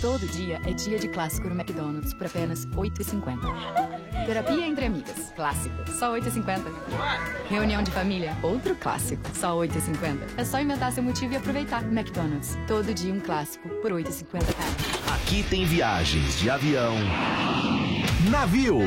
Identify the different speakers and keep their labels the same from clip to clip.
Speaker 1: Todo dia é dia de clássico no McDonald's por apenas 8,50. Terapia entre amigas, clássico, só 8,50. Reunião de família, outro clássico, só 8,50. É só inventar seu motivo e aproveitar. McDonald's, todo dia um clássico por 8,50
Speaker 2: Aqui tem viagens de avião, navio.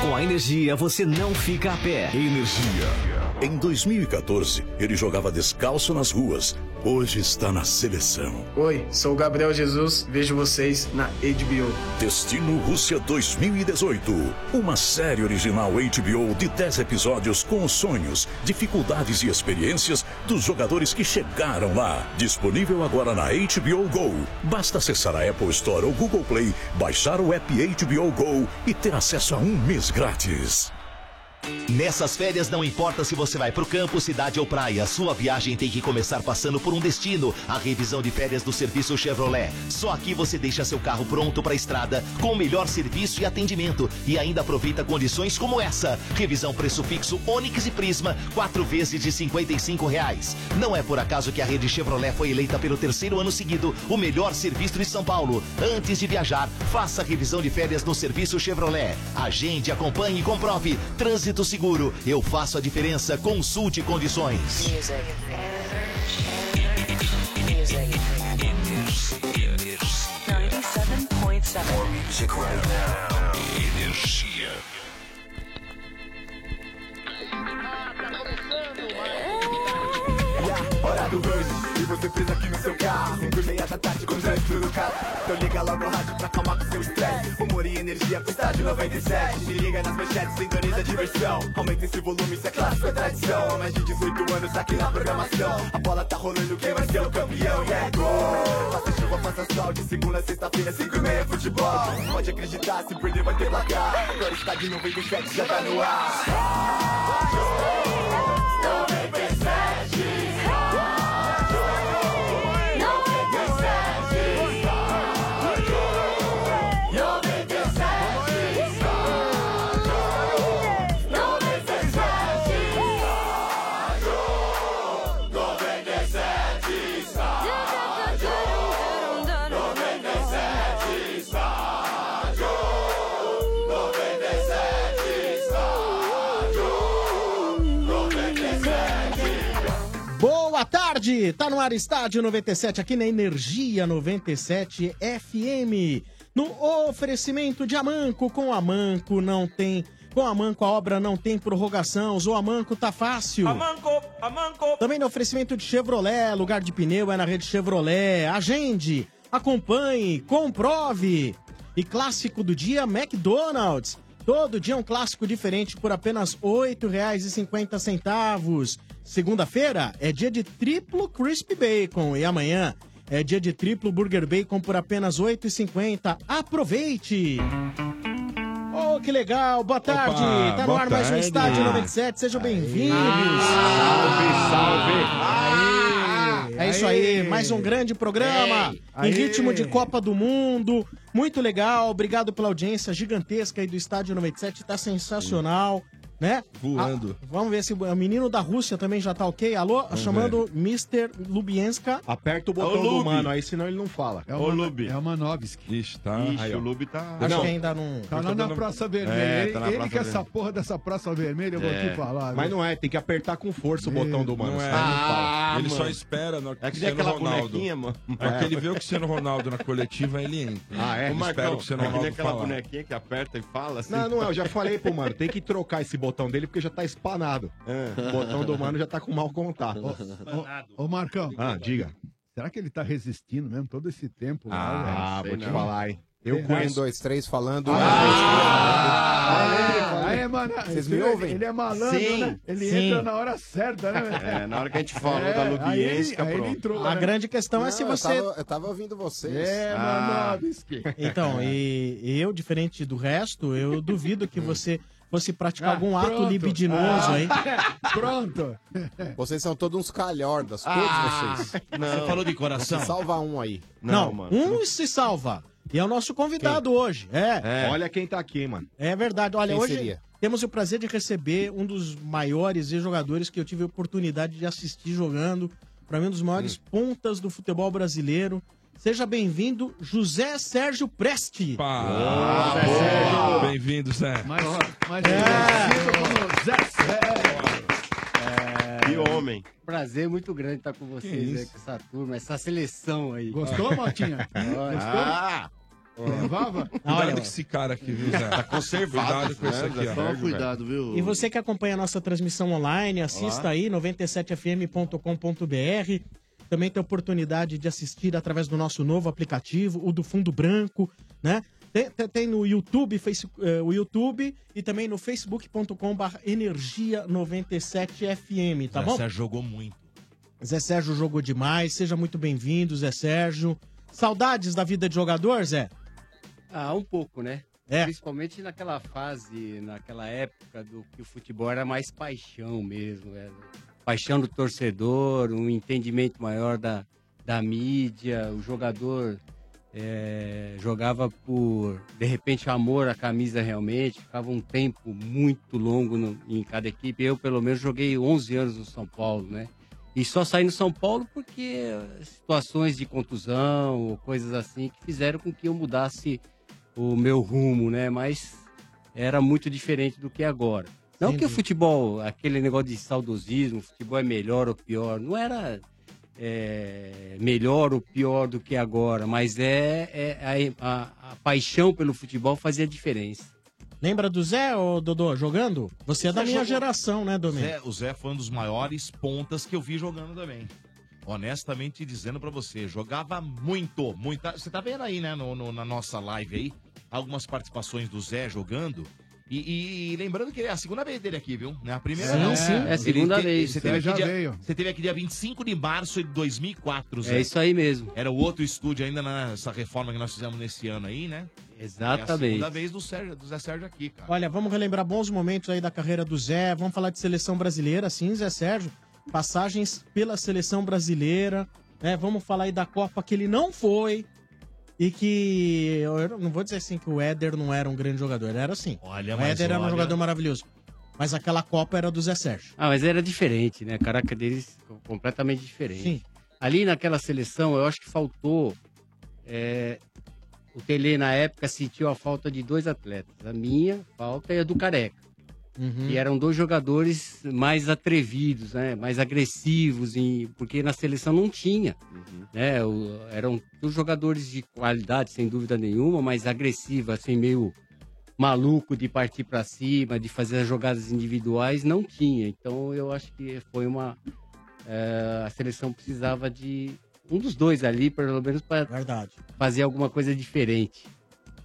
Speaker 2: Com a energia você não fica a pé.
Speaker 3: Energia. Em 2014, ele jogava descalço nas ruas. Hoje está na seleção.
Speaker 4: Oi, sou o Gabriel Jesus. Vejo vocês na HBO.
Speaker 3: Destino Rússia 2018. Uma série original HBO de 10 episódios com os sonhos, dificuldades e experiências dos jogadores que chegaram lá. Disponível agora na HBO Go. Basta acessar a Apple Store ou Google Play, baixar o app HBO Go e ter acesso a um mês grátis.
Speaker 2: Nessas férias, não importa se você vai pro campo, cidade ou praia, sua viagem tem que começar passando por um destino. A revisão de férias do serviço Chevrolet. Só aqui você deixa seu carro pronto pra estrada, com o melhor serviço e atendimento. E ainda aproveita condições como essa. Revisão preço fixo Onix e Prisma, quatro vezes de R$ 55 reais. Não é por acaso que a rede Chevrolet foi eleita pelo terceiro ano seguido o melhor serviço de São Paulo. Antes de viajar, faça a revisão de férias no serviço Chevrolet. Agende, acompanhe e comprove. Trânsito seguro. Eu faço a diferença. Consulte condições.
Speaker 5: Music. Music. 97.7.
Speaker 3: Energia.
Speaker 6: Hora do rush, e você presa aqui no seu carro Cinco e meia da tarde com trânsito no carro Então liga logo o rádio pra acalmar com seu estresse Humor e energia pro estádio 97 Se liga nas manchetes, sintoniza a diversão Aumenta esse volume, isso é clássico, é tradição Há mais de 18 anos aqui na programação A bola tá rolando, quem vai ser o campeão? E é gol! Faça chuva, faça sol, de segunda a sexta-feira, cinco e meia futebol Pode acreditar, se perder vai ter placar Agora está de 97, já tá no ar 97
Speaker 7: Boa tarde! Tá no ar Estádio 97 aqui na Energia 97 FM. No oferecimento de Amanco, com Amanco não tem. Com Amanco a obra não tem prorrogação, o Amanco tá fácil.
Speaker 8: Amanco, amanco.
Speaker 7: Também no oferecimento de Chevrolet, lugar de pneu é na rede Chevrolet. Agende, acompanhe, comprove. E clássico do dia, McDonald's. Todo dia um clássico diferente por apenas R$ 8,50. Segunda-feira é dia de triplo Crispy Bacon e amanhã é dia de triplo Burger Bacon por apenas R$ 8,50. Aproveite! Oh, que legal! Boa tarde! tá no
Speaker 9: boa
Speaker 7: ar mais um
Speaker 9: tarde.
Speaker 7: Estádio 97. Sejam bem-vindos!
Speaker 9: Salve,
Speaker 7: É isso aí, mais um grande programa
Speaker 9: Aê.
Speaker 7: em ritmo de Copa do Mundo. Muito legal, obrigado pela audiência gigantesca aí do Estádio 97, tá sensacional, né?
Speaker 10: Voando.
Speaker 7: Ah, vamos ver se o menino da Rússia também já tá ok. Alô,
Speaker 10: Vamos
Speaker 7: chamando Mr. Lubienska.
Speaker 10: Aperta o
Speaker 7: Ô,
Speaker 10: botão do
Speaker 7: Lube.
Speaker 10: mano aí, senão ele não fala.
Speaker 7: É o Ô, Mano- Lube.
Speaker 10: É o Manovski. Ixi, tá.
Speaker 7: Ixi,
Speaker 10: aí, ó.
Speaker 7: o Lube tá-
Speaker 10: Não.
Speaker 7: Acho que ainda não-
Speaker 11: Tá lá na Praça Vermelha.
Speaker 10: É,
Speaker 11: ele
Speaker 10: tá na
Speaker 11: ele
Speaker 10: Praça
Speaker 11: que essa
Speaker 10: Vermelha.
Speaker 11: porra dessa Praça Vermelha, eu vou
Speaker 10: É.
Speaker 11: te falar.
Speaker 10: Mas
Speaker 11: viu?
Speaker 10: não é, tem que apertar com força o
Speaker 11: Meu,
Speaker 10: botão do Ah, mano.
Speaker 11: não é.
Speaker 10: senão ele não fala.
Speaker 12: Ele só espera no
Speaker 10: É que nem
Speaker 12: Cristiano
Speaker 10: aquela
Speaker 12: Ronaldo.
Speaker 10: bonequinha, mano.
Speaker 12: É que ele vê o Cristiano Ronaldo na coletiva, ele entra.
Speaker 10: Ah, é?
Speaker 12: Ele
Speaker 10: Ô, Marcão,
Speaker 12: espera o Cristiano
Speaker 10: é que nem
Speaker 12: Ronaldo
Speaker 10: aquela
Speaker 12: falar.
Speaker 10: bonequinha que aperta e fala Não, não é, eu já falei pro mano, tem que trocar esse botão dele porque já tá espanado. O botão do mano já tá com mau contato.
Speaker 11: Ô, Marcão.
Speaker 10: Ah, diga.
Speaker 11: Será que ele tá resistindo mesmo todo esse tempo? lá,
Speaker 10: Ah,
Speaker 11: velho?
Speaker 10: vou te
Speaker 11: Sei não.
Speaker 10: falar, hein. Eu
Speaker 11: Será?
Speaker 13: Um, dois, três falando.
Speaker 11: Ah, aí, mano.
Speaker 13: Vocês
Speaker 11: ele-
Speaker 13: me ouvem?
Speaker 11: Ele é malandro,
Speaker 13: Sim,
Speaker 11: né? Ele
Speaker 13: sim.
Speaker 11: entra na hora certa, né? velho?
Speaker 13: É, na hora que a gente
Speaker 7: falou da Lubienska,
Speaker 11: aí ele, aí ele
Speaker 7: pronto.
Speaker 11: entrou,
Speaker 7: A
Speaker 11: né?
Speaker 7: grande questão é se você-
Speaker 13: Eu tava, eu tava ouvindo vocês.
Speaker 11: É,
Speaker 7: Ah.
Speaker 11: Manovski.
Speaker 7: Então, e eu, diferente do resto, eu duvido que você fosse praticar
Speaker 11: Ah,
Speaker 7: algum Um ato
Speaker 11: pronto.
Speaker 7: libidinoso
Speaker 11: Ah.
Speaker 7: aí.
Speaker 11: Pronto.
Speaker 13: Vocês são todos uns calhordas, todos
Speaker 7: Ah,
Speaker 13: vocês.
Speaker 7: não. Você falou de coração?
Speaker 13: Você salva um aí.
Speaker 7: Não, um se salva. E é o nosso convidado hoje. É.
Speaker 10: Olha quem tá aqui, mano.
Speaker 7: É verdade. Olha,
Speaker 10: Quem
Speaker 7: hoje
Speaker 10: seria?
Speaker 7: temos o prazer de receber um dos maiores jogadores que eu tive a
Speaker 10: Hum.
Speaker 7: oportunidade de assistir jogando. Pra mim, um dos maiores pontas do futebol brasileiro. Seja bem-vindo, José Sérgio Preste.
Speaker 12: Ah, Zé Sérgio. Bem-vindo, Zé.
Speaker 14: Que
Speaker 12: homem.
Speaker 14: É, Prazer muito grande estar com vocês, né,
Speaker 15: isso.
Speaker 14: com essa turma, essa seleção aí.
Speaker 15: Gostou, Motinha? Gostou?
Speaker 14: Ah!
Speaker 15: Levava?
Speaker 12: Cuidado com esse cara aqui, viu, Zé?
Speaker 15: Tá conservado,
Speaker 12: Cuidado com
Speaker 15: né,
Speaker 12: esse aqui,
Speaker 15: Zé?
Speaker 12: ó.
Speaker 15: Toma cuidado, viu?
Speaker 7: E você que acompanha a nossa transmissão online, assista
Speaker 15: Olá.
Speaker 7: aí 97fm.com.br. Também tem a oportunidade de assistir através do nosso novo aplicativo, o do Fundo Branco, né? Tem, tem- tem no YouTube, face- eh, o YouTube e também no facebook.com.br energia97fm, tá
Speaker 2: Zé
Speaker 7: bom?
Speaker 2: Sérgio jogou muito.
Speaker 7: Zé Sérgio jogou demais, seja muito bem-vindo, Zé Sérgio. Saudades da vida de jogador, Zé?
Speaker 14: Ah, um pouco, né?
Speaker 7: É.
Speaker 14: Principalmente naquela fase, naquela época do que o futebol era mais paixão mesmo, era paixão do torcedor, um entendimento maior da, da mídia, o jogador eh, jogava por, de repente, amor à camisa realmente, ficava um tempo muito longo no- em cada equipe. Eu, pelo menos, joguei 11 anos no São Paulo, né? E só saí no São Paulo porque situações de contusão ou coisas assim que fizeram com que eu mudasse o meu rumo, né? Mas era muito diferente do que é agora. Não que o futebol, aquele negócio de saudosismo, futebol é melhor ou pior, não era é, melhor ou pior do que é agora, mas é, é a, a- a paixão pelo futebol fazia diferença.
Speaker 7: Lembra do Zé, ô, Dodô, jogando? Você é da
Speaker 2: Zé
Speaker 7: minha
Speaker 2: jogou.
Speaker 7: geração, né, Domingo?
Speaker 2: Zé- o Zé foi um dos maiores pontas que eu vi jogando também. Honestamente dizendo pra você, jogava muito, muita. Você tá vendo aí, né, no- no- na nossa live aí, algumas participações do Zé jogando. E, e- e lembrando que é a segunda vez dele aqui, viu? Né? A primeira
Speaker 14: Sim,
Speaker 2: não.
Speaker 14: sim. É a
Speaker 2: Ele
Speaker 14: segunda
Speaker 2: te-
Speaker 14: vez.
Speaker 2: Você teve,
Speaker 14: Ele
Speaker 2: aqui
Speaker 14: já
Speaker 2: dia,
Speaker 14: veio.
Speaker 2: você teve aqui dia 25 de março de 2004, Zé.
Speaker 14: É isso aí mesmo.
Speaker 2: Era o outro estúdio ainda nessa reforma que nós fizemos nesse ano aí, né? É a
Speaker 7: Exatamente.
Speaker 2: segunda vez do, Sérgio, do Zé Sérgio aqui, cara.
Speaker 7: Tá. Olha, vamos relembrar bons momentos aí da carreira do Zé. Vamos falar de seleção brasileira, sim, Zé Sérgio. Passagens pela seleção brasileira. Né? Vamos falar aí da Copa que ele não foi. E que. Eu não vou dizer assim que o Éder não era um grande jogador. Ele era assim.
Speaker 2: Olha,
Speaker 7: o
Speaker 14: mas
Speaker 7: Éder era um
Speaker 14: olha-
Speaker 7: jogador maravilhoso. Mas aquela Copa era do Zé Sérgio.
Speaker 14: Ah, mas era diferente, né? A Caraca deles completamente diferente.
Speaker 7: Sim.
Speaker 14: Ali naquela seleção, eu acho que faltou. é, o Tele, na época, sentiu a falta de dois atletas. A minha falta e a do Careca.
Speaker 5: Hum.
Speaker 16: Uhum.
Speaker 14: E eram dois jogadores mais atrevidos, né? mais agressivos, em- porque na seleção não tinha. Né? O- eram todos jogadores de qualidade, sem dúvida nenhuma, mas agressiva, assim, meio maluco de partir para cima, de fazer as jogadas individuais, não tinha. Então eu acho que foi uma. eh, a seleção precisava de um dos dois ali, pelo menos, para fazer alguma coisa diferente.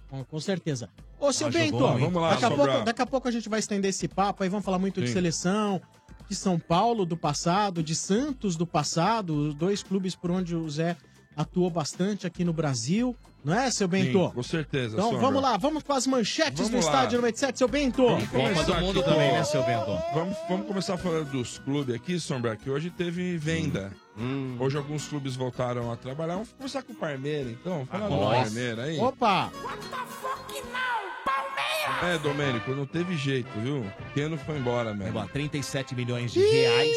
Speaker 7: Com, com certeza. Ô, seu
Speaker 14: Ah,
Speaker 7: Bento,
Speaker 14: jogou, hein? Vamos lá,
Speaker 7: daqui, a
Speaker 14: Sobral.
Speaker 7: pouco, daqui a pouco a gente vai estender esse papo aí, vamos falar muito de
Speaker 14: Sim.
Speaker 7: seleção, de São Paulo do passado, de Santos do passado, os dois clubes por onde o Zé atuou bastante aqui no Brasil, não é, seu Bento?
Speaker 12: Sim, com certeza,
Speaker 7: Então
Speaker 12: Sombra.
Speaker 7: vamos lá, vamos com as manchetes
Speaker 12: Vamos
Speaker 7: do
Speaker 12: lá.
Speaker 7: Estádio 97, seu Bento.
Speaker 12: começar aqui.
Speaker 14: né?
Speaker 7: né,
Speaker 2: seu Bento?
Speaker 12: Vamos, vamos começar falando dos clubes aqui, Sombra, que hoje teve venda.
Speaker 10: Hum.
Speaker 12: Hoje alguns clubes voltaram a trabalhar. Vamos começar com o Parmeira, então. Vamos falar do
Speaker 2: nossa.
Speaker 12: Parmeira aí.
Speaker 7: Opa!
Speaker 12: É, Domênico, não teve jeito, viu? O Keno foi embora mesmo.
Speaker 2: 37 milhões de reais.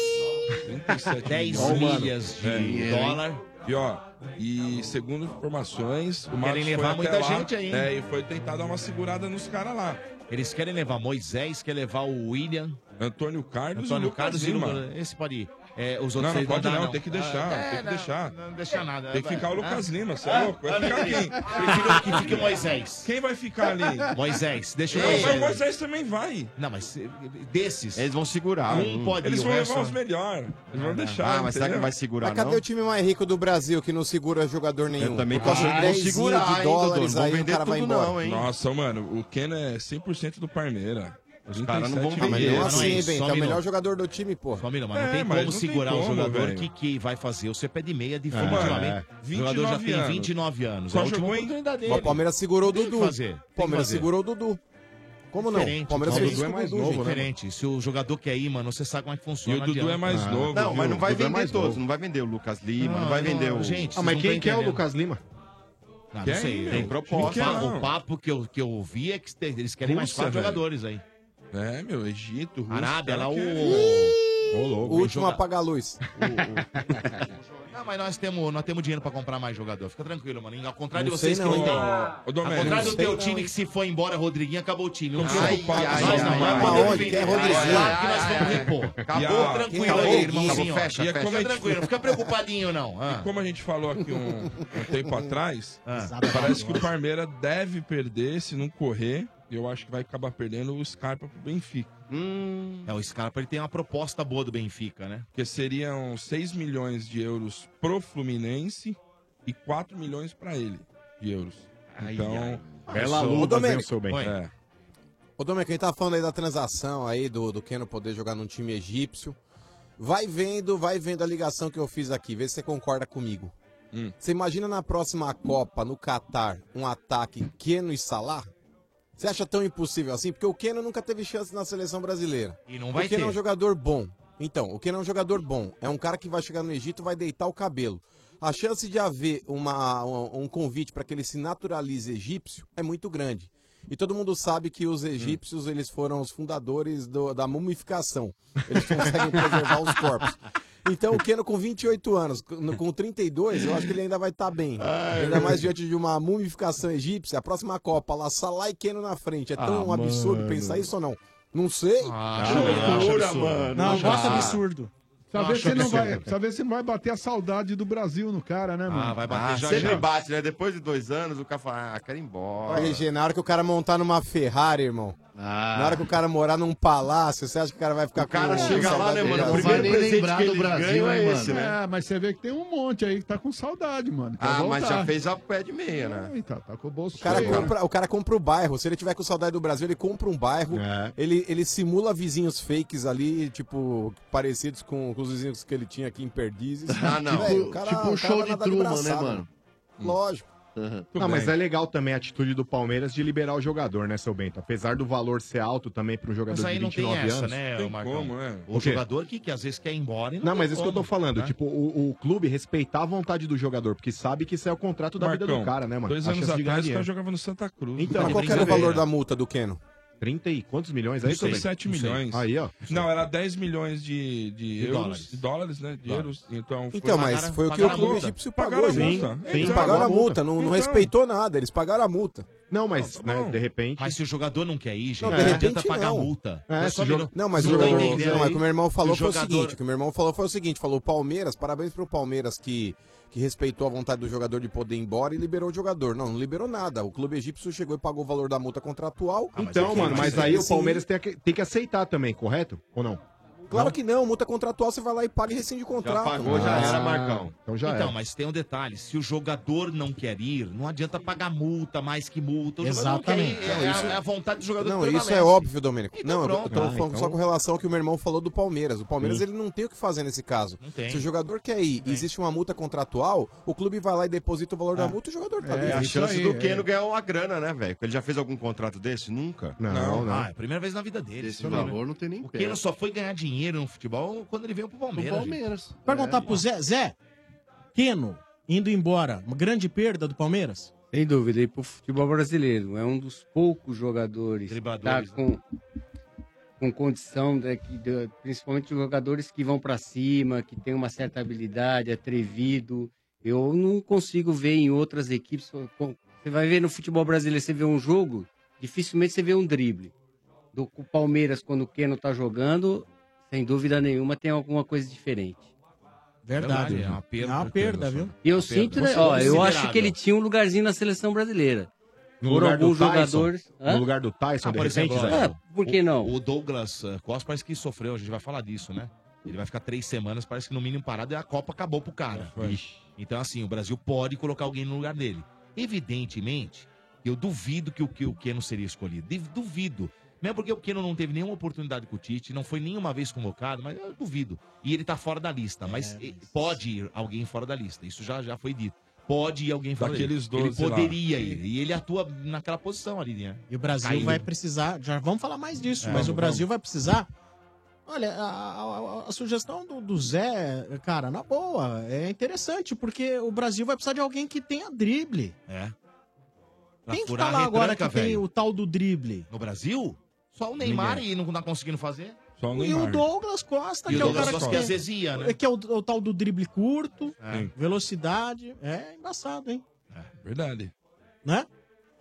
Speaker 12: 37
Speaker 2: 10 milhas de dólar.
Speaker 12: é. E ó, e segundo informações, o
Speaker 2: Querem
Speaker 12: Marcos foi
Speaker 2: levar
Speaker 12: até
Speaker 2: muita
Speaker 12: lá,
Speaker 2: gente aí, hein?
Speaker 12: É, e foi tentar dar uma segurada nos caras lá.
Speaker 2: Eles querem levar Moisés, quer levar o William.
Speaker 12: Antônio Carlos
Speaker 2: Antônio
Speaker 12: e Lucas
Speaker 2: Carlos e
Speaker 12: Lima.
Speaker 2: Lucas- Esse pode ir. É, os
Speaker 12: Não,
Speaker 2: outros
Speaker 12: não
Speaker 2: seis
Speaker 12: pode
Speaker 2: dá,
Speaker 12: não, tem que deixar,
Speaker 2: Ah,
Speaker 12: tem
Speaker 2: é,
Speaker 12: que deixar.
Speaker 2: Não, não deixa nada.
Speaker 12: Tem que ficar o Lucas
Speaker 2: Ah.
Speaker 12: Lima, você
Speaker 2: Ah,
Speaker 12: é louco? Vai
Speaker 2: não,
Speaker 12: ficar
Speaker 2: não,
Speaker 12: quem?
Speaker 2: Prefiro que fique o Moisés.
Speaker 12: Quem vai ficar ali?
Speaker 2: Moisés, deixa o
Speaker 12: Não, mas
Speaker 2: Moisés.
Speaker 12: o Moisés também vai. Ah,
Speaker 2: Não, mas eh, desses. Eles
Speaker 10: vão segurar.
Speaker 2: Um pode
Speaker 12: Eles
Speaker 2: ir, o
Speaker 12: vão
Speaker 2: resto-
Speaker 12: levar os melhores. Eles vão deixar.
Speaker 10: Ah, mas será que vai segurar,
Speaker 13: Mas cadê
Speaker 10: não?
Speaker 13: o time mais rico do Brasil que não segura jogador nenhum?
Speaker 10: Eu também
Speaker 13: Por causa
Speaker 10: posso-
Speaker 13: de
Speaker 10: vão
Speaker 13: 10 zinho
Speaker 10: segurar, hein,
Speaker 13: de
Speaker 10: Dodô?
Speaker 13: dólares
Speaker 10: Não vão
Speaker 13: aí o
Speaker 10: vender
Speaker 13: cara vai
Speaker 10: tudo,
Speaker 13: embora.
Speaker 10: não, hein?
Speaker 12: Nossa, mano, o Ken é 100% do Parmeira. Os
Speaker 13: Cara, não vão vender. Mas não assim, hein,
Speaker 12: um
Speaker 13: Bento? É o melhor jogador do time, pô.
Speaker 2: Só um minuto, mas não
Speaker 13: É,
Speaker 2: tem
Speaker 13: mas
Speaker 2: como
Speaker 13: não tem
Speaker 2: segurar
Speaker 13: como,
Speaker 2: um jogador
Speaker 13: velho.
Speaker 2: que, que vai fazer. Você pede meia
Speaker 12: É.
Speaker 2: definitivamente. O jogador já tem 29 anos. é a última oportunidade dele.
Speaker 13: Mas O Palmeiras segurou o
Speaker 2: Tem que
Speaker 13: Dudu.
Speaker 2: fazer, tem
Speaker 13: O Palmeiras
Speaker 2: que fazer.
Speaker 13: segurou o Dudu. Como não?
Speaker 2: Diferente. é
Speaker 13: O Palmeiras
Speaker 12: é
Speaker 13: fez isso com o Dudu,
Speaker 12: né?
Speaker 13: gente.
Speaker 2: Diferente. Se o jogador quer ir, mano, você sabe como é que funciona.
Speaker 10: E o Dudu
Speaker 2: adianta.
Speaker 10: é mais Ah. novo, Não, mas viu? não vai O Dudu é vender mais todos, novo. não vai vender o Lucas Lima, não vai vender o-
Speaker 2: Gente,
Speaker 10: Ah, mas
Speaker 2: vocês
Speaker 10: quem
Speaker 2: não tão
Speaker 10: que é o
Speaker 2: entendendo.
Speaker 10: Lucas Lima?
Speaker 2: Ah, Não,
Speaker 10: Quem?
Speaker 2: não sei.
Speaker 10: Ah, Tem
Speaker 2: O-
Speaker 10: proposta,
Speaker 2: O papo,
Speaker 10: é não.
Speaker 2: o papo que eu, que eu ouvi é que te- eles querem mais
Speaker 12: Rússia,
Speaker 2: quatro
Speaker 12: velho.
Speaker 2: jogadores aí.
Speaker 12: É, meu, Egito, Rússia.
Speaker 2: Arábia, lá o...
Speaker 12: Ô, louco.
Speaker 13: O último
Speaker 2: joga-
Speaker 13: apaga a luz.
Speaker 2: Não, mas nós temos, nós temos dinheiro pra comprar mais jogador. Fica tranquilo, mano. Ao contrário
Speaker 13: Não
Speaker 2: de vocês
Speaker 13: sei
Speaker 2: que
Speaker 13: não,
Speaker 2: não
Speaker 13: hein?
Speaker 2: tem.
Speaker 13: Ah, ô,
Speaker 2: Ao
Speaker 13: Domênico,
Speaker 2: contrário
Speaker 13: não
Speaker 2: do
Speaker 13: sei
Speaker 2: teu
Speaker 13: não,
Speaker 2: time que se foi embora, Rodriguinho, acabou o time. Não
Speaker 13: Ai,
Speaker 2: se preocupa,
Speaker 13: ai,
Speaker 2: nós
Speaker 13: ai,
Speaker 2: não.
Speaker 13: ai,
Speaker 2: Quando
Speaker 13: ai,
Speaker 2: vir,
Speaker 13: ai,
Speaker 2: Claro que nós
Speaker 13: ai,
Speaker 2: vamos
Speaker 13: ai,
Speaker 2: repor.
Speaker 13: ai.
Speaker 2: Acabou
Speaker 12: E a-
Speaker 2: tranquilo
Speaker 12: acabou,
Speaker 2: aí, irmãozinho.
Speaker 12: acabou, fecha,
Speaker 2: Fica
Speaker 12: fecha.
Speaker 2: tranquilo, não fica preocupadinho, não. Ah.
Speaker 12: E como a gente falou aqui um, um tempo atrás, parece que o Parmeira deve perder se não correr. E eu acho que vai acabar perdendo o Scarpa pro Benfica.
Speaker 6: Hum.
Speaker 2: É, o Scarpa ele tem uma proposta boa do Benfica, né?
Speaker 12: Porque seriam 6 milhões de euros pro Fluminense e 4 milhões pra ele de euros. Então,
Speaker 13: Ô, Domênico. Oi.
Speaker 12: É.
Speaker 13: Ô, Domênico, a gente tá falando aí da transação aí, do, do Keno poder jogar num time egípcio. Vai vendo, vai vendo a ligação que eu fiz aqui, vê se você concorda comigo. Você imagina na próxima Copa, no Catar, um ataque Keno e Salah? Você acha tão impossível assim? Porque o Keno nunca teve chance na seleção brasileira.
Speaker 2: E não vai
Speaker 13: o Keno é um
Speaker 2: ter.
Speaker 13: jogador bom. Então, o Keno é um jogador bom. É um cara que vai chegar no Egito e vai deitar o cabelo. A chance de haver uma- um, um convite para que ele se naturalize egípcio é muito grande. E todo mundo sabe que os egípcios eles foram os fundadores do- da mumificação. Eles conseguem preservar os corpos. Então o Keno com 28 anos, com com 32, eu acho que ele ainda vai estar bem. ainda mais diante de uma mumificação egípcia, a próxima Copa, lá Salah e Keno na frente. É tão
Speaker 7: Ah,
Speaker 13: absurdo
Speaker 7: mano.
Speaker 13: pensar isso ou não? Não sei.
Speaker 2: Ah,
Speaker 13: Que loucura, mano.
Speaker 7: Não,
Speaker 13: Acho
Speaker 7: bota
Speaker 13: absurdo.
Speaker 10: Ah.
Speaker 7: absurdo.
Speaker 11: Pra ver, se
Speaker 13: Acho
Speaker 11: não vai,
Speaker 13: absurdo.
Speaker 11: pra ver se não vai bater a saudade do Brasil no cara, né, mano?
Speaker 10: Ah, vai bater.
Speaker 13: já,
Speaker 10: sempre
Speaker 13: já.
Speaker 10: bate, né? Depois de dois anos, o cara fala, ah, quero ir embora.
Speaker 13: Olha, Genaro, que o cara montar numa Ferrari, irmão. Na hora que o cara morar num palácio, você acha que o cara vai ficar com
Speaker 10: Ah. cara
Speaker 13: com
Speaker 10: chega lá,
Speaker 13: saudade
Speaker 10: né, mano?
Speaker 13: dele?
Speaker 10: O primeiro presente que ele ganha é esse, né?
Speaker 11: É, mas você vê que tem um monte aí que tá com saudade, mano. Quer
Speaker 10: Ah, mas
Speaker 11: voltar.
Speaker 10: já fez a pé de meia, né?
Speaker 11: Então, tá com o bolso
Speaker 13: O cara,
Speaker 11: cheio.
Speaker 13: compra, o cara compra o bairro. Se ele tiver com saudade do Brasil, ele compra um bairro.
Speaker 11: É.
Speaker 13: Ele, ele simula vizinhos fakes ali, tipo, parecidos com, com os vizinhos que ele tinha aqui em Perdizes.
Speaker 10: Ah, não.
Speaker 13: Velho,
Speaker 10: Tipo- tipo um show
Speaker 13: vai
Speaker 10: de
Speaker 13: nadar
Speaker 10: Truman,
Speaker 13: braçada.
Speaker 10: né, mano?
Speaker 7: Hum.
Speaker 13: Lógico.
Speaker 12: Uhum.
Speaker 6: Não, mas é legal também a atitude do Palmeiras de liberar o jogador, né, seu Bento? Apesar do valor ser alto também para um jogador
Speaker 2: Mas aí
Speaker 6: de
Speaker 2: não tem
Speaker 6: 29
Speaker 2: essa,
Speaker 6: anos.
Speaker 2: né, Marcão?
Speaker 13: é.
Speaker 2: O,
Speaker 6: O quê?
Speaker 2: jogador que, que às vezes quer ir embora e não
Speaker 6: Não,
Speaker 2: tem
Speaker 6: mas isso que eu tô
Speaker 2: como,
Speaker 6: falando,
Speaker 2: né?
Speaker 6: tipo, o, o clube respeitar a vontade do jogador, porque sabe que isso é o contrato da vida
Speaker 12: Marcão,
Speaker 6: do cara, né, mano?
Speaker 12: dois
Speaker 6: A
Speaker 12: anos
Speaker 6: chance de ganhar
Speaker 12: atrás, tá o cara
Speaker 6: dinheiro.
Speaker 12: jogava no Santa Cruz.
Speaker 6: Então,
Speaker 13: Mas qual que era o valor da multa do Keno?
Speaker 6: 30 e quantos milhões aí,
Speaker 12: Não sei, 7
Speaker 6: Não sei.
Speaker 12: milhões.
Speaker 6: Aí, ó.
Speaker 12: Não, era 10 milhões de, de
Speaker 6: De
Speaker 12: euros.
Speaker 6: dólares.
Speaker 12: De dólares, né? De euros. Então,
Speaker 13: Então, mas foi o que o clube egípcio pagou, gente. Eles pagaram a multa, não, não
Speaker 11: Então.
Speaker 13: respeitou nada, eles pagaram a multa.
Speaker 6: Não, mas né,
Speaker 2: Não.
Speaker 6: de repente.
Speaker 2: Mas se o jogador não quer ir, gente,
Speaker 13: Não,
Speaker 2: não,
Speaker 13: de
Speaker 2: adianta
Speaker 13: repente
Speaker 2: pagar
Speaker 13: não.
Speaker 2: a multa.
Speaker 13: É,
Speaker 2: Você
Speaker 13: se o
Speaker 2: não-
Speaker 13: jogo- Não, mas o
Speaker 2: você
Speaker 13: jogador...
Speaker 2: tá entendendo
Speaker 13: Não, mas
Speaker 2: aí?
Speaker 13: o meu irmão falou
Speaker 2: Se
Speaker 13: foi
Speaker 2: o
Speaker 13: o seguinte, o que o meu irmão falou foi o seguinte, falou, o Palmeiras, parabéns pro Palmeiras que, que respeitou a vontade do jogador de poder ir embora e liberou o jogador. Não, não liberou nada. O clube egípcio chegou e pagou o valor da multa contratual.
Speaker 6: Então, mano, mas
Speaker 12: é
Speaker 6: aí o Palmeiras tem que, tem que aceitar também, correto? Ou não?
Speaker 13: Claro que não, multa contratual você vai lá e paga e rescinde o contrato.
Speaker 6: Ah, Então já
Speaker 2: Então,
Speaker 6: era.
Speaker 2: mas tem um detalhe: se o jogador não quer ir, não adianta pagar multa mais que multa. O
Speaker 13: Exatamente.
Speaker 2: Jogador não quer ir, é,
Speaker 13: Não, isso-
Speaker 2: é a vontade do jogador
Speaker 13: Não,
Speaker 2: que
Speaker 13: isso é
Speaker 2: prevalece.
Speaker 13: óbvio, Domênico.
Speaker 2: Então
Speaker 13: não, eu- eu
Speaker 2: pronto. Ah,
Speaker 13: tô falando só
Speaker 2: então-
Speaker 13: com relação ao que o meu irmão falou do Palmeiras. O Palmeiras
Speaker 2: Sim.
Speaker 13: ele não tem o que fazer nesse caso.
Speaker 2: Não tem.
Speaker 13: Se o jogador quer ir e existe uma multa contratual, o clube vai lá e deposita o valor da multa e o jogador tá
Speaker 10: É,
Speaker 13: livre.
Speaker 10: a
Speaker 13: Isso
Speaker 10: chance
Speaker 13: aí,
Speaker 10: do
Speaker 13: é.
Speaker 10: Keno ganhar uma grana, né, velho? Ele já fez algum contrato desse? Nunca.
Speaker 6: Não, não. É.
Speaker 2: Ah, é a primeira vez na vida dele.
Speaker 10: Esse
Speaker 2: entendeu?
Speaker 14: né?
Speaker 10: valor não tem nem
Speaker 2: O
Speaker 10: pé.
Speaker 2: Keno só foi ganhar dinheiro no futebol quando ele veio pro Palmeiras.
Speaker 10: Pro Palmeiras.
Speaker 2: gente.
Speaker 14: É.
Speaker 7: Perguntar pro Zé. Zé, Keno indo embora, uma grande perda do Palmeiras?
Speaker 14: Sem dúvida, e pro futebol brasileiro, é um dos poucos jogadores que tá
Speaker 7: Dribladores, né?
Speaker 14: com, com condição, né, que, da- principalmente os jogadores que vão para cima, que tem uma certa habilidade, é atrevido. Eu não consigo ver em outras equipes. com- Você vai ver no futebol brasileiro, você vê um jogo, dificilmente você vê um drible. Do com o Palmeiras, quando o Keno tá jogando, sem dúvida nenhuma, tem alguma coisa diferente.
Speaker 7: Verdade.
Speaker 14: Verdade, é uma
Speaker 7: perda. É uma perda, viu?
Speaker 14: E eu sinto, né, ó, eu acho que ele tinha um lugarzinho na seleção brasileira.
Speaker 6: No
Speaker 14: por
Speaker 6: lugar do
Speaker 14: alguns
Speaker 6: Tyson?
Speaker 14: jogadores. É,
Speaker 6: No lugar do Tyson,
Speaker 2: Ah,
Speaker 6: de
Speaker 2: por
Speaker 6: repente,
Speaker 2: exemplo,
Speaker 6: Zé?
Speaker 2: olha,
Speaker 14: por que
Speaker 2: o-
Speaker 14: não?
Speaker 2: O Douglas eh, Costa parece que sofreu, a gente vai falar disso, né? Ele vai ficar três semanas, parece que no mínimo parado, e a Copa acabou pro
Speaker 6: É,
Speaker 2: cara. Ixi. Então, assim, o Brasil pode colocar alguém no lugar dele. Evidentemente, eu duvido que o, que o Keno seria escolhido. Div- Duvido. Mesmo porque o Keno não teve nenhuma oportunidade com o Tite, não foi nenhuma vez convocado, mas eu duvido. E ele tá fora da
Speaker 14: É,
Speaker 2: lista, mas, eh, pode ir alguém fora da lista. Isso já, já foi dito. Pode ir alguém fora da
Speaker 12: Daqueles
Speaker 2: lista. Ele
Speaker 12: 12 lá.
Speaker 2: poderia ir. E ele atua naquela posição ali, né?
Speaker 7: E o Brasil
Speaker 2: Caído.
Speaker 7: vai precisar, já vamos falar mais
Speaker 2: É,
Speaker 7: disso, mas o
Speaker 2: vamos,
Speaker 7: Brasil vai precisar. Olha, a, a- a- a sugestão do, do Zé, cara, na boa, é interessante, porque o Brasil vai precisar de alguém que tenha drible.
Speaker 2: É. Pra
Speaker 7: Quem que
Speaker 2: furar
Speaker 7: tá
Speaker 2: a
Speaker 7: lá agora que
Speaker 2: retranca,
Speaker 7: tem
Speaker 2: velho.
Speaker 7: o tal do drible?
Speaker 2: No Brasil? Só o Neymar
Speaker 7: Ninguém.
Speaker 2: e não tá conseguindo fazer?
Speaker 12: Só
Speaker 7: E o Douglas Costa,
Speaker 2: E o
Speaker 7: que é o
Speaker 2: Douglas
Speaker 7: cara
Speaker 2: Costa, que às vezes ia, né?
Speaker 7: Que é o, o tal do drible curto,
Speaker 2: É.
Speaker 7: velocidade. É embaçado, hein?
Speaker 12: Verdade.
Speaker 7: Né?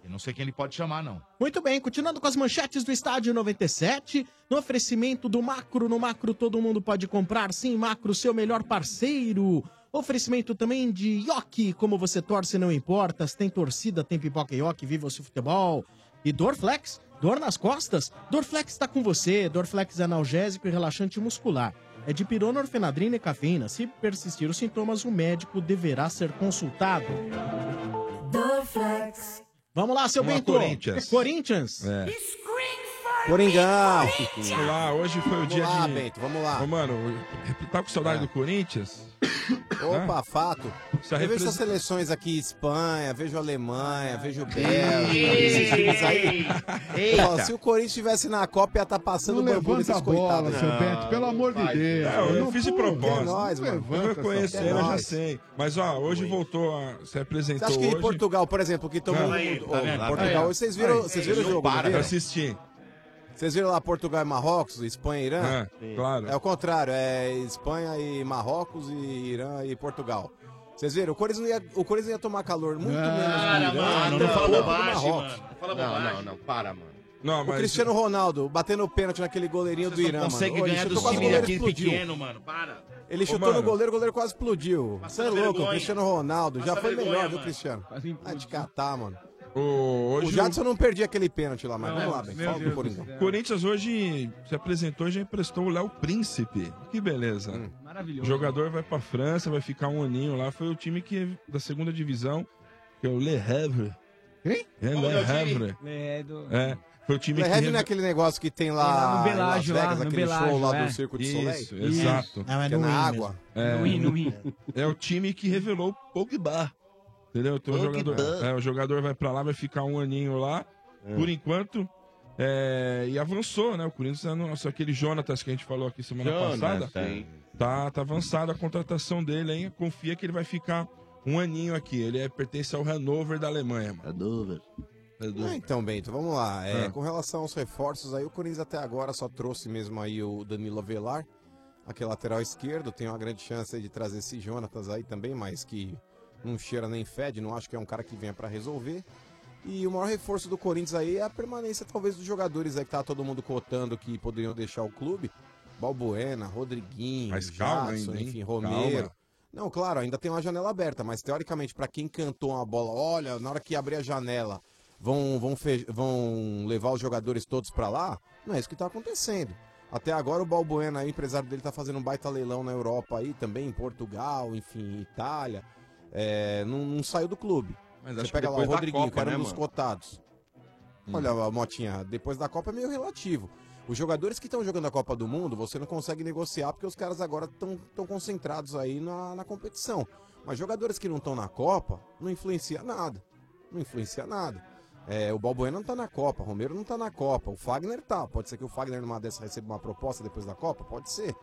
Speaker 2: Eu não sei quem ele pode chamar, não.
Speaker 7: Muito bem, continuando com as manchetes do Estádio 97, no oferecimento do Macro, no Macro todo mundo pode comprar, sim, Macro, seu melhor parceiro. Oferecimento também de Yoki, como você torce não importa, se tem torcida, tem pipoca e Yoki, viva o seu futebol. E Dorflex, dor nas costas? Dorflex está com você, Dorflex é analgésico e relaxante muscular. É de pirona, orfenadrina e cafeína. Se persistir os sintomas, o médico deverá ser consultado. Dorflex. Vamos lá, seu
Speaker 12: Vamos lá,
Speaker 7: Bento.
Speaker 12: Corinthians.
Speaker 7: Corinthians.
Speaker 13: É. Coringão.
Speaker 12: Vamos lá, hoje foi o
Speaker 13: Vamos
Speaker 12: dia
Speaker 13: lá,
Speaker 12: de...
Speaker 13: Bento, vamos lá.
Speaker 12: Ô, mano, tá com saudade do Corinthians? Né? é
Speaker 13: Opa, fato.
Speaker 12: Se a
Speaker 13: Eu vejo
Speaker 12: represen-
Speaker 13: essas seleções aqui, Espanha, vejo Alemanha, vejo
Speaker 12: Ei,
Speaker 13: Bélgica, esses times aí. Ó, se o Corinthians estivesse na Copa, ia estar passando o
Speaker 11: Não
Speaker 13: bambu
Speaker 11: levanta
Speaker 13: nesses
Speaker 11: a bola,
Speaker 13: coitados. né?
Speaker 11: seu Bento, pelo amor de Deus.
Speaker 12: Não, É, eu
Speaker 11: Não,
Speaker 12: fiz de
Speaker 11: pô,
Speaker 12: propósito.
Speaker 11: é nóis, mano.
Speaker 12: eu
Speaker 11: Levanta,
Speaker 12: conheço
Speaker 11: São
Speaker 12: ele, eu
Speaker 11: Paulo.
Speaker 12: já
Speaker 11: É
Speaker 12: sei. Mas, ó, hoje voltou a... Se
Speaker 13: Você
Speaker 12: apresentou
Speaker 13: acha que em
Speaker 12: hoje.
Speaker 13: Portugal, por exemplo, que tomou
Speaker 12: Não, aí,
Speaker 13: Então o-
Speaker 12: tá vendo?
Speaker 13: o Portugal,
Speaker 12: Aí,
Speaker 13: vocês viram,
Speaker 12: aí,
Speaker 13: vocês viram o
Speaker 12: não
Speaker 13: jogo?
Speaker 12: para,
Speaker 13: não viram?
Speaker 12: eu assisti.
Speaker 13: Vocês viram lá Portugal e Marrocos, Espanha e Irã?
Speaker 12: É, Sim. claro.
Speaker 13: É o contrário, é Espanha e Marrocos e Irã e Portugal. Vocês viram? O Corinthians não ia, o Corinthians ia tomar calor muito menos. do Irã,
Speaker 10: mano,
Speaker 13: até
Speaker 10: não fala
Speaker 13: pouco do
Speaker 10: bobagem,
Speaker 13: Marrocos.
Speaker 10: mano. Não fala bobagem. Não, não, não, para, mano.
Speaker 12: Não,
Speaker 13: O Cristiano Ronaldo batendo o pênalti naquele goleirinho do
Speaker 10: não
Speaker 13: Irã, mano.
Speaker 10: conseguem
Speaker 13: Ô, ele
Speaker 10: ganhar
Speaker 13: chutou
Speaker 10: dos
Speaker 13: quase, o
Speaker 10: times
Speaker 13: goleiro
Speaker 10: daqui
Speaker 13: explodiu.
Speaker 10: pequeno, mano. Para.
Speaker 13: Ele
Speaker 10: Ô,
Speaker 13: chutou
Speaker 10: mano.
Speaker 13: no goleiro, o goleiro quase explodiu. Você é louco,
Speaker 10: vergonha.
Speaker 13: o Cristiano Ronaldo.
Speaker 10: Passa
Speaker 13: já foi
Speaker 10: vergonha,
Speaker 13: melhor, viu,
Speaker 10: mano.
Speaker 13: Cristiano? Vai te catar, mano.
Speaker 12: hoje
Speaker 13: o Jadson não perdia aquele pênalti lá, mas
Speaker 12: Não,
Speaker 13: vamos lá, bem.
Speaker 12: meu
Speaker 13: Fala
Speaker 12: Deus
Speaker 13: do
Speaker 12: do
Speaker 13: Corinthians.
Speaker 12: O Corinthians hoje se apresentou e já emprestou o Léo Príncipe. Que beleza.
Speaker 13: Hum.
Speaker 15: Maravilhoso.
Speaker 12: O jogador vai pra França, vai ficar um aninho lá. Foi o time que da segunda divisão, que é o Le Havre.
Speaker 11: Quem?
Speaker 12: É,
Speaker 11: Qual
Speaker 12: Le
Speaker 11: é o time?
Speaker 12: Havre.
Speaker 15: É, do...
Speaker 12: É, foi o time
Speaker 13: Le
Speaker 12: que...
Speaker 13: Havre não é aquele negócio que
Speaker 12: Ah,
Speaker 13: tem lá
Speaker 15: Lá no
Speaker 13: em Las
Speaker 15: Belágio, lá,
Speaker 13: Vegas,
Speaker 15: no
Speaker 13: aquele show
Speaker 15: Belágio,
Speaker 13: lá
Speaker 15: é.
Speaker 13: do Circo de Soleil?
Speaker 12: Isso, exato.
Speaker 13: Que é na água.
Speaker 12: É,
Speaker 15: No Rio, no Rio.
Speaker 12: é o time que revelou o Pogba. Entendeu? Então, o,
Speaker 15: Pogba.
Speaker 12: jogador, é, o jogador vai pra lá, vai ficar um aninho lá, por enquanto. é, e avançou, né? O Corinthians, é nosso, aquele Jonatas que a gente falou aqui semana
Speaker 10: Jonatas,
Speaker 12: passada.
Speaker 10: sim.
Speaker 12: Tá, tá avançada a contratação dele, hein? Confia que ele vai ficar um aninho aqui. Ele é, pertence ao Hannover da Alemanha. Hannover.
Speaker 13: Ah, então, Bento, vamos lá. É,
Speaker 12: Ah.
Speaker 13: Com relação aos reforços, aí o Corinthians até agora só trouxe mesmo aí o Danilo Avelar, aquele lateral esquerdo. Tem uma grande chance aí de trazer esse Jonatas aí também, mas que não cheira nem fede, não acho que é um cara que venha pra resolver. E o maior reforço do Corinthians aí é a permanência, talvez, dos jogadores aí que tá todo mundo cotando que poderiam deixar o clube. Balbuena, Rodriguinho,
Speaker 12: Mas calma
Speaker 13: Jadson,
Speaker 12: ainda, hein?
Speaker 13: enfim,
Speaker 12: Calma.
Speaker 13: Romero. Não, claro, ainda tem uma janela aberta, mas teoricamente, pra quem cantou uma bola, olha, na hora que abrir a janela, vão, vão, fe- vão levar os jogadores todos pra lá, não é isso que tá acontecendo. Até agora o Balbuena, aí, o empresário dele, tá fazendo um baita leilão na Europa aí também, em Portugal, enfim, Itália. É, não, não saiu do clube.
Speaker 10: Mas acho
Speaker 13: Você
Speaker 10: que
Speaker 13: pega lá o
Speaker 10: depois da
Speaker 13: Rodriguinho,
Speaker 10: Copa,
Speaker 13: que era
Speaker 10: né,
Speaker 13: um dos
Speaker 10: mano?
Speaker 13: cotados. Olha, a Motinha, depois da Copa é meio relativo. Os jogadores que estão jogando a Copa do Mundo, você não consegue negociar porque os caras agora estão concentrados aí na, na competição. Mas jogadores que não estão na Copa, não influencia nada. Não influencia nada. É, o Balbuena não tá na Copa, o Romero não tá na Copa, o Fagner tá. Pode ser que o Fagner numa dessa receba uma proposta depois da Copa? Pode ser.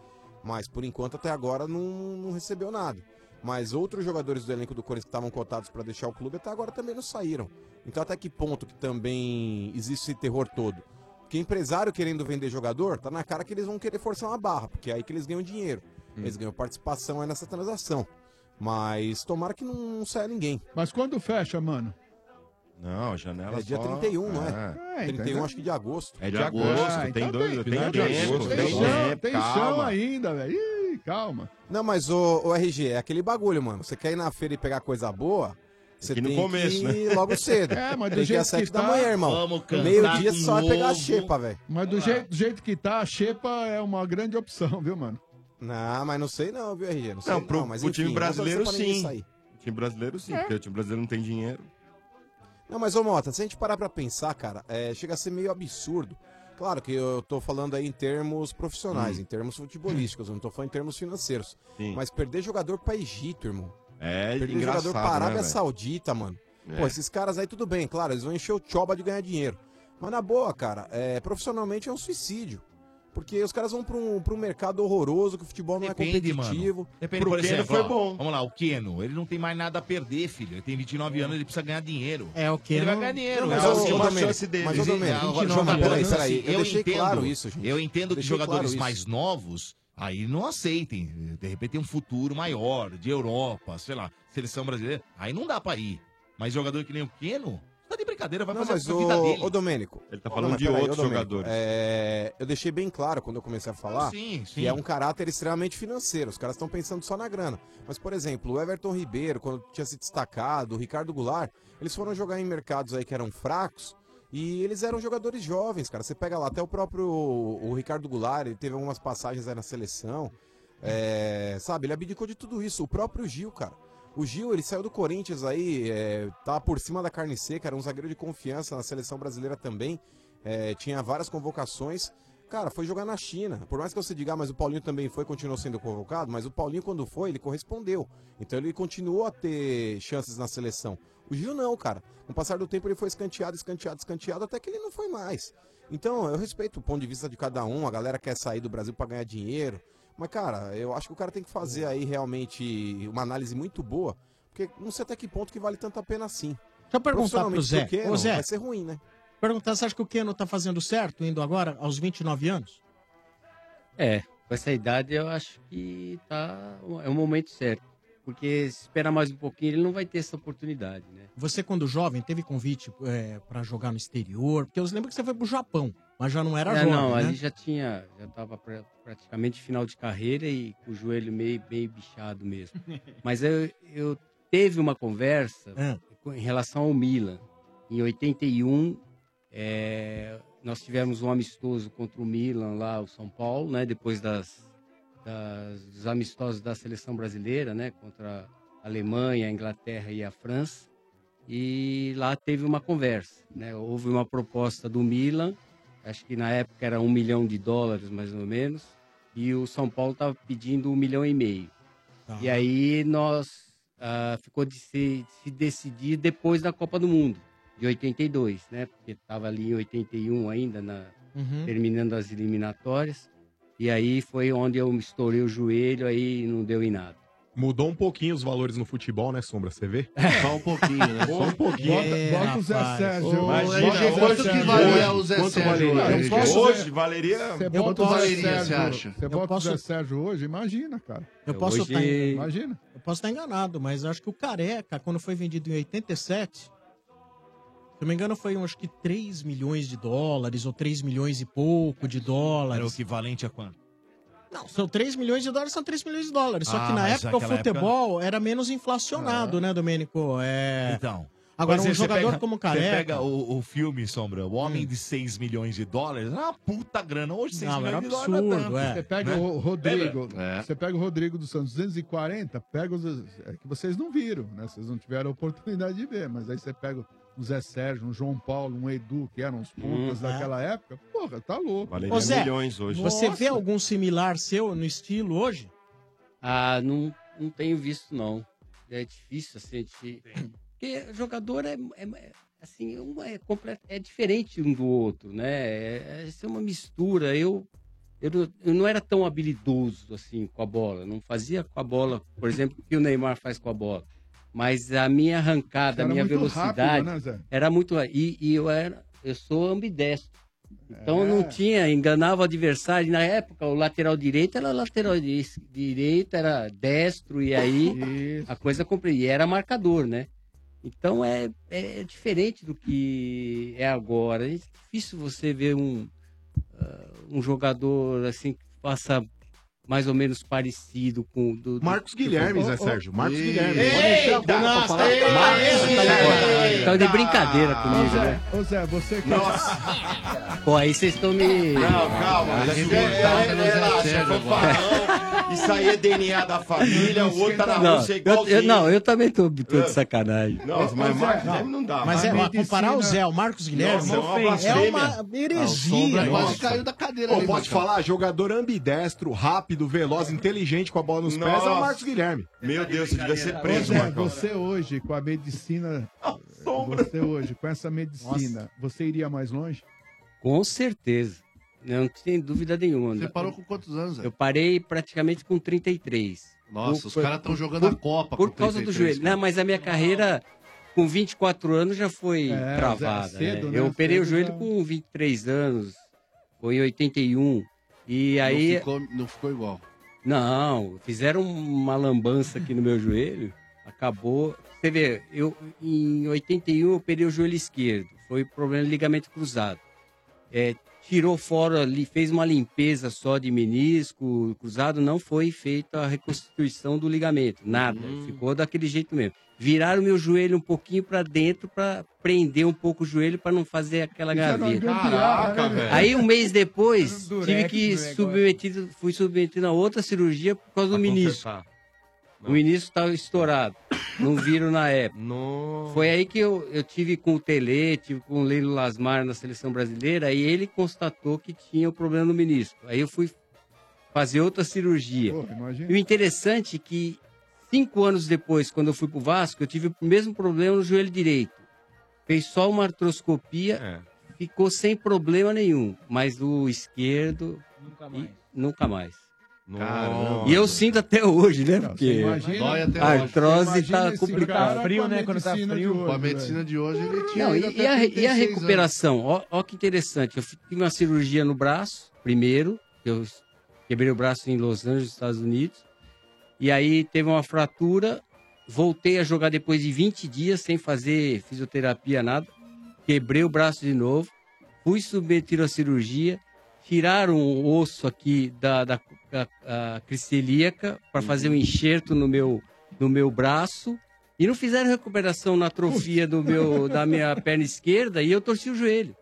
Speaker 13: Mas por enquanto até agora não, não recebeu nada. Mas outros jogadores do elenco do Corinthians que estavam cotados para deixar o clube até agora também não saíram. Então até que ponto que também existe esse terror todo? Porque empresário querendo vender jogador, tá na cara que eles vão querer forçar uma barra, porque é aí que eles ganham dinheiro. Eles ganham participação aí nessa transação. Mas tomara que não, não saia ninguém.
Speaker 11: Mas quando fecha, mano?
Speaker 10: Não, janela
Speaker 13: É dia
Speaker 10: só-
Speaker 13: 31, não é?
Speaker 11: É,
Speaker 13: 31
Speaker 11: entendeu?
Speaker 13: acho que de agosto.
Speaker 10: É de agosto, tem dois- tem
Speaker 13: final de
Speaker 10: tempo,
Speaker 13: agosto,
Speaker 10: tem
Speaker 13: tem
Speaker 10: tempo,
Speaker 13: tempo,
Speaker 11: Tem chão
Speaker 13: calma.
Speaker 11: ainda, velho. Ih, calma.
Speaker 13: Não, mas o, RG, é aquele bagulho, mano. Você quer ir na feira e pegar coisa boa, você
Speaker 10: É que
Speaker 13: tem
Speaker 10: no começo,
Speaker 13: que
Speaker 10: né?
Speaker 13: ir logo cedo.
Speaker 11: É, mas
Speaker 13: tem
Speaker 11: do
Speaker 13: que ir
Speaker 11: jeito
Speaker 13: às 7
Speaker 11: que
Speaker 13: da
Speaker 11: tá,
Speaker 13: manhã, irmão.
Speaker 11: vamos cantar
Speaker 13: Meio-dia só vai
Speaker 10: um
Speaker 11: de
Speaker 13: pegar a
Speaker 11: novo. Ah.
Speaker 13: xepa, velho.
Speaker 11: Mas do jeito, do jeito que tá, a xepa é uma grande opção, viu, mano?
Speaker 13: Não, mas não sei não, viu, RG? Não, sei
Speaker 10: Não, pro,
Speaker 13: mas
Speaker 10: pro time
Speaker 13: enfim, não vou torcer
Speaker 10: brasileiro
Speaker 13: pra ninguém
Speaker 10: sim.
Speaker 13: sair.
Speaker 10: O time brasileiro sim,
Speaker 13: É.
Speaker 10: porque o time brasileiro não tem dinheiro.
Speaker 13: Não, mas ô Mota, se a gente parar pra pensar, cara, é, chega a ser meio absurdo. Claro que eu tô falando aí em termos profissionais, em termos futebolísticos, eu não tô falando em termos financeiros.
Speaker 10: Hum. Sim.
Speaker 13: Mas perder jogador pra Egito, irmão.
Speaker 10: É
Speaker 13: perder
Speaker 10: engraçado,
Speaker 13: jogador pra Arábia
Speaker 10: né, velho?
Speaker 13: Saudita, mano. Pô,
Speaker 10: É.
Speaker 13: esses caras aí tudo bem, claro, eles vão encher o choba de ganhar dinheiro. Mas na boa, cara, é, profissionalmente é um suicídio. Porque os caras vão pra um, pra um mercado horroroso, que o futebol não é
Speaker 2: Depende,
Speaker 13: competitivo.
Speaker 2: mano. Depende,
Speaker 13: Pro
Speaker 2: por
Speaker 13: Keno
Speaker 2: exemplo,
Speaker 13: foi
Speaker 2: ó,
Speaker 13: bom.
Speaker 2: Vamos lá, o Keno, ele não tem mais nada a perder, filho. Ele tem
Speaker 13: É.
Speaker 2: 29 anos, ele precisa ganhar dinheiro.
Speaker 7: É, o Keno-
Speaker 2: Ele vai ganhar dinheiro.
Speaker 13: Não, mas
Speaker 2: é
Speaker 13: ô,
Speaker 2: assim,
Speaker 13: ô,
Speaker 2: uma
Speaker 13: Domênico,
Speaker 2: chance dele.
Speaker 13: mas, ô, Domênico,
Speaker 2: Agora,
Speaker 13: 29
Speaker 2: jogadores,
Speaker 13: anos,
Speaker 2: assim,
Speaker 13: peraí, eu
Speaker 2: eu
Speaker 13: deixei
Speaker 2: entendo-
Speaker 13: claro isso, gente.
Speaker 2: Eu entendo que
Speaker 13: Deixei claro
Speaker 2: jogadores
Speaker 13: isso.
Speaker 2: mais novos aí não aceitem. De repente tem um futuro maior, de Europa, sei lá, seleção brasileira. Aí não dá pra ir. Mas jogador que nem o Keno, tá de brincadeira, vai
Speaker 13: Não,
Speaker 2: fazer
Speaker 13: mas
Speaker 2: a vida dele.
Speaker 13: o, o Domênico.
Speaker 2: Ele tá
Speaker 13: Ô,
Speaker 2: falando
Speaker 13: mas
Speaker 2: de
Speaker 13: peraí, ô,
Speaker 2: outros
Speaker 13: Domênico,
Speaker 2: jogadores.
Speaker 13: é, eu deixei bem claro quando eu comecei a falar
Speaker 2: Sim, sim.
Speaker 13: que é um caráter extremamente financeiro. Os caras estão pensando só na grana. Mas, por exemplo, o Everton Ribeiro, quando tinha se destacado, o Ricardo Goulart, eles foram jogar em mercados aí que eram fracos. E eles eram jogadores jovens, cara. Você pega lá até o próprio o Ricardo Goulart, ele teve algumas passagens aí na seleção. É, sabe, ele abdicou de tudo isso. O próprio Gil, cara. O Gil, ele saiu do Corinthians aí, é, tava por cima da carne seca, era um zagueiro de confiança na seleção brasileira também. é, tinha várias convocações. Cara, foi jogar na China. Por mais que você diga, "Ah, mas o Paulinho também foi, continuou sendo convocado, mas o Paulinho, quando foi, ele correspondeu. Então ele continuou a ter chances na seleção. O Gil não, cara. Com o passar do tempo ele foi escanteado, escanteado, escanteado, até que ele não foi mais. Então, eu respeito o ponto de vista de cada um, a galera quer sair do Brasil pra ganhar dinheiro. Mas, cara, eu acho que o cara tem que fazer aí realmente uma análise muito boa, porque não sei até que ponto que vale tanto a pena assim.
Speaker 7: Deixa eu perguntar pro
Speaker 13: Profissionalmente,
Speaker 7: Zé.
Speaker 13: por quê?
Speaker 7: Ô,
Speaker 13: Não,
Speaker 7: Zé.
Speaker 13: Vai ser ruim, né?
Speaker 7: Perguntar se acha que o Keno tá fazendo certo indo agora aos 29 anos?
Speaker 14: É, com essa idade eu acho que tá, é o momento certo. Porque se esperar mais um pouquinho, ele não vai ter essa oportunidade, né?
Speaker 7: Você, quando jovem, teve convite é, para jogar no exterior? Porque eu lembro que você foi pro Japão, mas já não era
Speaker 14: É,
Speaker 7: jovem,
Speaker 14: não,
Speaker 7: né?
Speaker 14: ali já tinha, já tava pra- praticamente final de carreira e com o joelho meio, meio bichado mesmo. Mas eu, eu teve uma conversa
Speaker 7: Ah.
Speaker 14: com- em relação ao Milan. Em 81, é, nós tivemos um amistoso contra o Milan lá, o São Paulo, né? Depois das, das- dos amistosos da seleção brasileira, né? Contra a Alemanha, a Inglaterra e a França. E lá teve uma conversa, né? Houve uma proposta do Milan, acho que na época era um milhão de dólares, mais ou menos, e o São Paulo estava pedindo um milhão e meio.
Speaker 7: Tá.
Speaker 14: E aí nós ah, ficou de se, de se decidir depois da Copa do Mundo, de 82, né? Porque estava ali em 81 ainda, na,
Speaker 7: Uhum.
Speaker 14: terminando as eliminatórias. E aí foi onde eu estourei o joelho, aí não deu em nada.
Speaker 6: Mudou um pouquinho os valores no futebol, né, Sombra? Você vê?
Speaker 12: É.
Speaker 16: Só um pouquinho, né?
Speaker 6: Só um pouquinho.
Speaker 16: Bota- bota o Zé rapaz. Sérgio.
Speaker 6: Ô,
Speaker 16: Imagina,
Speaker 6: Henrique,
Speaker 16: hoje-
Speaker 6: bota o
Speaker 16: hoje
Speaker 6: Zé
Speaker 16: que valia
Speaker 6: hoje.
Speaker 16: o Zé
Speaker 6: Quanto
Speaker 16: Sérgio
Speaker 6: valeria?
Speaker 16: hoje?
Speaker 6: Eu posso-
Speaker 16: Hoje, valeria-
Speaker 10: é
Speaker 11: Você
Speaker 16: Eu
Speaker 11: bota o
Speaker 16: posso-
Speaker 11: Zé
Speaker 16: Sérgio,
Speaker 11: Sérgio,
Speaker 16: você acha?
Speaker 11: Você
Speaker 16: Eu
Speaker 11: bota
Speaker 16: posso-
Speaker 11: o Zé Sérgio hoje? Imagina, cara.
Speaker 7: Eu
Speaker 2: É,
Speaker 7: posso
Speaker 11: Hoje-
Speaker 7: tá em-
Speaker 11: Imagina.
Speaker 7: Eu posso estar enganado, mas acho que o Careca, quando foi vendido em 87, se eu não me engano, foi acho que 3 milhões de dólares ou 3 milhões e pouco de
Speaker 2: Era
Speaker 7: dólares.
Speaker 2: o equivalente a quanto?
Speaker 7: Não, são 3 milhões de dólares, são 3 milhões de dólares. Só
Speaker 2: Ah,
Speaker 7: que na
Speaker 2: mas
Speaker 7: época o
Speaker 2: naquela
Speaker 7: futebol era menos inflacionado, né, Domênico? É...
Speaker 2: Então.
Speaker 7: Agora,
Speaker 2: Pois é,
Speaker 7: um
Speaker 2: você
Speaker 7: jogador
Speaker 2: pega-
Speaker 7: como o
Speaker 2: Você
Speaker 7: Careca... Hum.
Speaker 2: pega o, o filme, Sombra, o Homem de 6 milhões de dólares, é uma puta grana. Hoje 6
Speaker 11: Não,
Speaker 2: milhões
Speaker 11: era
Speaker 2: de dólares não é tanto.
Speaker 11: Você pega
Speaker 2: né?
Speaker 11: o Rodrigo. É.
Speaker 2: Lembra?
Speaker 11: Você pega o Rodrigo dos Santos 240, pega os. É que vocês não viram, né? Vocês não tiveram a oportunidade de ver. Mas aí você pega um Zé Sérgio, um João Paulo, um Edu, que eram os putas
Speaker 7: Hum,
Speaker 11: daquela época. Porra, tá louco.
Speaker 7: Ô, Zé, você vê algum similar seu no estilo hoje?
Speaker 14: Ah, não, não tenho visto, não. É difícil, assim, a gente... Porque jogador é, é- é, assim, um é, comple- é diferente um do outro, né? É, é- isso é uma mistura. Eu, eu, não- eu não era tão habilidoso, assim, com a bola. Não fazia com a bola, por exemplo, o que o Neymar faz com a bola. Mas a minha arrancada, a
Speaker 11: Era
Speaker 14: minha
Speaker 11: muito
Speaker 14: velocidade...
Speaker 11: rápido, né, Zé?
Speaker 14: Era muito... E, e eu era... Eu sou ambidestro. Então
Speaker 11: É.
Speaker 14: não tinha, enganava o adversário. Na época, o lateral direito era lateral di- direito, era destro, e aí a coisa compre- E era marcador, né? Então é, é diferente do que é agora. É difícil você ver um, ah, um jogador assim que faça mais ou menos parecido com o do, do-
Speaker 6: Marcos
Speaker 14: do-
Speaker 6: Guilherme, Zé
Speaker 14: Ô, ô,
Speaker 6: Sérgio. Marcos
Speaker 14: Ih.
Speaker 6: Guilherme. Pode
Speaker 14: Eita,
Speaker 6: encher a boca pra falar. Marcos, tá de brincadeira.
Speaker 14: eita. Tão de brincadeira
Speaker 11: Ô,
Speaker 14: comigo, né?
Speaker 11: Zé, ô, Zé, você que.
Speaker 14: Pô, aí vocês estão me.
Speaker 16: Não, calma.
Speaker 14: Ah,
Speaker 16: Zé,
Speaker 14: gente,
Speaker 16: é,
Speaker 14: tá-
Speaker 16: é, relaxa, fanfarrão. Isso aí é DNA da família, o outro tá na
Speaker 14: Não,
Speaker 15: é
Speaker 16: Rússia
Speaker 14: eu, eu-
Speaker 16: igualzinho.
Speaker 14: não, eu também tô, tô de sacanagem.
Speaker 16: Não, mas,
Speaker 10: é,
Speaker 7: Mas,
Speaker 16: Marcos
Speaker 7: não.
Speaker 16: Guilherme não dá.
Speaker 7: Mas é,
Speaker 16: Marcos-
Speaker 10: Tá
Speaker 7: comparar o Zé, o Marcos Guilherme,
Speaker 16: Nossa, é uma
Speaker 7: é
Speaker 16: blasfêmia.
Speaker 7: uma
Speaker 6: Ah, o Sombra
Speaker 7: heresia.
Speaker 6: é
Speaker 7: nossa.
Speaker 6: nosso.
Speaker 16: ali,
Speaker 6: Ô, pode
Speaker 16: Marcão.
Speaker 6: falar, jogador ambidestro, rápido, veloz, inteligente com a bola nos pés é o
Speaker 11: Nossa.
Speaker 6: Marcos Guilherme.
Speaker 16: Meu Deus, você devia ser
Speaker 11: Ô,
Speaker 16: preso,
Speaker 11: Zé,
Speaker 16: Marcão.
Speaker 11: é, você hoje, com a medicina. Você hoje, com essa medicina, você iria mais longe?
Speaker 14: Com certeza. Não tem dúvida nenhuma.
Speaker 15: Você parou com quantos anos,
Speaker 14: Eu
Speaker 15: velho?
Speaker 14: parei praticamente com 33.
Speaker 15: Nossa, os
Speaker 14: por-
Speaker 15: caras estão jogando a
Speaker 14: por-
Speaker 15: Copa
Speaker 14: Por
Speaker 15: com
Speaker 14: causa do
Speaker 15: 33,
Speaker 14: joelho. Não, mas a minha carreira com 24 anos já foi
Speaker 15: É,
Speaker 14: travada.
Speaker 15: Zé, cedo,
Speaker 14: né?
Speaker 15: né?
Speaker 14: Eu operei o
Speaker 15: Cedo
Speaker 14: joelho
Speaker 15: já.
Speaker 14: com 23 anos, foi em 81. E aí.
Speaker 15: Não ficou, não ficou igual.
Speaker 14: Não, fizeram uma lambança aqui no meu joelho, acabou. Você vê, eu em 81 eu operei o joelho esquerdo, foi problema de ligamento cruzado. É, tirou fora ali, fez uma limpeza só de menisco cruzado, não foi feita a reconstituição do ligamento, nada,
Speaker 15: Hum.
Speaker 14: ficou daquele jeito mesmo. Viraram meu joelho um pouquinho para dentro para prender um pouco o joelho para não fazer aquela
Speaker 15: Fizeram uma
Speaker 14: gaveta.
Speaker 15: gambiarra, Caraca, né, velho?
Speaker 14: Aí um mês depois,
Speaker 15: Era um
Speaker 14: tive
Speaker 15: durex
Speaker 14: que
Speaker 15: no negócio.
Speaker 14: submetido, fui submetido a outra cirurgia por causa do ministro. O ministro estava estourado. Não viram na época. Foi aí que eu, eu tive com o Tele, tive com o Leilo Lasmar na seleção brasileira, e ele constatou que tinha o problema no ministro. Aí eu fui fazer outra cirurgia.
Speaker 11: imagina.
Speaker 14: E o interessante é que cinco anos depois, quando eu fui pro Vasco, eu tive o mesmo problema no joelho direito. Fez só uma artroscopia,
Speaker 15: É.
Speaker 14: ficou sem problema nenhum. Mas o esquerdo. Nunca mais. nunca mais.
Speaker 15: Caramba.
Speaker 14: E eu sinto até hoje, né?
Speaker 15: Você
Speaker 14: Porque
Speaker 15: imagina- Dói até
Speaker 14: a
Speaker 15: hoje.
Speaker 14: artrose
Speaker 15: Imagina
Speaker 14: tá né,
Speaker 15: esse
Speaker 14: complicada.
Speaker 15: cara com a medicina de hoje, Com a medicina de hoje, ele tinha.
Speaker 14: tá Não,
Speaker 15: ido
Speaker 14: e,
Speaker 15: até
Speaker 14: e a, e a
Speaker 15: 36
Speaker 14: recuperação? Ó, ó que interessante. Eu fi- tive uma cirurgia no braço, primeiro. que Eu s- quebrei o braço em Los Angeles, Estados Unidos. E aí teve uma fratura. Voltei a jogar depois de 20 dias, sem fazer fisioterapia, nada. Quebrei o braço de novo. Fui submetido à cirurgia. Tiraram o osso aqui da, da, da a cricelíaca para fazer um enxerto no meu, no meu braço. E não fizeram recuperação na atrofia do meu, da minha perna esquerda e eu torci o joelho.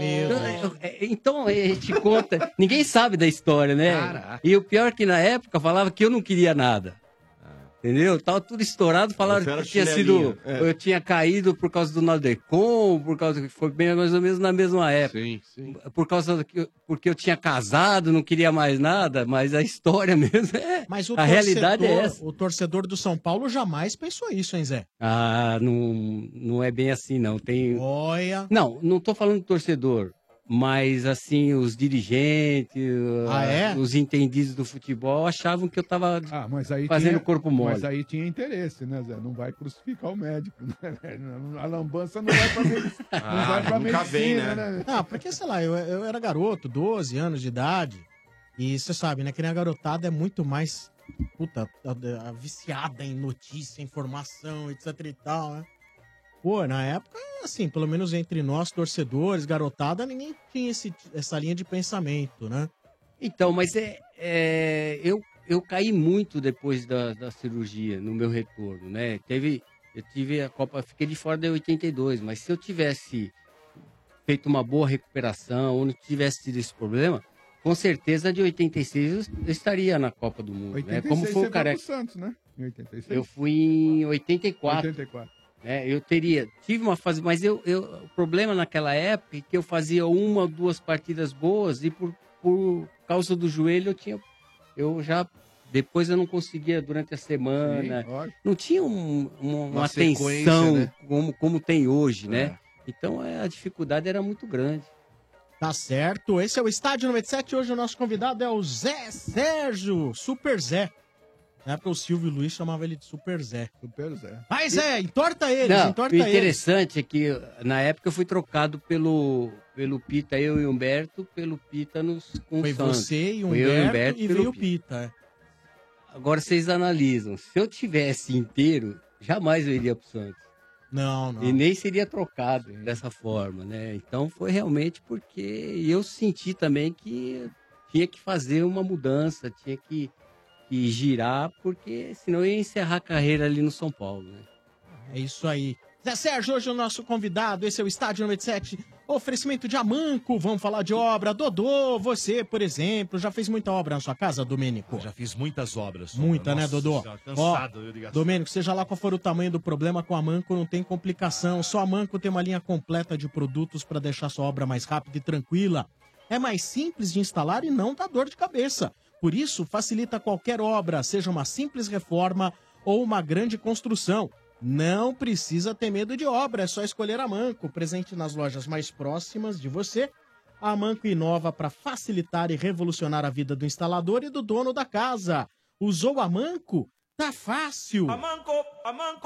Speaker 14: Então, é- Então, é, a gente conta. Ninguém sabe da história, né? E o pior é que na época falava que eu não queria nada. Entendeu? Tava tudo estourado, falaram
Speaker 16: Você era
Speaker 14: que tinha
Speaker 16: chinelinho,
Speaker 14: sido.
Speaker 16: é.
Speaker 14: Eu tinha caído por causa do Naldecon, por causa que foi bem mais ou menos na mesma época. Por causa do que eu- porque eu tinha casado, não queria mais nada, mas a história mesmo é.
Speaker 7: Mas o
Speaker 14: a realidade é
Speaker 7: torcedor-
Speaker 14: essa.
Speaker 7: O torcedor do São Paulo jamais pensou isso, hein, Zé?
Speaker 14: Ah, não, não é bem assim, não. Tem.
Speaker 7: Olha.
Speaker 14: Não, não tô falando de torcedor, mas assim, os dirigentes,
Speaker 11: Ah, é? Ah.
Speaker 14: os entendidos do futebol achavam que eu tava fazendo
Speaker 11: tinha-
Speaker 14: corpo mole.
Speaker 11: Mas aí tinha interesse, né, Zé? Não vai crucificar o médico, né, velho? A lambança não vai pra, medic... não vai pra medicina, Ah, né?
Speaker 14: É,
Speaker 11: velho?
Speaker 7: Ah, porque, sei lá, eu, eu era garoto, 12 anos de idade. E você sabe, né? Que nem a garotada é muito mais, puta, a- a- a viciada em notícia, informação, etc e tal, né? Pô, na época, assim, pelo menos entre nós, torcedores, garotada, ninguém tinha esse, essa linha de pensamento, né?
Speaker 14: Então, mas é, é, eu, eu caí muito depois da, da cirurgia, no meu retorno, né? Teve, eu tive a Copa, fiquei de fora da 82, mas se eu tivesse feito uma boa recuperação, ou não tivesse tido esse problema, com certeza de 86 eu estaria na Copa do Mundo, né?
Speaker 11: 86
Speaker 14: Como foi
Speaker 11: você
Speaker 14: o Careca.
Speaker 11: pro Santos, né? Em 86.
Speaker 14: Eu fui em 84.
Speaker 11: 84.
Speaker 14: né? eu teria, tive uma fase, mas eu, eu, o problema naquela época é que eu fazia uma ou duas partidas boas e por, por causa do joelho eu tinha, eu já, depois eu não conseguia durante a semana,
Speaker 15: Sim, lógico.
Speaker 14: não tinha um- um- uma,
Speaker 15: Uma sequência,
Speaker 14: atenção
Speaker 15: né?
Speaker 14: como, como tem hoje, né? Então é, a dificuldade era muito grande.
Speaker 7: Tá certo. Esse é o Estádio 97. Hoje o nosso convidado é o Zé Sérgio, Super Zé. Na época o Silvio Luiz chamava ele de Super Zé.
Speaker 11: Super Zé.
Speaker 7: Mas é, Zé, entorta eles,
Speaker 14: Não,
Speaker 7: entorta
Speaker 14: o
Speaker 7: eles.
Speaker 14: interessante é que na época eu fui trocado pelo, pelo Pita, eu e o Humberto, pelo Pita nos com o
Speaker 7: Foi
Speaker 14: Santos.
Speaker 7: você e o
Speaker 14: Foi eu
Speaker 7: Humberto, e
Speaker 14: pelo
Speaker 7: veio o Pita. é.
Speaker 14: Agora vocês analisam. Se eu tivesse inteiro, jamais eu iria pro Santos.
Speaker 7: Não,
Speaker 14: E nem seria trocado dessa forma, né? Então foi realmente porque eu senti também que tinha que fazer uma mudança, tinha que, que girar, porque senão eu ia encerrar a carreira ali no São Paulo, né?
Speaker 7: É isso aí. Zé Sérgio, hoje é o nosso convidado, esse é o Estádio 97. Oferecimento de Amanco, vamos falar de obra. Dodô, você, por exemplo, já fez muita obra na sua casa, Domênico?
Speaker 2: Já fiz muitas obras.
Speaker 7: Muita, né,
Speaker 2: Nossa
Speaker 7: Dodô?
Speaker 2: Senhora, Cansado, eu digo
Speaker 7: Ó,
Speaker 2: assim.
Speaker 7: Domênico, seja lá qual for o tamanho do problema com a Manco, não tem complicação. Só a Manco tem uma linha completa de produtos para deixar sua obra mais rápida e tranquila. É mais simples de instalar e não dá dor de cabeça. Por isso, facilita qualquer obra, seja uma simples reforma ou uma grande construção. Não precisa ter medo de obra, é só escolher a Manco, presente nas lojas mais próximas de você a Manco inova para facilitar e revolucionar a vida do instalador e do dono da casa. Usou a Manco? Tá fácil!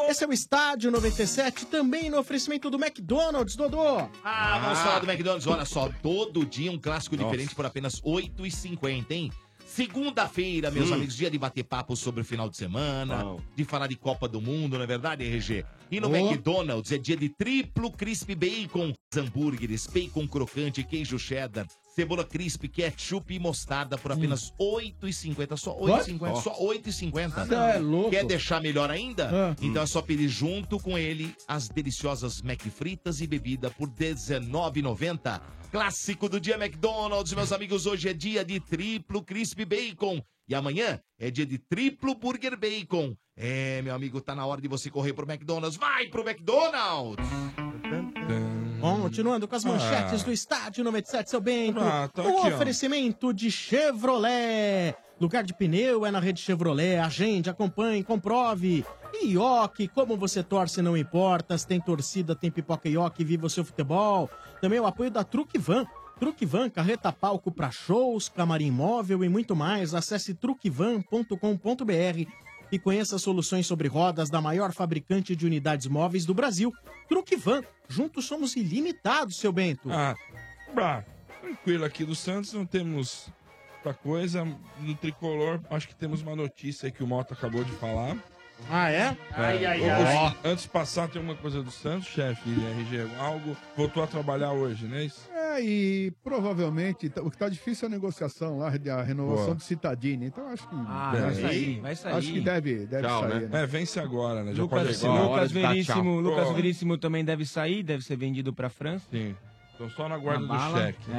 Speaker 7: Esse é o Estádio 97, também no oferecimento do McDonald's, Dodô!
Speaker 2: Ah, vamos falar do McDonald's. Olha só, todo dia um clássico diferente por apenas 8,50, hein? Segunda-feira, meus
Speaker 13: Hum.
Speaker 2: amigos, dia de bater papo sobre o final de semana, de falar de Copa do Mundo, não é verdade, RG? E no
Speaker 13: Oh.
Speaker 2: McDonald's é dia de triplo crispy bacon, hambúrgueres, bacon crocante, queijo cheddar, cebola crisp, ketchup e mostarda por apenas 8,50, só 8,50,
Speaker 13: Quanto?
Speaker 2: só 8,50.
Speaker 13: Ah, não. É louco.
Speaker 2: Quer deixar tá melhor ainda?
Speaker 13: Ah.
Speaker 2: Então é só pedir junto com ele as deliciosas McFritas e bebida por R$19,90. Clássico do dia McDonald's, meus amigos. Hoje é dia de triplo crispy bacon. E amanhã é dia de triplo burger bacon. É, meu amigo, tá na hora de você correr pro McDonald's. Vai pro McDonald's!
Speaker 7: Bom, continuando com as manchetes
Speaker 2: Ah.
Speaker 7: do Estádio 97, seu Bento.
Speaker 2: Ah, tô
Speaker 7: um
Speaker 2: aqui, ó.
Speaker 7: oferecimento de Chevrolet. Lugar de pneu é na rede Chevrolet. Agende, acompanhe, comprove. E Ioki, como você torce, não importa. Se tem torcida, tem pipoca Ioki, viva o seu futebol. Também o apoio da Truque Van. Truque Van, carreta palco para shows, camarim móvel e muito mais. Acesse truquevan.com.br e conheça soluções sobre rodas da maior fabricante de unidades móveis do Brasil, Truquivan. Juntos somos ilimitados, seu Bento.
Speaker 12: Ah, bah, tranquilo aqui do Santos, não temos muita coisa. Do tricolor, acho que temos uma notícia aí que o Mota acabou de falar.
Speaker 7: Ah, é? Ai, ai, ai.
Speaker 12: Ó, Antes de passar, tem uma coisa do Santos, chefe, RG, algo. Voltou a trabalhar hoje, né? Isso.
Speaker 11: É, e provavelmente, tá- o que tá difícil é a negociação lá, a renovação
Speaker 12: Boa.
Speaker 11: do Citadini. Então acho que.
Speaker 12: Ah,
Speaker 11: deve
Speaker 12: vai sair, vai sair.
Speaker 11: Acho que deve, deve
Speaker 12: Tchau,
Speaker 11: sair.
Speaker 12: né? É, vence agora, né? Já pode
Speaker 17: Lucas,
Speaker 12: acabar.
Speaker 17: Lucas Veríssimo, Lucas
Speaker 12: Pô,
Speaker 17: Veríssimo também deve sair, deve ser vendido pra França.
Speaker 12: Sim. Então só na guarda
Speaker 17: Na
Speaker 12: do
Speaker 17: bala,
Speaker 12: cheque.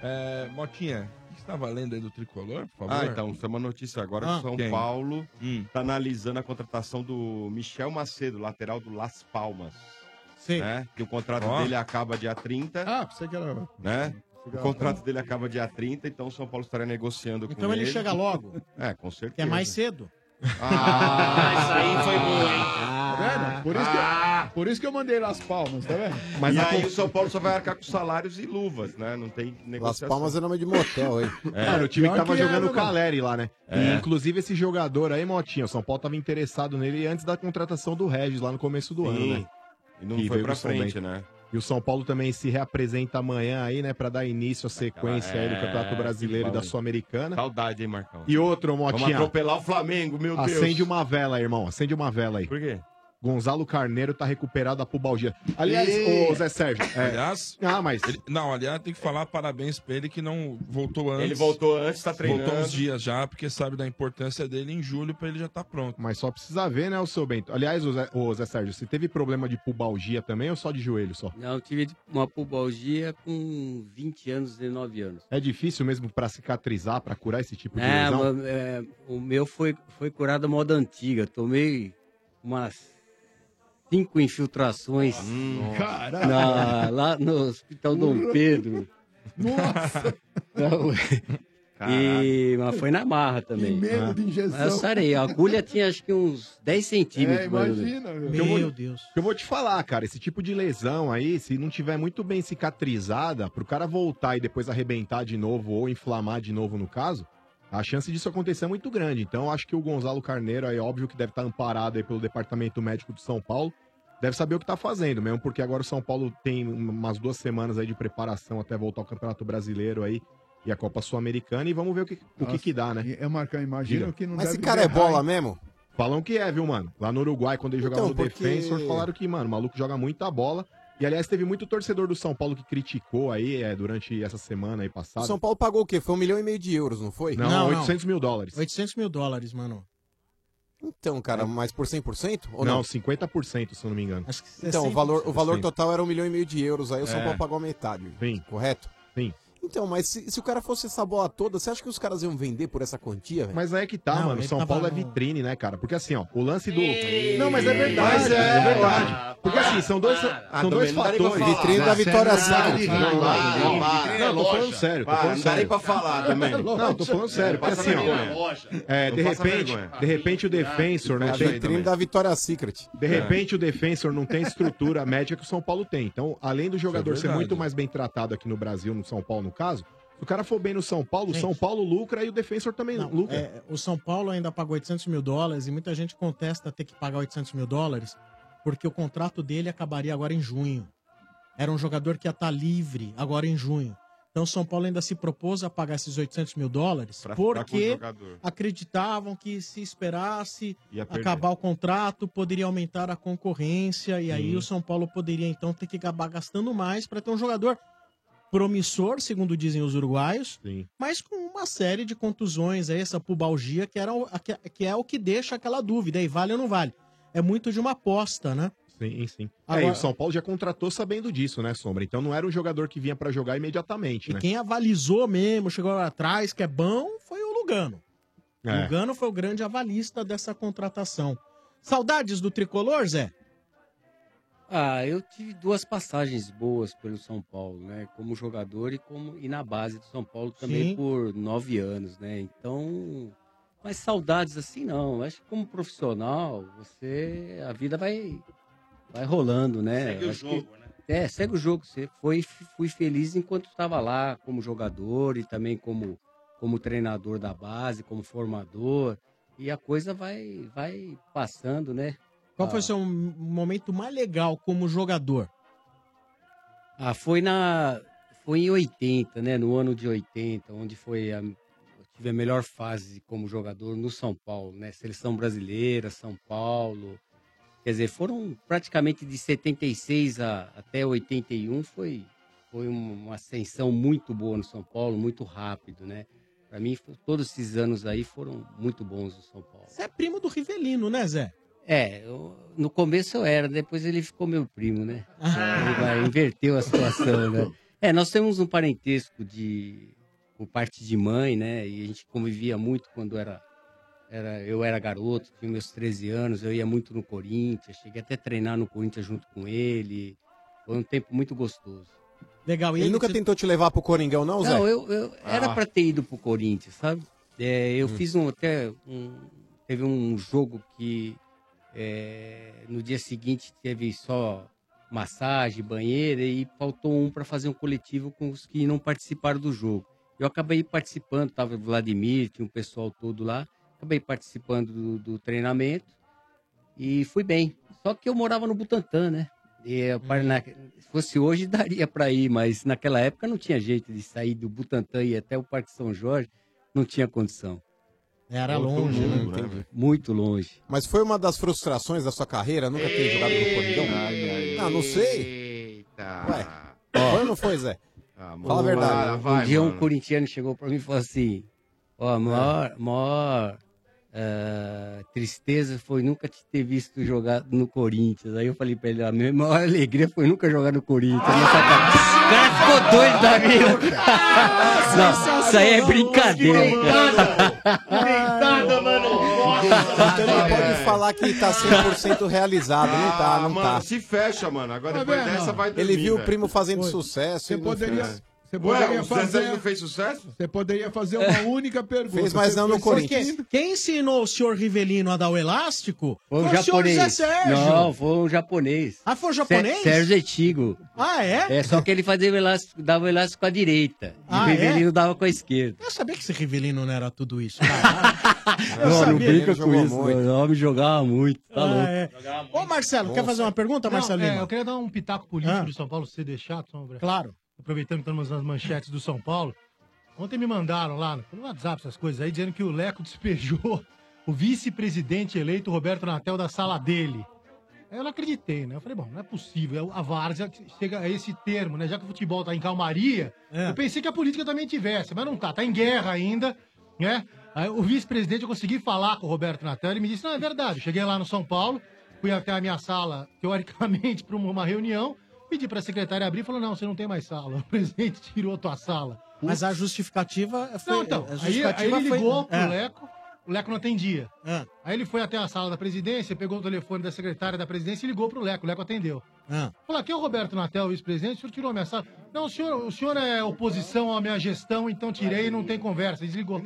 Speaker 12: É, Motinha, o que você estava lendo aí do tricolor, por favor?
Speaker 10: Ah, então, tem uma notícia agora
Speaker 12: Ah.
Speaker 10: que o São
Speaker 12: Quem?
Speaker 10: Paulo
Speaker 11: Hum.
Speaker 10: está analisando a contratação do Michel Macedo, lateral do Las Palmas.
Speaker 7: Sim.
Speaker 10: Né? Que o contrato
Speaker 11: Ó.
Speaker 10: dele acaba dia 30,
Speaker 11: Ah, pensei que era.
Speaker 10: né? O contrato dele acaba dia 30, então o São Paulo estaria negociando com ele.
Speaker 7: Então ele chega logo.
Speaker 10: É, com certeza.
Speaker 7: Que é mais cedo.
Speaker 10: Ah,
Speaker 7: Essa aí foi boa, hein?
Speaker 11: Tá vendo? Por isso, que, por isso que eu mandei Las Palmas, tá vendo?
Speaker 10: Mas
Speaker 11: E
Speaker 10: aí
Speaker 11: aí-
Speaker 10: o São Paulo só vai arcar com salários e luvas, né? Não tem
Speaker 6: Las
Speaker 10: negociação.
Speaker 6: Palmas é nome de motel, hein?
Speaker 10: É.
Speaker 6: Cara,
Speaker 10: Cara,
Speaker 6: o
Speaker 10: o
Speaker 6: time
Speaker 10: que
Speaker 6: tava
Speaker 10: tava
Speaker 6: jogando
Speaker 10: jogando
Speaker 6: o Caleri lá, né?
Speaker 10: É.
Speaker 6: E, inclusive, esse jogador aí, Motinha, o São Paulo tava interessado nele antes da contratação do Regis lá no começo do
Speaker 10: Sim.
Speaker 6: ano, né?
Speaker 10: E não
Speaker 6: Que
Speaker 10: foi
Speaker 6: veio
Speaker 10: pra
Speaker 6: do São
Speaker 10: frente,
Speaker 6: Bento.
Speaker 10: né?
Speaker 6: E o São Paulo também se reapresenta amanhã aí, né, Pra dar início à sequência aí do
Speaker 10: É,
Speaker 6: Campeonato Brasileiro e da
Speaker 10: que bom.
Speaker 6: Sul-Americana.
Speaker 10: Saudade, hein, Marcão?
Speaker 6: E outro,
Speaker 10: Vamos
Speaker 6: Motinha. Ah,
Speaker 10: atropelar o Flamengo, meu Deus.
Speaker 6: Acende uma vela, irmão. Acende uma vela aí.
Speaker 10: Por quê?
Speaker 6: Gonzalo Carneiro tá recuperado da pubalgia. Aliás,
Speaker 12: Ih!
Speaker 6: ô Zé Sérgio. é,
Speaker 12: Aliás.
Speaker 6: Ah, mas.
Speaker 12: não, aliás, tem que falar parabéns pra ele que não voltou antes.
Speaker 10: Ele voltou antes, tá treinando.
Speaker 12: Voltou uns dias já, porque sabe da importância dele em julho pra ele já tá pronto.
Speaker 6: Mas só precisa ver, né, o seu Bento. Aliás, o Zé, ô, Zé Sérgio, você teve problema de pubalgia também ou só de joelho só?
Speaker 14: Não, eu tive uma pubalgia com 20 anos, 19 anos.
Speaker 6: É difícil mesmo pra cicatrizar, pra curar esse tipo de
Speaker 14: É,
Speaker 6: lesão?
Speaker 14: mas, é, o meu foi, foi curado à moda antiga. Tomei umas cinco infiltrações
Speaker 11: Caralho.
Speaker 14: na- lá no Hospital
Speaker 11: Uhum.
Speaker 14: Dom Pedro.
Speaker 11: Nossa!
Speaker 14: Não, e, mas foi na marra também.
Speaker 11: Que medo de injeção.
Speaker 14: Mas eu sarei. A agulha tinha acho que uns 10 centímetros. né? mais ou menos.
Speaker 6: É, Que eu vou- que Eu vou te falar, cara, esse tipo de lesão aí, se não tiver muito bem cicatrizada, pro cara voltar e depois arrebentar de novo ou inflamar de novo no caso, a chance disso acontecer é muito grande. Então, acho que o Gonzalo Carneiro aí, óbvio que deve estar amparado aí pelo Departamento Médico de São Paulo, deve saber o que tá fazendo, mesmo porque agora o São Paulo tem um, umas duas semanas aí de preparação até voltar ao Campeonato Brasileiro aí e a Copa Sul-Americana e vamos ver o que, o que, que dá, né?
Speaker 11: É marcar, imagina que não
Speaker 6: Mas
Speaker 11: deve
Speaker 6: esse cara é
Speaker 11: derrar,
Speaker 6: bola
Speaker 11: hein?
Speaker 6: mesmo? Falam que é, viu, mano? Lá no Uruguai, quando ele
Speaker 11: Então,
Speaker 6: jogava no
Speaker 11: porque-
Speaker 6: Defensor, falaram que, mano, o maluco joga muita bola. E, aliás, teve muito torcedor do São Paulo que criticou aí é, durante essa semana aí O passada. São Paulo pagou o quê? Foi um milhão e meio de euros, não foi? Não, 800 mil dólares.
Speaker 7: 800 mil dólares, mano.
Speaker 6: Então, cara, mas por 100%? Ou não?
Speaker 7: Não,
Speaker 6: 50%, se eu não me engano.
Speaker 7: Acho que
Speaker 13: é
Speaker 6: então, o
Speaker 7: 60%.
Speaker 6: valor, o valor
Speaker 7: 60%.
Speaker 6: total era um milhão e meio de euros, aí o São
Speaker 7: É.
Speaker 6: Paulo pagou a metade.
Speaker 7: Sim.
Speaker 6: Correto?
Speaker 7: Sim.
Speaker 6: Então, mas se, se o cara fosse essa bola toda, você acha que os caras iam vender por essa quantia, velho? Mas aí é que tá, mano. São Paulo é vitrine, né, cara? Porque assim, ó, o lance do.
Speaker 7: Ei.
Speaker 6: Não, mas é verdade.
Speaker 7: Mas é,
Speaker 6: é, verdade. Porque assim, são dois,
Speaker 7: Ah,
Speaker 6: são dois
Speaker 7: também não dá nem pra
Speaker 6: fatores.
Speaker 7: falar. Vitrine da Vitória Sacra.
Speaker 6: Não, não, não,
Speaker 7: Ah, vitrine
Speaker 6: não,
Speaker 7: é
Speaker 6: não, tô
Speaker 7: loja.
Speaker 6: falando sério. tô
Speaker 7: Ah,
Speaker 6: falando
Speaker 7: não dá nem
Speaker 6: sério. assim,
Speaker 7: pra falar também.
Speaker 6: Não, tô falando sério. Porque
Speaker 7: Passa
Speaker 6: assim,
Speaker 7: vergonha.
Speaker 6: ó. É,
Speaker 7: Não
Speaker 6: de
Speaker 7: passa
Speaker 6: repente,
Speaker 7: vergonha.
Speaker 6: de repente o Defensor, né? A vitrine da Vitória Secret. De repente o defensor não tem a estrutura médica que o São Paulo tem. Então, além do jogador ser
Speaker 7: é
Speaker 13: verdade.
Speaker 6: muito mais bem tratado aqui no Brasil, no São Paulo no caso, se o cara for bem no São Paulo, o São Paulo lucra e o defensor também
Speaker 7: Não,
Speaker 6: lucra.
Speaker 7: é, o São Paulo ainda pagou 800 mil dólares e muita gente contesta ter que pagar 800 mil dólares porque o contrato dele acabaria agora em junho. Era um jogador que ia estar livre agora em junho. Então o São Paulo ainda se propôs a pagar esses 800 mil dólares
Speaker 10: Pra ficar com o
Speaker 7: porque
Speaker 10: jogador.
Speaker 7: acreditavam que se esperasse
Speaker 10: Ia perder.
Speaker 7: acabar o contrato poderia aumentar a concorrência e aí
Speaker 10: Sim.
Speaker 7: o São Paulo poderia então ter que acabar gastando mais para ter um jogador promissor, segundo dizem os uruguaios, mas com uma série de contusões, aí, essa pubalgia que, era, o- a- que- que é o que deixa aquela dúvida, aí vale ou não vale? É muito de uma aposta, né?
Speaker 6: Sim, sim.
Speaker 7: Agora-
Speaker 6: É, e o São Paulo já contratou sabendo disso, né, Sombra? Então não era um jogador que vinha pra jogar imediatamente,
Speaker 7: E
Speaker 6: né?
Speaker 7: quem avalizou mesmo, chegou lá atrás, que é bom, foi o Lugano.
Speaker 6: É.
Speaker 7: Lugano foi o grande avalista dessa contratação. Saudades do tricolor, Zé?
Speaker 14: Ah, eu tive duas passagens boas pelo São Paulo, né? Como jogador e, como, e na base do São Paulo também
Speaker 17: Sim.
Speaker 14: por nove anos, né? Então, mas saudades assim não. Acho que como profissional, você. A vida vai, vai rolando, né?
Speaker 17: Segue o
Speaker 14: Acho
Speaker 17: jogo,
Speaker 14: que- É, segue o jogo. Você foi, fui feliz enquanto estava lá como jogador e também como, como treinador da base, como formador. E a coisa vai, vai passando, né?
Speaker 7: Qual
Speaker 14: Ah.
Speaker 7: foi o seu m- momento mais legal como jogador?
Speaker 14: Ah, foi na. Foi em 80, né? No ano de 80, onde foi a, eu tive a melhor fase como jogador no São Paulo, né? Seleção brasileira, São Paulo. Quer dizer, foram praticamente de 76 a, até 81 foi, foi um- uma ascensão muito boa no São Paulo, muito rápido, né? Pra mim, fo- todos esses anos aí foram muito bons no São Paulo.
Speaker 7: Você é primo do Rivelino, né, Zé?
Speaker 14: É, eu- no começo eu era, depois ele ficou meu primo, né? Ele vai- inverteu a situação, né? É, nós temos um parentesco de por parte de mãe, né? E a gente convivia muito quando era, era eu era garoto, tinha meus 13 anos, eu ia muito no Corinthians, cheguei até a treinar no Corinthians junto com ele. Foi um tempo muito gostoso.
Speaker 7: Legal,
Speaker 13: Ele, nunca tentou te levar pro Coringão, não, Zé?
Speaker 14: Não, eu, eu era
Speaker 13: Ah.
Speaker 14: pra ter ido pro Corinthians, sabe? É, eu
Speaker 13: Hum.
Speaker 14: fiz um até um teve um jogo que é, no dia seguinte teve só massagem, banheira e faltou um pra fazer um coletivo com os que não participaram do jogo. Eu acabei participando, tava o Vladimir, tinha um pessoal todo lá, acabei participando do- do treinamento e fui bem. Só que eu morava no Butantã, né? E, eh, para-
Speaker 7: Hum.
Speaker 14: na- se fosse hoje, daria para ir, mas naquela época não tinha jeito de sair do Butantã e ir até o Parque São Jorge, não tinha condição.
Speaker 7: Era
Speaker 14: Outro
Speaker 7: longe, né?
Speaker 14: mundo, Muito longe.
Speaker 13: Mas foi uma das frustrações da sua carreira? Nunca ter jogado no Coringão? Ah, não sei.
Speaker 16: Eita. Ah,
Speaker 13: Ué, foi ou não foi, Zé? Fala a
Speaker 14: Um-
Speaker 13: verdade.
Speaker 14: um dia um corintiano chegou pra mim e falou assim: Ó, a maior, maior ah, tristeza foi nunca te ter visto jogar no Corinthians. Aí eu falei pra ele: A minha maior alegria foi nunca jogar no Corinthians. Nessa cara.
Speaker 7: Ah.
Speaker 14: O cara ficou doido da vida. Não, isso aí é brincadeira.
Speaker 16: Deitada, mano. Nossa,
Speaker 13: Então não pode falar que tá 100% realizado. Não tá,
Speaker 16: é.
Speaker 13: não
Speaker 16: Ah, mano,
Speaker 13: tá.
Speaker 16: se fecha, mano. Agora depois dessa vai dormir,
Speaker 13: Ele viu o
Speaker 16: velho.
Speaker 13: primo fazendo sucesso.
Speaker 11: Você
Speaker 13: e não
Speaker 11: poderia,
Speaker 13: fez.
Speaker 11: você
Speaker 16: Ué,
Speaker 11: poderia
Speaker 16: o Zezé
Speaker 11: fazer.
Speaker 16: não fez sucesso?
Speaker 11: Você poderia fazer uma única pergunta.
Speaker 13: Fez, mas
Speaker 11: Você
Speaker 13: não no
Speaker 11: fez
Speaker 13: Corinthians.
Speaker 11: isso aqui?
Speaker 7: Quem ensinou o senhor Rivelino a dar o elástico?
Speaker 14: Foi um
Speaker 7: o senhor Zé
Speaker 14: japonês.
Speaker 7: Sérgio.
Speaker 14: Não, foi um japonês.
Speaker 7: Ah, foi um japonês?
Speaker 14: Sé- Sérgio Etigo.
Speaker 7: Ah, é?
Speaker 14: É, só que ele fazia o elástico, dava o elástico com a direita.
Speaker 7: Ah, é?
Speaker 14: e o Rivelino dava com a esquerda.
Speaker 7: Eu sabia que esse Rivelino não era tudo isso. cara. Eu
Speaker 14: não, não
Speaker 7: sabia.
Speaker 14: brinca
Speaker 7: Jogou
Speaker 14: com isso.
Speaker 7: muito.
Speaker 14: mano. O homem jogava muito. Tá
Speaker 7: Ah,
Speaker 14: louco.
Speaker 7: é. Ô, Marcelo, quer fazer uma pergunta,
Speaker 18: Não,
Speaker 7: Marcelo
Speaker 18: é,
Speaker 7: Lima?
Speaker 18: eu queria dar um pitaco político
Speaker 7: Ah.
Speaker 18: do São Paulo, se você deixar, Sombra.
Speaker 7: Claro.
Speaker 18: Aproveitando que estamos nas manchetes do São Paulo. Ontem me mandaram lá, pelo WhatsApp, essas coisas aí, dizendo que o Leco despejou o vice-presidente eleito Roberto Natel da sala dele. Aí eu não acreditei, né? Eu falei, bom, não é possível. A várzea chega a esse termo, né? Já que o futebol tá em calmaria, eu pensei que a política também tivesse, mas não tá. Tá em guerra ainda, né? Aí o vice-presidente, eu consegui falar com o Roberto Natal, ele me disse, não, é verdade. Eu cheguei lá no São Paulo, fui até a minha sala, teoricamente, para uma reunião, pedi pra secretária abrir, falou, não, você não tem mais sala. O presidente tirou a tua sala.
Speaker 7: Mas a justificativa É, foi...
Speaker 18: Não, então,
Speaker 7: a
Speaker 18: aí, aí
Speaker 7: justificativa
Speaker 18: ele
Speaker 7: foi-
Speaker 18: ligou pro
Speaker 7: É.
Speaker 18: Leco, o Leco não atendia. Aí ele foi até a sala da presidência, pegou o telefone da secretária da presidência e ligou pro Leco, o Leco atendeu.
Speaker 7: Ah.
Speaker 18: Falou, aqui é o Roberto Natel, vice-presidente, o senhor tirou a minha sala. Não, o senhor, o senhor é oposição à minha gestão, então tirei e não tem conversa. Desligou.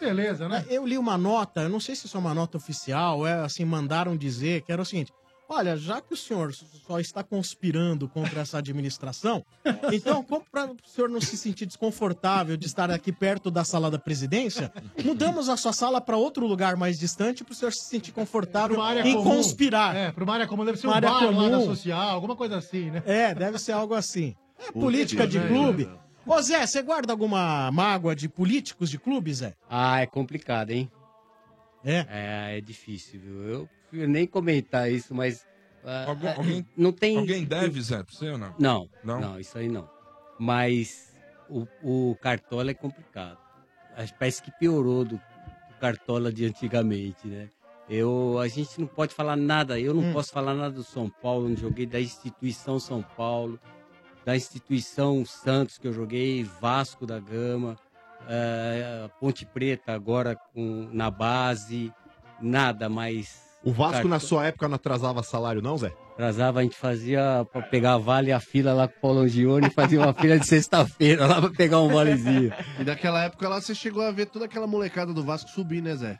Speaker 18: Beleza, né?
Speaker 7: Eu li uma nota, eu não sei se isso é uma nota oficial, é assim, mandaram dizer, que era o seguinte: Ó, Olha, já que o senhor só está conspirando contra essa administração, então, como para o senhor não se sentir desconfortável de estar aqui perto da sala da presidência, mudamos a sua sala para outro lugar mais distante para o senhor se sentir confortável
Speaker 18: Uma área
Speaker 7: em
Speaker 18: comum.
Speaker 7: conspirar.
Speaker 18: É, pra uma área comum deve ser um
Speaker 7: Uma área
Speaker 18: bar lá da
Speaker 7: comum.
Speaker 18: social, alguma coisa assim, né?
Speaker 7: É, deve ser algo assim. É
Speaker 18: Puta
Speaker 7: política de
Speaker 18: que né?
Speaker 7: clube.
Speaker 18: merda.
Speaker 7: Ô Zé, você guarda alguma mágoa de políticos de clube, Zé?
Speaker 14: Ah, é complicado, hein?
Speaker 7: É?
Speaker 14: É, difícil, viu? Eu prefiro nem comentar isso, mas. ah,
Speaker 12: Algum-
Speaker 14: ah,
Speaker 12: alguém-
Speaker 14: não tem.
Speaker 12: alguém deve, Zé, pra você ou não?
Speaker 14: Não,
Speaker 12: Não?
Speaker 14: não, isso aí não. Mas o, o Cartola é complicado. Acho- Parece que piorou do, do Cartola de antigamente, né? Eu, a gente não pode falar nada, eu não
Speaker 16: Hum.
Speaker 14: posso falar nada do São Paulo, não joguei da instituição São Paulo, da instituição Santos que eu joguei, Vasco da Gama, eh, Ponte Preta agora com, na base, nada mais.
Speaker 16: O Vasco, na
Speaker 14: Carto-
Speaker 16: sua época, não atrasava salário, não, Zé?
Speaker 14: Atrasava, a gente fazia pra pegar a vale a fila lá com o Paulo Gione, fazia uma fila de sexta-feira lá pra pegar um valezinho.
Speaker 15: E naquela época lá você chegou a ver toda aquela molecada do Vasco subir, né, Zé?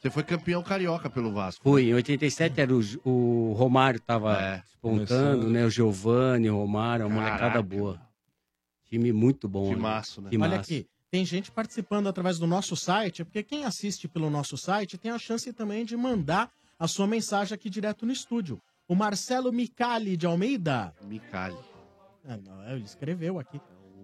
Speaker 15: Você foi campeão carioca pelo Vasco.
Speaker 14: Fui, em 87 era o, G- o Romário tava despontando,
Speaker 15: começando.
Speaker 14: né? O Giovanni, o Romário, uma molecada
Speaker 15: Caraca.
Speaker 14: boa. Time muito bom. né? Timaço.
Speaker 7: Olha aqui, tem gente participando através do nosso site, porque quem assiste pelo nosso site tem a chance também de mandar a sua mensagem aqui direto no estúdio. O Marcelo Micali de Almeida.
Speaker 15: Micali.
Speaker 7: Ah, não, ele escreveu aqui.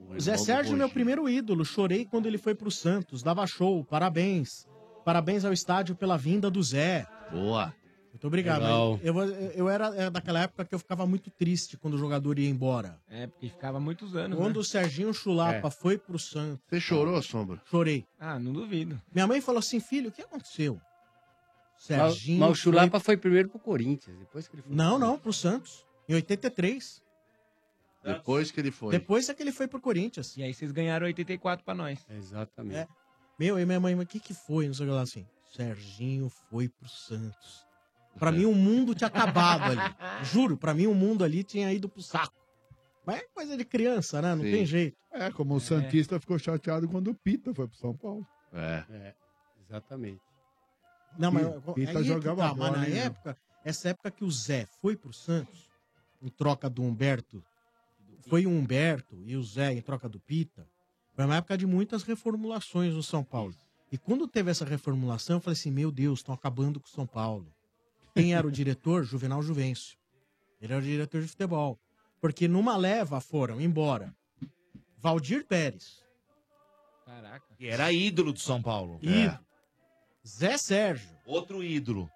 Speaker 15: irmão
Speaker 7: Zé
Speaker 15: do
Speaker 7: Sérgio, meu primeiro ídolo. Chorei quando ele foi pro Santos. Dava show. Parabéns. Parabéns ao estádio pela vinda do Zé.
Speaker 15: Boa.
Speaker 7: Muito obrigado.
Speaker 17: Legal.
Speaker 7: mas Eu, vou- eu era, era daquela época que eu ficava muito triste quando o jogador ia embora.
Speaker 17: É, porque ficava muitos anos.
Speaker 7: Quando
Speaker 17: né?
Speaker 7: o Serginho Chulapa
Speaker 17: É.
Speaker 7: foi pro Santos.
Speaker 15: Você chorou, Sombra?
Speaker 7: Chorei.
Speaker 17: Ah, não duvido.
Speaker 7: Minha mãe falou assim: filho, o que aconteceu?
Speaker 14: Mas-
Speaker 7: Serginho.
Speaker 14: mas o Chulapa foi primeiro pro Corinthians, depois que ele foi.
Speaker 7: Não, não, pro Santos. Em 83.
Speaker 15: Depois que ele foi.
Speaker 7: Depois é que ele foi pro Corinthians.
Speaker 17: E aí vocês ganharam 84 pra nós.
Speaker 14: Exatamente.
Speaker 7: Meu, e minha mãe, mas o que, que foi? Não sei o que lá assim. Serginho foi pro Santos. Pra mim, o mundo tinha acabado ali. Juro, pra mim, o mundo ali tinha ido pro saco. Mas é coisa de criança, né? Não
Speaker 11: Sim.
Speaker 7: tem jeito.
Speaker 11: É, como o Santista ficou chateado quando o Pita foi pro São Paulo.
Speaker 15: É.
Speaker 14: Exatamente.
Speaker 7: Não, mas
Speaker 11: Pita-
Speaker 7: aí é
Speaker 11: Pita
Speaker 7: que
Speaker 11: jogava
Speaker 7: tá, mas
Speaker 11: bola,
Speaker 7: na
Speaker 11: hein, meu?
Speaker 7: época, essa época que o Zé foi pro Santos, em troca do Humberto, foi o Humberto e o Zé em troca do Pita, foi uma época de muitas reformulações no São Paulo. E quando teve essa reformulação, eu falei assim, meu Deus, estão acabando com o São Paulo. Quem era o diretor? Juvenal Juvencio. Ele era o diretor de futebol. Porque numa leva foram embora Valdir Pérez,
Speaker 17: Caraca.
Speaker 2: E era ídolo do São Paulo.
Speaker 7: ídolo, Zé Sérgio,
Speaker 2: Outro ídolo.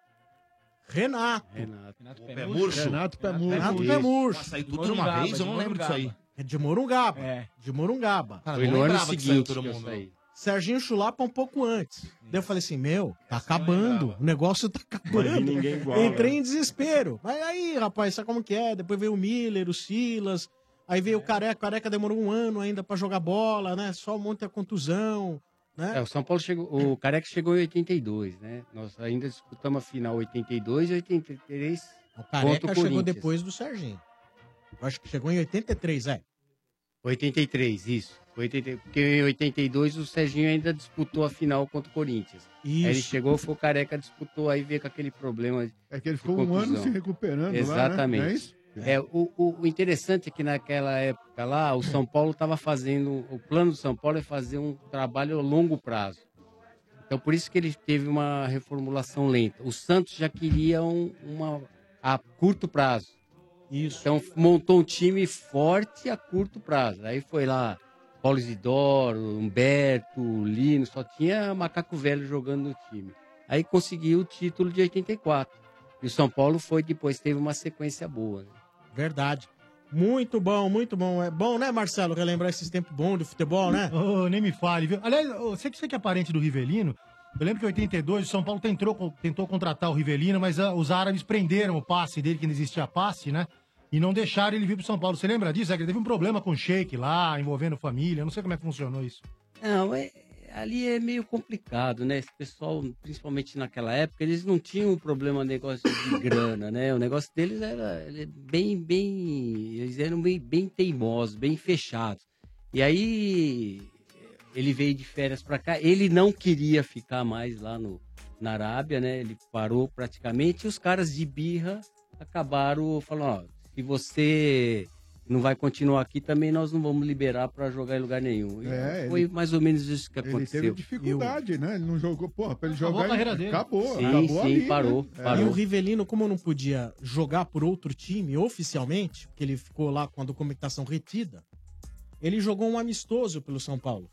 Speaker 7: Renato,
Speaker 14: Renato.
Speaker 2: O Pé É Murcho.
Speaker 7: Renato Pé Murcho.
Speaker 2: Renato
Speaker 7: Renato
Speaker 2: Pé
Speaker 7: Pé
Speaker 2: Murcho.
Speaker 7: Murcho.
Speaker 2: Nossa, saiu tudo de uma vez? Eu não lembro disso aí.
Speaker 7: É de Morungaba. De Morungaba.
Speaker 2: Cara, Foi não no ano lembrava que saiu seguinte todo que eu mundo. saí.
Speaker 7: Serginho Chulapa um pouco antes. Daí eu falei assim, meu, tá acabando. O negócio tá acabando.
Speaker 16: Mas ninguém iguala.
Speaker 7: Entrei em desespero. Mas aí, rapaz, sabe como que é? Depois veio o Miller, o Silas. Aí veio o Careca. O Careca demorou um ano ainda pra jogar bola, né? Só um monte de contusão, né?
Speaker 14: É, o São Paulo chegou, o Careca chegou em 82, né? Nós ainda disputamos a final 82 e 83
Speaker 7: O
Speaker 14: contra
Speaker 7: Careca
Speaker 14: o
Speaker 7: chegou
Speaker 14: Corinthians.
Speaker 7: depois do Serginho. Eu acho que chegou em 83, é.
Speaker 14: 83, isso. 80, porque em 82 o Serginho ainda disputou a final contra o Corinthians.
Speaker 7: Isso.
Speaker 14: Aí ele chegou, foi o Careca, disputou, aí veio com aquele problema.
Speaker 11: É que ele ficou um ano se
Speaker 14: Exatamente.
Speaker 11: recuperando lá, né? Não é isso?
Speaker 14: É, o, o- o interessante é que naquela época lá, o
Speaker 11: É.
Speaker 14: São Paulo estava fazendo. O plano do São Paulo é fazer um trabalho a longo prazo. Então, por isso que ele teve uma reformulação lenta. O Santos já queria um, uma, a curto prazo.
Speaker 7: Isso.
Speaker 14: Então, montou um time forte a curto prazo. Aí foi lá Paulo Isidoro, Humberto, Lino, só tinha macaco velho jogando no time. Aí conseguiu o título de 84. E o São Paulo foi depois, teve uma sequência boa. Né?
Speaker 7: Verdade. Muito bom, muito bom. É bom, né, Marcelo, relembrar esses tempos bons do futebol, né?
Speaker 18: Ô, nem me fale, viu? Aliás, ô, você que você que é parente do Rivelino, eu lembro que em 82 o São Paulo tentou, tentou contratar o Rivelino, mas ah, os árabes prenderam o passe dele, que não existia passe, né? E não deixaram ele vir pro São Paulo. Você lembra disso? É que ele teve um problema com o Sheik lá, envolvendo família. Eu não sei como é que funcionou isso.
Speaker 14: Não, é- ali é meio complicado, né? Esse pessoal, principalmente naquela época, eles não tinham um problema negócio de grana, né? O negócio deles era ele- é bem, bem, eles eram bem, bem teimosos, bem fechados. E aí ele veio de férias pra cá. Ele não queria ficar mais lá no na Arábia, né? Ele parou praticamente. E os caras de birra acabaram falando, ó, se você não vai continuar aqui também, nós não vamos liberar pra jogar em lugar nenhum. E
Speaker 11: É,
Speaker 14: foi
Speaker 11: ele-
Speaker 14: mais ou menos isso que
Speaker 11: Ele
Speaker 14: aconteceu.
Speaker 11: teve dificuldade, né? Ele não jogou, porra, pra ele
Speaker 18: Acabou
Speaker 11: jogar.
Speaker 18: a carreira dele.
Speaker 11: Acabou,
Speaker 14: Sim,
Speaker 11: acabou
Speaker 14: sim,
Speaker 11: ali, né?
Speaker 14: parou,
Speaker 11: É.
Speaker 7: E o Rivelino, como não podia jogar por outro time oficialmente, porque ele ficou lá com a documentação retida, ele jogou um amistoso pelo São Paulo.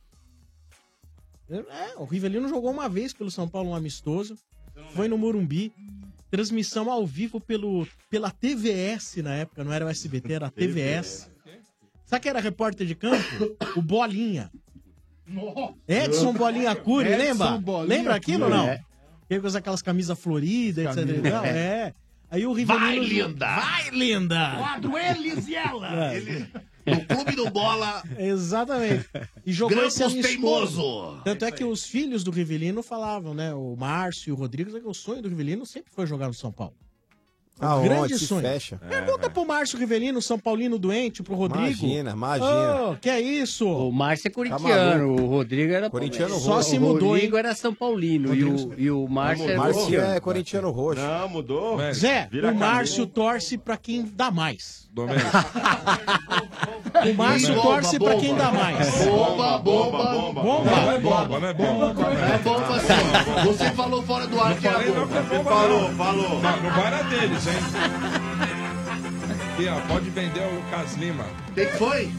Speaker 7: É, o Rivelino jogou uma vez pelo São Paulo um amistoso, foi no Morumbi, transmissão ao vivo pelo, pela TVS na época, não era o SBT, era a TVS. Sabe quem era repórter de campo? O Bolinha. Edson Bolinha Cury,
Speaker 11: Edson
Speaker 7: lembra?
Speaker 11: Bolinha
Speaker 7: lembra aquilo ou não?
Speaker 11: Cury, é.
Speaker 7: Ele usa aquelas camisas floridas, etc.
Speaker 11: Camisa.
Speaker 7: e tal, é. Aí o Rivelino...
Speaker 19: Vai, linda!
Speaker 7: Vai, linda!
Speaker 19: Quadro eles e ela!
Speaker 7: É.
Speaker 19: Ele, no clube do bola.
Speaker 7: Exatamente. E jogou
Speaker 19: Grampos
Speaker 7: esse amistoso.
Speaker 19: teimoso.
Speaker 7: Tanto é que os filhos do Rivelino falavam, né? O Márcio e o Rodrigues, é que o sonho do Rivelino sempre foi jogar no São Paulo. Um
Speaker 13: Ah,
Speaker 7: grande
Speaker 13: onde se
Speaker 7: sonho.
Speaker 13: fecha? É,
Speaker 7: Pergunta pro Márcio Rivelino, São Paulino doente, pro Rodrigo.
Speaker 13: Imagina, imagina. Tá
Speaker 7: Ô, que é isso?
Speaker 14: O Márcio é corintiano, o Rodrigo era
Speaker 13: Corintiano
Speaker 14: Só
Speaker 13: roxo.
Speaker 14: se mudou,
Speaker 13: O
Speaker 14: O
Speaker 13: Rodrigo
Speaker 14: Rodrigo era São Paulino e o, e o Márcio era
Speaker 13: é corintiano roxo.
Speaker 10: Não, mudou.
Speaker 7: Zé,
Speaker 10: Vira
Speaker 7: o
Speaker 10: camisa.
Speaker 7: Márcio torce pra quem dá mais. o
Speaker 10: Bomba,
Speaker 7: Márcio
Speaker 10: bomba,
Speaker 7: torce pra
Speaker 10: bomba.
Speaker 7: quem dá mais.
Speaker 10: Bomba, bomba,
Speaker 7: Bomba.
Speaker 10: bomba.
Speaker 12: Bomba, não é bomba.
Speaker 15: É bomba assim. Você falou fora do ar que era bomba.
Speaker 12: Falou, falou. é Não, não vai na deles, hein? Aqui, ó, pode vender o Lucas Lima.
Speaker 15: Quem foi?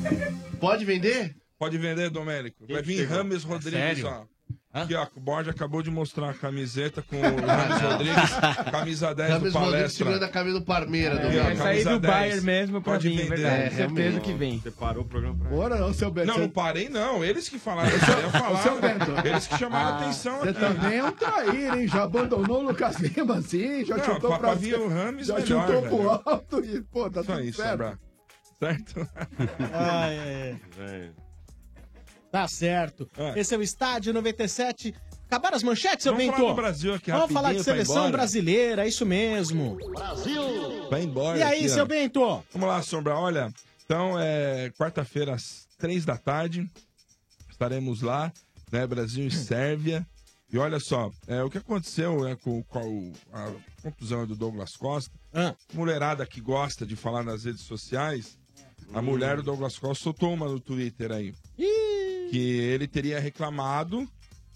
Speaker 15: Pode vender?
Speaker 12: Pode vender, Domênico. Vai vir Rames Rodrigues,
Speaker 15: sério?
Speaker 12: ó. Aqui, ó, o Borja acabou de mostrar a camiseta com o Rames Rodrigues, camisa 10
Speaker 15: James
Speaker 12: do
Speaker 15: Rodrigues segurando
Speaker 12: palestra.
Speaker 15: a camisa do É, Parmeira.
Speaker 12: É, vai sair do Bayern mesmo pra
Speaker 15: pode
Speaker 12: vir, verdade. Certeza que vem.
Speaker 10: Você parou o programa pra
Speaker 15: Ora não, seu Beto. é
Speaker 12: Não, não parei, não. Eles que falaram. Eu só ia falar. Eles que
Speaker 16: Ah.
Speaker 12: chamaram a atenção
Speaker 11: Você
Speaker 16: né?
Speaker 12: aqui.
Speaker 11: também é um traíra, hein? Já abandonou o Lucas Lima assim, já
Speaker 12: Não,
Speaker 11: chutou
Speaker 12: pra- pra
Speaker 11: pra
Speaker 12: vir o Rames
Speaker 11: já
Speaker 16: é
Speaker 12: melhor,
Speaker 11: chutou
Speaker 12: velho.
Speaker 11: pro alto e, pô, tá
Speaker 12: Só
Speaker 11: tudo
Speaker 12: isso,
Speaker 11: certo.
Speaker 12: Abra. Certo?
Speaker 7: Ai, ai,
Speaker 10: ai.
Speaker 7: Tá certo. Esse é o Estádio 97. Acabaram as manchetes, seu
Speaker 12: Vamos
Speaker 7: Bento?
Speaker 12: falar do Brasil aqui
Speaker 7: Vamos
Speaker 12: rapidinho,
Speaker 7: falar de
Speaker 12: pra ir
Speaker 7: seleção
Speaker 12: embora.
Speaker 7: brasileira, é isso mesmo.
Speaker 12: Vai embora.
Speaker 7: E aí,
Speaker 12: aqui,
Speaker 7: seu
Speaker 12: ó.
Speaker 7: Bento?
Speaker 12: Vamos lá, Sombra. Olha, então é quarta-feira às três da tarde. Estaremos lá, né?
Speaker 7: Hum.
Speaker 12: Brasil e Sérvia. E olha só, é, o que aconteceu né, com, com a a contusão do Douglas Costa,
Speaker 7: Ah.
Speaker 12: mulherada que gosta de falar nas redes sociais, a mulher
Speaker 7: Hum.
Speaker 12: do Douglas Costa soltou uma no Twitter aí. Que ele teria reclamado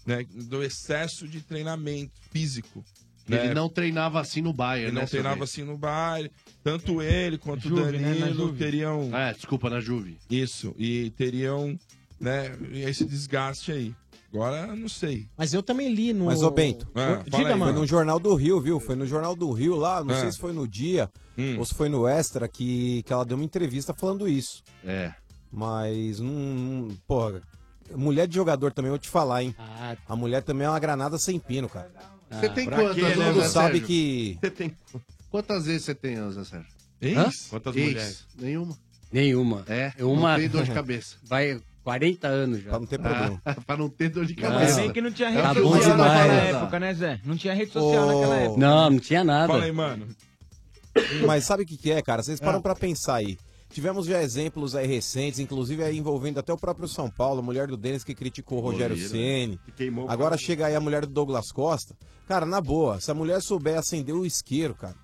Speaker 12: né, do excesso de treinamento físico. né?
Speaker 15: Ele não treinava assim no Bayern,
Speaker 12: Ele
Speaker 15: né?
Speaker 12: não
Speaker 15: seu
Speaker 12: treinava
Speaker 15: Beto?
Speaker 12: assim no baile. Tanto ele quanto o
Speaker 15: Juve, né? Na
Speaker 12: Danilo
Speaker 15: Juve.
Speaker 12: teriam.
Speaker 15: É, desculpa, na Juve.
Speaker 12: Isso. E teriam, né, esse desgaste aí. Agora, não sei.
Speaker 7: Mas eu também li no.
Speaker 13: Mas, ô Bento,
Speaker 12: Ah,
Speaker 13: diga,
Speaker 12: fala aí,
Speaker 13: mano. Foi
Speaker 12: mano.
Speaker 13: no Jornal do Rio, viu? Foi no Jornal do Rio lá, não
Speaker 12: Ah.
Speaker 13: sei se foi no dia ou se foi no Extra, que, que ela deu uma entrevista falando isso.
Speaker 15: É.
Speaker 13: Mas, não. não- porra, mulher de jogador também, eu vou te falar, hein?
Speaker 17: Ah.
Speaker 13: A mulher também é uma granada sem pino, cara.
Speaker 7: Ah,
Speaker 15: Você tem
Speaker 13: Pra
Speaker 15: quantas,
Speaker 13: quê? Todo
Speaker 15: né,
Speaker 13: mundo
Speaker 15: Zé
Speaker 13: sabe
Speaker 15: Sérgio?
Speaker 13: que.
Speaker 15: Você tem. Quantas vezes você tem, Zé Sérgio?
Speaker 12: Ex?
Speaker 15: Hã?
Speaker 12: Quantas
Speaker 15: Ex?
Speaker 12: mulheres?
Speaker 15: Nenhuma.
Speaker 14: Nenhuma. É,
Speaker 15: não tem dor de cabeça.
Speaker 14: Vai 40 anos já. Ah, Pra
Speaker 13: não ter
Speaker 14: problema.
Speaker 15: pra não ter dor de
Speaker 14: Não.
Speaker 15: cabeça.
Speaker 17: Assim
Speaker 14: Sei que não tinha
Speaker 15: É
Speaker 14: rede
Speaker 15: o que
Speaker 14: social
Speaker 15: o Zé tá
Speaker 14: naquela
Speaker 15: falando.
Speaker 17: época, né, Zé? Não tinha rede social naquela época.
Speaker 14: Não, não tinha nada.
Speaker 12: Fala aí, mano.
Speaker 13: Mas sabe o que, que é, cara? Vocês param pra pensar aí. Tivemos já exemplos aí recentes, inclusive aí envolvendo até o próprio São Paulo, a mulher do Denis que criticou o Rogério
Speaker 10: Goleiro,
Speaker 13: Ceni.
Speaker 10: né? que queimou o
Speaker 13: Agora chega aí a mulher do Douglas Costa. Cara, na boa, se a mulher souber acender o isqueiro, cara,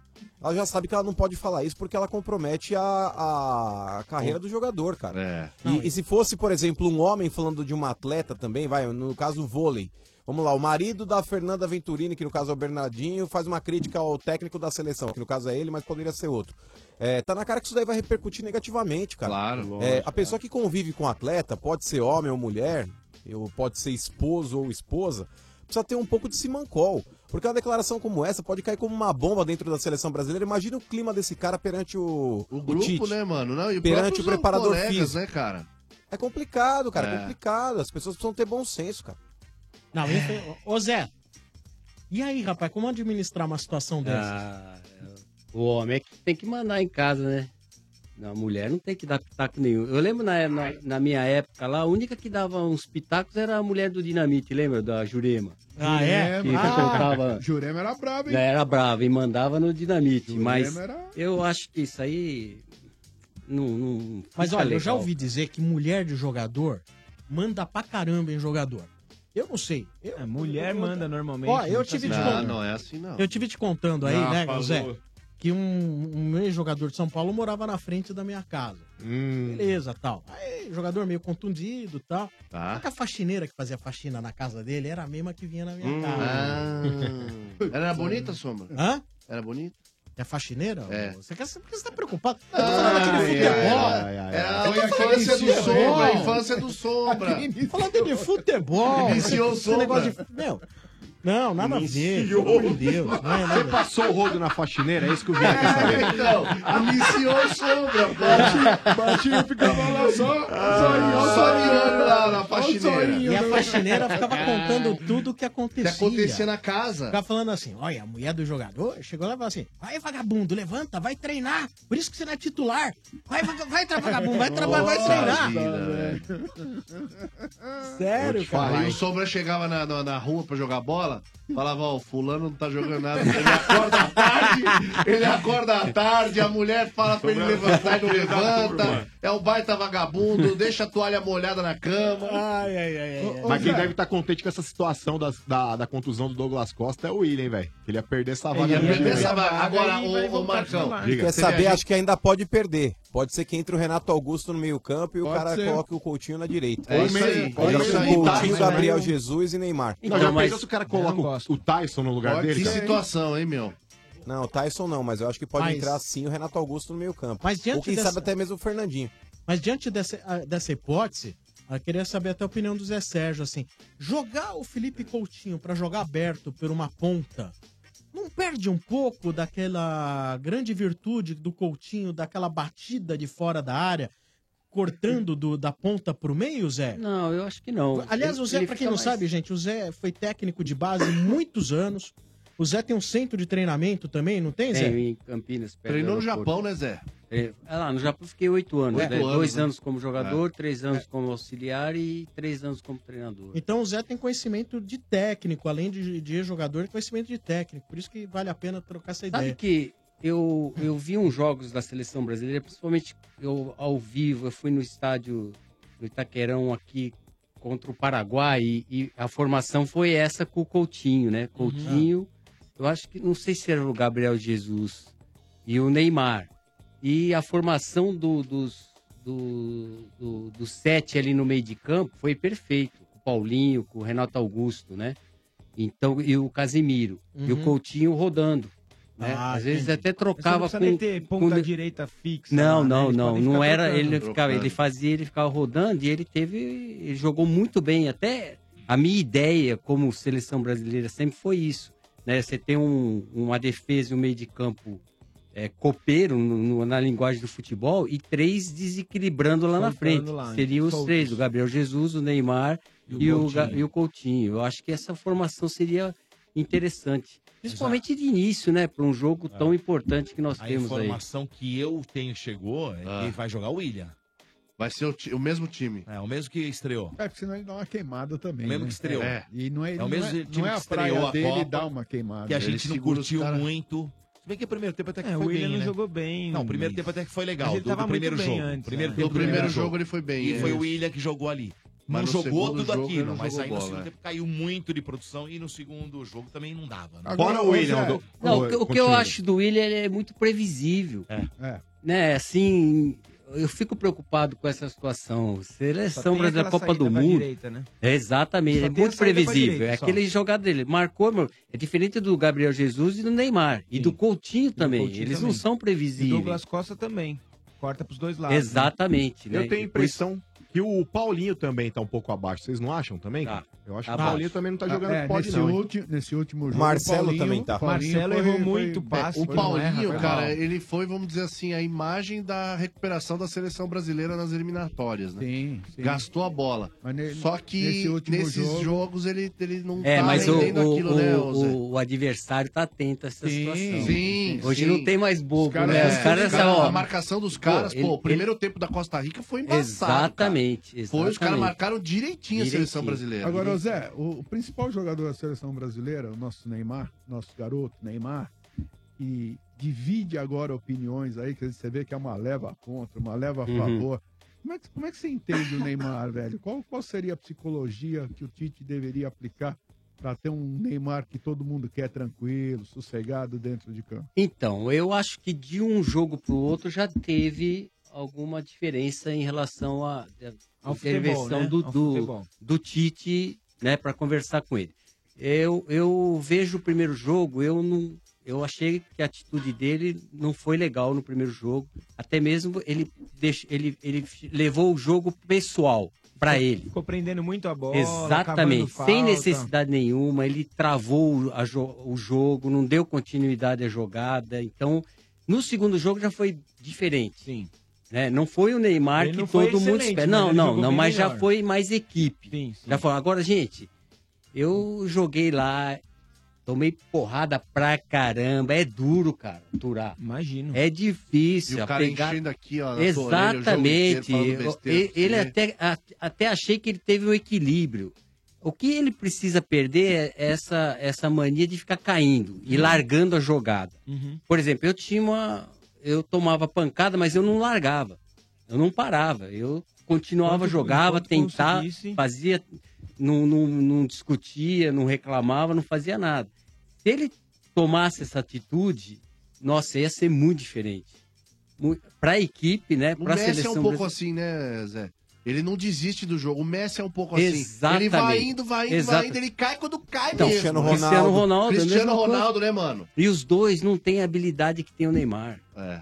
Speaker 13: ela já sabe que ela não pode falar isso porque ela compromete a, a- a carreira do jogador, cara.
Speaker 15: É.
Speaker 13: E, e se fosse, por exemplo, um homem falando de uma atleta também, vai, no caso, o vôlei. Vamos lá, o marido da Fernanda Venturini, que no caso é o Bernardinho, faz uma crítica ao técnico da seleção, que no caso é ele, mas poderia ser outro. É, tá na cara que isso daí vai repercutir negativamente, cara.
Speaker 15: Claro,
Speaker 13: É,
Speaker 15: lógico.
Speaker 13: a pessoa que convive com o atleta, pode ser homem ou mulher, eu, pode ser esposo ou esposa, precisa ter um pouco de simancol. Porque uma declaração como essa pode cair como uma bomba dentro da seleção brasileira. Imagina o clima desse cara perante o. O
Speaker 15: grupo,
Speaker 13: Tite,
Speaker 15: né, mano? Não, e
Speaker 13: perante o
Speaker 15: próprios
Speaker 13: preparador
Speaker 15: colegas,
Speaker 13: físico.
Speaker 15: né, cara?
Speaker 13: É complicado, cara, é.
Speaker 15: É.
Speaker 13: complicado. As pessoas precisam ter bom senso, cara.
Speaker 7: Não, eu- ô Zé. E aí, rapaz, como administrar uma situação dessa?
Speaker 14: Ah, o homem é que tem que mandar em casa, né? Não, A mulher não tem que dar pitaco nenhum. Eu lembro na, na, na minha época lá, a única que dava uns pitacos era a mulher do Dinamite, lembra? Da Jurema.
Speaker 11: Ah, é?
Speaker 14: Que
Speaker 11: Ah.
Speaker 14: soltava-
Speaker 11: Jurema era brabo, hein?
Speaker 14: Já era brava e mandava no dinamite, mas
Speaker 11: era-
Speaker 14: eu acho que isso aí não, não
Speaker 7: Mas
Speaker 14: fica
Speaker 7: olha, eu já
Speaker 14: legal.
Speaker 7: ouvi dizer que mulher de jogador manda pra caramba em jogador. Eu não sei. Eu, mulher
Speaker 17: É, manda normalmente,
Speaker 7: Ó, eu
Speaker 17: não
Speaker 7: tive
Speaker 17: tá
Speaker 7: de
Speaker 17: assim.
Speaker 7: con-
Speaker 17: Não, não é assim, não.
Speaker 7: Eu tive te contando aí,
Speaker 17: Não,
Speaker 7: né,
Speaker 17: falou.
Speaker 7: Zé? que um, um ex-jogador de São Paulo morava na frente da minha casa. Beleza, tal. Aí, jogador meio contundido tal.
Speaker 15: Tá.
Speaker 7: Só que a faxineira que fazia faxina na casa dele era a mesma que vinha na minha
Speaker 15: Hum.
Speaker 7: casa.
Speaker 15: Ah. Era bonita, Sombra?
Speaker 7: Hã?
Speaker 15: Era bonita?
Speaker 7: É faxineira?
Speaker 15: É. Ah,
Speaker 7: Você quer Por que você tá preocupado? Eu tô falando aqui de futebol.
Speaker 15: Era
Speaker 7: Eu
Speaker 15: É a
Speaker 7: tô falando de
Speaker 15: infância do
Speaker 7: futebol.
Speaker 15: Sombra, a infância do Sombra.
Speaker 7: Falando de futebol.
Speaker 15: Iniciou o
Speaker 7: esse
Speaker 15: Sombra.
Speaker 7: negócio de- Meu, não, nada a ver. Pelo amor de Deus. não é nada a
Speaker 6: Você
Speaker 7: ver.
Speaker 6: passou o rodo na faxineira, é isso que o Vieira quer saber.
Speaker 15: Então, iniciou o Sombra, pô.
Speaker 6: Batinho ficava lá só.
Speaker 15: Ah, Só olhando lá na faxineira.
Speaker 7: E
Speaker 6: né?
Speaker 7: a faxineira ficava
Speaker 5: Ah.
Speaker 7: contando tudo o que acontecia.
Speaker 15: Que acontecia na casa.
Speaker 7: Ficava falando assim, olha, a mulher do jogador chegou lá e falou assim, vai vagabundo, levanta, vai treinar. Por isso que você não é titular. Vai, vaga- vai tra- vagabundo, vai
Speaker 6: Ah,
Speaker 7: trabalhar, vai treinar.
Speaker 15: Vou te
Speaker 7: Sério,
Speaker 15: falar,
Speaker 7: cara.
Speaker 15: E o Sombra chegava na, na, na rua pra jogar bola, falava, ó, o fulano não tá jogando nada. Ele acorda à tarde, ele acorda à tarde, a mulher fala pra ele levantar e não levanta. É o baita vagabundo, deixa a toalha molhada na cama.
Speaker 7: Ai, ai, ai,
Speaker 6: É, Mas quem deve estar contente com essa situação das- da, da contusão do Douglas Costa é o William, velho. Que ele ia perder essa
Speaker 7: É,
Speaker 15: Ele
Speaker 6: vaga.
Speaker 15: ia
Speaker 6: no
Speaker 15: perder
Speaker 6: time.
Speaker 15: essa vaga. Agora,
Speaker 6: Aí
Speaker 15: ô,
Speaker 6: vai
Speaker 15: ô,
Speaker 6: voltar
Speaker 15: Marcão,
Speaker 6: titular.
Speaker 13: Quer saber, acho que ainda pode perder. Pode ser que entre o Renato Augusto no meio campo e o
Speaker 6: Pode
Speaker 13: cara
Speaker 6: ser.
Speaker 13: coloque o Coutinho na direita.
Speaker 6: É isso aí,
Speaker 13: Pode
Speaker 6: é isso
Speaker 13: ser
Speaker 6: aí.
Speaker 13: o
Speaker 6: Mas não-
Speaker 13: Coutinho, Gabriel Jesus e Neymar.
Speaker 6: Não, já pensou se Então, o cara coloca o, o Tyson no lugar
Speaker 13: Pode-
Speaker 6: dele?
Speaker 13: que
Speaker 6: cara?
Speaker 13: situação,
Speaker 15: hein, meu?
Speaker 13: Não, o Tyson não, mas eu acho que pode
Speaker 7: Mas-
Speaker 13: entrar sim o Renato Augusto no meio campo.
Speaker 7: Mas diante
Speaker 13: Ou quem
Speaker 7: dessa-
Speaker 13: sabe até mesmo o Fernandinho.
Speaker 7: Mas diante dessa, ah, dessa hipótese, eu queria saber até a opinião do Zé Sérgio, assim, jogar o Felipe Coutinho pra jogar aberto por uma ponta, não perde um pouco daquela grande virtude do Coutinho, daquela batida de fora da área, cortando do- da ponta pro meio, Zé?
Speaker 14: Não, eu acho que não.
Speaker 7: Aliás, o
Speaker 14: Ele-
Speaker 7: Zé,
Speaker 14: ele
Speaker 7: pra quem
Speaker 14: fica
Speaker 7: não
Speaker 14: mais-
Speaker 7: sabe, gente, o Zé foi técnico de base muitos anos. O Zé tem um centro de treinamento também, não tem, é Zé?
Speaker 14: Tenho em Campinas. perto
Speaker 15: Treinou
Speaker 14: do
Speaker 15: no
Speaker 14: aeroporto.
Speaker 15: Japão, né, Zé?
Speaker 14: Tre- É lá, no Japão fiquei oito anos.
Speaker 15: Oito
Speaker 14: né?
Speaker 15: anos,
Speaker 14: Dois
Speaker 15: né?
Speaker 14: anos como jogador,
Speaker 15: É.
Speaker 14: três anos como auxiliar e três anos como treinador.
Speaker 7: Então o Zé tem conhecimento de técnico, além de, de jogador, conhecimento de técnico. Por isso que vale a pena trocar essa ideia.
Speaker 14: Sabe que eu, eu vi uns jogos da seleção brasileira, principalmente eu ao vivo, eu fui no estádio do Itaquerão aqui contra o Paraguai e, e a formação foi essa com o Coutinho,
Speaker 7: Uhum.
Speaker 14: né? Coutinho, eu acho que não sei se era o Gabriel Jesus e o Neymar. E a formação do, dos do, do, do sete ali no meio de campo foi perfeito. Com o Paulinho, com o Renato Augusto, né? Então, e o Casimiro. E
Speaker 17: Uhum.
Speaker 14: o Coutinho rodando. né?
Speaker 17: Ah,
Speaker 14: Às vezes
Speaker 17: entendi.
Speaker 14: até trocava
Speaker 17: Você
Speaker 14: com.
Speaker 17: não precisa nem ter
Speaker 14: com-
Speaker 17: ponta direita fixa.
Speaker 14: Não,
Speaker 17: lá, né?
Speaker 14: não,
Speaker 17: Eles
Speaker 14: não.
Speaker 17: podem
Speaker 14: Não
Speaker 17: ficar
Speaker 14: era.
Speaker 17: trocando.
Speaker 14: Ele não ficava. Ele fazia, ele ficava rodando e ele teve. Ele jogou muito bem. Até a minha ideia como seleção brasileira sempre foi isso. Né? Você tem um- uma defesa e um meio de campo é, copeiro no- no- na linguagem do futebol e três desequilibrando lá na
Speaker 17: Soltando
Speaker 14: frente.
Speaker 17: lá, né?
Speaker 14: Seriam os
Speaker 17: Soltos.
Speaker 14: três: o Gabriel Jesus, o Neymar
Speaker 17: E
Speaker 14: e
Speaker 17: o
Speaker 14: o, Ga-
Speaker 17: Coutinho.
Speaker 14: e o Coutinho. Eu acho que essa formação seria interessante. Principalmente de início, né? Para um jogo
Speaker 17: É.
Speaker 14: tão importante que nós
Speaker 2: A
Speaker 14: temos aí.
Speaker 2: informação que eu tenho chegou é que vai jogar o William.
Speaker 15: Vai ser o, ti- o mesmo time.
Speaker 2: É, o mesmo que estreou.
Speaker 11: É, porque senão ele dá uma queimada também.
Speaker 2: O mesmo
Speaker 11: né?
Speaker 2: que estreou.
Speaker 11: É. E não é,
Speaker 2: É o
Speaker 11: não
Speaker 2: mesmo
Speaker 11: é,
Speaker 2: time
Speaker 11: não é
Speaker 2: que
Speaker 11: a praia
Speaker 2: estreou a
Speaker 11: dele
Speaker 2: Copa,
Speaker 11: dar uma queimada.
Speaker 2: Que a
Speaker 11: Ele
Speaker 2: gente não
Speaker 11: segura os
Speaker 2: curtiu
Speaker 11: cara-
Speaker 2: muito. Se bem que o primeiro tempo até que
Speaker 17: É, o
Speaker 2: foi
Speaker 17: William
Speaker 2: bem,
Speaker 17: não
Speaker 2: né?
Speaker 17: jogou bem.
Speaker 2: Não, o primeiro
Speaker 17: mas-
Speaker 2: tempo até que foi legal.
Speaker 17: Mas ele
Speaker 2: do,
Speaker 17: tava
Speaker 2: do
Speaker 17: muito
Speaker 2: primeiro
Speaker 17: bem
Speaker 2: jogo.
Speaker 17: antes,
Speaker 2: primeiro
Speaker 17: né?
Speaker 2: tempo,
Speaker 17: Do primeiro jogo ele foi bem,
Speaker 2: E
Speaker 17: é.
Speaker 2: foi o William que jogou ali. não
Speaker 17: Mas no
Speaker 2: jogou
Speaker 17: segundo
Speaker 2: tudo
Speaker 17: jogo ele
Speaker 2: aquilo,
Speaker 17: não
Speaker 2: mas
Speaker 17: jogou
Speaker 2: aí no
Speaker 17: bola,
Speaker 2: segundo
Speaker 17: é.
Speaker 2: tempo caiu muito de produção e no segundo jogo também não dava. Né?
Speaker 14: Agora,
Speaker 2: Fora
Speaker 14: ô, Zé, Não, o que- o que eu acho do William ele é muito previsível. Né, assim, eu fico preocupado com essa situação.
Speaker 17: Só
Speaker 14: Seleção
Speaker 17: tem
Speaker 14: brasileira,
Speaker 17: aquela
Speaker 14: Copa do
Speaker 17: saída pra
Speaker 14: Mundo.
Speaker 17: direita, né?
Speaker 14: É, exatamente,
Speaker 17: Só
Speaker 14: é
Speaker 17: tem a
Speaker 14: muito
Speaker 17: saída pra
Speaker 14: previsível.
Speaker 17: direita,
Speaker 14: é
Speaker 17: só.
Speaker 14: aquele jogada dele. Marcou, meu, é diferente do Gabriel Jesus e do Neymar. E do Coutinho também.
Speaker 17: Coutinho
Speaker 14: Eles
Speaker 17: também.
Speaker 14: não são
Speaker 17: E
Speaker 14: previsíveis.
Speaker 17: Douglas Costa também. Corta pros dois lados.
Speaker 14: Exatamente,
Speaker 17: né?
Speaker 6: Eu tenho a
Speaker 17: E por isso-
Speaker 6: impressão que o Paulinho também tá um pouco abaixo. Vocês não acham também? cara? Eu acho
Speaker 17: Tá
Speaker 6: que o
Speaker 17: abaixo.
Speaker 6: Paulinho também não
Speaker 2: Ah,
Speaker 6: tá
Speaker 17: Tá,
Speaker 6: jogando
Speaker 17: é,
Speaker 6: pode
Speaker 11: Nesse,
Speaker 6: não. hein?
Speaker 11: ulti- nesse último jogo.
Speaker 6: Marcelo
Speaker 11: Paulinho-
Speaker 6: também tá.
Speaker 11: Paulinho
Speaker 17: Marcelo
Speaker 11: foi-
Speaker 17: errou
Speaker 11: foi-
Speaker 17: muito
Speaker 11: é,
Speaker 17: passe,
Speaker 11: o
Speaker 15: O
Speaker 17: Ele não erra,
Speaker 15: Paulinho,
Speaker 17: vai
Speaker 15: cara,
Speaker 17: mal.
Speaker 15: ele foi, vamos dizer assim, a imagem da recuperação da seleção brasileira nas eliminatórias, né?
Speaker 11: Sim, sim.
Speaker 15: Gastou a bola.
Speaker 11: Mas ne-
Speaker 15: Só que
Speaker 11: nesse último
Speaker 15: nesses
Speaker 11: jogo-
Speaker 15: jogos ele, ele não
Speaker 14: É,
Speaker 15: tá
Speaker 14: mas o,
Speaker 15: rendendo
Speaker 14: o-
Speaker 15: aquilo,
Speaker 14: o-
Speaker 15: né,
Speaker 14: o-
Speaker 15: Zé?
Speaker 14: o adversário tá atento a essa situação.
Speaker 15: sim,
Speaker 14: Hoje
Speaker 15: sim.
Speaker 14: não tem mais bobo,
Speaker 15: Os caras-
Speaker 14: né? Os
Speaker 15: é,
Speaker 14: caras,
Speaker 15: cara,
Speaker 14: ó,
Speaker 15: A marcação dos caras, pô,
Speaker 14: ele-
Speaker 15: o primeiro tempo da Costa Rica foi embaçado.
Speaker 14: Exatamente,
Speaker 15: cara. Foi, os caras
Speaker 14: exatamente.
Speaker 15: marcaram direitinho, a seleção
Speaker 14: Direitinho.
Speaker 15: brasileira.
Speaker 11: Agora, ô Zé, o, o principal jogador da seleção brasileira, o nosso Neymar, nosso garoto Neymar, que divide agora opiniões aí, que você vê que é uma leva contra, uma leva a
Speaker 15: Uhum.
Speaker 11: favor. Como é, que, como é que você entende o Neymar, velho? Qual, qual seria a psicologia que o Tite deveria aplicar Pra ter um Neymar que todo mundo quer tranquilo, sossegado dentro de campo.
Speaker 14: Então, eu acho que de um jogo para o outro já teve alguma diferença em relação à à
Speaker 17: Ao futebol,
Speaker 14: intervenção
Speaker 17: né?
Speaker 14: do,
Speaker 17: Ao
Speaker 14: do,
Speaker 17: futebol.
Speaker 14: do Tite, né, para conversar com ele. Eu, eu vejo o primeiro jogo, eu não, eu achei que a atitude dele não foi legal no primeiro jogo. Até mesmo ele, deix, ele, ele levou o jogo pessoal para ele.
Speaker 17: Ficou prendendo muito a bola.
Speaker 14: Exatamente,
Speaker 17: cavando
Speaker 14: sem
Speaker 17: falta.
Speaker 14: necessidade nenhuma, ele travou a jo- o jogo, não deu continuidade à jogada. Então, no segundo jogo já foi diferente. Né?
Speaker 17: Sim.
Speaker 14: Não foi o Neymar
Speaker 17: Ele
Speaker 14: que
Speaker 17: não foi
Speaker 14: todo mundo
Speaker 17: excelente,
Speaker 14: espera.
Speaker 17: mas
Speaker 14: Não,
Speaker 17: ele
Speaker 14: não,
Speaker 17: jogou
Speaker 14: não,
Speaker 17: bem
Speaker 14: mas já
Speaker 17: melhor.
Speaker 14: foi mais equipe.
Speaker 17: Sim, sim.
Speaker 14: Já falou, agora, gente, eu joguei lá, tomei porrada pra caramba. É duro, cara, aturar.
Speaker 17: Imagino.
Speaker 14: É difícil.
Speaker 15: E o
Speaker 14: a
Speaker 15: cara enchendo aqui, ó, na tua orelha, o jogo inteiro,
Speaker 14: Exatamente.
Speaker 15: falando
Speaker 14: Eu-
Speaker 15: besteira
Speaker 14: e-
Speaker 15: pra
Speaker 14: ele é
Speaker 15: você.
Speaker 14: até, a- até achei que ele teve um equilíbrio. O que ele precisa perder é essa, essa mania de ficar caindo e largando a jogada.
Speaker 6: né?
Speaker 17: Uhum.
Speaker 14: Por exemplo, eu tinha uma. Eu tomava pancada, mas eu não largava. Eu não parava. Eu continuava, jogava, tentava, fazia. Não, não, não discutia, não reclamava, não fazia nada. Se ele tomasse essa atitude, nossa, ia ser muito diferente. Para a equipe, né?
Speaker 15: O
Speaker 14: Para a
Speaker 15: Messi é
Speaker 14: seleção
Speaker 15: um pouco
Speaker 14: brasileira.
Speaker 15: assim, né, Zé? Ele não desiste do jogo. O Messi é um pouco assim.
Speaker 14: Exatamente.
Speaker 15: Ele vai indo, vai indo,
Speaker 14: Exato.
Speaker 15: vai indo. Ele cai quando cai
Speaker 14: Então,
Speaker 15: mesmo.
Speaker 14: Cristiano Ronaldo. Cristiano Ronaldo, é a
Speaker 15: Cristiano
Speaker 14: mesma coisa.
Speaker 15: Ronaldo, né, mano?
Speaker 14: E os dois não têm a habilidade que tem o Neymar.
Speaker 15: É.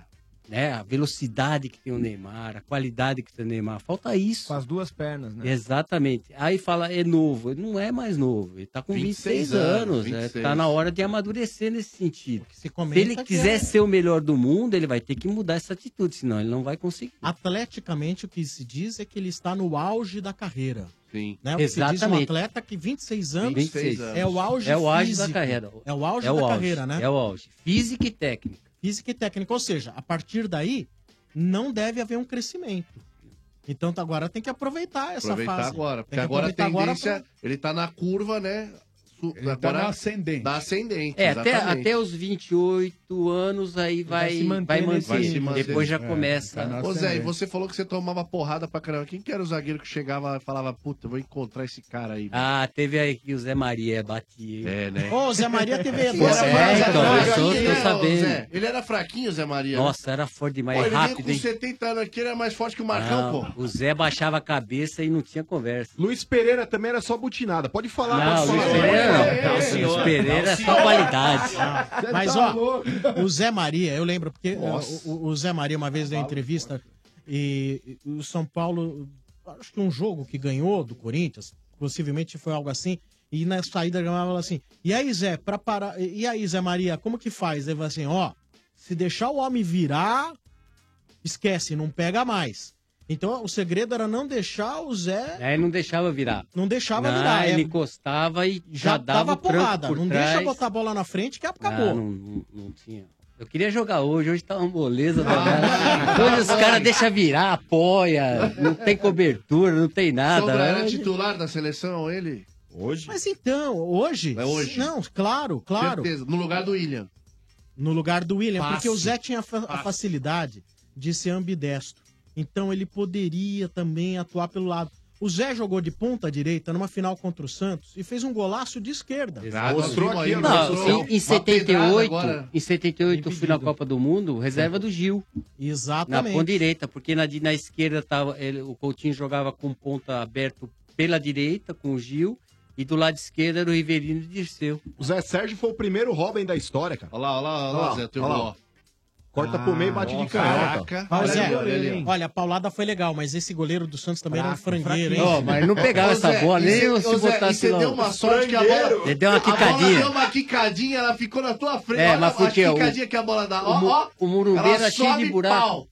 Speaker 14: Né? A velocidade que tem o Neymar, a qualidade que tem o Neymar. Falta isso. Com
Speaker 17: as duas pernas, né?
Speaker 14: Exatamente. Aí fala, é novo. Ele não é mais novo. Ele tá com 26,
Speaker 17: 26
Speaker 14: anos.
Speaker 17: anos,
Speaker 14: né?
Speaker 17: 26.
Speaker 14: Tá na hora de amadurecer nesse sentido. Se
Speaker 7: comenta
Speaker 14: ele
Speaker 7: que
Speaker 14: quiser
Speaker 7: é-
Speaker 14: ser o melhor do mundo, ele vai ter que mudar essa atitude, senão ele não vai conseguir.
Speaker 7: Atleticamente, o que se diz é que ele está no auge da carreira.
Speaker 15: Sim.
Speaker 7: Né? O que se diz um
Speaker 14: Exatamente.
Speaker 7: atleta que 26 anos,
Speaker 14: 26 anos.
Speaker 7: é o auge
Speaker 14: É o auge da
Speaker 7: físico.
Speaker 14: carreira.
Speaker 7: É o auge
Speaker 14: É o
Speaker 7: da
Speaker 14: auge,
Speaker 7: carreira, né?
Speaker 14: é o auge. Física e técnica.
Speaker 7: Física e técnica. Ou seja, a partir daí, não deve haver um crescimento. Então tá, agora tem que aproveitar essa
Speaker 15: aproveitar
Speaker 7: fase.
Speaker 15: agora. Porque
Speaker 7: que
Speaker 15: agora a
Speaker 7: aproveitar
Speaker 15: tendência.
Speaker 7: pra-
Speaker 15: Ele tá na curva, né? Su... Ele
Speaker 11: tá na ascendente.
Speaker 15: Na ascendente.
Speaker 14: É, até,
Speaker 15: exatamente.
Speaker 14: até os 28 anos aí vai,
Speaker 15: se manter
Speaker 14: vai manter.
Speaker 15: nesse- Vai se manter.
Speaker 14: Depois já
Speaker 15: É,
Speaker 14: começa.
Speaker 15: Ô Zé, e você falou que você tomava porrada pra caramba. Quem que era o zagueiro que chegava e falava, puta, eu vou encontrar esse cara aí?
Speaker 14: Ah, teve aí que o Zé Maria batia.
Speaker 15: É, né?
Speaker 7: Ô, Zé Maria teve-
Speaker 14: é,
Speaker 7: Zé Maria
Speaker 14: então,
Speaker 7: era
Speaker 14: eu sou-
Speaker 15: fraquinho,
Speaker 14: tô
Speaker 15: né,
Speaker 14: sabendo.
Speaker 15: ô, Zé? Ele era fraquinho, Zé Maria?
Speaker 14: Nossa, era forte
Speaker 15: Pô,
Speaker 14: demais,
Speaker 15: ele veio
Speaker 14: é rápido,
Speaker 15: com
Speaker 14: hein? Ah,
Speaker 15: 70 anos aqui, ele era mais forte que o Marcão, pô.
Speaker 14: Não, o Zé baixava a cabeça e não tinha conversa.
Speaker 6: Luiz Pereira também era só butinada. Pode falar,
Speaker 14: Não,
Speaker 6: pode
Speaker 14: Luiz
Speaker 6: falar.
Speaker 14: Pereira não.
Speaker 6: É, é,
Speaker 14: Não,
Speaker 6: é.
Speaker 14: senhor. Luiz Pereira é só qualidade.
Speaker 6: Você
Speaker 7: Mas,
Speaker 6: tá
Speaker 7: ó,
Speaker 6: louco.
Speaker 7: o Zé Maria, eu lembro, porque ó,
Speaker 6: Nossa.
Speaker 7: o, o Zé Maria, uma vez deu entrevista, e e o São Paulo, acho que um jogo que ganhou do Corinthians, possivelmente foi algo assim, e na saída ele falava assim: e aí, Zé, pra parar. E aí, Zé Maria, como que faz? Ele falou assim: ó, se deixar o homem virar, esquece, não pega mais. Então, o segredo era não deixar o Zé.
Speaker 14: Aí É, não deixava virar.
Speaker 7: Não deixava
Speaker 14: Não,
Speaker 7: virar. é,
Speaker 14: Ele encostava e já,
Speaker 7: já
Speaker 14: dava
Speaker 7: dava
Speaker 14: o tranco
Speaker 7: porrada.
Speaker 14: por
Speaker 7: Não
Speaker 14: trás.
Speaker 7: deixa botar a bola na frente que acabou.
Speaker 14: Ah, não, não- não tinha. Eu queria jogar hoje, hoje tá uma moleza da Hoje os caras deixam virar, apoia, não tem cobertura, não tem nada. né?
Speaker 15: Sombra era
Speaker 14: Hoje-
Speaker 15: titular da seleção, ele?
Speaker 10: Hoje?
Speaker 7: Mas então, hoje?
Speaker 15: É hoje.
Speaker 7: Não, claro, claro.
Speaker 15: Certeza, no lugar do William.
Speaker 7: No lugar do William,
Speaker 15: Passe.
Speaker 7: porque o Zé tinha a fa- a facilidade de ser ambidestro. Então ele poderia também atuar pelo lado. O Zé jogou de ponta direita numa final contra o Santos e fez um golaço de esquerda.
Speaker 14: Não, em, em 78, em 78 eu fui na Copa do Mundo, reserva do Gil. Na
Speaker 7: Exatamente.
Speaker 14: ponta direita, porque na, di- na esquerda tava, ele- o Coutinho jogava com ponta aberto pela direita, com o Gil, e do lado esquerdo era o Riverino e o Dirceu.
Speaker 6: O Zé Sérgio foi o primeiro Robin da história, cara.
Speaker 15: Olha lá, olha lá,
Speaker 14: olha lá, Zé, teu
Speaker 6: ó. Corta pro meio e bate de canhota.
Speaker 7: Ó,
Speaker 6: Olha
Speaker 7: Ah, Zé,
Speaker 6: ali, olha ali, ó.
Speaker 7: olha, a paulada foi legal, mas esse goleiro do Santos também era um frangueiro, hein?
Speaker 14: Ó, mas não pegava essa bola, nem eu se botasse
Speaker 15: Você
Speaker 14: lá.
Speaker 15: deu uma sorte que a bola.
Speaker 14: Ele deu uma
Speaker 15: A bola
Speaker 14: Ah, quicadinha.
Speaker 15: deu uma quicadinha, ela ficou na tua frente.
Speaker 14: É,
Speaker 15: Olha
Speaker 14: mas porque
Speaker 15: a
Speaker 14: o-
Speaker 15: quicadinha que a bola dá. Ó,
Speaker 14: o mu-
Speaker 15: ó.
Speaker 14: o Murumbi
Speaker 15: ela
Speaker 14: era cheio de
Speaker 15: sobe,
Speaker 14: buraco.
Speaker 15: pau.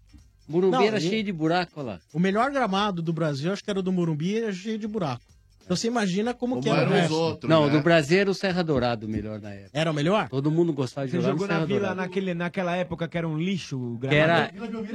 Speaker 14: Murumbi
Speaker 7: Não,
Speaker 14: era
Speaker 7: e-
Speaker 14: cheio de buraco, olha lá.
Speaker 7: O melhor gramado do Brasil, acho que era o do Morumbi, era cheio de buraco. Então você imagina como, que era o resto.
Speaker 14: Não,
Speaker 15: né?
Speaker 14: do Brasil era o Serra Dourado o melhor na época.
Speaker 7: né? Era o melhor?
Speaker 14: Todo mundo gostava de
Speaker 17: Você
Speaker 14: jogar
Speaker 17: jogou
Speaker 14: no
Speaker 17: na
Speaker 14: Serra
Speaker 17: vila
Speaker 14: Dourado.
Speaker 17: naquele, naquela época que era um lixo o
Speaker 14: Que era-
Speaker 17: gramado?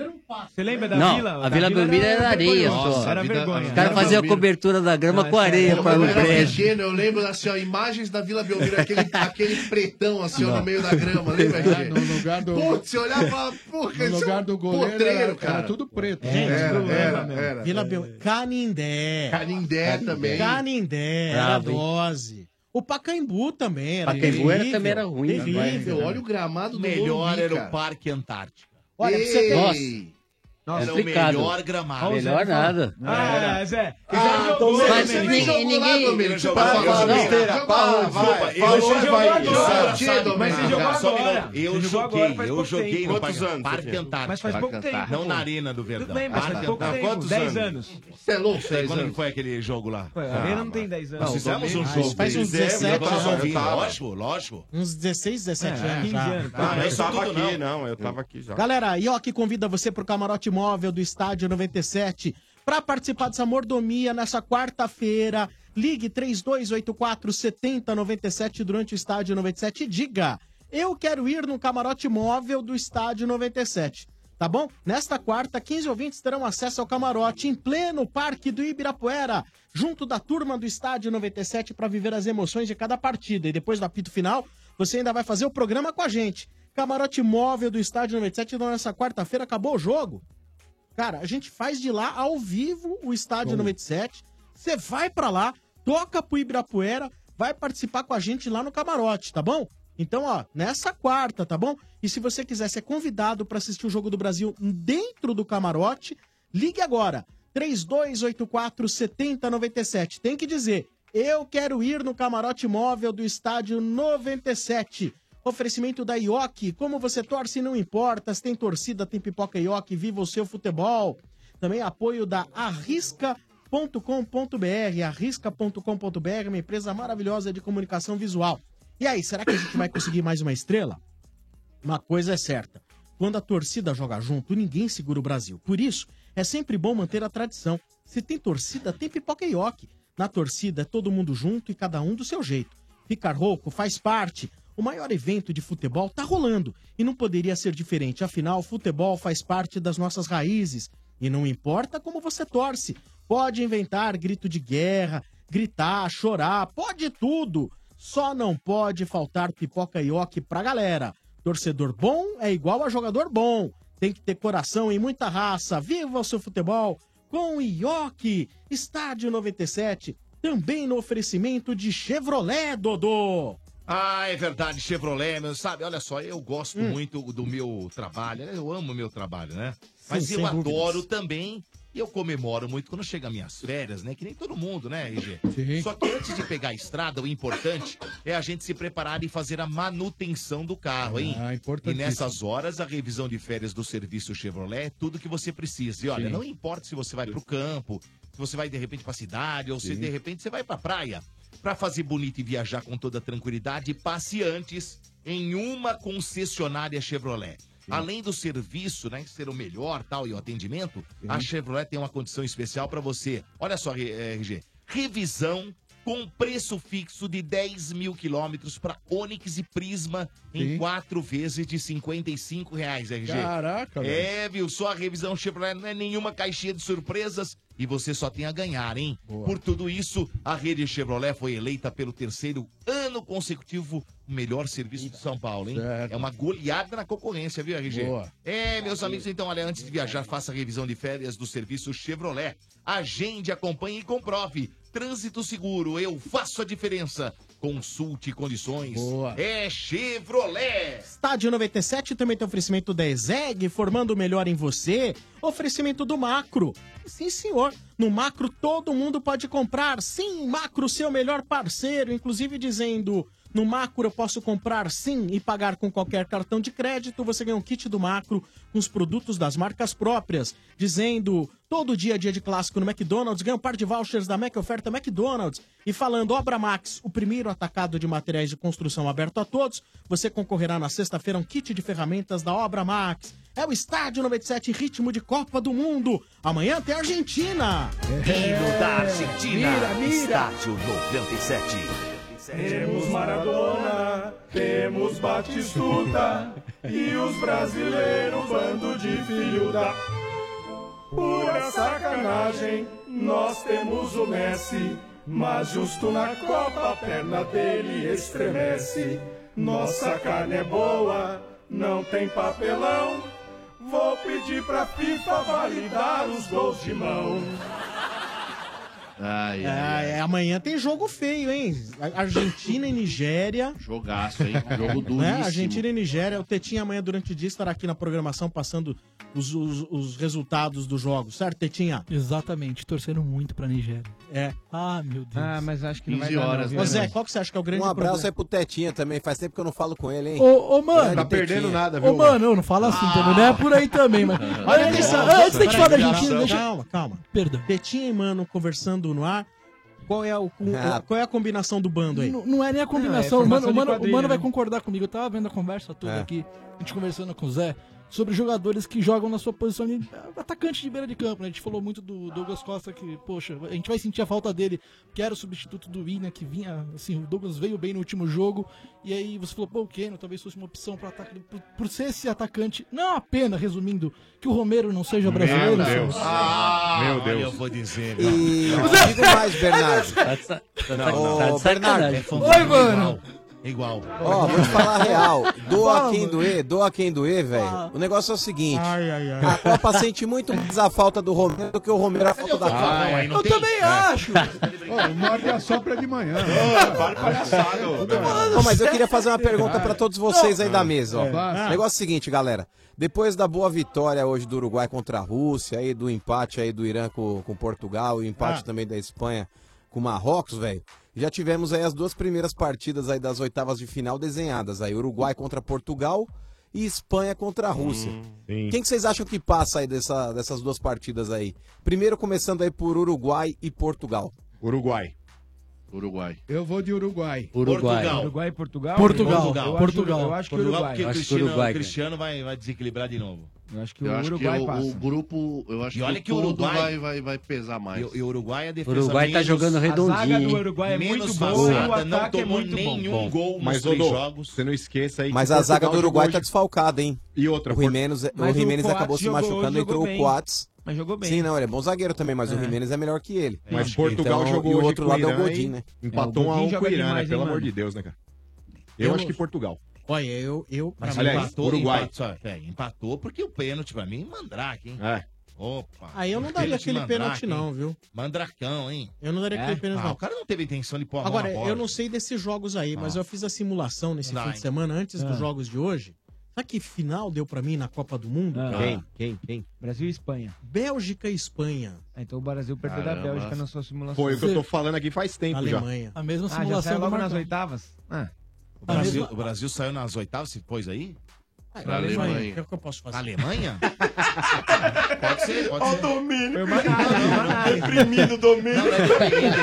Speaker 17: Você lembra da
Speaker 14: Não,
Speaker 17: vila?
Speaker 14: a Vila Belmiro era areia
Speaker 17: vergonhosa.
Speaker 14: só.
Speaker 17: Era vergonha.
Speaker 14: Os caras faziam a cobertura da grama
Speaker 17: Não,
Speaker 14: com
Speaker 17: essa
Speaker 14: areia
Speaker 17: época
Speaker 14: pra
Speaker 15: é Eu
Speaker 14: não
Speaker 15: era
Speaker 14: brejo.
Speaker 15: pequeno, eu lembro assim, ó, imagens da Vila Belmiro, aquele, aquele pretão assim, ó, no
Speaker 14: Não.
Speaker 15: meio da grama, lembra? Gê?
Speaker 11: Ah, No lugar do.
Speaker 15: Putz, você olhava e falava, porra,
Speaker 11: No
Speaker 15: esse é
Speaker 11: lugar
Speaker 15: um
Speaker 11: do goleiro.
Speaker 15: potreiro,
Speaker 11: era-
Speaker 15: cara.
Speaker 11: Era tudo preto.
Speaker 15: Gente, era, era, era.
Speaker 7: Vila Belmiro. Canindé.
Speaker 15: Canindé também.
Speaker 7: Canindé, era
Speaker 15: Bravo, hein?
Speaker 7: dose. O Pacaembu também era
Speaker 14: Pacaembu era-
Speaker 7: terrível.
Speaker 14: também era ruim,
Speaker 7: Terrível.
Speaker 14: agora, né?
Speaker 15: Olha o gramado do
Speaker 2: Melhor
Speaker 15: Morumbi,
Speaker 2: era
Speaker 15: cara.
Speaker 2: o Parque Antártico.
Speaker 7: Olha, pra você ter- Nossa.
Speaker 2: Nossa,
Speaker 14: É
Speaker 2: era
Speaker 7: complicado.
Speaker 2: o melhor gramado.
Speaker 7: Olha o Melhor Zé nada. falando.
Speaker 17: Ah,
Speaker 2: Era.
Speaker 17: Zé.
Speaker 2: Ah, então
Speaker 17: Zé,
Speaker 2: mas
Speaker 17: Zé,
Speaker 2: ninguém-
Speaker 17: Zé,
Speaker 2: ninguém-
Speaker 17: jogou lá,
Speaker 2: ninguém-
Speaker 17: Domênico,
Speaker 2: Para,
Speaker 17: você
Speaker 2: para,
Speaker 17: fala
Speaker 2: não.
Speaker 17: besteira,
Speaker 2: Não, não,
Speaker 17: para, vai.
Speaker 2: desculpa,
Speaker 17: Você
Speaker 2: eu
Speaker 17: jogou
Speaker 2: joguei-
Speaker 17: agora,
Speaker 2: Não,
Speaker 17: Tito,
Speaker 2: sabe,
Speaker 17: mas você
Speaker 2: não,
Speaker 17: jogou
Speaker 2: cara, só um
Speaker 17: agora.
Speaker 2: minuto. Eu
Speaker 17: Você jogou agora,
Speaker 2: joguei,
Speaker 17: faz
Speaker 2: eu
Speaker 17: pouco
Speaker 2: joguei
Speaker 17: tempo.
Speaker 2: no
Speaker 17: Quantos
Speaker 2: Parque
Speaker 17: anos,
Speaker 2: Antártico.
Speaker 17: Sofia? Mas faz pouco tempo.
Speaker 2: Não na Arena do Verdão.
Speaker 17: Tudo bem, mas
Speaker 2: Parque
Speaker 17: faz pouco
Speaker 2: Antártico.
Speaker 17: tempo,
Speaker 2: Quantos
Speaker 17: 10 anos?
Speaker 2: Você é louco,
Speaker 17: dez
Speaker 2: Quando
Speaker 17: anos.
Speaker 2: foi aquele jogo lá?
Speaker 17: Pô, a Arena não tem 10 anos.
Speaker 2: Nós fizemos um
Speaker 17: Ah,
Speaker 2: jogo.
Speaker 17: faz uns 17
Speaker 2: Eu tava
Speaker 17: anos.
Speaker 2: ouvindo,
Speaker 17: Eu tava.
Speaker 2: lógico, lógico.
Speaker 7: Uns 16, 17
Speaker 2: É,
Speaker 7: anos.
Speaker 2: 15
Speaker 7: já.
Speaker 2: anos.
Speaker 7: Tá.
Speaker 2: Ah,
Speaker 10: eu
Speaker 2: isso
Speaker 10: tava
Speaker 2: tudo
Speaker 10: aqui,
Speaker 2: não.
Speaker 10: não. eu tava aqui já.
Speaker 7: Galera, a IOC convida você para o camarote móvel do Estádio 97 para participar dessa mordomia nessa quarta-feira. Ligue 3284 7097 durante o Estádio 97 e diga: Eu quero ir no camarote móvel do Estádio 97. Tá bom? Nesta quarta, 15 ouvintes terão acesso ao camarote em pleno Parque do Ibirapuera, junto da turma do Estádio 97 para viver as emoções de cada partida. E depois do apito final, você ainda vai fazer o programa com a gente. Camarote móvel do Estádio 97, então nessa quarta-feira acabou o jogo. Cara, a gente faz de lá ao vivo o Estádio 97. Você vai pra lá, toca pro Ibirapuera, vai participar com a gente lá no camarote, tá bom? Então, ó, nessa quarta, tá bom? E se você quiser ser convidado pra assistir o Jogo do Brasil dentro do camarote, ligue agora. 3284 7097. Tem que dizer: eu quero ir no camarote móvel do estádio 97. Oferecimento da IOC. Como você torce, não importa. Se tem torcida, tem pipoca IOC. Viva o seu futebol. Também apoio da arrisca.com.br. Arrisca.com.br, é uma empresa maravilhosa de comunicação visual. E aí, será que a gente vai conseguir mais uma estrela? Uma coisa é certa: quando a torcida joga junto, ninguém segura o Brasil. Por isso, é sempre bom manter a tradição. Se tem torcida, tem pipoca e ioki. Na torcida é todo mundo junto e cada um do seu jeito. Ficar rouco faz parte. O maior evento de futebol tá rolando e não poderia ser diferente. Afinal, futebol faz parte das nossas raízes. E não importa como você torce. Pode inventar grito de guerra, gritar, chorar, pode tudo. Só não pode faltar pipoca e ioki pra galera. Torcedor bom é igual a jogador bom. Tem que ter coração e muita raça. Viva o seu futebol com Ioki. Estádio 97, também no oferecimento de Chevrolet, Dodô.
Speaker 2: Ah, é verdade, Chevrolet, meu, sabe? Olha só, eu gosto muito do meu trabalho, né, eu amo o meu trabalho, né? Mas
Speaker 10: Hum. Sim,
Speaker 2: eu
Speaker 10: sem
Speaker 2: adoro
Speaker 10: dúvidas.
Speaker 2: também, e eu comemoro muito quando chega minhas férias, né? Que nem todo mundo, né, RG? Só que antes de pegar a estrada, o importante é a gente se preparar e fazer a manutenção do carro, hein?
Speaker 11: Ah,
Speaker 2: e
Speaker 11: importantíssimo.
Speaker 2: nessas horas, a revisão de férias do serviço Chevrolet é tudo que você precisa. E olha,
Speaker 10: Sim.
Speaker 2: não importa se você vai pro campo, se você vai de repente pra cidade, ou se
Speaker 10: Sim.
Speaker 2: de repente você vai pra praia. Para fazer bonito e viajar com toda tranquilidade, passe antes em uma concessionária Chevrolet. Além do serviço, né, ser o melhor tal e o atendimento, a Chevrolet tem uma condição especial para você. Olha só, eh, RG, revisão com preço fixo de 10 mil quilômetros para Onix e Prisma em
Speaker 10: Sim.
Speaker 2: quatro vezes de 55 reais, RG.
Speaker 11: Tá
Speaker 10: Caraca, velho.
Speaker 2: É, é, viu? Só a revisão Chevrolet não é nenhuma caixinha de surpresas e você só tem a ganhar, hein? Por tudo isso, a rede Chevrolet foi eleita pelo terceiro ano consecutivo o melhor serviço de São Paulo, hein? É uma goleada na concorrência, viu, RG?
Speaker 10: Boa.
Speaker 2: É, meus amigos, então, olha, antes de viajar, faça a revisão de férias do serviço Chevrolet. Agende, acompanhe e comprove. Trânsito seguro, eu faço a diferença. Consulte condições.
Speaker 7: Boa.
Speaker 2: É Chevrolet!
Speaker 7: Estádio 97 também tem oferecimento da Ezeg, formando o melhor em você. Oferecimento do Macro. Sim, senhor. No Macro todo mundo pode comprar. Sim, Macro, seu melhor parceiro. Inclusive dizendo, no Macro eu posso comprar sim e pagar com qualquer cartão de crédito. Você ganha um kit do Macro com os produtos das marcas próprias. Dizendo, todo dia é dia de clássico no McDonald's. Ganha um par de vouchers da Mac Oferta McDonald's. E falando, Obra Max, o primeiro atacado de materiais de construção aberto a todos. Você concorrerá na sexta-feira a um kit de ferramentas da Obra Max. É o Estádio 97 Ritmo de Copa do Mundo. Amanhã tem Argentina.
Speaker 1: É. Hino da Argentina.
Speaker 7: Mira, mira.
Speaker 1: Estádio 97.
Speaker 5: Temos Maradona, temos Batistuta e os brasileiros, bando de filho da. Pura sacanagem, nós temos o Messi, mas justo na Copa a perna dele estremece. Nossa carne é boa, não tem papelão. Vou pedir pra FIFA validar os gols de mão.
Speaker 15: Ah, Ai,
Speaker 7: Ah,
Speaker 15: ai, ai.
Speaker 7: é, amanhã tem jogo feio, hein? A- Argentina e Nigéria.
Speaker 15: Jogaço, hein? um Jogo
Speaker 7: Né?
Speaker 15: duríssimo.
Speaker 7: Argentina e Nigéria. O Tetinha amanhã durante o dia estará aqui na programação passando os, os- os resultados dos jogos, certo, Tetinha?
Speaker 20: Exatamente, torcendo muito pra Nigéria.
Speaker 7: É.
Speaker 20: Ah, meu Deus.
Speaker 7: Ah, mas acho
Speaker 20: que não vai 15 dar, não, horas, viu,
Speaker 7: Ô
Speaker 20: né?
Speaker 7: Zé, qual que você acha que é o grande
Speaker 13: Um abraço
Speaker 7: problema?
Speaker 13: aí pro Tetinha também. Faz tempo que eu não falo com ele, hein?
Speaker 20: Ô, ô, mano.
Speaker 13: Grande Tetinha.
Speaker 20: Ô, mano, não fala assim também. Não é por aí também, mas.
Speaker 7: Olha
Speaker 20: Antes-
Speaker 7: atenção,
Speaker 20: Antes da gente falar da
Speaker 7: peraí,
Speaker 20: Argentina, deixa.
Speaker 7: Calma, calma.
Speaker 20: Perdão.
Speaker 7: Tetinha e Mano conversando no ar. Qual é, o, com-
Speaker 20: Ah.
Speaker 7: qual é a combinação do bando aí?
Speaker 20: Não, não é nem a combinação.
Speaker 7: Não, é
Speaker 20: o mano,
Speaker 7: formação
Speaker 20: o mano,
Speaker 7: de quadrilha,
Speaker 20: o mano vai
Speaker 7: né?
Speaker 20: concordar comigo. Eu tava vendo a conversa toda
Speaker 7: É.
Speaker 20: aqui, a gente conversando com o Zé, sobre jogadores que jogam na sua posição de eh, atacante de beira de campo. Né? A gente falou muito do Douglas Costa, que, poxa, a gente vai sentir a falta dele, que era o substituto do Willian, que vinha, assim, o Douglas veio bem no último jogo. E aí você falou, pô, o Keno talvez fosse uma opção para ataque, por, por ser esse atacante. Não é uma pena, resumindo, que o Romero não seja brasileiro. né?
Speaker 2: Deus.
Speaker 13: Ah,
Speaker 2: Meu
Speaker 13: olha,
Speaker 2: Deus.
Speaker 13: eu
Speaker 2: vou dizer. Tá
Speaker 13: E não digo mais, Bernardo. Ô, Bernardo.
Speaker 2: Igual.
Speaker 13: Ó, vou te falar a real. Doa
Speaker 2: Fala,
Speaker 13: quem
Speaker 2: mano.
Speaker 13: doer, doa quem doer, velho. O negócio é o seguinte.
Speaker 7: ai.
Speaker 13: A Copa sente muito mais a falta do Romero do que o Romero a falta da Copa.
Speaker 11: Ah, é, não Eu tem? também É. acho. Ó, o Norte assopra de manhã. Para palhaçada.
Speaker 13: Ô, mas eu queria fazer uma pergunta pra todos vocês aí da mesa. Ó.
Speaker 11: É.
Speaker 13: O negócio é o seguinte, galera. Depois da boa vitória hoje do Uruguai contra a Rússia, aí do empate aí do Irã com, com Portugal, e o empate
Speaker 7: Ah.
Speaker 13: também da Espanha com Marrocos, velho. Já tivemos aí as duas primeiras partidas aí das oitavas de final desenhadas aí, Uruguai contra Portugal e Espanha contra a Rússia. Quem que vocês acham que passa aí dessa- dessas duas partidas aí? Primeiro começando aí por Uruguai e Portugal.
Speaker 10: Uruguai.
Speaker 15: Uruguai.
Speaker 11: Eu vou de Uruguai.
Speaker 17: Uruguai e Portugal? Eu acho- Eu
Speaker 11: Portugal.
Speaker 17: acho que
Speaker 2: Portugal,
Speaker 17: Uruguai.
Speaker 2: porque
Speaker 17: Eu
Speaker 2: o
Speaker 17: acho que
Speaker 2: Cristiano,
Speaker 17: Uruguai
Speaker 2: o
Speaker 17: ganha.
Speaker 2: Cristiano vai, vai desequilibrar de novo.
Speaker 17: Eu acho
Speaker 2: que o Uruguai
Speaker 15: o,
Speaker 2: passa.
Speaker 15: o grupo, eu acho
Speaker 2: E olha
Speaker 15: que,
Speaker 2: que
Speaker 15: o
Speaker 2: o
Speaker 15: todo
Speaker 2: Uruguai-
Speaker 15: vai, vai, vai pesar mais.
Speaker 2: E, o- e o Uruguai, é a
Speaker 15: O
Speaker 2: defesa
Speaker 15: Uruguai tá jogando redondinho,
Speaker 17: A zaga do hein? Uruguai é muito boa e o
Speaker 2: não
Speaker 17: ataque é
Speaker 2: tomou
Speaker 17: muito bom.
Speaker 2: nenhum
Speaker 17: Bom.
Speaker 2: gol nos
Speaker 6: Mas,
Speaker 2: três
Speaker 6: Dodô,
Speaker 2: jogos.
Speaker 6: você não esqueça aí
Speaker 13: Mas
Speaker 6: que
Speaker 13: a zaga
Speaker 6: Portugal
Speaker 13: do Uruguai tá
Speaker 6: jogou hoje-
Speaker 13: desfalcada, hein?
Speaker 6: E outra,
Speaker 13: o Jimenez, é- o
Speaker 6: Mas o
Speaker 13: Jimenez
Speaker 6: Coates
Speaker 13: acabou se
Speaker 6: jogou hoje,
Speaker 13: machucando,
Speaker 6: jogou
Speaker 13: entrou
Speaker 6: bem.
Speaker 13: o Coates.
Speaker 17: Mas jogou bem.
Speaker 13: Sim, não, ele é bom zagueiro também, mas o
Speaker 17: É.
Speaker 13: Jimenez é melhor que ele.
Speaker 6: Mas Portugal
Speaker 13: Então,
Speaker 6: jogou
Speaker 13: e o
Speaker 6: hoje
Speaker 13: outro
Speaker 6: com o
Speaker 13: lado é
Speaker 6: Irã
Speaker 13: o Godin,
Speaker 6: e
Speaker 13: né?
Speaker 6: Empatou
Speaker 7: É, o
Speaker 6: um a um
Speaker 7: Godin
Speaker 6: com o
Speaker 7: joga
Speaker 6: Irã, né?
Speaker 7: demais,
Speaker 6: Pelo
Speaker 7: hein,
Speaker 6: amor
Speaker 7: mano?
Speaker 6: de Deus, né, cara? Eu,
Speaker 2: Eu-
Speaker 6: acho que Portugal.
Speaker 7: Olha, eu... eu
Speaker 2: Mas
Speaker 6: pra mim,
Speaker 2: aliás,
Speaker 6: empatou,
Speaker 2: Uruguai.
Speaker 6: empatou.
Speaker 2: Só, é, empatou porque o pênalti pra mim, Mandrake, hein?
Speaker 6: É.
Speaker 2: Opa.
Speaker 7: Aí eu não daria
Speaker 2: Pênalti
Speaker 7: aquele
Speaker 2: Mandrake,
Speaker 7: pênalti não,
Speaker 2: hein?
Speaker 7: viu?
Speaker 2: Mandracão, hein?
Speaker 7: Eu não daria
Speaker 2: É?
Speaker 7: aquele pênalti
Speaker 2: Ah,
Speaker 7: não.
Speaker 2: O cara não teve intenção de pôr a mão
Speaker 7: Agora,
Speaker 2: na bola.
Speaker 7: eu não sei desses jogos aí, mas
Speaker 2: Ah.
Speaker 7: eu fiz a simulação nesse
Speaker 2: Dá,
Speaker 7: fim de
Speaker 2: hein?
Speaker 7: semana, antes dos
Speaker 2: Ah.
Speaker 7: jogos de hoje. Sabe que final deu pra mim na Copa do Mundo?
Speaker 17: Ah.
Speaker 7: cara?
Speaker 17: Quem?
Speaker 6: Quem? Quem?
Speaker 17: Brasil e Espanha.
Speaker 7: Bélgica e Espanha.
Speaker 17: Então o Brasil perdeu da
Speaker 7: Caramba.
Speaker 17: Bélgica na sua simulação.
Speaker 6: Foi o que eu tô falando aqui faz tempo já.
Speaker 7: Alemanha.
Speaker 17: A
Speaker 20: mesma
Speaker 17: Ah, já
Speaker 20: simulação
Speaker 17: saiu
Speaker 20: do
Speaker 17: logo nas
Speaker 20: Marcão.
Speaker 17: oitavas? Ah.
Speaker 2: O Brasil, o Brasil saiu nas oitavas, se pôs aí?
Speaker 7: Pra Alemanha. Alemanha. O que é que eu posso fazer?
Speaker 2: Alemanha? pode ser, pode ser.
Speaker 17: domínio.
Speaker 2: Deprimido domínio. Não, não é deprimido.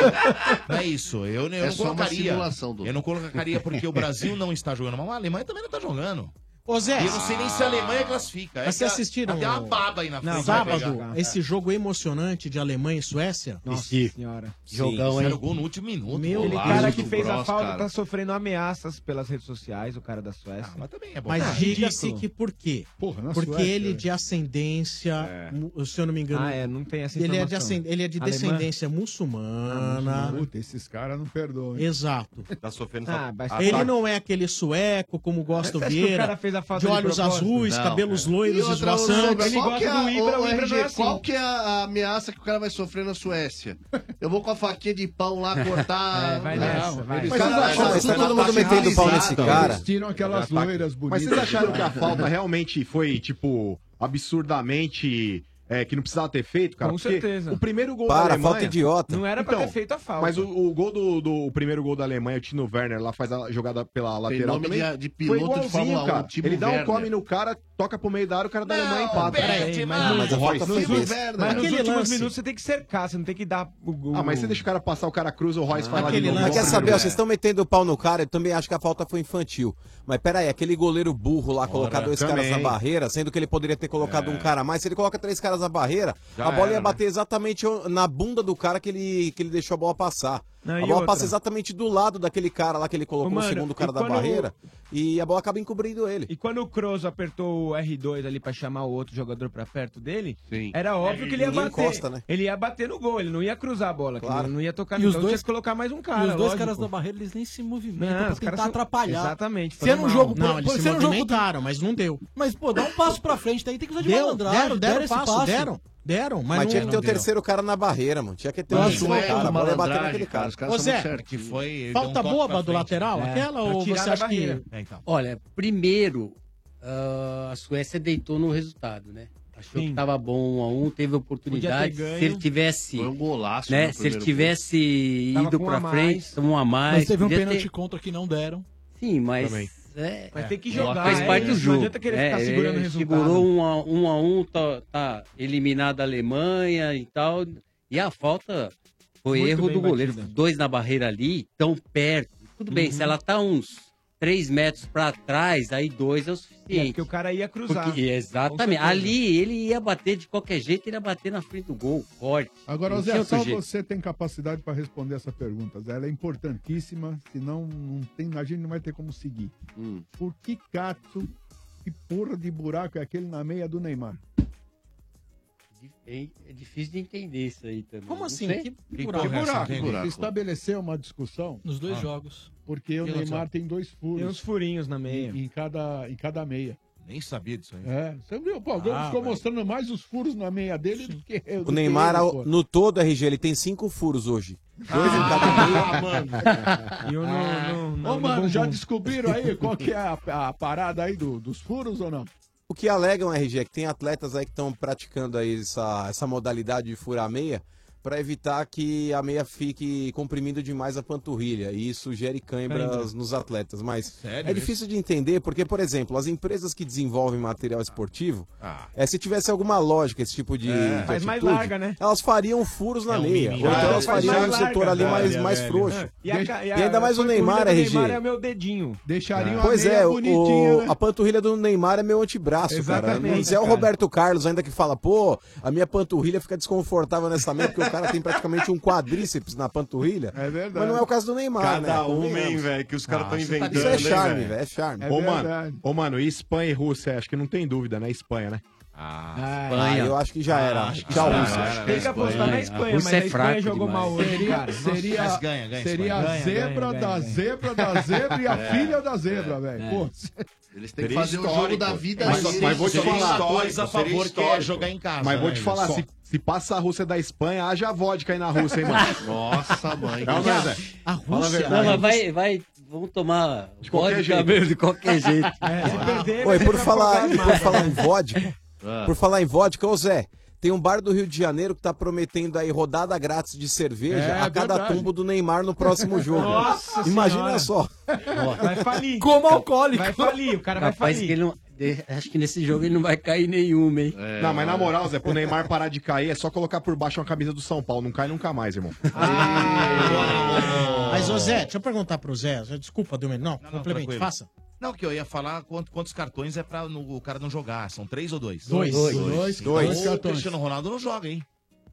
Speaker 2: Não é isso. Eu, eu
Speaker 15: É
Speaker 2: não
Speaker 15: só uma
Speaker 2: colocaria.
Speaker 15: simulação, Dudu.
Speaker 2: eu não colocaria porque o Brasil não está jogando mal. A Alemanha também não está jogando.
Speaker 7: Ô, Zé.
Speaker 2: E eu não sei nem se a Alemanha classifica. É
Speaker 7: Mas vocês
Speaker 2: que a-
Speaker 7: assistiram?
Speaker 2: Até uma baba aí na frente.
Speaker 7: Não,
Speaker 2: vai
Speaker 7: sábado,
Speaker 2: pegar.
Speaker 7: esse jogo emocionante de Alemanha e Suécia.
Speaker 17: Nossa senhora. Jogão,
Speaker 2: Fizeram
Speaker 17: hein?
Speaker 2: gol no último minuto.
Speaker 7: Meu
Speaker 17: Aquele
Speaker 7: Deus.
Speaker 17: cara que fez a
Speaker 7: Gross,
Speaker 17: falta
Speaker 7: cara.
Speaker 17: tá sofrendo ameaças pelas redes sociais, o cara da Suécia.
Speaker 2: mas também é
Speaker 7: Mas diga-se que por quê?
Speaker 17: Porra, na
Speaker 7: Porque
Speaker 17: Suécia,
Speaker 7: ele é
Speaker 17: velho.
Speaker 7: de ascendência, mu- se eu não me engano.
Speaker 17: Ah, é, não tem essa
Speaker 7: ele é, de
Speaker 17: informação.
Speaker 7: ascend- ele é de
Speaker 17: Alemã? Ah,
Speaker 7: descendência muçulmana.
Speaker 11: Puta, esses caras não perdoam. hein?
Speaker 7: Exato.
Speaker 10: Tá sofrendo
Speaker 17: Ah, mas
Speaker 11: ataque.
Speaker 7: Ele não é aquele sueco como gosta é o
Speaker 17: Você acha que o
Speaker 7: Vieira,
Speaker 17: cara fez a falta
Speaker 7: de
Speaker 17: de
Speaker 7: olhos
Speaker 17: propósito?
Speaker 7: azuis,
Speaker 17: Não,
Speaker 16: é.
Speaker 7: cabelos
Speaker 17: cara.
Speaker 7: loiros,
Speaker 17: E outra,
Speaker 7: esvoaçantes.
Speaker 17: Ele
Speaker 15: Qual que, é
Speaker 17: gosta um
Speaker 15: a,
Speaker 17: do Ibra,
Speaker 15: ô,
Speaker 17: o Ibra
Speaker 15: RG,
Speaker 17: não é assim.
Speaker 15: qual que é a ameaça que o cara vai sofrer na Suécia? Eu vou com a faquinha de pão lá cortar.
Speaker 17: É, vai nessa, vai.
Speaker 15: Eles-
Speaker 17: Mas vocês
Speaker 15: Cara,
Speaker 17: acham-
Speaker 15: tá
Speaker 17: vocês estão
Speaker 15: sendo
Speaker 17: todo mundo metendo
Speaker 15: ataque
Speaker 6: pau
Speaker 15: realizado.
Speaker 6: nesse cara?
Speaker 11: Eles tiram aquelas
Speaker 6: Ataque.
Speaker 11: loiras bonitas.
Speaker 6: Mas vocês acharam
Speaker 17: né?
Speaker 6: que a falta realmente foi, tipo, absurdamente. é, que não precisava ter feito, cara?
Speaker 17: Com
Speaker 6: Porque
Speaker 17: certeza.
Speaker 6: O primeiro gol
Speaker 13: Para,
Speaker 6: da Alemanha...
Speaker 13: falta idiota.
Speaker 17: Não era pra ter feito a
Speaker 13: Ah,
Speaker 17: falta.
Speaker 6: Então, Mas o, o gol do, do- o primeiro gol da Alemanha, o Tino Werner, lá faz a jogada pela lateral
Speaker 15: nome
Speaker 6: também.
Speaker 15: de- de piloto
Speaker 6: foi
Speaker 15: de
Speaker 6: igualzinho,
Speaker 15: Fórmula 1,
Speaker 6: cara.
Speaker 15: Timo
Speaker 6: Ele dá um
Speaker 15: Werner.
Speaker 6: come no cara, toca pro meio da área, o cara da Alemanha empata.
Speaker 17: Peraí, mas no-
Speaker 6: Mas a falta foi
Speaker 15: é
Speaker 17: nos últimos-
Speaker 6: besta.
Speaker 15: né?
Speaker 17: mas nos
Speaker 6: Aquele
Speaker 17: últimos
Speaker 6: lance-
Speaker 17: minutos você tem que cercar, você não tem que dar o gol.
Speaker 6: Ah, mas você deixa o Ah. cara passar, o cara cruza, o Royce vai lá de
Speaker 13: Aquele É
Speaker 6: novo.
Speaker 13: Mas
Speaker 6: Gol
Speaker 13: quer saber, ó,
Speaker 6: primeiro.
Speaker 13: vocês estão metendo o pau no cara, eu também acho que a falta foi infantil. Mas peraí, aquele goleiro burro lá, colocar dois
Speaker 6: também. É.
Speaker 13: caras na barreira, sendo que ele poderia ter colocado um cara a mais, se ele coloca três caras na barreira,
Speaker 6: Já
Speaker 13: a bola
Speaker 6: era,
Speaker 13: ia
Speaker 6: né?
Speaker 13: bater exatamente o- na bunda do cara que ele, que ele deixou a bola passar.
Speaker 17: Não,
Speaker 13: a
Speaker 17: e
Speaker 13: bola
Speaker 17: outra?
Speaker 13: passa exatamente do lado daquele cara lá que ele colocou,
Speaker 17: Ô, mano,
Speaker 13: o segundo cara
Speaker 17: e
Speaker 13: da
Speaker 17: quando-
Speaker 13: barreira, e a bola acaba encobrindo ele.
Speaker 17: E quando o Kroos apertou o R2 ali pra chamar o outro jogador pra perto dele, era óbvio que ele ia
Speaker 13: É, Ninguém
Speaker 17: bater.
Speaker 13: encosta, né?
Speaker 17: Ele ia bater no gol, ele não ia cruzar a bola, que
Speaker 13: Claro.
Speaker 17: não ia tocar
Speaker 20: E
Speaker 17: no
Speaker 20: os
Speaker 17: gol,
Speaker 20: dois-
Speaker 17: tinha que colocar mais um cara.
Speaker 20: e os dois
Speaker 17: lógico.
Speaker 20: caras da barreira, eles nem se movimentam
Speaker 17: Não,
Speaker 20: pra
Speaker 17: os
Speaker 20: tentar
Speaker 17: caras são-
Speaker 20: atrapalhar.
Speaker 17: Exatamente,
Speaker 20: Se é
Speaker 17: fazendo
Speaker 20: num jogo...
Speaker 7: Não, eles
Speaker 20: se
Speaker 7: se
Speaker 20: é num jogo
Speaker 7: movimentaram, mas não deu.
Speaker 20: Mas, pô, dá um passo pra frente, daí tem que usar de
Speaker 7: Deu,
Speaker 20: malandragem.
Speaker 7: deram, deram
Speaker 20: esse
Speaker 7: passo, deram. Deram, mas,
Speaker 13: Mas,
Speaker 7: não-
Speaker 13: tinha que ter
Speaker 7: não
Speaker 13: o
Speaker 7: deu.
Speaker 13: terceiro cara na barreira, mano. Tinha que ter
Speaker 7: Nossa,
Speaker 13: um último
Speaker 7: é,
Speaker 13: cara. A bola ia bater
Speaker 7: malandragem,
Speaker 13: naquele cara.
Speaker 7: cara, os caras Ô, são Zé, certinhos.
Speaker 2: que foi.
Speaker 16: um
Speaker 7: Falta boba do lateral,
Speaker 14: É.
Speaker 7: aquela?
Speaker 14: Pra
Speaker 7: Ou
Speaker 14: tirar
Speaker 7: você
Speaker 14: da
Speaker 7: acha que. É, então.
Speaker 14: barreira. Olha, primeiro, ah, a Suécia deitou no resultado, né? Achou que tava bom um a um, teve oportunidade.
Speaker 16: Podia ter ganho.
Speaker 14: Se ele tivesse.
Speaker 16: Foi um golaço
Speaker 14: né?
Speaker 16: no
Speaker 14: Se ele
Speaker 16: primeiro
Speaker 14: tivesse
Speaker 20: Tava
Speaker 14: ido
Speaker 20: com um
Speaker 14: pra
Speaker 20: a mais.
Speaker 14: frente, tomou um a mais.
Speaker 20: Mas teve um
Speaker 14: podia ter-
Speaker 20: pênalti contra que não deram.
Speaker 14: Sim, mas.
Speaker 20: Também.
Speaker 14: É,
Speaker 20: Mas
Speaker 14: é.
Speaker 20: tem que
Speaker 14: Ela
Speaker 20: jogar,
Speaker 14: Faz
Speaker 20: é
Speaker 14: parte
Speaker 20: isso,
Speaker 14: do
Speaker 20: não
Speaker 14: jogo. É,
Speaker 20: adianta querer ficar segurando o
Speaker 14: ele
Speaker 20: resultado.
Speaker 14: Segurou um a um, a um tá, tá eliminado a Alemanha e tal. E a falta foi
Speaker 16: Muito
Speaker 14: erro
Speaker 16: bem
Speaker 14: do goleiro.
Speaker 16: batida.
Speaker 14: Dois na barreira ali, tão perto. Tudo bem,
Speaker 17: Uhum.
Speaker 14: se ela tá uns três metros pra trás, aí dois é o
Speaker 17: É,
Speaker 14: suficiente.
Speaker 17: porque o cara ia cruzar.
Speaker 14: Porque- exatamente.
Speaker 17: Com certeza.
Speaker 14: Ali ele ia bater de qualquer jeito, ele ia bater na frente do gol. Corte.
Speaker 11: Agora,
Speaker 14: Não
Speaker 11: Zé,
Speaker 14: tinha outro
Speaker 11: só
Speaker 14: jeito.
Speaker 11: você tem capacidade para responder essa pergunta, Zé. Ela é importantíssima, senão não tem, a gente não vai ter como seguir. Por que Cato, que porra de buraco é aquele na meia do Neymar?
Speaker 14: É, é difícil de entender isso aí também.
Speaker 11: Como
Speaker 14: Não
Speaker 11: assim?
Speaker 14: sei.
Speaker 11: Que buraco? Que buraco? Estabeleceu uma discussão
Speaker 20: Nos dois
Speaker 11: Ah.
Speaker 20: jogos.
Speaker 11: Porque o
Speaker 20: Que
Speaker 11: Neymar
Speaker 20: relação?
Speaker 11: tem dois furos.
Speaker 20: Tem uns
Speaker 11: furinhos na meia. Em, em cada, em cada meia.
Speaker 2: Nem sabia disso aí.
Speaker 11: É, você viu? Pô, o Gomes
Speaker 2: Ah,
Speaker 11: ficou
Speaker 2: mas-
Speaker 11: mostrando mais os furos na meia dele do que do
Speaker 13: O
Speaker 11: que
Speaker 13: Neymar,
Speaker 11: ele,
Speaker 13: ao-
Speaker 11: pô.
Speaker 13: no todo, RG, ele tem cinco furos hoje.
Speaker 16: Ah,
Speaker 13: Dois em cada um. meia.
Speaker 11: E eu não,
Speaker 13: não-
Speaker 11: Ah, Ô,
Speaker 13: no
Speaker 11: mano,
Speaker 13: bumbum.
Speaker 11: já descobriram aí qual que é a, a parada aí do- dos furos ou não?
Speaker 13: O que alegam, RG, é que tem atletas aí que estão praticando aí essa, essa modalidade de furar a meia para evitar que a meia fique comprimindo demais a panturrilha. E isso gere cãibras
Speaker 16: Cãibra.
Speaker 13: nos atletas. Mas
Speaker 16: Sério
Speaker 13: é
Speaker 16: isso?
Speaker 13: difícil de entender porque, por exemplo, as empresas que desenvolvem material esportivo, é, se tivesse alguma lógica esse tipo de.
Speaker 16: Ah. É.
Speaker 13: de
Speaker 16: Faz mais
Speaker 13: atitude,
Speaker 16: larga, né?
Speaker 13: Elas fariam furos na
Speaker 16: É um
Speaker 13: meia. Ou
Speaker 16: mimimi.
Speaker 13: então elas
Speaker 16: Faz mais
Speaker 13: fariam um
Speaker 16: larga,
Speaker 13: setor
Speaker 11: É
Speaker 13: ali
Speaker 16: velho,
Speaker 13: mais,
Speaker 16: velho.
Speaker 13: mais frouxo.
Speaker 16: Ah,
Speaker 13: E,
Speaker 16: e a ca- e a-
Speaker 13: ainda mais o
Speaker 17: a panturrilha
Speaker 13: Neymar,
Speaker 17: do
Speaker 13: RG.
Speaker 17: Neymar é o meu dedinho.
Speaker 11: Deixariam
Speaker 13: Pois é, o-
Speaker 17: bonitinha, né?
Speaker 13: a panturrilha do Neymar é meu antebraço, cara.
Speaker 17: Exatamente,
Speaker 13: Não é o
Speaker 17: cara.
Speaker 13: Roberto Carlos ainda que fala, pô, a minha panturrilha fica desconfortável nessa mesa porque o cara tem praticamente um quadríceps na panturrilha. É
Speaker 11: verdade.
Speaker 13: Mas não é o caso do Neymar, né?
Speaker 10: Cada um, hein,
Speaker 13: Convenhamos.
Speaker 10: velho, que os caras
Speaker 13: Ah,
Speaker 10: estão
Speaker 13: você tá-
Speaker 10: inventando.
Speaker 13: Isso é
Speaker 6: né,
Speaker 10: hein,
Speaker 13: charme, velho, é charme.
Speaker 10: ô, mano, ô, mano, e Espanha e Rússia? Acho que não tem dúvida, né? Espanha, né?
Speaker 13: Ah, Espanha. eu acho que já era. Acho
Speaker 6: Ah,
Speaker 13: que já era, acho que Tem que apostar na Espanha,
Speaker 6: é
Speaker 17: mas a Espanha jogou mal hoje,
Speaker 11: Seria,
Speaker 17: cara. Nossa,
Speaker 11: seria,
Speaker 17: mas ganha, ganha,
Speaker 11: seria
Speaker 17: Espanha.
Speaker 11: a
Speaker 17: Ganha,
Speaker 11: zebra
Speaker 17: ganha,
Speaker 11: da
Speaker 17: ganha, ganha.
Speaker 11: zebra da zebra e a
Speaker 17: É,
Speaker 11: filha da zebra, velho.
Speaker 17: é.
Speaker 11: Pô,
Speaker 15: Eles
Speaker 11: têm que
Speaker 10: Seria
Speaker 11: fazer o jogo
Speaker 10: histórico.
Speaker 11: da vida
Speaker 10: mas,
Speaker 11: deles.
Speaker 10: Mas vou te
Speaker 11: Seria
Speaker 10: falar,
Speaker 11: histórico,
Speaker 10: coisa a
Speaker 11: seria
Speaker 10: favor que é
Speaker 11: histórico.
Speaker 10: jogar em
Speaker 7: Tá,
Speaker 10: casa.
Speaker 6: Mas vou
Speaker 10: né,
Speaker 6: te falar,
Speaker 10: só.
Speaker 6: se, se passa a Rússia da Espanha, haja vodka aí na Rússia, hein, mano?
Speaker 16: Nossa, mãe.
Speaker 6: É o Zé.
Speaker 14: A
Speaker 6: Fala a
Speaker 14: Rússia.
Speaker 6: verdade.
Speaker 14: Não, mas vai, vai, vão tomar de
Speaker 6: qualquer jeito.
Speaker 14: de qualquer jeito.
Speaker 13: Oi, por falar,
Speaker 14: qualquer
Speaker 13: por
Speaker 14: marca,
Speaker 13: falar
Speaker 14: né?
Speaker 13: em vodka,
Speaker 14: Ah.
Speaker 13: por falar em vodka, ô Zé, tem um bar do Rio de Janeiro que tá prometendo aí rodada grátis de cerveja
Speaker 16: É,
Speaker 13: a cada
Speaker 16: verdade.
Speaker 13: tumbo do Neymar no próximo jogo.
Speaker 16: Nossa
Speaker 13: Imagina
Speaker 16: Senhora.
Speaker 13: só.
Speaker 6: É,
Speaker 17: Vai falir.
Speaker 13: Como alcoólico.
Speaker 17: Vai falir, o cara vai
Speaker 14: Rapaz,
Speaker 17: falir.
Speaker 14: que ele não- de- acho que nesse jogo ele não vai cair nenhuma, hein?
Speaker 7: É.
Speaker 6: Não, mas na moral, Zé, pro Neymar parar de cair, é só colocar por baixo uma camisa do São Paulo. Não cai nunca mais, irmão.
Speaker 7: Ah, Mas, ô Zé, deixa eu perguntar pro Zé. Zé, Desculpa, Domênio. Não,
Speaker 2: Não, não,
Speaker 7: complemente,
Speaker 2: tranquilo.
Speaker 7: faça.
Speaker 2: Não, que eu ia falar quanto- quantos cartões é pra no- o cara não jogar. São três ou dois?
Speaker 7: Dois. Dois. Dois.
Speaker 2: Então,
Speaker 7: Dois
Speaker 2: o
Speaker 7: cartões.
Speaker 2: Cristiano Ronaldo não joga, hein?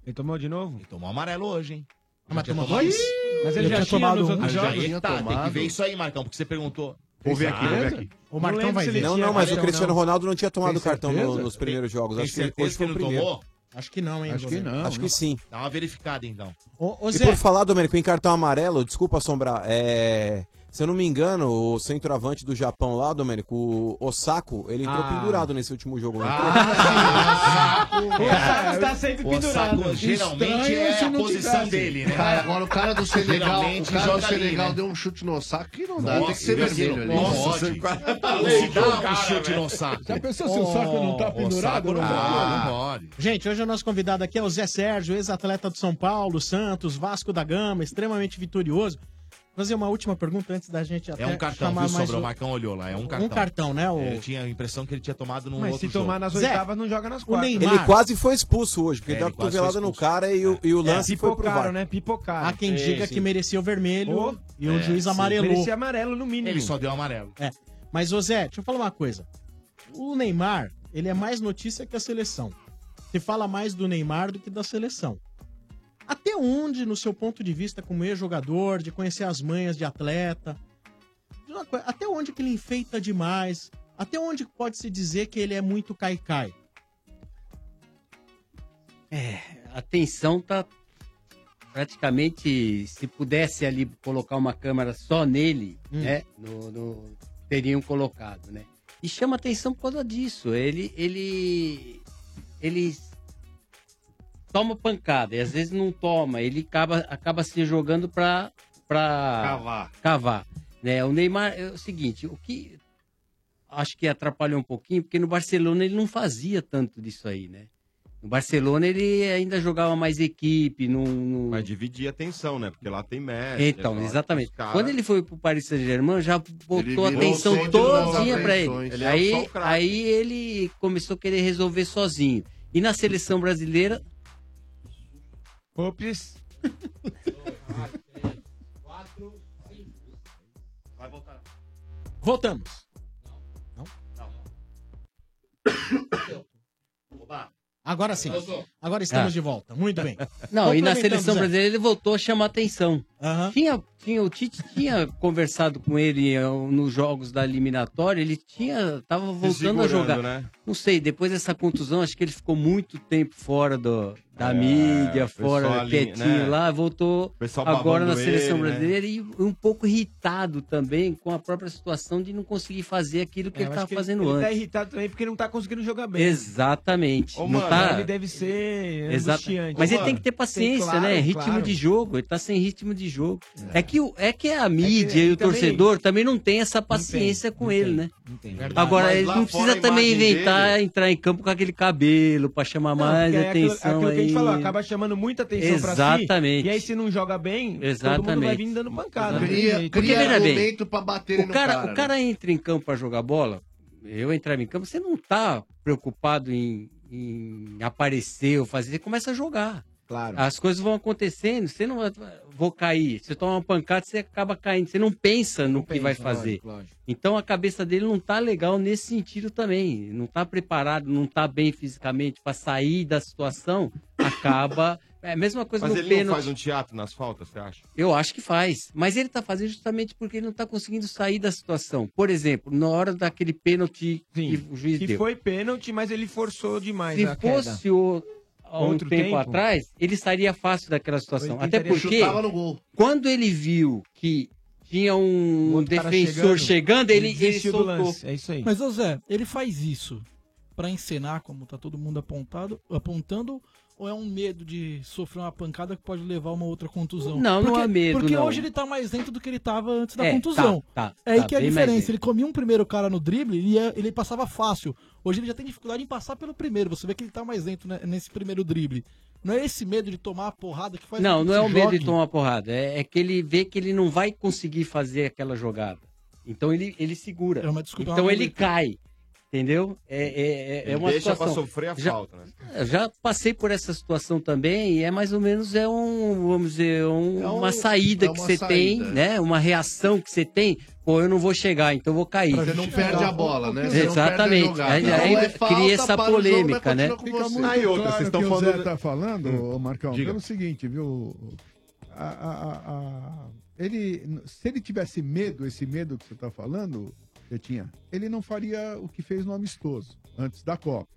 Speaker 17: Ele tomou de novo?
Speaker 2: Ele tomou amarelo hoje, hein?
Speaker 7: Ah, mas
Speaker 2: Já tinha
Speaker 7: tomou
Speaker 2: tomado-
Speaker 7: dois? Mas ele Eu já tinha tinha tomado nos um. outros
Speaker 2: Ah, já
Speaker 7: jogos.
Speaker 2: ia- tá,
Speaker 7: Tinha
Speaker 2: tem que
Speaker 7: tomado.
Speaker 2: ver isso aí, Marcão, porque você perguntou.
Speaker 13: Vou ver aqui, vou ver aqui.
Speaker 7: O Marcão vai ver.
Speaker 13: Não, não, mas o Cristiano Ronaldo não tinha tomado cartão no- nos
Speaker 2: Tem-
Speaker 13: primeiros jogos.
Speaker 2: Tem
Speaker 13: Acho que
Speaker 2: certeza
Speaker 13: hoje
Speaker 2: que
Speaker 13: foi
Speaker 2: ele
Speaker 13: o
Speaker 2: não
Speaker 13: primeiro.
Speaker 2: tomou?
Speaker 7: Acho que não, hein,
Speaker 13: Acho que não. Acho que sim.
Speaker 2: Dá uma verificada, então.
Speaker 7: Ô, ô
Speaker 13: E
Speaker 7: Zé,
Speaker 13: por falar, Domênico, em cartão amarelo, desculpa assombrar, é... se eu não me engano, o centroavante do Japão lá, Domênico, o Osako, ele entrou
Speaker 16: Ah.
Speaker 13: pendurado nesse último jogo. né? não entrou?
Speaker 16: Osaka
Speaker 17: está Tá sempre
Speaker 16: o Osaka
Speaker 13: pendurado.
Speaker 16: geralmente
Speaker 13: Estranho
Speaker 16: é
Speaker 13: se
Speaker 16: a
Speaker 13: não
Speaker 16: posição
Speaker 13: tivesse.
Speaker 16: dele, né?
Speaker 15: Cara, agora o cara do Senegal, o
Speaker 16: Geralmente
Speaker 15: cara do
Speaker 16: joga ali,
Speaker 15: Senegal
Speaker 16: né?
Speaker 15: deu um chute no saco que não
Speaker 16: Nossa,
Speaker 15: dá,
Speaker 16: um
Speaker 15: tem que ser
Speaker 16: deve ser
Speaker 15: vermelho ali.
Speaker 16: louco. Nossa,
Speaker 15: Não pode.
Speaker 2: Se dá um chute no saco.
Speaker 11: Já pensou se o saco não tá pendurado?
Speaker 2: não
Speaker 11: Ah.
Speaker 2: pode.
Speaker 7: Gente, hoje o nosso convidado aqui é o Zé Sérgio, ex-atleta do São Paulo, Santos, Vasco da Gama, extremamente vitorioso. Vou fazer uma última pergunta antes da gente Tá até
Speaker 2: É um cartão,
Speaker 7: chamar
Speaker 2: viu,
Speaker 7: mais
Speaker 2: Sobrou?
Speaker 7: o-
Speaker 2: O Marcão olhou lá, é um cartão.
Speaker 7: cartão, né, o-
Speaker 2: Eu tinha a impressão que ele tinha tomado num
Speaker 17: Mas
Speaker 2: um outro
Speaker 17: se tomar
Speaker 2: jogo.
Speaker 17: nas
Speaker 2: Zé,
Speaker 17: oitavas, não joga nas
Speaker 13: O
Speaker 17: quartas.
Speaker 13: Neymar. Ele quase foi expulso hoje, porque
Speaker 17: É,
Speaker 13: deu uma
Speaker 17: ele quase
Speaker 13: cotovelada
Speaker 17: foi
Speaker 13: no
Speaker 17: expulso.
Speaker 13: cara e o, e o
Speaker 17: É,
Speaker 13: lance foi pro
Speaker 17: pipocaram,
Speaker 13: VAR.
Speaker 17: né? Pipocaram.
Speaker 7: Há quem
Speaker 17: Sim,
Speaker 7: diga
Speaker 17: sim.
Speaker 7: que mereceu vermelho
Speaker 17: Ô,
Speaker 7: e o
Speaker 17: é,
Speaker 7: juiz
Speaker 17: sim.
Speaker 7: amarelou.
Speaker 17: Merecia amarelo no mínimo.
Speaker 2: Ele só deu amarelo.
Speaker 7: É. Mas, ô Zé, deixa eu falar uma coisa. O Neymar, ele é mais notícia que a seleção. Se fala mais do Neymar do que da seleção. Até onde, no seu ponto de vista como ex-jogador, de conhecer as manhas de atleta, diz uma coisa, até onde que ele enfeita demais? Até onde pode-se dizer que ele é muito caicai?
Speaker 14: É, a tensão tá praticamente, se pudesse ali colocar uma câmera só nele,
Speaker 16: Hum.
Speaker 14: né, no, no- teriam colocado, né? E chama atenção por causa disso. Ele, ele, ele toma pancada e às vezes não toma, ele acaba, acaba se jogando pra, pra
Speaker 15: Cavar.
Speaker 14: cavar. Né? O Neymar é o seguinte, o que acho que atrapalhou um pouquinho, porque no Barcelona ele não fazia tanto disso aí, né? No Barcelona ele ainda jogava mais equipe, não, não-
Speaker 10: Mas dividir a atenção, né? Porque lá tem média.
Speaker 14: Então,
Speaker 10: lá
Speaker 14: exatamente.
Speaker 10: tem os caras.
Speaker 14: Quando ele foi pro Paris Saint-Germain, já botou a
Speaker 10: virou
Speaker 14: atenção
Speaker 10: o centro
Speaker 14: todinha
Speaker 10: das
Speaker 14: pra ele.
Speaker 10: atenções. Ele é só
Speaker 14: aí,
Speaker 10: o craque.
Speaker 14: aí ele começou a querer resolver sozinho. E na seleção brasileira.
Speaker 17: Ops.
Speaker 10: Vai voltar.
Speaker 7: Voltamos. Agora sim. Agora estamos
Speaker 9: É.
Speaker 14: Ah.
Speaker 7: de volta. Muito bem.
Speaker 14: Não, e na
Speaker 10: então,
Speaker 7: Complementando,
Speaker 14: seleção
Speaker 7: Zé.
Speaker 14: brasileira ele voltou a chamar atenção. Tinha, tinha, o Tite tinha conversado com ele eh, nos jogos da eliminatória, ele tinha. tava voltando a
Speaker 10: segurando,
Speaker 14: jogar.
Speaker 10: né?
Speaker 14: Não sei, depois dessa contusão, acho que ele ficou muito tempo fora do, da mídia,
Speaker 10: pessoal
Speaker 14: fora
Speaker 10: É, ali,
Speaker 14: quietinho
Speaker 10: né?
Speaker 14: lá, voltou
Speaker 10: pessoal
Speaker 14: agora na
Speaker 10: babando
Speaker 14: seleção
Speaker 10: ele, né?
Speaker 14: brasileira e um pouco irritado também com a própria situação de não conseguir fazer aquilo que
Speaker 17: É, eu
Speaker 14: ele
Speaker 17: acho
Speaker 14: estava
Speaker 17: que
Speaker 14: fazendo
Speaker 17: ele, Ele tá
Speaker 14: antes.
Speaker 17: irritado também porque não tá conseguindo jogar bem.
Speaker 14: Exatamente.
Speaker 17: Ô,
Speaker 14: não
Speaker 17: mano,
Speaker 14: tá...
Speaker 17: Ele deve ser
Speaker 14: Exato.
Speaker 17: angustiante.
Speaker 14: Mas
Speaker 17: Ô,
Speaker 14: ele tem
Speaker 17: mano,
Speaker 14: que ter paciência,
Speaker 17: claro,
Speaker 14: né? Ritmo
Speaker 17: claro.
Speaker 14: de jogo, ele tá sem ritmo de jogo. É, que, o- é que a mídia e
Speaker 17: ele
Speaker 14: o
Speaker 17: também-
Speaker 14: torcedor também não tem essa paciência com ele, né?
Speaker 17: Verdade.
Speaker 14: Agora,
Speaker 17: Mas
Speaker 14: ele
Speaker 17: lá
Speaker 14: não
Speaker 17: fora
Speaker 14: precisa
Speaker 17: a
Speaker 14: também
Speaker 17: imagem
Speaker 14: inventar entrar em campo com aquele cabelo pra chamar
Speaker 17: Não,
Speaker 14: mais
Speaker 17: porque é aquilo-
Speaker 14: atenção.
Speaker 17: aquilo que a gente falou,
Speaker 14: ainda.
Speaker 17: acaba chamando muita atenção pra si.
Speaker 14: Exatamente.
Speaker 17: E aí, se não joga bem, todo mundo vai
Speaker 14: Exatamente.
Speaker 17: vir dando pancada.
Speaker 14: Cria-
Speaker 17: Porque,
Speaker 14: cria
Speaker 17: veja bem,
Speaker 14: argumento
Speaker 15: pra bater
Speaker 14: o cara,
Speaker 17: né?
Speaker 14: o
Speaker 17: é
Speaker 14: cara entra em campo pra jogar bola, eu entrava em campo, você não tá preocupado em, em aparecer ou fazer, você começa a jogar.
Speaker 7: Claro.
Speaker 14: As coisas vão acontecendo, você não vai- vou cair, você toma uma pancada, você acaba caindo, você não pensa no que vai fazer. Então a cabeça dele não tá legal nesse sentido também, não tá preparado, não tá bem fisicamente pra sair da situação, acaba é a mesma coisa
Speaker 10: Mas
Speaker 14: no
Speaker 10: ele
Speaker 14: pênalti.
Speaker 10: não faz um teatro nas faltas, você acha?
Speaker 14: Eu acho que faz. Mas ele tá fazendo justamente porque ele não tá conseguindo sair da situação. Por exemplo, na hora daquele pênalti que o juiz
Speaker 17: que
Speaker 14: deu.
Speaker 17: foi pênalti, mas ele forçou demais
Speaker 14: Se
Speaker 17: a
Speaker 14: fosse
Speaker 17: queda.
Speaker 14: o, há um
Speaker 17: Outro
Speaker 14: tempo,
Speaker 17: tempo?
Speaker 14: atrás, ele estaria fácil daquela situação.
Speaker 17: Ele
Speaker 14: Até
Speaker 17: estaria-
Speaker 14: porque,
Speaker 17: Chutava no gol.
Speaker 14: quando ele viu que tinha um
Speaker 17: cara
Speaker 14: defensor chegando, ele, ele,
Speaker 17: desistiu do
Speaker 14: soltou.
Speaker 17: lance, é isso aí.
Speaker 20: Mas, ô Zé, ele faz isso pra encenar, como tá todo mundo apontado, apontando, ou é um medo de sofrer uma pancada que pode levar a uma outra contusão?
Speaker 14: Não, não
Speaker 20: porque,
Speaker 14: há medo,
Speaker 20: Porque
Speaker 14: não.
Speaker 20: hoje ele tá mais lento do que ele tava antes da
Speaker 14: É,
Speaker 20: contusão.
Speaker 14: tá, tá,
Speaker 20: é aí
Speaker 14: tá
Speaker 20: que é a
Speaker 14: bem mais
Speaker 20: diferença.
Speaker 14: lento.
Speaker 20: Ele comia um primeiro cara no drible e ia- ele passava fácil. Hoje ele já tem dificuldade em passar pelo primeiro. Você vê que ele tá mais lento né, nesse primeiro drible. Não é esse medo de tomar a porrada que faz
Speaker 14: Não,
Speaker 20: com que
Speaker 14: não é
Speaker 20: se
Speaker 14: o medo
Speaker 20: jogue?
Speaker 14: de tomar porrada. É, é que ele vê que ele não vai conseguir fazer aquela jogada. Então ele, ele segura.
Speaker 20: É uma desculpa,
Speaker 14: então
Speaker 20: uma
Speaker 14: ele
Speaker 20: muleta.
Speaker 14: cai. Entendeu? É, é, é, é
Speaker 10: Ele
Speaker 14: uma
Speaker 10: deixa pra
Speaker 14: situação.
Speaker 10: sofrer a
Speaker 14: já,
Speaker 10: falta, né?
Speaker 14: Eu Já passei por essa situação também e é mais ou menos é um, vamos dizer, um-
Speaker 10: É um-
Speaker 14: uma saída
Speaker 10: é
Speaker 14: que
Speaker 10: uma
Speaker 14: você
Speaker 10: saída.
Speaker 14: tem, né? Uma reação que você tem. Pô, eu não vou chegar, então eu vou cair.
Speaker 15: Você não perde a bola, né? Você não perde a
Speaker 14: Exatamente.
Speaker 15: jogada.
Speaker 14: Aí,
Speaker 15: Então
Speaker 14: aí
Speaker 15: é falta,
Speaker 14: cria essa
Speaker 15: para o jogo,
Speaker 14: polêmica,
Speaker 15: vai
Speaker 14: né?
Speaker 15: continuar com você.
Speaker 11: Muito
Speaker 15: Aí outra,
Speaker 11: claro
Speaker 15: vocês estão
Speaker 11: que o Zé
Speaker 15: falando- Hum,
Speaker 11: tá falando, ô Marcão,
Speaker 15: Diga.
Speaker 11: pelo seguinte, viu? A- a- a- a- ele, se ele tivesse medo, esse medo que você tá falando, Betinha, ele não faria o que fez no amistoso, antes da Copa.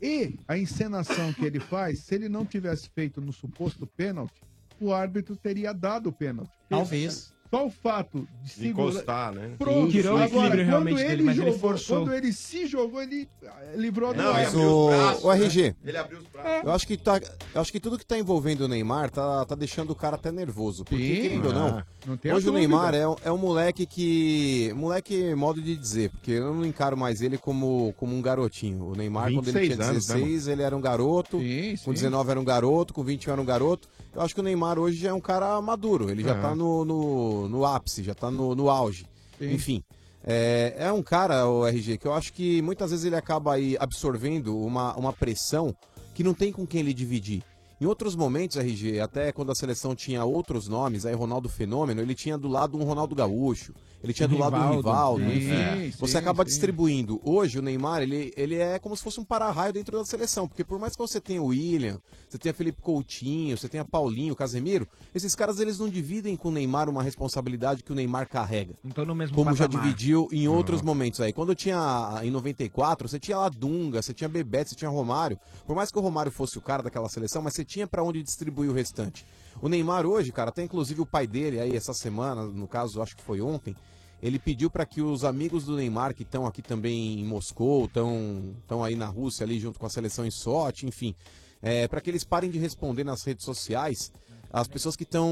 Speaker 11: E a encenação que ele faz, se ele não tivesse feito no suposto pênalti, o árbitro teria dado o pênalti.
Speaker 10: Talvez.
Speaker 11: Só o fato de
Speaker 10: De
Speaker 11: segura-
Speaker 10: encostar, né?
Speaker 11: Pronto.
Speaker 10: Tirou o
Speaker 11: Agora,
Speaker 10: equilíbrio
Speaker 11: quando
Speaker 10: realmente
Speaker 11: ele
Speaker 10: dele, mas ele
Speaker 11: jogou,
Speaker 10: forçou.
Speaker 11: Quando ele se jogou, ele ah, livrou do
Speaker 13: Não, mas
Speaker 11: árbitro.
Speaker 13: o, o
Speaker 11: né?
Speaker 13: RG.
Speaker 10: Ele
Speaker 11: é
Speaker 10: abriu os
Speaker 13: Eu acho que tá, eu acho que tudo que tá envolvendo o Neymar tá, tá deixando o cara até nervoso. Porque,
Speaker 11: Sim.
Speaker 13: querendo ou não,
Speaker 11: Ah, não tenha
Speaker 13: hoje o
Speaker 11: dúvida.
Speaker 13: Neymar é, um- é um moleque que, moleque é modo de dizer, porque eu não encaro mais ele como, como um garotinho. O Neymar quando ele tinha
Speaker 10: 26 anos, né,
Speaker 13: 16, ele era um garoto, com 19 era um garoto, com 21 era um garoto. Eu acho que o Neymar hoje já é um cara maduro, ele já
Speaker 10: É.
Speaker 13: tá no, no, no ápice, já tá no, no auge.
Speaker 10: Sim.
Speaker 13: Enfim. É, é um cara, o RG, que eu acho que muitas vezes ele acaba aí absorvendo uma, uma pressão que não tem com quem ele dividir. Em outros momentos, RG, até quando a seleção tinha outros nomes, aí Ronaldo Fenômeno, ele tinha do lado um Ronaldo Gaúcho, ele tinha do lado um Rivaldo,
Speaker 10: Rivaldo. Sim,
Speaker 13: enfim.
Speaker 10: é.
Speaker 13: Você
Speaker 10: sim,
Speaker 13: acaba
Speaker 10: sim.
Speaker 13: distribuindo. Hoje, o Neymar, ele, ele é como se fosse um para-raio dentro da seleção, porque por mais que você tenha o William, você tenha Felipe Coutinho, você tenha Paulinho, Casemiro, esses caras, eles não dividem com o Neymar uma responsabilidade que o Neymar carrega
Speaker 17: Então, no mesmo
Speaker 13: como já
Speaker 17: patamar.
Speaker 13: dividiu em outros momentos aí. Quando tinha ah, em 94, você tinha lá Dunga, você tinha Bebeto, você tinha Romário. Por mais que o Romário fosse o cara daquela seleção, mas você tinha pra onde distribuir o restante. O Neymar hoje, cara, até inclusive o pai dele aí essa semana, no caso, acho que foi ontem, ele pediu pra que os amigos do Neymar que estão aqui também em Moscou, estão aí na Rússia ali junto com a seleção em Sote, enfim, é, para que eles parem de responder nas redes sociais as pessoas que estão,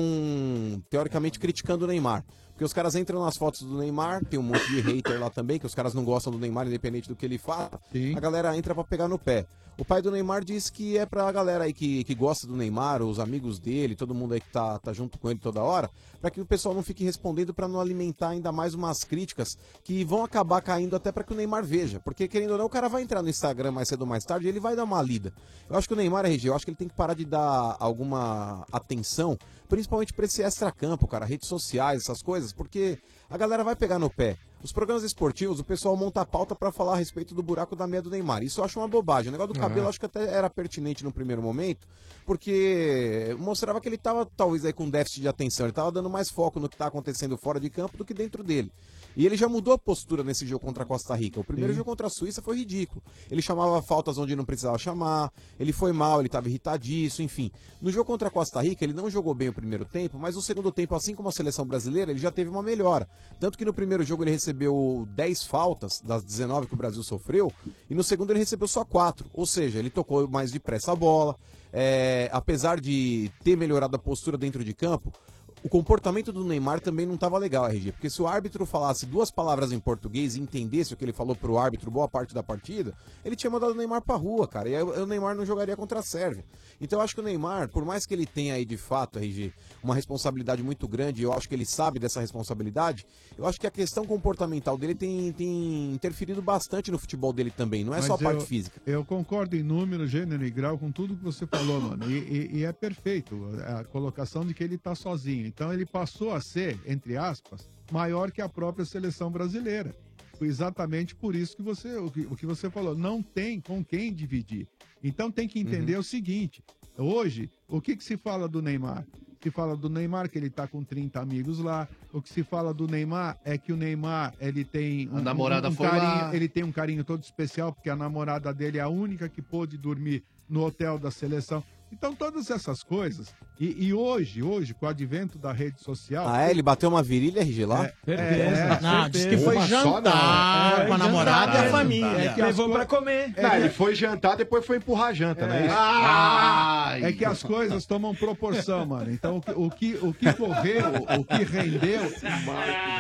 Speaker 13: teoricamente, criticando o Neymar. Porque os caras entram nas fotos do Neymar, tem um monte de hater lá também, que os caras não gostam do Neymar, independente do que ele fala. A galera entra pra pegar no pé. O pai do Neymar diz que é pra galera aí que, que gosta do Neymar, os amigos dele, todo mundo aí que tá, tá junto com ele toda hora, pra que o pessoal não fique respondendo pra não alimentar ainda mais umas críticas que vão acabar caindo até pra que o Neymar veja. Porque, querendo ou não, o cara vai entrar no Instagram mais cedo ou mais tarde e ele vai dar uma lida. Eu acho que o Neymar, RG, eu acho que ele tem que parar de dar alguma atenção principalmente para esse extracampo, cara, redes sociais, essas coisas, porque a galera vai pegar no pé. Os programas esportivos, o pessoal monta a pauta para falar a respeito do buraco da meia do Neymar. Isso eu acho uma bobagem. O negócio do cabelo eu acho que até era pertinente no primeiro momento, porque mostrava que ele tava talvez aí com déficit de atenção, ele tava dando mais foco no que tá acontecendo fora de campo do que dentro dele. E ele já mudou a postura nesse jogo contra a Costa Rica. O primeiro jogo contra a Suíça foi ridículo. Ele chamava faltas onde não precisava chamar, ele foi mal, ele estava irritadíssimo, enfim. No jogo contra a Costa Rica, ele não jogou bem o primeiro tempo, mas no segundo tempo, assim como a seleção brasileira, ele já teve uma melhora. Tanto que no primeiro jogo ele recebeu 10 faltas das 19 que o Brasil sofreu, e no segundo ele recebeu só 4. Ou seja, ele tocou mais depressa a bola. É, apesar de ter melhorado a postura dentro de campo, o comportamento do Neymar também não estava legal, RG, porque se o árbitro falasse duas palavras em português e entendesse o que ele falou pro árbitro boa parte da partida, ele tinha mandado o Neymar pra rua, cara, e aí o Neymar não jogaria contra a Sérvia. Então eu acho que o Neymar, por mais que ele tenha aí de fato, RG, uma responsabilidade muito grande, eu acho que ele sabe dessa responsabilidade, eu acho que a questão comportamental dele tem, tem interferido bastante no futebol dele também, não é só a
Speaker 11: Mas
Speaker 13: parte
Speaker 11: eu-
Speaker 13: física.
Speaker 11: Eu concordo em número, gênero e grau com tudo que você falou, mano. E, e- e é perfeito a colocação de que ele tá sozinho. Então ele passou a ser, entre aspas, maior que a própria seleção brasileira. Foi Exatamente por isso que você, o que, o que você falou, não tem com quem dividir. Então tem que entender
Speaker 13: Uhum.
Speaker 11: o seguinte: hoje, o que, que se fala do Neymar? Se fala do Neymar que ele tá com 30 amigos lá. O que se fala do Neymar é que o Neymar ele tem um,
Speaker 15: A namorada foi
Speaker 11: carinho,
Speaker 15: lá.
Speaker 11: ele tem um carinho todo especial, porque a namorada dele é a única que pôde dormir no hotel da seleção. Então, todas essas coisas. E, e hoje, hoje, com o advento da rede social.
Speaker 13: Ah, é? Ele bateu uma virilha, RG, lá? Ah,
Speaker 11: Não,
Speaker 7: diz que foi É, jantar Ah, com a namorada e a família. é Levou pra comer.
Speaker 6: Não, ele foi jantar, depois foi empurrar a janta, né? Isso?
Speaker 11: Ah, É que as coisas tomam proporção, mano. Então, o que, o que, o que correu, o que rendeu,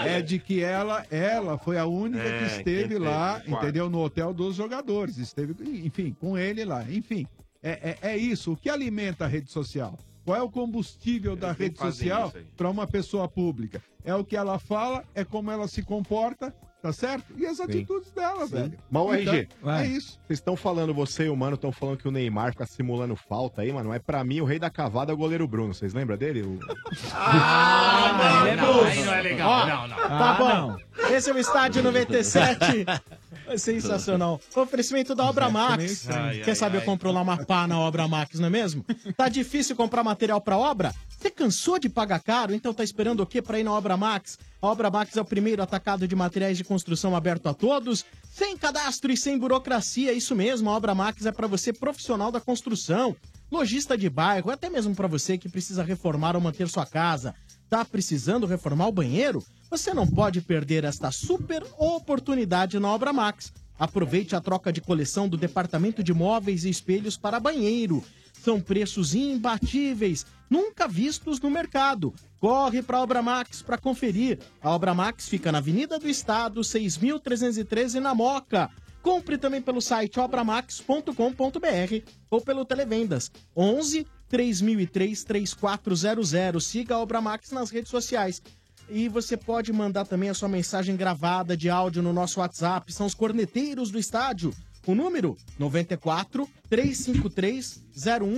Speaker 11: é de que ela, ela foi a única
Speaker 6: É,
Speaker 11: que esteve
Speaker 6: perfeito,
Speaker 11: lá,
Speaker 6: claro.
Speaker 11: entendeu? No hotel dos jogadores. Esteve, enfim, com ele lá. Enfim, é, é, é isso. O que alimenta a rede social? Qual é o combustível da
Speaker 6: sempre
Speaker 11: rede
Speaker 6: fazem
Speaker 11: social
Speaker 6: isso aí.
Speaker 11: para uma pessoa pública? É o que ela fala, é como ela se comporta, tá certo? E as atitudes dela, velho.
Speaker 6: Mas, ô,
Speaker 11: Então,
Speaker 6: RG,
Speaker 11: é isso.
Speaker 6: Vocês estão falando, você e o Mano estão falando que o Neymar fica simulando falta aí, mano. Mas pra mim, o rei da cavada é o goleiro Bruno. Vocês lembram dele? O-
Speaker 7: Ah,
Speaker 9: não,
Speaker 7: Bruno.
Speaker 9: aí não é legal,
Speaker 7: Ó,
Speaker 9: não, não.
Speaker 7: Tá
Speaker 9: Ah,
Speaker 7: bom. Esse é o Estádio 97. É Sensacional. Oferecimento da Obra Max.
Speaker 9: Ai,
Speaker 7: Quer
Speaker 9: ai,
Speaker 7: saber,
Speaker 9: ai.
Speaker 7: comprou lá uma pá na Obra Max, não é mesmo? Tá difícil comprar material pra obra? Você cansou de pagar caro? Então tá esperando o quê pra ir na Obra Max? A Obra Max é o primeiro atacado de materiais de construção aberto a todos, sem cadastro e sem burocracia. Isso mesmo, a Obra Max é pra você profissional da construção, lojista de bairro, até mesmo pra você que precisa reformar ou manter sua casa. Tá precisando reformar o banheiro? Você não pode perder esta super oportunidade na Obra Max. Aproveite a troca de coleção do departamento de móveis e espelhos para banheiro. São preços imbatíveis, nunca vistos no mercado. Corre para a Obra Max para conferir. A Obra Max fica na Avenida do Estado, 6.313 na Moca. Compre também pelo site obramax.com.br ou pelo Televendas 11 3003 3400. Siga a Obramax nas redes sociais. E você pode mandar também a sua mensagem gravada de áudio no nosso WhatsApp. São os corneteiros do estádio. O número 94 353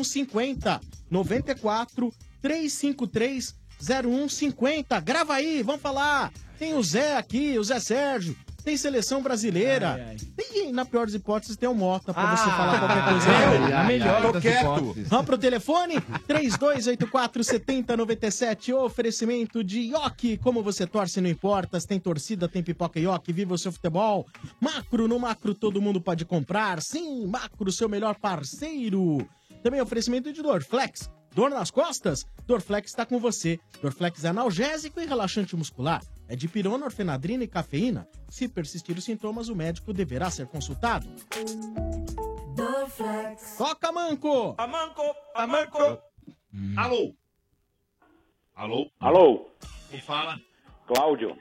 Speaker 7: 0150. 94 353 0150. Grava aí, vamos falar. Tem o Zé aqui, o Zé Sérgio. Tem seleção brasileira. Tem, na pior das hipóteses, tem o Mota pra você falar qualquer coisa.
Speaker 9: ai, ai, Ah. É, melhor
Speaker 7: Tô
Speaker 9: das
Speaker 7: quieto.
Speaker 9: hipóteses.
Speaker 7: Vamos pro telefone? 3284 7097. Oferecimento de Ioki. Como você torce, não importa. Se tem torcida, tem pipoca Ioki. Viva o seu futebol. Macro, no macro todo mundo pode comprar. Sim, macro, seu melhor parceiro. Também oferecimento de Dorflex. Dor nas costas? Dorflex está com você. Dorflex é analgésico e relaxante muscular. É de pirona, orfenadrina e cafeína. Se persistir os sintomas, o médico deverá ser consultado.
Speaker 21: Dorflex. flex.
Speaker 7: Toca, Manco! Tá
Speaker 21: Amanco, amanco.
Speaker 19: Alô? Alô?
Speaker 22: Alô?
Speaker 19: Quem fala?
Speaker 22: Cláudio.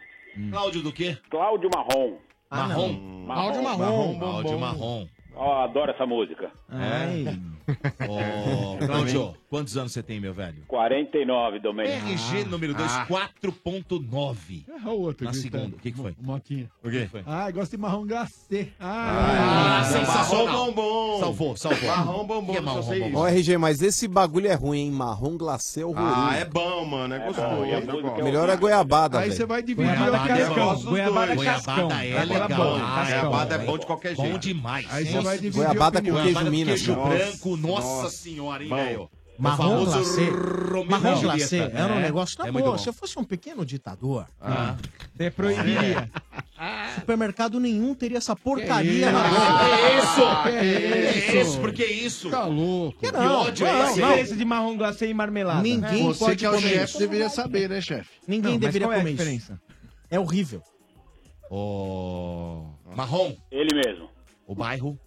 Speaker 2: Cláudio do quê? Ah,
Speaker 22: Cláudio Marrom.
Speaker 2: Marrom?
Speaker 22: Cláudio
Speaker 2: Marrom. Cláudio Marrom.
Speaker 22: Ó, adoro essa música.
Speaker 2: É? Ô, Cláudio,
Speaker 22: Tá
Speaker 2: quantos anos você tem, meu velho?
Speaker 22: 49, Domênico.
Speaker 2: RG número 2,
Speaker 22: Ah.
Speaker 2: 4.9.
Speaker 11: Erra o outro.
Speaker 2: Na
Speaker 11: aqui,
Speaker 2: segunda.
Speaker 11: então.
Speaker 2: O que, que foi?
Speaker 11: Motinha.
Speaker 2: O que foi?
Speaker 11: Ah, gosto de marrom glacê.
Speaker 2: Ah,
Speaker 11: Ah,
Speaker 2: sensacional.
Speaker 11: marrom
Speaker 2: bombom. Salvou, salvou.
Speaker 10: Marrom bombom,
Speaker 2: Que é marrom
Speaker 10: só sei
Speaker 2: bombom?
Speaker 13: Ó, RG, mas esse bagulho é ruim, hein? Marrom glacê é horroroso.
Speaker 10: Ah, é bom, mano. É gostoso.
Speaker 13: bom,
Speaker 10: É
Speaker 13: é
Speaker 10: bom.
Speaker 13: bom. Melhor é goiabada,
Speaker 10: Aí
Speaker 13: velho.
Speaker 10: você vai dividir
Speaker 13: Goiabada
Speaker 10: aqui,
Speaker 13: é
Speaker 10: ó.
Speaker 13: bom.
Speaker 10: Gosto dos
Speaker 13: Goiabada é
Speaker 10: dois.
Speaker 13: cascão.
Speaker 10: Goiabada é
Speaker 13: Goiabada é
Speaker 10: legal.
Speaker 13: bom,
Speaker 10: Ah,
Speaker 13: cascão.
Speaker 10: Goiabada é bom de qualquer
Speaker 2: Bom
Speaker 10: jeito.
Speaker 2: demais.
Speaker 10: Aí você
Speaker 2: Nossa,
Speaker 10: vai dividir
Speaker 2: goiabada com
Speaker 10: opinião.
Speaker 2: queijo
Speaker 10: Goiabada com
Speaker 2: Minas.
Speaker 10: queijo
Speaker 2: Nossa.
Speaker 10: branco, nossa
Speaker 2: Nossa.
Speaker 10: senhora, hein,
Speaker 2: Bom.
Speaker 10: velho?
Speaker 7: Marrom
Speaker 2: É famoso
Speaker 7: glacê.
Speaker 2: Romeu
Speaker 7: Marrom
Speaker 2: e Julieta.
Speaker 7: glacê era um
Speaker 2: É,
Speaker 7: negócio da
Speaker 2: é muito
Speaker 7: boa.
Speaker 2: bom.
Speaker 7: Se eu fosse um pequeno ditador,
Speaker 2: Ah.
Speaker 7: é proibiria. Supermercado nenhum teria essa porcaria
Speaker 2: isso?
Speaker 7: na é
Speaker 2: Que isso?
Speaker 17: Que né? É isso? Por
Speaker 2: que isso?
Speaker 7: Tá louco. Que
Speaker 17: Que
Speaker 7: não,
Speaker 17: ódio é
Speaker 7: não,
Speaker 17: esse?
Speaker 7: não.
Speaker 17: Diferença de marrom glacê e marmelada.
Speaker 7: Ninguém
Speaker 17: Você
Speaker 7: pode
Speaker 17: que é o
Speaker 7: comer
Speaker 17: chefe,
Speaker 7: isso.
Speaker 15: deveria saber, né, chefe?
Speaker 7: Ninguém
Speaker 17: Não, mas
Speaker 7: deveria
Speaker 17: qual é a
Speaker 7: comer
Speaker 17: diferença?
Speaker 7: isso. É horrível.
Speaker 2: Ô, Marrom.
Speaker 22: Ele mesmo.
Speaker 2: O bairro?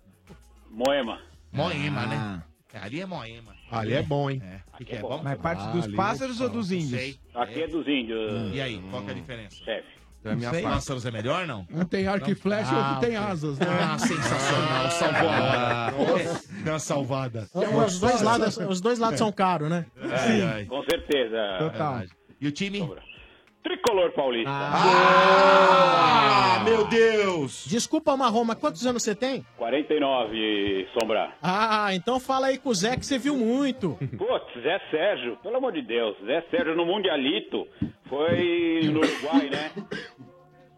Speaker 22: Moema.
Speaker 2: Moema, né? É, Ali é Moema.
Speaker 6: Ali é bom, hein?
Speaker 2: O que, que é bom?
Speaker 17: Mas parte dos
Speaker 2: Ali,
Speaker 17: pássaros ou dos índios?
Speaker 2: Sei.
Speaker 22: Aqui é dos índios. Hum.
Speaker 2: E aí, qual que é a diferença?
Speaker 22: Chefe.
Speaker 2: Então é minha
Speaker 11: Sei.
Speaker 2: parte. Pássaros é melhor, não?
Speaker 11: Não tem arco e flecha,
Speaker 2: Ah,
Speaker 11: outro tem asas, né?
Speaker 2: Ah, sensacional. Salvou a hora. Deu é uma É. salvada.
Speaker 7: É, Os dois lados, os dois lados são caros, né?
Speaker 22: Ai,
Speaker 2: é,
Speaker 22: ai. Com certeza.
Speaker 7: Total.
Speaker 2: E o time?
Speaker 22: Tricolor Paulista.
Speaker 7: Ah,
Speaker 2: meu Deus!
Speaker 7: Desculpa, Marrom, mas quantos anos você tem?
Speaker 22: 49, Sombra.
Speaker 7: Ah, então fala aí com o Zé que você viu muito.
Speaker 22: Putz, Zé Sérgio, pelo amor de Deus. Zé Sérgio no Mundialito foi no Uruguai, né?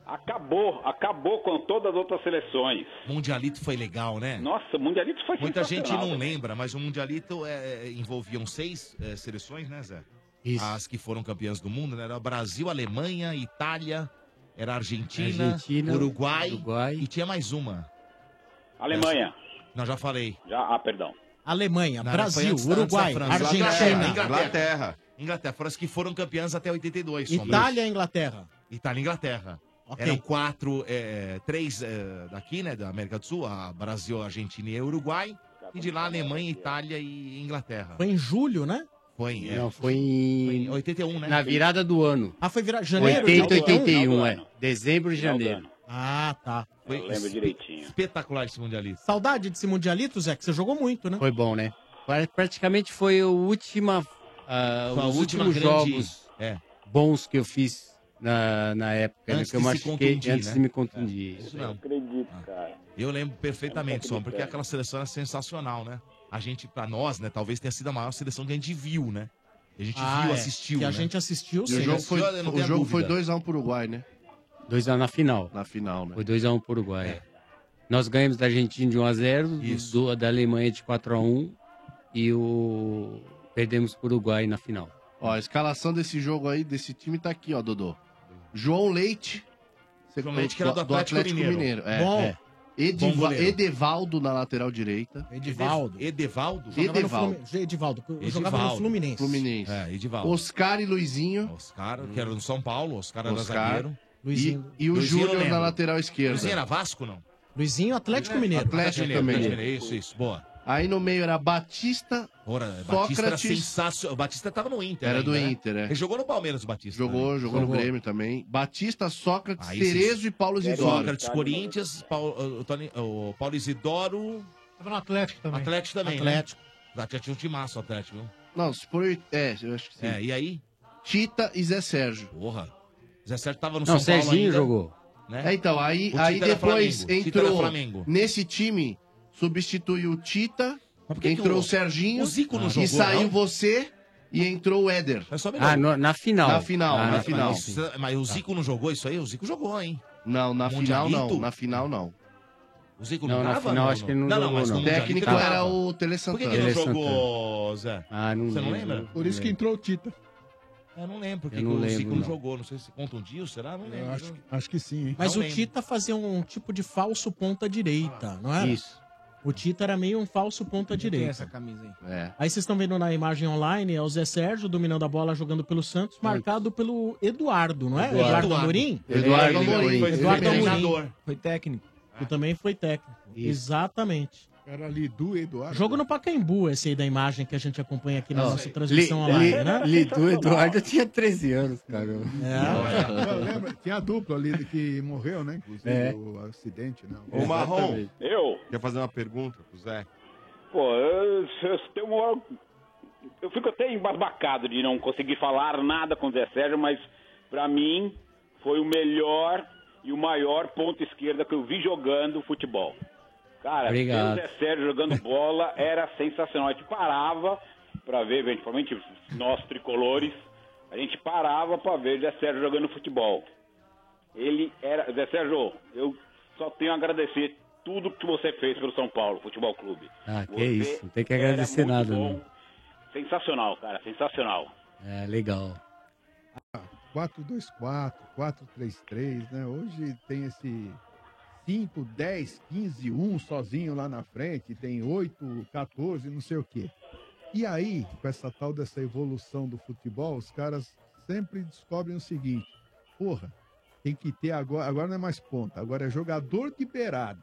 Speaker 22: Acabou, acabou com todas as outras seleções.
Speaker 2: Mundialito foi legal, né?
Speaker 22: Nossa, o Mundialito foi
Speaker 2: Muita gente
Speaker 22: sensacional,
Speaker 2: não
Speaker 22: né?
Speaker 2: lembra, mas o Mundialito é, envolviam seis é, seleções, né, Zé? As que foram campeãs do mundo, né? Era Brasil, Alemanha, Itália, era Argentina,
Speaker 14: Argentina,
Speaker 2: Uruguai, e tinha mais uma.
Speaker 22: Alemanha.
Speaker 2: Não, já falei.
Speaker 22: Já, ah, perdão.
Speaker 7: Alemanha,
Speaker 2: Não, foi
Speaker 7: Brasil,
Speaker 2: antes- antes da
Speaker 7: Uruguai,
Speaker 2: França.
Speaker 7: Argentina,
Speaker 2: Inglaterra. Inglaterra. Inglaterra. Foram as que foram campeãs até 82. sombra.
Speaker 7: Itália, Inglaterra.
Speaker 2: Itália e Inglaterra. Eram quatro, é, três é, daqui, né, da América do Sul, a Brasil, Argentina e Uruguai. E de lá, Alemanha, Itália e Inglaterra.
Speaker 7: Foi em julho, né?
Speaker 2: Foi, é.
Speaker 14: Não, foi em...
Speaker 2: 81, né?
Speaker 14: Na virada do ano.
Speaker 7: Ah, foi virar janeiro?
Speaker 14: 80,
Speaker 7: Final do ano?
Speaker 14: 81, é. Dezembro e
Speaker 7: Final do
Speaker 14: janeiro.
Speaker 7: Ah, tá.
Speaker 2: Foi
Speaker 14: lembro
Speaker 22: direitinho.
Speaker 2: Espetacular esse mundialista.
Speaker 7: Saudade desse mundialito, Zé, que você jogou muito, né?
Speaker 14: Foi bom, né? Pra- Praticamente foi a última... ah,
Speaker 2: Foi a
Speaker 14: os
Speaker 2: última
Speaker 14: últimos
Speaker 2: grande-
Speaker 14: jogos
Speaker 2: é.
Speaker 14: bons que eu fiz na, na época, né,
Speaker 2: Antes
Speaker 14: que eu
Speaker 2: de se
Speaker 14: machuquei
Speaker 2: contundir,
Speaker 14: antes
Speaker 2: né?
Speaker 14: de me contundir.
Speaker 2: Isso não.
Speaker 22: É, acredito, cara. é
Speaker 2: Eu lembro perfeitamente,
Speaker 22: Eu
Speaker 2: só
Speaker 22: não tô
Speaker 2: porque
Speaker 22: acreditando.
Speaker 2: aquela seleção era sensacional, né? A gente, pra nós, né, talvez tenha sido a maior seleção que a gente viu, né? A gente
Speaker 14: Ah,
Speaker 2: viu,
Speaker 14: é.
Speaker 2: assistiu.
Speaker 14: Que a
Speaker 2: né?
Speaker 14: gente assistiu,
Speaker 2: E
Speaker 14: sim.
Speaker 2: O jogo foi, não
Speaker 15: O
Speaker 2: tenha
Speaker 15: jogo foi
Speaker 2: dúvida.
Speaker 15: 2x1 pro Uruguai, né?
Speaker 14: 2x1 na final.
Speaker 15: Na final, né?
Speaker 14: Foi 2x1 pro Uruguai.
Speaker 2: É.
Speaker 14: Nós ganhamos da Argentina de 1x0, do- da Alemanha de 4x1 e o... perdemos pro Uruguai na final.
Speaker 15: Ó, a escalação desse jogo aí, desse time, tá aqui, ó, Dodô. João Leite. Você
Speaker 2: João Leite, que era do Atlético Mineiro.
Speaker 15: É,
Speaker 2: Bom.
Speaker 15: é.
Speaker 2: Bom
Speaker 15: Ediva-
Speaker 2: goleiro.
Speaker 15: Edevaldo na lateral direita.
Speaker 2: Edevaldo. Edevaldo?
Speaker 7: Jogava no
Speaker 15: Edevaldo.
Speaker 7: Flumin- Edivaldo. eu Jogava no
Speaker 15: Edivaldo.
Speaker 7: Fluminense.
Speaker 15: Fluminense.
Speaker 2: É, Edivaldo.
Speaker 15: Oscar e Luizinho.
Speaker 2: Oscar, que era do São Paulo, Oscar era
Speaker 15: Hum. Oscar.
Speaker 2: zagueiro.
Speaker 15: E, e
Speaker 2: Luizinho
Speaker 15: o
Speaker 2: eu
Speaker 15: Júnior
Speaker 2: lembro.
Speaker 15: na lateral esquerda.
Speaker 2: Luizinho era Vasco, não?
Speaker 7: Luizinho, Atlético
Speaker 15: É,
Speaker 7: Mineiro.
Speaker 15: Atlético também.
Speaker 2: Atlético Mineiro, Isso, isso, boa.
Speaker 15: Aí no meio era Batista.
Speaker 2: Ora, Batista era
Speaker 15: Sócrates.
Speaker 2: sensacional. O Batista tava no Inter.
Speaker 15: Era do
Speaker 2: ainda, né?
Speaker 15: Inter, é.
Speaker 2: Ele jogou no Palmeiras, o Batista.
Speaker 15: Jogou,
Speaker 2: né?
Speaker 15: jogou no Grêmio também. Batista, Sócrates,
Speaker 2: Aí sim.
Speaker 15: Cerezo e Paulo Isidoro.
Speaker 2: Sócrates, Corinthians, Paulo, o Tony- o Paulo Isidoro.
Speaker 18: Tava no Atlético também.
Speaker 2: Atlético também.
Speaker 15: Atlético.
Speaker 2: Né? O Atlético tinha um timaço, o Atlético, viu?
Speaker 15: Não, se for... É, eu acho que sim.
Speaker 2: É, e aí?
Speaker 15: Tita e Zé Sérgio.
Speaker 2: Porra. Zé Sérgio tava no
Speaker 15: Não,
Speaker 2: São Paulo.
Speaker 15: Serginho
Speaker 2: ainda,
Speaker 15: jogou.
Speaker 2: Né?
Speaker 15: É, então,
Speaker 2: O
Speaker 15: aí,
Speaker 2: Tite
Speaker 15: aí
Speaker 2: era
Speaker 15: depois
Speaker 2: Flamengo, o Tite era
Speaker 15: entrou...
Speaker 2: Flamengo.
Speaker 15: Nesse time, substituiu o Tita,
Speaker 2: que
Speaker 15: entrou
Speaker 2: o-
Speaker 15: o Serginho...
Speaker 2: o Zico não
Speaker 15: e
Speaker 2: jogou,
Speaker 15: saiu
Speaker 2: não? É
Speaker 15: você e entrou o Éder.
Speaker 14: Ah, no- na final.
Speaker 15: Na final,
Speaker 14: Ah,
Speaker 15: na final.
Speaker 2: Mas, isso- mas
Speaker 14: Tá.
Speaker 2: o Zico não jogou isso aí? O Zico jogou, hein?
Speaker 15: Não, na final
Speaker 2: Mundialito?
Speaker 15: não. Na final não.
Speaker 2: O Zico
Speaker 14: Não,
Speaker 2: não,
Speaker 14: na
Speaker 2: tava?
Speaker 14: final acho que ele não
Speaker 2: não,
Speaker 14: jogou,
Speaker 2: mas
Speaker 14: não.
Speaker 2: no
Speaker 14: O
Speaker 2: Mundialito
Speaker 15: técnico
Speaker 2: tava.
Speaker 15: era o Tele
Speaker 2: Por que,
Speaker 15: Santana.
Speaker 2: que ele
Speaker 15: Tele
Speaker 2: não jogou, Zé?
Speaker 14: Ah, não
Speaker 2: Você não
Speaker 14: lembro.
Speaker 2: lembra?
Speaker 11: Por isso que entrou o Tita.
Speaker 2: Eu não lembro porque
Speaker 14: Eu não
Speaker 2: o
Speaker 14: lembro,
Speaker 2: Zico não.
Speaker 14: não.
Speaker 2: jogou. Não sei se contundiu, será? Não lembro.
Speaker 11: Acho, acho que sim, hein?
Speaker 7: Mas
Speaker 2: Não
Speaker 7: o
Speaker 2: lembro.
Speaker 7: Tita fazia um tipo de falso ponta direita, não era?
Speaker 14: Isso.
Speaker 7: O Tita era meio um falso ponta
Speaker 17: Tem
Speaker 7: direita.
Speaker 17: essa camisa aí.
Speaker 15: É.
Speaker 7: Aí vocês estão vendo na imagem online, é o Zé Sérgio dominando a bola, jogando pelo Santos, marcado pelo Eduardo, não é?
Speaker 17: Eduardo.
Speaker 7: Eduardo Amorim?
Speaker 17: Eduardo Amorim.
Speaker 7: Eduardo
Speaker 17: Foi
Speaker 7: Amorim.
Speaker 17: treinador. Foi técnico.
Speaker 7: Que também foi técnico. Exatamente.
Speaker 11: Era Lidu e Eduardo.
Speaker 7: Jogo no Pacaembu, esse aí da imagem que a gente acompanha aqui na
Speaker 14: Ó,
Speaker 7: nossa transmissão
Speaker 14: Li-
Speaker 7: online,
Speaker 14: Li-
Speaker 7: né?
Speaker 14: Lidu Eduardo tinha 13 anos, cara.
Speaker 2: É.
Speaker 11: Não, lembra? Tinha a dupla ali que morreu, né? Inclusive,
Speaker 10: É.
Speaker 11: o acidente, né?
Speaker 10: Ô, Marrom.
Speaker 22: Eu?
Speaker 10: Quer fazer uma pergunta pro Zé?
Speaker 22: Pô, eu, eu tenho uma hora- eu fico até embasbacado de não conseguir falar nada com o Zé Sérgio, mas pra mim foi o melhor e o maior ponto esquerda que eu vi jogando futebol. Cara, ver o
Speaker 14: Obrigado.
Speaker 22: Zé Sérgio jogando bola era sensacional. A gente parava pra ver, principalmente nós tricolores, a gente parava pra ver o Zé Sérgio jogando futebol. Ele era. Zé Sérgio, eu só tenho a agradecer tudo que você fez pelo São Paulo Futebol Clube.
Speaker 14: Ah, que
Speaker 22: Você
Speaker 14: isso, não tem que
Speaker 22: era
Speaker 14: agradecer
Speaker 22: muito
Speaker 14: nada,
Speaker 22: bom.
Speaker 14: não.
Speaker 22: Sensacional, cara, sensacional.
Speaker 14: É, legal.
Speaker 11: 424, 433, né? Hoje tem esse 5, 10, 15, 1 sozinho lá na frente, tem 8, 14, não sei o quê. E aí, com essa tal dessa evolução do futebol, os caras sempre descobrem o seguinte: porra, tem que ter agora, agora não é mais ponta, agora é jogador de beirada.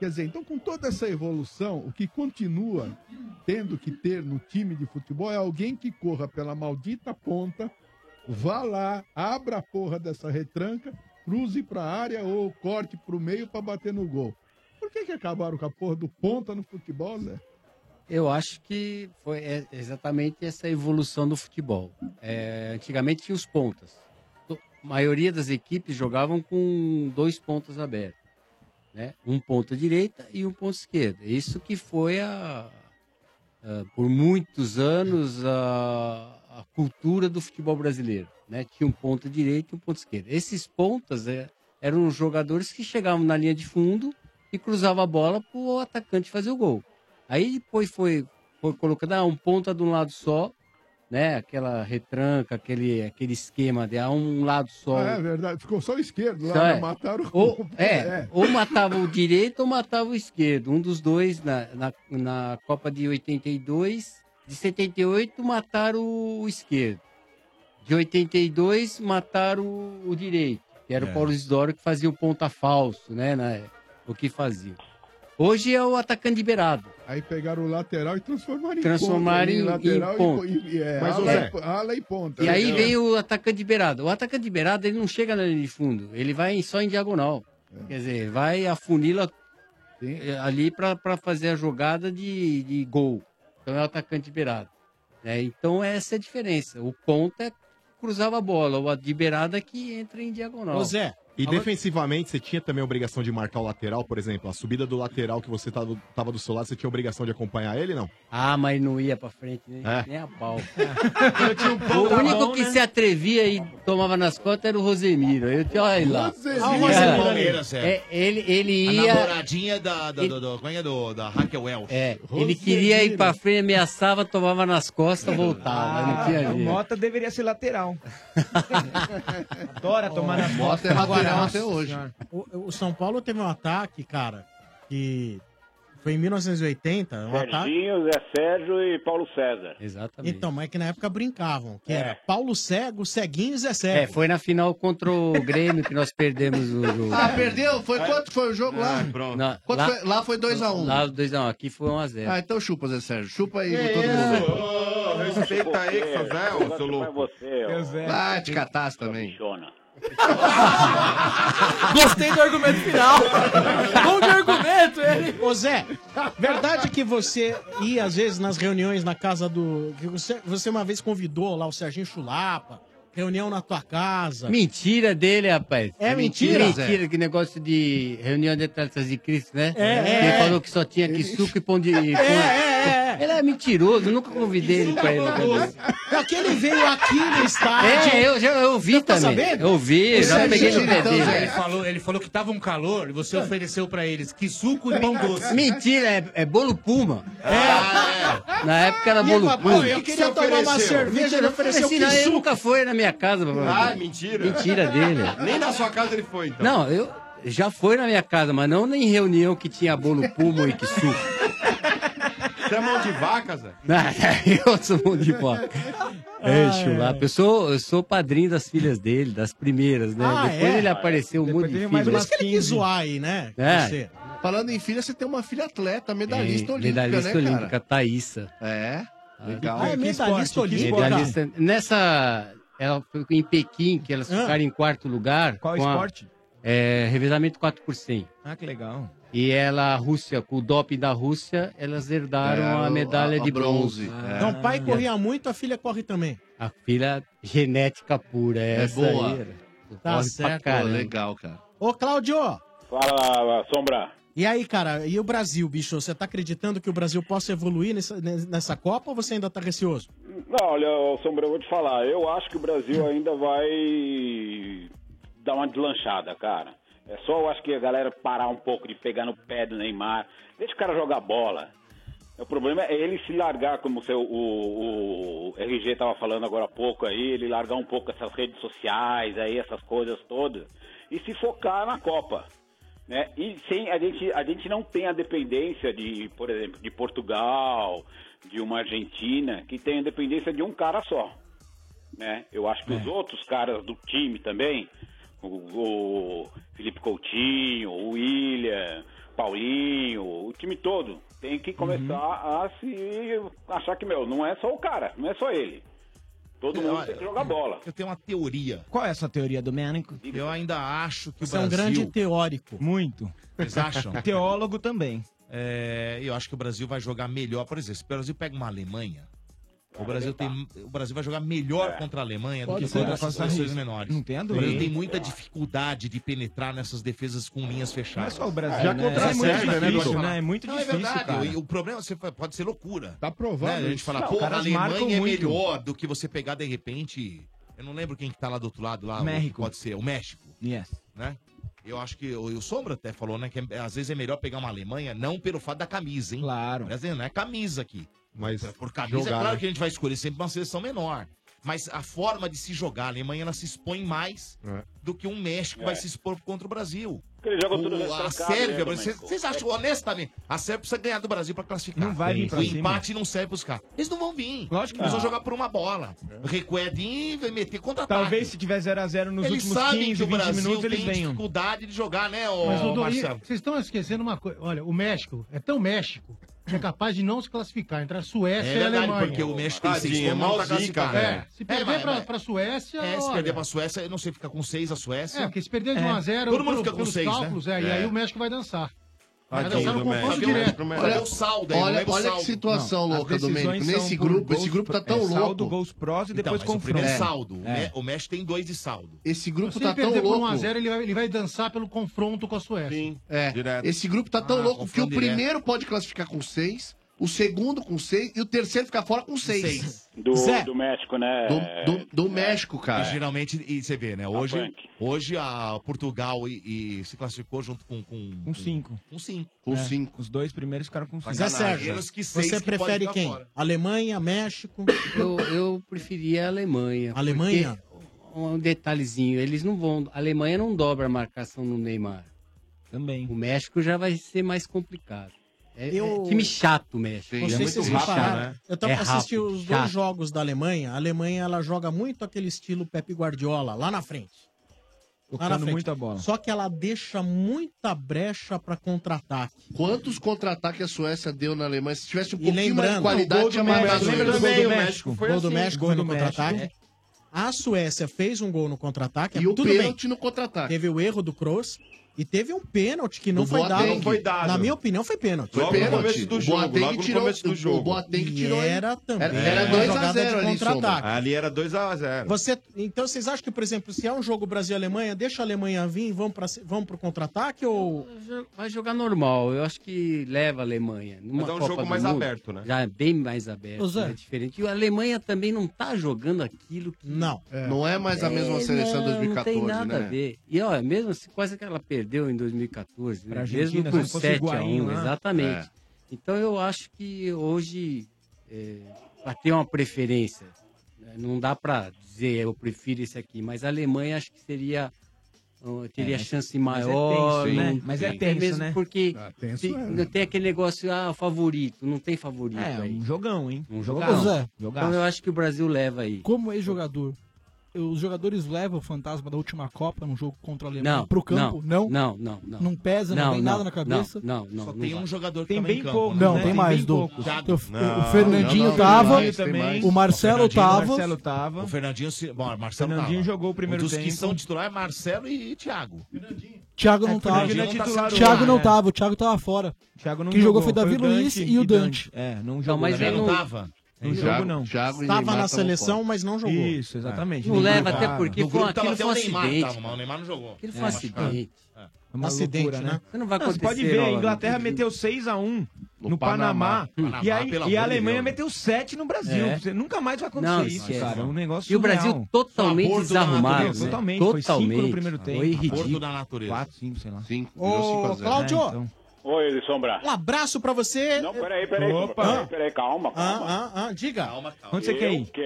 Speaker 11: Quer dizer, então com toda essa evolução, o que continua tendo que ter no time de futebol é alguém que corra pela maldita ponta, vá lá, abra a porra dessa retranca, cruze pra área ou corte pro meio pra bater no gol. Por que que acabaram com a porra do ponta no futebol, Zé?
Speaker 14: Eu acho que foi é, exatamente essa evolução do futebol. É, antigamente tinha os pontas. To- A maioria das equipes jogavam com dois pontas abertos. Né? Um ponta direita e um ponta esquerda. Isso que foi a, ah, por muitos anos a, a cultura do futebol brasileiro. Né? Tinha um ponta direito e um ponta esquerda. Esses pontas é, eram os jogadores que chegavam na linha de fundo e cruzavam a bola para o atacante fazer o gol. Aí depois foi, foi colocando ah, um ponta de um lado só, né? aquela retranca, aquele, aquele esquema de ah, um lado só.
Speaker 11: Ah, é verdade, ficou só o esquerdo lá,
Speaker 14: Só
Speaker 11: né?
Speaker 14: é.
Speaker 11: mataram
Speaker 14: Ou, é, ou matava o direito ou matava o esquerdo. Um dos dois na, na, na Copa de 82. De 78 mataram o esquerdo. De 82 mataram o, o direito. Que era
Speaker 17: É.
Speaker 14: o Paulo Isidoro que fazia o ponta falso, né? na- o que fazia. Hoje é o atacante de beirada.
Speaker 11: Aí pegaram o lateral e transformaram em
Speaker 14: Transformaram
Speaker 11: ponta,
Speaker 14: em-
Speaker 11: né? lateral
Speaker 14: em ponta.
Speaker 11: E, e, é,
Speaker 14: Mas, ô,
Speaker 11: ala,
Speaker 14: Zé,
Speaker 11: e- ala e ponta.
Speaker 14: E aí
Speaker 11: né?
Speaker 14: vem o atacante de beirada. O atacante de beirada ele não chega na linha de fundo, ele vai só em diagonal.
Speaker 13: É.
Speaker 14: Quer dizer, vai afunila eh, ali para fazer a jogada de, de gol. Então é o atacante de beirada. né? Então essa é a diferença. O ponta é cruzava a bola, o de beirada que entra em diagonal.
Speaker 13: Ô Zé, e
Speaker 14: Agora-
Speaker 13: defensivamente você tinha também a obrigação de marcar o lateral, por exemplo? A subida do lateral que você tava, tava do seu lado, você tinha a obrigação de acompanhar ele, não?
Speaker 14: Ah, mas não ia pra frente, nem,
Speaker 13: É.
Speaker 14: nem a pau.
Speaker 2: um
Speaker 13: ponta
Speaker 14: o único
Speaker 13: bom,
Speaker 14: que
Speaker 13: né?
Speaker 14: se atrevia e tomava nas costas era o Rosemiro. Eu tinha, olha lá.
Speaker 2: Rosemiro. Ah, o Rosemiro ali. Palmeiras, é.
Speaker 14: É, ele, ele
Speaker 15: Ah,
Speaker 2: A
Speaker 14: ia.
Speaker 2: namoradinha da, da,
Speaker 14: Ele-
Speaker 2: do, do, como é que é? do, da Raquel Welch.
Speaker 14: É, ele queria ir pra frente, ameaçava, tomava nas
Speaker 15: É.
Speaker 14: costas,
Speaker 15: Ah,
Speaker 14: voltava. não tinha
Speaker 17: o
Speaker 15: um
Speaker 14: jeito.
Speaker 17: Mota deveria ser lateral. Adora tomar na
Speaker 7: Bota
Speaker 17: Mota.
Speaker 7: é lateral
Speaker 17: Nossa
Speaker 7: até hoje.
Speaker 17: Senhora.
Speaker 7: O, o São Paulo teve um ataque, cara, que foi em 1980, um ataque.
Speaker 22: Serginho, Zé Sérgio e Paulo César.
Speaker 14: Exatamente.
Speaker 7: Então, mas que na época brincavam, que era Paulo Cego, Ceguinho e Zé
Speaker 14: É,
Speaker 7: Cego.
Speaker 14: foi na final contra o Grêmio que nós perdemos o jogo.
Speaker 15: Ah, perdeu? Foi quanto foi o jogo lá?
Speaker 2: Ah,
Speaker 14: Na-
Speaker 15: Quanto foi? Lá foi 2x1.
Speaker 14: Lá 2x1, aqui foi 1x0.
Speaker 15: Ah, então chupa, Zé Sérgio. Chupa aí.
Speaker 14: Que
Speaker 15: com todo
Speaker 14: isso?
Speaker 15: mundo.
Speaker 10: Respeita aí, seu Zé, ô, seu louco.
Speaker 15: Vai te catar também.
Speaker 7: Gostei do argumento final. Bom de argumento, ele. Ô Zé, verdade que você ia às vezes nas reuniões na casa do. que Você, você uma vez convidou lá o Serginho Chulapa, reunião na tua casa.
Speaker 14: Mentira dele, rapaz.
Speaker 7: É mentira?
Speaker 14: Mentira, que negócio de reunião de atletas de Cristo, né?
Speaker 7: É,
Speaker 14: que
Speaker 7: é,
Speaker 14: Ele
Speaker 7: é.
Speaker 14: falou que só tinha aqui suco e pão de... É, é, é. Ele é mentiroso, eu nunca convidei ele
Speaker 7: Tá
Speaker 14: pra ele.
Speaker 7: Aquele É veio aqui no estádio.
Speaker 14: É, eu, já- eu vi
Speaker 7: Você tá
Speaker 14: também.
Speaker 7: sabendo?
Speaker 14: Eu vi,
Speaker 7: O
Speaker 14: já
Speaker 2: é
Speaker 7: Sérgio
Speaker 14: peguei no
Speaker 7: Gil,
Speaker 14: pé
Speaker 7: então,
Speaker 2: né?
Speaker 14: dele.
Speaker 7: Zé.
Speaker 3: Ele falou, ele falou que tava um calor e você ofereceu pra eles que suco e pão doce.
Speaker 14: Mentira, é, é bolo Puma. Ah, é. Na época era
Speaker 3: E,
Speaker 14: bolo
Speaker 3: papai,
Speaker 14: Puma.
Speaker 3: eu queria tomar uma cerveja,
Speaker 14: Mentira,
Speaker 3: ele
Speaker 14: eu
Speaker 3: ofereceu
Speaker 14: ofereci, não,
Speaker 3: que
Speaker 14: Ele
Speaker 3: suco.
Speaker 14: nunca foi na minha casa, papai.
Speaker 16: Ah, mentira.
Speaker 14: Mentira dele.
Speaker 16: Nem na sua casa ele foi, então.
Speaker 14: Não, eu já foi na minha casa, mas não em reunião que tinha bolo Puma e que suco.
Speaker 16: Você é mão de vaca, Zé?
Speaker 14: Não, é, eu sou mão de bola. É, chulapa. Eu sou, eu sou padrinho das filhas dele, das primeiras, né?
Speaker 7: Ah,
Speaker 14: Depois
Speaker 7: é?
Speaker 14: ele apareceu um monte de
Speaker 7: Mas
Speaker 14: filhas.
Speaker 7: por isso que ele quis zoar aí, né?
Speaker 14: É.
Speaker 7: Você.
Speaker 15: Falando em filha, você tem uma filha atleta, medalhista
Speaker 14: Tem,
Speaker 15: olímpica,
Speaker 14: é medalhista
Speaker 15: né,
Speaker 14: olímpica,
Speaker 15: cara?
Speaker 14: Thaísa. É?
Speaker 15: Legal. Ah, é medalhista olímpica.
Speaker 14: Nessa, ela foi em Pequim, que elas
Speaker 17: Ah.
Speaker 14: ficaram em quarto lugar.
Speaker 17: Qual
Speaker 14: com a-
Speaker 17: esporte?
Speaker 14: é, revezamento 4 por 100.
Speaker 17: Ah, que legal.
Speaker 14: E ela, a Rússia, com o doping da Rússia, elas herdaram
Speaker 17: É,
Speaker 14: a medalha
Speaker 17: a- a
Speaker 14: de bronze.
Speaker 17: bronze.
Speaker 14: É.
Speaker 7: Então, o pai corria muito, a filha corre também.
Speaker 14: A filha genética pura.
Speaker 7: É
Speaker 14: Essa
Speaker 7: boa.
Speaker 14: Aí, era.
Speaker 7: Tá
Speaker 14: Corre pra
Speaker 7: certo,
Speaker 14: caramba.
Speaker 7: legal, Ô, Cláudio!
Speaker 22: Fala, Sombra.
Speaker 7: E aí, cara, e o Brasil, bicho? Você tá acreditando que o Brasil possa evoluir nessa, nessa Copa ou você ainda tá receoso?
Speaker 22: Não, olha, ô, Sombra, eu vou te falar. Eu acho que o Brasil ainda vai dar uma deslanchada, cara. É só eu acho que a galera parar um pouco de pegar no pé do Neymar. Deixa o cara jogar bola. O problema é ele se largar, como o, seu- o- o RG estava falando agora há pouco aí, ele largar um pouco essas redes sociais aí, essas coisas todas, e se focar na Copa. Né? E sem, a, gente, a gente não tem a dependência de, por exemplo, de Portugal, de uma Argentina, que tem a dependência de um cara só. Né? Eu acho que os outros caras do time também, o, o Felipe Coutinho, o William, Paulinho, o time todo, tem que começar a se achar que, meu, não é só o cara, não é só ele. Todo mundo tem que jogar bola.
Speaker 2: Eu tenho uma teoria.
Speaker 17: Qual é a sua teoria, Domênico?
Speaker 2: Eu ainda acho que
Speaker 17: Você
Speaker 2: o
Speaker 17: é um
Speaker 2: Brasil...
Speaker 17: grande teórico. Muito.
Speaker 2: Vocês acham?
Speaker 17: Teólogo também.
Speaker 2: É, eu acho que o Brasil vai jogar melhor. Por exemplo, se o Brasil pega uma Alemanha, o Brasil, tem, o Brasil vai jogar melhor contra a Alemanha
Speaker 17: É. Pode
Speaker 2: do que
Speaker 17: ser,
Speaker 2: contra essas
Speaker 17: pode ser.
Speaker 2: seleções menores.
Speaker 17: Não tem a
Speaker 2: o
Speaker 17: dúvida.
Speaker 2: Brasil tem
Speaker 17: Sim.
Speaker 2: muita dificuldade de penetrar nessas defesas com linhas fechadas.
Speaker 17: Não é só o Brasil, Já né? contra a
Speaker 2: Essa
Speaker 17: Sérvia,
Speaker 2: Sérvia,
Speaker 17: né,
Speaker 2: negócio?
Speaker 17: Brasil? Né? É muito
Speaker 2: Não,
Speaker 17: difícil,
Speaker 2: verdade.
Speaker 17: cara.
Speaker 2: E O
Speaker 10: é
Speaker 2: problema você fa- pode ser loucura.
Speaker 11: Tá provado
Speaker 2: Né? A gente
Speaker 11: isso.
Speaker 2: fala,
Speaker 11: Não,
Speaker 2: pô,
Speaker 11: os
Speaker 2: a
Speaker 11: caras marcam
Speaker 2: Alemanha é
Speaker 11: muito.
Speaker 2: melhor do que você pegar de repente. Eu não lembro quem que tá lá do outro lado, lá. o que
Speaker 17: México.
Speaker 2: Pode ser, o México
Speaker 17: Yes.
Speaker 2: né? Eu acho que o, o Sombra até falou, né? Que é- às vezes é melhor pegar uma Alemanha, não pelo fato da camisa, hein?
Speaker 17: Claro.
Speaker 2: Mas é, não é camisa aqui.
Speaker 6: Mas
Speaker 2: por camisa,
Speaker 6: jogar,
Speaker 2: é claro
Speaker 6: né?
Speaker 2: que a gente vai escolher sempre uma seleção menor. Mas a forma de se jogar, a Alemanha ela se expõe mais
Speaker 6: É.
Speaker 2: do que um México
Speaker 22: É.
Speaker 2: vai se expor contra o Brasil.
Speaker 22: Porque eles jogam tudo
Speaker 2: a
Speaker 22: retrancado, né,
Speaker 2: Sérvia,
Speaker 22: Domênico?
Speaker 2: vocês, vocês acham honestamente? A Sérvia precisa ganhar do Brasil pra classificar.
Speaker 17: Não vai vir pra
Speaker 2: O
Speaker 17: cima.
Speaker 2: empate não serve pros caras. Eles não vão vir.
Speaker 17: Lógico que
Speaker 2: Eles
Speaker 17: não.
Speaker 2: vão jogar por uma bola. Recuedinho e vai meter contra-ataque.
Speaker 17: Talvez se tiver 0x0 nos
Speaker 2: eles
Speaker 17: últimos
Speaker 2: sabem
Speaker 17: 15,
Speaker 2: que o
Speaker 17: 20
Speaker 2: Brasil
Speaker 17: minutos,
Speaker 2: tem
Speaker 17: eles venham.
Speaker 2: dificuldade de jogar, né, ô,
Speaker 18: Mas, Dodô, e
Speaker 2: Marcelo?
Speaker 18: vocês estão esquecendo uma coisa. Olha, o México é tão México que é capaz de não se classificar entre a Suécia
Speaker 2: É
Speaker 18: e a
Speaker 2: verdade,
Speaker 18: Alemanha.
Speaker 2: porque o México tem seis
Speaker 18: Tadinho,
Speaker 2: pontos, não tá
Speaker 18: malzinho,
Speaker 2: classificado.
Speaker 18: cara.
Speaker 2: É.
Speaker 18: É, Se
Speaker 2: É, mas-
Speaker 18: perder pra,
Speaker 2: mas-
Speaker 18: pra Suécia.
Speaker 2: É, se
Speaker 18: olha,
Speaker 2: perder pra Suécia, eu não sei, fica com seis a Suécia.
Speaker 18: É, porque se perder de
Speaker 17: um
Speaker 2: É.
Speaker 18: 1x0,
Speaker 2: Todo mundo fica com
Speaker 18: pelos
Speaker 2: seis,
Speaker 18: cálculos,
Speaker 2: né?
Speaker 18: é, e aí
Speaker 2: É.
Speaker 18: o México vai dançar. Vai
Speaker 2: Tadinho
Speaker 18: dançar no
Speaker 2: do
Speaker 18: confronto
Speaker 2: México.
Speaker 18: direto.
Speaker 2: Olha o saldo aí, não
Speaker 15: olha,
Speaker 2: lembra o
Speaker 15: olha que
Speaker 2: saldo.
Speaker 15: situação
Speaker 2: Não,
Speaker 15: louca,
Speaker 2: as decisões
Speaker 15: Domênico.
Speaker 2: são
Speaker 15: Nesse
Speaker 2: por
Speaker 15: grupo,
Speaker 2: gols
Speaker 15: esse grupo tá
Speaker 2: pro-
Speaker 15: tão
Speaker 2: é,
Speaker 15: louco.
Speaker 2: saldo, gols
Speaker 17: prós
Speaker 2: Então, mas o primeiro é saldo. O
Speaker 15: É.
Speaker 2: Me- O México tem dois de saldo.
Speaker 15: Esse grupo
Speaker 17: Assim,
Speaker 18: Se
Speaker 15: tá
Speaker 18: ele
Speaker 15: tão
Speaker 18: perder por
Speaker 15: louco.
Speaker 18: 1x0, ele, vai- ele vai dançar pelo confronto com a Suécia. Sim.
Speaker 15: É,
Speaker 18: Direto.
Speaker 15: esse grupo tá tão
Speaker 18: Ah,
Speaker 15: louco que o
Speaker 18: confronto
Speaker 23: né?
Speaker 18: direto.
Speaker 15: primeiro pode classificar com seis, o segundo com seis e o terceiro fica fora com seis.
Speaker 22: Do,
Speaker 15: Zé,
Speaker 22: do México, né?
Speaker 15: do, do- do México, cara.
Speaker 2: E geralmente, e você vê, né? Hoje,
Speaker 15: Frank.
Speaker 2: hoje a Portugal e, e se classificou junto com.
Speaker 20: Um
Speaker 2: Com, Um
Speaker 17: Com 5.
Speaker 2: Com 5.
Speaker 20: É,
Speaker 17: Com
Speaker 15: cinco.
Speaker 17: Os dois primeiros ficaram com 5.
Speaker 7: Zé
Speaker 14: Tá
Speaker 7: Sérgio, você prefere quem? Alemanha, México?
Speaker 14: Eu, eu preferia a Alemanha.
Speaker 7: Alemanha?
Speaker 14: porque- Um detalhezinho, eles não vão. A Alemanha não dobra a marcação no Neymar.
Speaker 17: Também.
Speaker 14: O México já vai ser mais complicado. É, é
Speaker 7: Eu-
Speaker 14: time chato, o México. É
Speaker 7: Não sei se vocês repararam,
Speaker 17: né?
Speaker 7: Eu tava assistindo os dois jogos da Alemanha. A Alemanha ela joga muito aquele estilo Pepe Guardiola lá na frente. Lá na
Speaker 17: Tocando
Speaker 7: frente.
Speaker 17: muita bola.
Speaker 7: Só que ela deixa muita brecha pra contra-ataque.
Speaker 15: Quantos contra-ataques a Suécia deu na Alemanha? Se tivesse um
Speaker 7: E
Speaker 15: pouquinho mais de
Speaker 7: lembrando,
Speaker 15: qualidade, é tinha marcado
Speaker 7: lembra do
Speaker 15: eles.
Speaker 7: gol do México? Gol do México foi no
Speaker 15: É.
Speaker 7: contra-ataque. A Suécia fez um gol no contra-ataque.
Speaker 15: E o
Speaker 7: tudo
Speaker 15: pênalti
Speaker 7: bem.
Speaker 15: no contra-ataque.
Speaker 7: Teve o erro do Kroos e teve um pênalti que não
Speaker 15: Do
Speaker 7: foi dado.
Speaker 15: Boateng. Não foi dado.
Speaker 7: Na minha opinião, foi pênalti.
Speaker 15: Foi Logo no pênalti. começo do O jogo, Boateng logo no tirou- começo do o jogo. Boateng
Speaker 7: E
Speaker 15: tirou ele.
Speaker 7: Era também.
Speaker 15: Era- era 2 a 0
Speaker 7: jogada de
Speaker 15: ali, Sombra.
Speaker 7: contra-ataque.
Speaker 10: Ali era 2x0.
Speaker 7: Você, então vocês acham que, por exemplo, se é um jogo Brasil-Alemanha, deixa a Alemanha vir e vamos, pra, vamos pro contra-ataque ou...
Speaker 14: Vai jogar normal. Eu acho que leva a Alemanha. Numa
Speaker 10: Mas é um
Speaker 14: Copa
Speaker 10: jogo
Speaker 14: do
Speaker 10: mais
Speaker 14: Mundo,
Speaker 10: aberto, né?
Speaker 14: Já é bem mais aberto.
Speaker 10: Ô, Zé.
Speaker 14: né? Diferente. E a Alemanha também não tá jogando aquilo que.
Speaker 7: Não.
Speaker 15: Não é mais a mesma seleção de 2014,
Speaker 14: Não tem nada
Speaker 15: né?
Speaker 14: a ver. E olha, mesmo assim, quase que ela perdeu em 2014.
Speaker 17: Pra
Speaker 14: Né?
Speaker 17: Argentina,
Speaker 14: Mesmo
Speaker 17: se
Speaker 14: com
Speaker 17: não fosse
Speaker 14: 7 a
Speaker 17: Higuaín
Speaker 14: 1
Speaker 17: lá.
Speaker 14: exatamente.
Speaker 17: É.
Speaker 14: Então eu acho que hoje é, pra ter uma preferência. né, Não dá pra dizer eu prefiro esse aqui, mas a Alemanha acho que seria uh, teria
Speaker 17: É, mas-
Speaker 14: chance
Speaker 17: mas é
Speaker 14: maior.
Speaker 17: tenso, né?
Speaker 14: não-
Speaker 17: Mas é
Speaker 14: até
Speaker 17: tenso,
Speaker 14: mesmo
Speaker 17: né?
Speaker 14: Porque
Speaker 17: Ah, tenso
Speaker 14: se-
Speaker 17: é, né?
Speaker 14: não tem aquele negócio, ah, o favorito, não tem favorito.
Speaker 17: É,
Speaker 14: aí.
Speaker 17: um jogão, hein?
Speaker 14: Um
Speaker 17: jogão.
Speaker 14: jogão.
Speaker 17: Zé.
Speaker 14: Então eu acho que o Brasil leva aí.
Speaker 20: Como ex-jogador, os jogadores levam o fantasma da última Copa num jogo contra a Alemanha
Speaker 14: Não.
Speaker 20: pro campo?
Speaker 14: Não. Não, não. Não,
Speaker 20: Não pesa, não tem nada na cabeça?
Speaker 14: Não, não.
Speaker 2: Só
Speaker 14: não
Speaker 2: tem
Speaker 14: vai.
Speaker 2: um jogador que
Speaker 14: Tem
Speaker 2: tava
Speaker 14: bem
Speaker 2: em campo.
Speaker 14: pouco,
Speaker 2: né?
Speaker 20: Não,
Speaker 14: né?
Speaker 20: tem
Speaker 14: Tem
Speaker 20: mais,
Speaker 14: bem
Speaker 20: do.
Speaker 14: poucos.
Speaker 20: o-
Speaker 2: Não,
Speaker 20: o Fernandinho
Speaker 2: não, não,
Speaker 20: tava,
Speaker 2: tem mais, tem mais.
Speaker 20: o Marcelo
Speaker 2: Fernandinho-
Speaker 20: tava.
Speaker 2: O Fernandinho, se- bom, Marcelo
Speaker 20: Fernandinho
Speaker 2: tava.
Speaker 20: jogou o primeiro
Speaker 2: um dos que
Speaker 20: tempo.
Speaker 2: são titular é Marcelo e Thiago.
Speaker 20: Thiago não
Speaker 2: É,
Speaker 20: tava.
Speaker 2: Fernandinho não tá
Speaker 20: Thiago
Speaker 2: sendo
Speaker 20: Thiago
Speaker 2: titular,
Speaker 20: não
Speaker 2: né?
Speaker 20: tava, o Thiago tava fora.
Speaker 17: Thiago
Speaker 20: Quem jogou foi Davi Luiz e o Dante.
Speaker 17: É, não
Speaker 20: Não,
Speaker 17: jogou.
Speaker 20: mas
Speaker 17: né?
Speaker 20: ele não-
Speaker 17: No
Speaker 20: Thiago-
Speaker 17: jogo não.
Speaker 20: Thiago
Speaker 7: e Tava Neymar na estavam seleção, fora. mas não jogou.
Speaker 17: Isso,
Speaker 20: É.
Speaker 17: exatamente.
Speaker 7: Não
Speaker 17: Neymar
Speaker 7: leva,
Speaker 17: tava.
Speaker 7: até porque
Speaker 17: No
Speaker 7: foi
Speaker 17: grupo
Speaker 7: uma-
Speaker 17: tava
Speaker 7: aquilo
Speaker 17: até
Speaker 7: foi um
Speaker 17: o Neymar,
Speaker 7: acidente,
Speaker 17: tava,
Speaker 2: mas
Speaker 17: mas
Speaker 2: o Neymar não jogou.
Speaker 17: Aquilo
Speaker 2: É,
Speaker 17: foi um acidente.
Speaker 2: É.
Speaker 17: Uma
Speaker 7: Acidente,
Speaker 17: loucura,
Speaker 7: né?
Speaker 17: né?
Speaker 7: Você não vai
Speaker 17: você pode
Speaker 7: acontecer,
Speaker 17: ver, a
Speaker 7: Lola,
Speaker 17: Inglaterra
Speaker 7: porque-
Speaker 17: meteu 6x1 no,
Speaker 7: No
Speaker 17: Panamá.
Speaker 7: Panamá.
Speaker 17: E, aí-
Speaker 7: Panamá,
Speaker 17: e
Speaker 7: pelo
Speaker 17: a
Speaker 7: amor de
Speaker 17: Alemanha
Speaker 7: Deus.
Speaker 17: meteu 7 no Brasil.
Speaker 7: É.
Speaker 17: Você- Nunca mais vai acontecer
Speaker 7: Não,
Speaker 17: isso,
Speaker 7: esquece.
Speaker 17: cara. É um negócio
Speaker 7: E o Brasil totalmente
Speaker 17: Aborto da
Speaker 7: desarrumado,
Speaker 17: natureza.
Speaker 7: né?
Speaker 17: Totalmente. Foi 5
Speaker 7: Totalmente.
Speaker 17: no primeiro tempo.
Speaker 7: Foi ridículo.
Speaker 2: da natureza.
Speaker 17: 4, 5, sei lá. É, então.
Speaker 16: 5.
Speaker 7: Ô, Cláudio,
Speaker 22: Oi, ele sombra.
Speaker 7: um abraço pra você. Não,
Speaker 22: Peraí, peraí, Sombra,
Speaker 7: Opa.
Speaker 22: peraí, peraí, calma, calma.
Speaker 7: Ah, ah, diga. Calma, calma. Onde
Speaker 22: eu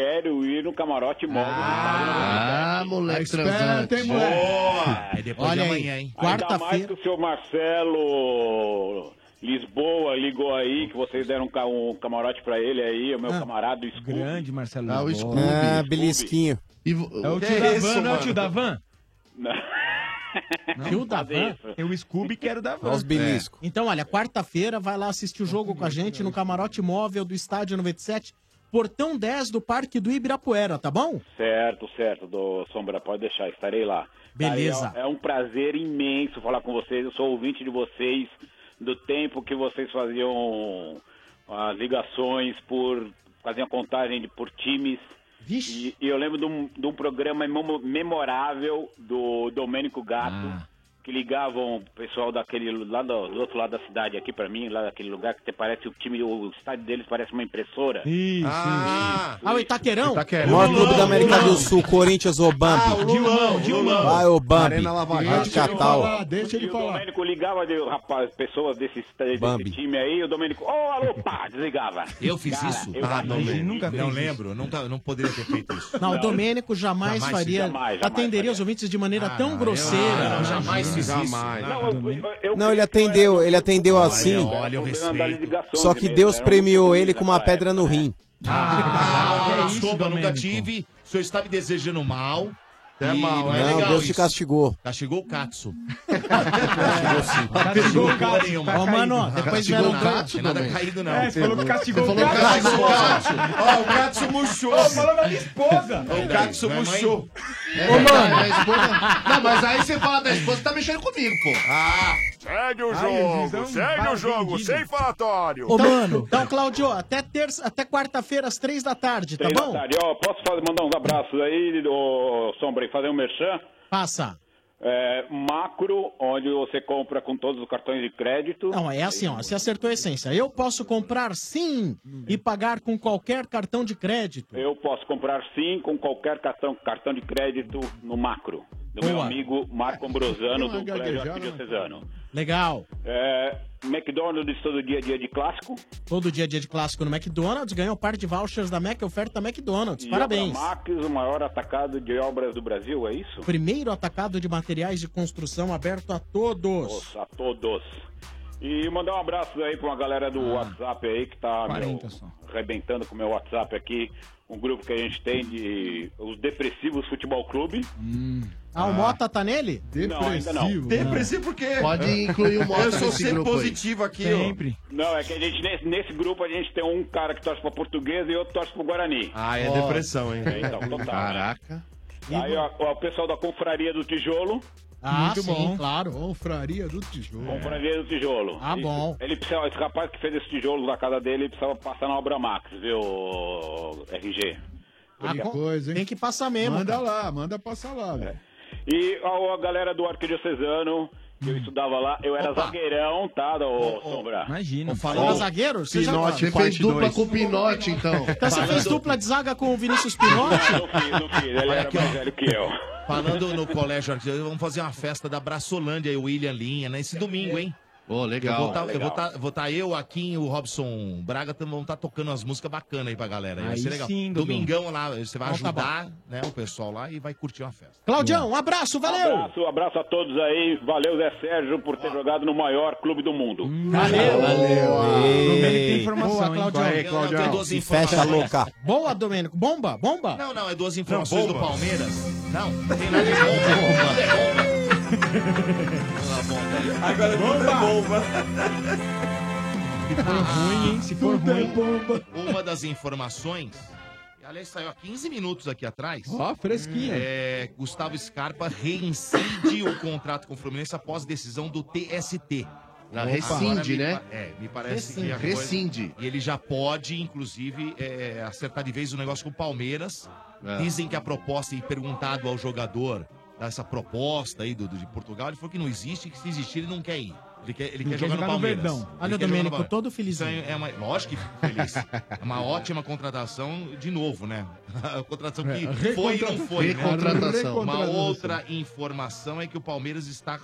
Speaker 22: quero ir no camarote móvel.
Speaker 15: Ah, moleque
Speaker 22: transante.
Speaker 15: transante.
Speaker 22: Boa!
Speaker 15: É depois de amanhã, hein?
Speaker 22: Ainda mais que o seu Marcelo Lisboa ligou aí, que vocês deram um ca- um camarote pra ele aí, o meu
Speaker 17: Ah.
Speaker 22: camarada do Scooby.
Speaker 17: Grande, Marcelo.
Speaker 22: Ah, o
Speaker 17: Lisboa.
Speaker 22: Scooby, Ah, Scooby. belisquinho.
Speaker 17: É o tio da van, não é o tio da van?
Speaker 7: Tio da van?
Speaker 17: Tem o Scooby que era o da van.
Speaker 7: Os beliscos. Então, olha, quarta-feira vai lá assistir o jogo com a gente no camarote móvel do Estádio 97, portão 10 do Parque do Ibirapuera, tá bom?
Speaker 22: Certo, certo, do Sombra, pode deixar, estarei lá.
Speaker 7: Beleza.
Speaker 22: Cara, é, é um prazer imenso falar com vocês, eu sou ouvinte de vocês, do tempo que vocês faziam ah, ligações por. faziam contagem de- por times. E, e eu lembro de um, de um programa memo- memorável do Domênico Gato,
Speaker 7: Ah.
Speaker 22: que ligavam o pessoal daquele lá do, do outro lado da cidade aqui pra mim, lá daquele lugar que parece o time, o estádio deles parece uma impressora.
Speaker 17: Isso,
Speaker 7: ah, o Itaquerão?
Speaker 22: Itaquerão.
Speaker 7: Maior
Speaker 13: Maior clube da América do Sul, Corinthians, Obambi.
Speaker 7: Ah, o Lulão, Lulão.
Speaker 13: Vai, Obambi.
Speaker 7: Arena
Speaker 13: Lava
Speaker 22: Jato,
Speaker 13: Catal.
Speaker 22: deixa ele falar. O Domênico ligava, de, rapaz, pessoas desse,
Speaker 13: Bambi.
Speaker 22: desse time aí, o Domênico, ô, alô, pá, desligava.
Speaker 2: Eu fiz
Speaker 22: Cara,
Speaker 2: isso?
Speaker 22: eu
Speaker 2: ah,
Speaker 22: acho
Speaker 2: não,
Speaker 22: que-
Speaker 2: lembro.
Speaker 22: nunca
Speaker 2: não
Speaker 22: fiz
Speaker 2: lembro. Não, tá- não poderia ter feito isso.
Speaker 7: Não, o Domênico jamais,
Speaker 2: Jamais,
Speaker 7: faria,
Speaker 2: jamais, jamais
Speaker 7: atenderia os ouvintes de maneira tão grosseira.
Speaker 2: Ah, eu jamais fiz isso.
Speaker 22: Não, eu- eu- eu-
Speaker 13: Não, ele atendeu, ele atendeu assim.
Speaker 2: Olha, eu respeito.
Speaker 13: Só que Deus premiou ele com uma pedra no rim.
Speaker 2: Ah, desculpa, nunca tive. O senhor está me desejando mal.
Speaker 13: É
Speaker 2: E
Speaker 13: mal,
Speaker 2: não é
Speaker 13: né?
Speaker 2: legal
Speaker 13: Deus te
Speaker 2: isso.
Speaker 13: castigou.
Speaker 2: Castigou o Katsu.
Speaker 13: Castigou
Speaker 2: o Katsu. nenhuma.
Speaker 13: Ó, mano, depois
Speaker 2: Castigou
Speaker 13: vieram
Speaker 2: nada,
Speaker 13: Katsu
Speaker 2: tem nada
Speaker 13: também.
Speaker 2: caído, não.
Speaker 13: É, você falou que castigou
Speaker 2: Você
Speaker 13: o
Speaker 2: falou
Speaker 13: Katsu.
Speaker 2: Ó, o Katsu murchou.
Speaker 15: falou da minha esposa.
Speaker 2: O Katsu murchou.
Speaker 15: É,
Speaker 2: Ô,
Speaker 15: verdade,
Speaker 2: mano.
Speaker 15: a esposa- Não, mas aí você fala da esposa, tá mexendo comigo, pô. Ah,
Speaker 23: Segue
Speaker 15: Ai,
Speaker 23: o
Speaker 15: eles
Speaker 23: jogo,
Speaker 15: dão um
Speaker 23: segue o
Speaker 15: bala
Speaker 23: jogo,
Speaker 15: vendida.
Speaker 23: sem falatório.
Speaker 7: Então, então, Claudio, até terça, até quarta-feira às três da tarde, tá
Speaker 22: Três da
Speaker 7: bom?
Speaker 22: tarde. Ó, posso fazer, mandar uns abraços aí, ô, Sombra, e fazer um merchan?
Speaker 7: Passa.
Speaker 22: É, macro, onde você compra com todos os cartões de crédito.
Speaker 7: Não, é assim, ó. Você acertou a essência. Eu posso comprar sim e pagar com qualquer cartão de crédito.
Speaker 22: Eu posso comprar sim com qualquer cartão, cartão de crédito no macro. Do meu
Speaker 7: Boa.
Speaker 22: amigo Marco Ambrosano,
Speaker 7: Deu uma
Speaker 22: do Colégio
Speaker 7: gaguejada, né?
Speaker 22: Arquidiocesano.
Speaker 7: Legal.
Speaker 22: É, McDonald's todo dia a dia de clássico.
Speaker 7: Todo dia é dia de clássico no McDonald's, ganha um par de vouchers da Mac, oferta McDonald's. Parabéns.
Speaker 22: E um Obra Max, o maior atacado de obras do Brasil, é isso?
Speaker 7: Primeiro atacado de materiais de construção aberto a todos.
Speaker 22: Nossa, a todos. E mandar um abraço aí pra uma galera
Speaker 7: Ah.
Speaker 22: do WhatsApp aí que tá meu,
Speaker 17: 40 só.
Speaker 22: arrebentando com o meu WhatsApp aqui. Um grupo que a gente tem de os Depressivos Futebol Clube.
Speaker 7: Ah, o Mota tá nele?
Speaker 22: Não, ainda não.
Speaker 7: Depressivo
Speaker 22: por quê?
Speaker 7: Pode incluir o Mota
Speaker 22: Eu sou
Speaker 7: nesse
Speaker 22: sempre
Speaker 7: grupo aí.
Speaker 22: positivo aqui,
Speaker 7: Sempre.
Speaker 22: ó. Não, é que a gente, nesse, nesse grupo a gente tem um cara que torce pra portuguesa e outro torce pro Guarani.
Speaker 16: Ah, é depressão, hein?
Speaker 22: É, então, total.
Speaker 16: Caraca.
Speaker 22: Aí, ó, ó, o pessoal da Confraria do Tijolo.
Speaker 11: Muito bom.
Speaker 7: claro.
Speaker 11: Confraria do tijolo.
Speaker 22: Confraria do Tijolo.
Speaker 11: É. Ah, bom.
Speaker 22: Ele precisava, esse rapaz que fez esse tijolo da casa dele, ele precisava passar na obra Max, viu, RG?
Speaker 11: Ah,
Speaker 22: Ele-
Speaker 11: com- coisa, hein?
Speaker 7: Tem que passar mesmo.
Speaker 11: Manda lá, manda passar lá. velho.
Speaker 22: E ó, a galera do Arquidiocesano, que eu estudava lá, eu era zagueirão, tá, do Sombra?
Speaker 17: Imagina.
Speaker 7: Falou zagueiro? Você já- tá-
Speaker 15: Você fez dupla com o Pinote, então.
Speaker 7: Então você fez dupla de zaga com o Vinícius Pinotti?
Speaker 22: Ele
Speaker 2: Olha
Speaker 22: era
Speaker 2: aqui,
Speaker 22: mais
Speaker 2: ó.
Speaker 22: velho que eu.
Speaker 2: Falando no colégio, Arquidiocesano, vamos fazer uma festa da Braçolândia e o William Linha, né? Esse domingo, hein?
Speaker 15: Ô,
Speaker 2: Eu
Speaker 15: legal.
Speaker 2: vou tá- eu vou tá- vou tá eu, Aquim e o Robson Braga tam- vão estar tocando umas músicas bacanas aí pra galera. Aí vai
Speaker 7: Aí
Speaker 2: ser legal.
Speaker 7: sim, Dudu.
Speaker 2: Domingão lá, você vai
Speaker 7: Então tá
Speaker 2: ajudar né, o pessoal lá e vai curtir uma festa.
Speaker 7: Claudião, um abraço, valeu!
Speaker 22: Abraço, abraço a todos aí. Valeu, Zé Sérgio, por ter jogado no maior clube do mundo.
Speaker 7: Valeu!
Speaker 13: Ei.
Speaker 7: Boa, Claudião.
Speaker 13: Aí, Claudião.
Speaker 7: Tem
Speaker 13: Se fecha louca.
Speaker 7: Boa, Domênico. Bomba, bomba.
Speaker 2: Não, não, é duas informações
Speaker 7: Não,
Speaker 2: do
Speaker 7: bomba.
Speaker 2: Palmeiras. Não, não tem nada de bomba.
Speaker 9: Agora é bomba.
Speaker 2: Se for ruim, hein? Se for ruim.
Speaker 7: Bomba.
Speaker 2: Uma das informações, e aliás saiu há 15 minutos aqui atrás.
Speaker 7: Ó, fresquinha.
Speaker 2: É, Gustavo Scarpa reincide o contrato com o Fluminense após decisão do TST.
Speaker 15: Na
Speaker 2: Opa.
Speaker 15: rescinde,
Speaker 2: Agora me
Speaker 15: né?
Speaker 2: pa- É, me parece
Speaker 15: Rescinde.
Speaker 2: que a coisa-
Speaker 15: Rescinde.
Speaker 2: E ele já pode, inclusive, é, acertar de vez o negócio com o Palmeiras.
Speaker 15: É.
Speaker 2: Dizem que a proposta, e perguntado ao jogador dessa proposta aí do, do- de Portugal, ele falou que não existe, que se existir ele não quer ir. Ele quer, ele quer
Speaker 7: Não
Speaker 2: jogar,
Speaker 7: quer jogar
Speaker 2: no
Speaker 7: no
Speaker 2: Palmeiras.
Speaker 7: Verdão.
Speaker 2: Ele
Speaker 7: Ah, Olha o
Speaker 2: quer jogar no
Speaker 7: Domênico,
Speaker 2: Palmeiras.
Speaker 7: todo felizinho.
Speaker 2: Isso aí é uma, lógico que feliz. É uma ótima contratação, de novo, né? A contratação que
Speaker 15: É,
Speaker 2: foi e
Speaker 15: recontra-
Speaker 2: não foi. né?
Speaker 15: recontratação.
Speaker 2: Uma
Speaker 15: Recontratação.
Speaker 2: outra informação é que o Palmeiras está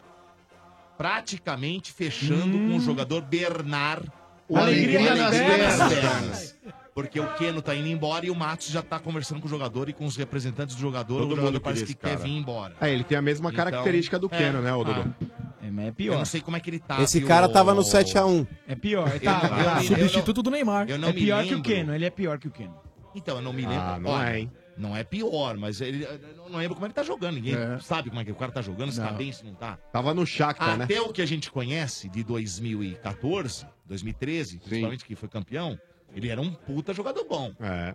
Speaker 2: praticamente fechando com o jogador Bernard. o
Speaker 15: Hum. Alegria nas pernas.
Speaker 2: Porque o Keno tá indo embora e o Matos já tá conversando com o jogador e com os representantes do jogador.
Speaker 6: Todo
Speaker 2: o jogador
Speaker 6: mundo
Speaker 2: parece
Speaker 6: queria
Speaker 2: que
Speaker 6: esse cara.
Speaker 2: quer vir embora.
Speaker 6: É, ele tem a mesma
Speaker 2: Então,
Speaker 6: característica do
Speaker 2: é.
Speaker 6: Keno, né, ô Dudu?
Speaker 17: Ah, É
Speaker 2: Eu não sei como é que ele tá.
Speaker 13: Esse
Speaker 2: viu,
Speaker 13: cara tava
Speaker 2: ô-
Speaker 13: no 7x1.
Speaker 17: É pior.
Speaker 2: Eu- eu- eu- eu-
Speaker 17: do Neymar.
Speaker 2: eu não
Speaker 17: é
Speaker 2: me
Speaker 17: pior que o
Speaker 2: lembro.
Speaker 17: Keno, ele é pior que o Keno.
Speaker 2: Então, eu não me lembro.
Speaker 17: Ah, não é, hein?
Speaker 2: Não é pior, mas ele, eu não lembro como ele tá jogando. Ninguém
Speaker 6: É.
Speaker 2: sabe como é que o cara tá jogando, se tá
Speaker 6: Não.
Speaker 2: bem, se não tá.
Speaker 6: Tava no Shakhtar, né?
Speaker 2: Até o que a gente conhece de 2014, 2013, principalmente que foi campeão, ele era um puta jogador bom.
Speaker 6: É.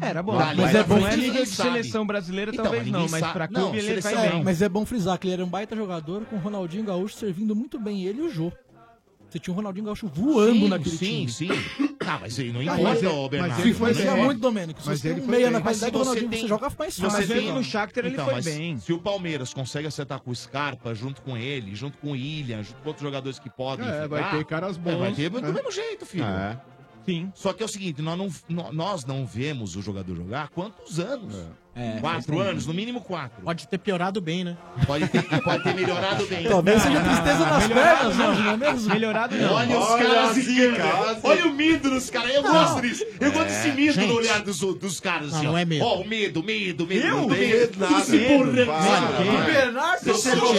Speaker 17: Era bom.
Speaker 2: Dali
Speaker 17: mas
Speaker 2: pra
Speaker 17: é bom
Speaker 2: frente,
Speaker 17: nível
Speaker 2: ninguém
Speaker 17: de
Speaker 2: sabe.
Speaker 17: seleção brasileira
Speaker 2: Então,
Speaker 17: talvez não,
Speaker 2: ninguém
Speaker 17: mas
Speaker 2: sabe.
Speaker 17: pra clube ele vai
Speaker 20: É,
Speaker 17: bem.
Speaker 20: mas é bom frisar que ele era um baita jogador com o Ronaldinho Gaúcho servindo muito bem ele e o Jô. Você tinha o Ronaldinho Gaúcho voando
Speaker 2: Sim,
Speaker 20: naquele
Speaker 2: sim,
Speaker 20: time.
Speaker 2: sim. Ah, mas ele não
Speaker 20: Ah,
Speaker 2: importa,
Speaker 20: mas
Speaker 2: ô
Speaker 20: é-
Speaker 2: Bernardo.
Speaker 20: mas ele foi
Speaker 2: não
Speaker 20: bem.
Speaker 2: é?
Speaker 20: muito, Domênico. Se
Speaker 2: Mas
Speaker 20: você
Speaker 2: ele
Speaker 20: tem um
Speaker 2: foi
Speaker 20: meia
Speaker 2: bem.
Speaker 20: na
Speaker 2: Mas
Speaker 20: qualidade
Speaker 2: se
Speaker 20: do
Speaker 2: você
Speaker 20: Ronaldinho,
Speaker 2: tem-
Speaker 20: você joga mais
Speaker 2: se
Speaker 20: fácil.
Speaker 2: você
Speaker 20: Mas ele
Speaker 2: tem-
Speaker 20: no Shakhtar, ele foi
Speaker 2: mas
Speaker 20: bem.
Speaker 2: Se o Palmeiras consegue acertar com o Scarpa, junto com ele, junto com o William, junto com outros jogadores que podem
Speaker 11: É, vai ter caras bons,
Speaker 2: é, vai ter do
Speaker 11: né?
Speaker 2: mesmo jeito, filho.
Speaker 11: É.
Speaker 17: Sim.
Speaker 2: Só que é o seguinte, nós não, nó- nós não vemos o jogador jogar há quantos anos?
Speaker 7: É. É, faz
Speaker 2: quatro
Speaker 7: tempo.
Speaker 2: anos, no mínimo quatro.
Speaker 7: Pode ter piorado bem, né?
Speaker 2: Pode ter, pode ter melhorado bem.
Speaker 7: Talvez seja tristeza
Speaker 17: Tá
Speaker 7: nas
Speaker 2: melhorado
Speaker 20: né?
Speaker 7: pernas hoje, não é mesmo? Melhorado não.
Speaker 2: Olha os
Speaker 7: Olha
Speaker 2: caras
Speaker 7: assim,
Speaker 2: assim,
Speaker 7: cara.
Speaker 2: cara. Olha o medo dos caras. Eu
Speaker 7: Não.
Speaker 2: gosto disso. Eu gosto
Speaker 7: É.
Speaker 2: desse medo
Speaker 7: Gente.
Speaker 2: no olhar dos, dos caras.
Speaker 7: Não,
Speaker 2: Assim,
Speaker 7: não
Speaker 2: ó.
Speaker 7: é medo.
Speaker 2: Ó, o medo, medo, medo.
Speaker 7: Eu?
Speaker 2: não tem
Speaker 7: Medo, nada.
Speaker 2: Tudo se
Speaker 7: Medo,
Speaker 2: borrando.
Speaker 7: para,
Speaker 2: Sabe?
Speaker 7: para.
Speaker 2: Bernardo,
Speaker 7: Se
Speaker 2: se
Speaker 7: tiver-
Speaker 2: borra. Se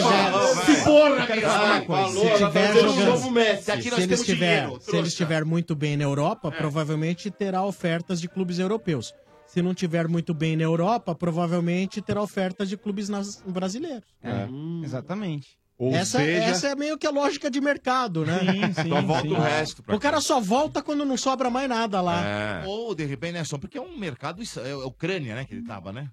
Speaker 7: Eu
Speaker 2: borra,
Speaker 7: quero
Speaker 2: meu.
Speaker 7: falar uma
Speaker 2: Vai,
Speaker 7: coisa.
Speaker 2: falou,
Speaker 7: Se
Speaker 2: vai
Speaker 7: tiver
Speaker 2: fazer um
Speaker 7: jogando-
Speaker 2: novo Messi. Aqui
Speaker 7: se
Speaker 2: nós
Speaker 7: ele
Speaker 2: temos
Speaker 7: estiver-
Speaker 2: dinheiro,
Speaker 7: Se ele
Speaker 2: trouxa.
Speaker 7: estiver muito bem na Europa, provavelmente terá ofertas de clubes europeus. Se não tiver muito bem na Europa, provavelmente terá ofertas de clubes nas- brasileiros.
Speaker 17: É, Exatamente.
Speaker 7: essa, essa é meio que a lógica de mercado, né?
Speaker 17: Sim, sim, Só volta sim. o resto pra
Speaker 7: O cara só volta quando não sobra mais nada lá.
Speaker 2: Ou, de repente, né, só porque é um mercado... isso- É é Ucrânia, né, que ele tava, né?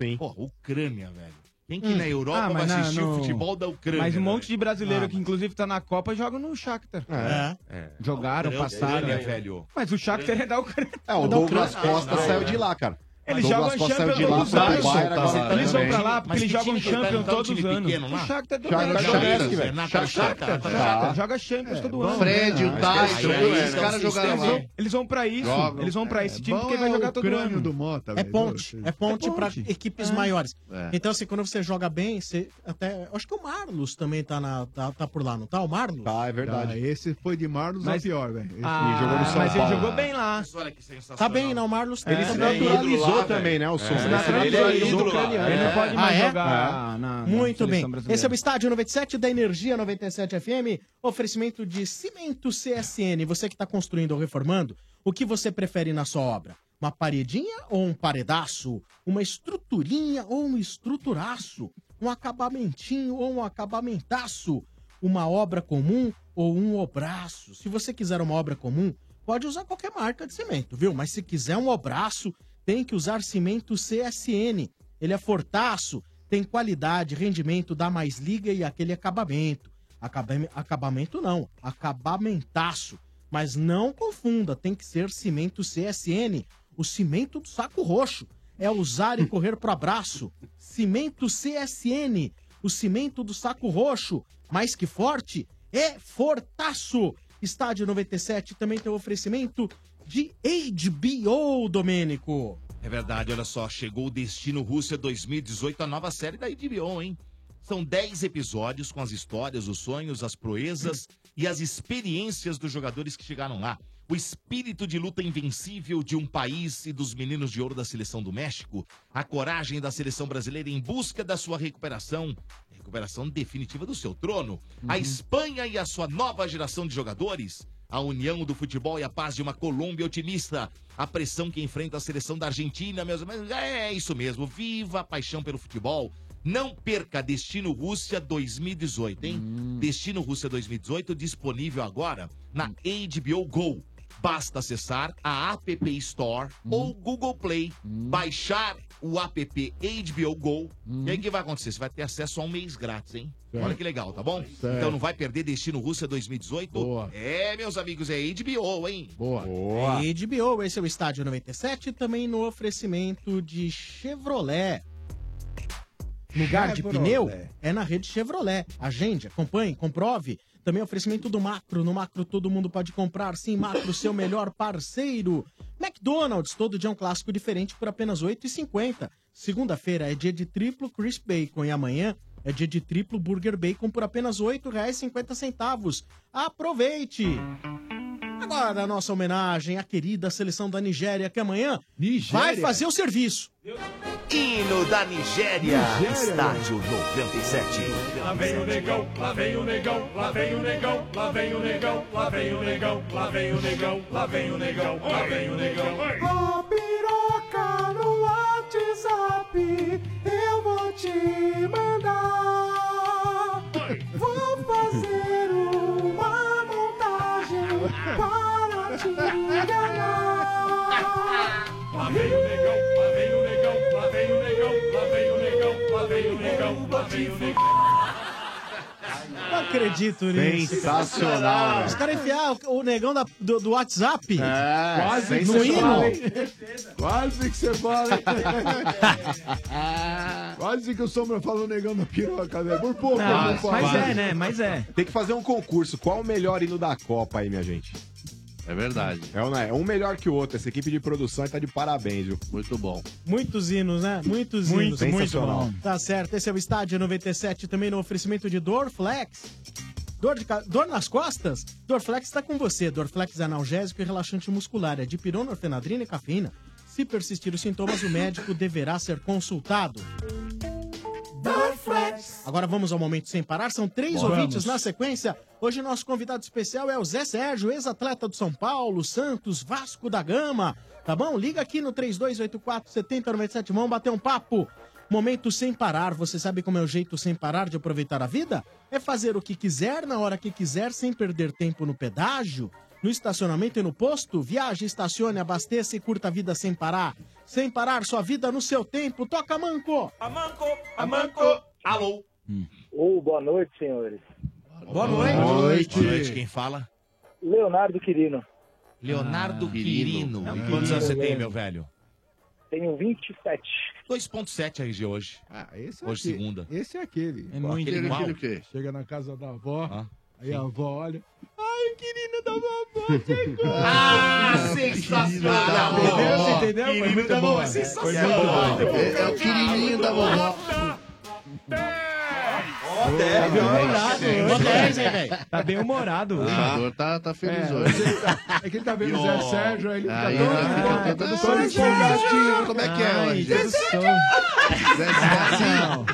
Speaker 2: Sim. Pô, Ucrânia, velho. Quem que
Speaker 17: Hum.
Speaker 2: na Europa
Speaker 17: Ah,
Speaker 2: vai
Speaker 17: mas na-
Speaker 2: assistir o
Speaker 17: no-
Speaker 2: futebol da Ucrânia?
Speaker 17: Mas um
Speaker 2: velho?
Speaker 17: monte de brasileiro
Speaker 2: Ah,
Speaker 17: que, inclusive, tá na Copa, joga no Shakhtar.
Speaker 2: É.
Speaker 17: Jogaram,
Speaker 2: Ucrânia,
Speaker 17: passaram.
Speaker 2: velho.
Speaker 17: Mas o Shakhtar é da Ucrânia.
Speaker 6: É, o
Speaker 17: da
Speaker 6: Douglas
Speaker 17: Ucrânia.
Speaker 6: Costa saiu de lá, cara.
Speaker 17: Ele
Speaker 6: Douglas
Speaker 17: joga
Speaker 6: Costa saiu
Speaker 17: Champions
Speaker 6: de lá,
Speaker 17: todos os
Speaker 6: foi pro
Speaker 17: anos.
Speaker 6: Bayern, agora
Speaker 17: Eles
Speaker 6: tá
Speaker 17: vão
Speaker 6: também.
Speaker 17: pra lá porque
Speaker 6: Mas
Speaker 17: eles
Speaker 6: que
Speaker 17: jogam
Speaker 6: time que ele tá?
Speaker 17: Champions
Speaker 6: Não tá um
Speaker 17: todos os
Speaker 6: time
Speaker 17: anos.
Speaker 6: pequeno lá?
Speaker 17: O Shakhtar tá
Speaker 6: Joga
Speaker 17: jogando
Speaker 6: Champions,
Speaker 17: Champions,
Speaker 6: velho.
Speaker 17: velho.
Speaker 6: Shakhtar,
Speaker 17: Shakhtar,
Speaker 6: Shakhtar.
Speaker 17: Joga Champions todo
Speaker 6: bom,
Speaker 17: ano.
Speaker 6: Fred,
Speaker 17: né?
Speaker 6: o Tyson,
Speaker 17: Aí,
Speaker 6: os
Speaker 17: aí,
Speaker 6: caras
Speaker 17: eles
Speaker 6: jogaram
Speaker 17: vão-
Speaker 6: lá.
Speaker 17: eles vão- Eles vão pra É isso.
Speaker 6: Jogam.
Speaker 17: Eles vão pra esse time
Speaker 7: bom
Speaker 17: porque ele
Speaker 7: é
Speaker 17: vai
Speaker 7: o
Speaker 17: jogar todo
Speaker 7: crânio
Speaker 17: ano.
Speaker 7: do
Speaker 11: Mota,
Speaker 7: É ponte, é ponte pra equipes
Speaker 17: É.
Speaker 7: maiores.
Speaker 17: É.
Speaker 7: Então, assim, quando você joga bem, você até. Acho que o Marlos também tá, na, tá, tá por lá, não tá? O Marlos?
Speaker 6: Tá, é
Speaker 11: verdade.
Speaker 17: Ah,
Speaker 11: Tá, esse foi de
Speaker 17: é
Speaker 11: Marlos
Speaker 7: Mas-
Speaker 11: a pior, velho. Esse-
Speaker 7: Ah, mas ele jogou bem
Speaker 17: lá.
Speaker 2: Olha que
Speaker 7: Tá bem, não, o Marlos
Speaker 11: Ele se naturalizou também, né, o Sombra? Ele se naturalizou ucraniano.
Speaker 17: Ele não
Speaker 11: É.
Speaker 17: pode
Speaker 11: Ah,
Speaker 17: mais
Speaker 11: é?
Speaker 17: jogar na.
Speaker 11: É.
Speaker 17: na
Speaker 7: Muito
Speaker 17: seleção
Speaker 7: bem.
Speaker 17: brasileira.
Speaker 7: Esse é o Estádio 97 da Energia 97 FM, oferecimento de cimento CSN. Você que está construindo ou reformando, o que você prefere na sua obra? Uma paredinha ou um paredaço? Uma estruturinha ou um estruturaço? Um acabamentinho ou um acabamentaço? Uma obra comum ou um obraço? Se você quiser uma obra comum, pode usar qualquer marca de cimento, viu? Mas se quiser um obraço, tem que usar cimento CSN. Ele é fortaço, tem qualidade, rendimento, dá mais liga e aquele acabamento. Acabam- acabamento não, acabamentaço. Mas não confunda, tem que ser cimento CSN, o cimento do saco roxo. É usar e correr pro abraço. Cimento CSN, o cimento do saco roxo, mais que forte, é fortaço. Estádio 97 também tem o oferecimento de HBO, Domênico.
Speaker 2: É verdade, olha só, chegou o Destino Rússia 2018, a nova série da HBO, hein? São 10 episódios com as histórias, os sonhos, as proezas e as experiências dos jogadores que chegaram lá. O espírito de luta invencível de um país e dos meninos de ouro da seleção do México, a coragem da seleção brasileira em busca da sua recuperação, recuperação definitiva do seu trono, a Espanha e a sua nova geração de jogadores, a união do futebol e a paz de uma Colômbia otimista. A pressão que enfrenta a seleção da Argentina, meus amigos. É isso mesmo. Viva a paixão pelo futebol. Não perca Destino Rússia 2018, hein? Destino Rússia 2018 disponível agora na HBO Go. Basta acessar a App Store ou Google Play, baixar o app HBO Go. E aí o que vai acontecer? Você vai ter acesso a um mês grátis, hein? Olha que legal, tá bom?
Speaker 23: Certo.
Speaker 2: Então não vai perder Destino Rússia 2018. É, meus amigos, é HBO, hein?
Speaker 7: Boa. Boa. HBO, esse é o Estádio 97, também no oferecimento de Chevrolet. Lugar de
Speaker 23: Chevrolet.
Speaker 7: pneu é na rede Chevrolet. Agende, acompanhe, comprove. Também oferecimento do Macro. No Macro todo mundo pode comprar. Sim, Macro, seu melhor parceiro. McDonald's, todo dia um clássico diferente por apenas R$ 8,50. Segunda-feira é dia de triplo Crisp Bacon e amanhã é dia de triplo Burger Bacon por apenas R$ 8,50. Aproveite! Agora a nossa homenagem à querida seleção da Nigéria, que amanhã vai fazer o serviço.
Speaker 1: Hino da Nigéria,
Speaker 23: Nigéria.
Speaker 1: estádio 97.
Speaker 5: Lá vem o negão, lá vem o negão, lá vem o negão, lá vem o negão, lá vem o negão, lá vem o negão, lá vem o negão, lá vem o negão.
Speaker 23: A piroca no WhatsApp eu vou te mandar. Vou fazer uma montagem para te enganar.
Speaker 5: Lá vem o negão, lá vem o negão, lá vem o negão, lá vem o negão, lá vem o negão, lá vem o negão.
Speaker 7: Não acredito nisso.
Speaker 15: Sensacional.
Speaker 7: Os caras enfiaram o negão da- do, do WhatsApp
Speaker 15: É,
Speaker 7: quase no
Speaker 15: sensacional.
Speaker 7: hino.
Speaker 11: Quase que você fala. Quase que o Sombra fala o negão da piroca, velho. Por pouco.
Speaker 6: Tá,
Speaker 17: Não,
Speaker 11: eu não
Speaker 17: mas
Speaker 11: falo.
Speaker 17: é, né? Mas é.
Speaker 6: Tem que fazer um concurso. Qual o melhor hino da Copa aí, minha gente?
Speaker 15: É verdade.
Speaker 6: É um, é um melhor que o outro. Essa equipe de produção aí tá de parabéns, viu?
Speaker 15: Muito bom.
Speaker 7: Muitos hinos, né? Muitos
Speaker 6: Muito,
Speaker 7: hinos.
Speaker 6: muito bom.
Speaker 7: Tá certo. Esse é o Estádio 97, também no oferecimento de Dorflex. Dor, de ca- Dor nas costas? Dorflex está com você. Dorflex é analgésico e relaxante muscular. É de pirona, orfenadrina e cafeína. Se persistir os sintomas, o médico deverá ser consultado. Dorflex! Agora vamos ao momento sem parar. São três
Speaker 23: Vamos.
Speaker 7: ouvintes na sequência. Hoje nosso convidado especial é o Zé Sérgio, ex-atleta do São Paulo, Santos, Vasco da Gama. Tá bom? Liga aqui no 3284 7097. Vamos bater um papo. Momento sem parar. Você sabe como é o jeito sem parar de aproveitar a vida? É fazer o que quiser na hora que quiser, sem perder tempo no pedágio, no estacionamento e no posto. Viaje, estacione, abasteça e curta a vida sem parar. Sem parar sua vida no seu tempo. Toca manco!
Speaker 21: Amanco, Amanco.
Speaker 2: Alô.
Speaker 24: Ô, boa noite, senhores.
Speaker 2: Boa noite. Boa noite. Quem fala?
Speaker 24: Leonardo Quirino.
Speaker 2: Leonardo Quirino.
Speaker 24: É um
Speaker 2: E Quantos
Speaker 24: quirino
Speaker 2: anos você tem,
Speaker 24: mesmo.
Speaker 2: meu velho?
Speaker 24: Tenho 27.
Speaker 2: 2.7 RG hoje.
Speaker 11: Ah, esse é
Speaker 2: Hoje
Speaker 11: aquele-
Speaker 2: segunda.
Speaker 11: Esse é aquele.
Speaker 2: É muito. Aquele
Speaker 11: igual.
Speaker 2: aquele quê?
Speaker 11: Chega na casa da avó, aí a
Speaker 2: sim.
Speaker 11: avó olha.
Speaker 23: Ai, querido da vovó, chegou.
Speaker 15: É,
Speaker 11: Ah,
Speaker 21: Ah,
Speaker 23: sensacional.
Speaker 11: Entendeu? Você
Speaker 23: entendeu? Foi muito
Speaker 15: da
Speaker 23: bom,
Speaker 15: vovó,
Speaker 23: né?
Speaker 15: sensacional.
Speaker 23: Foi muito bom.
Speaker 15: É, é o queridinho da vovó. É,
Speaker 23: Tá bem humorado, ó, dez, hein, velho?
Speaker 15: Tá bem humorado. é, O jogador tá, tá feliz
Speaker 11: É,
Speaker 15: hoje.
Speaker 11: É que ele tá vendo
Speaker 15: E,
Speaker 11: o Zé
Speaker 15: ó,
Speaker 11: Sérgio, aí ele fica
Speaker 15: aí,
Speaker 11: todo,
Speaker 15: ah,
Speaker 11: todo,
Speaker 15: todo
Speaker 11: todo
Speaker 15: Sérgio!
Speaker 11: empolgadinho.
Speaker 15: Como é que é
Speaker 11: Ai,
Speaker 15: hoje?
Speaker 11: Jesus.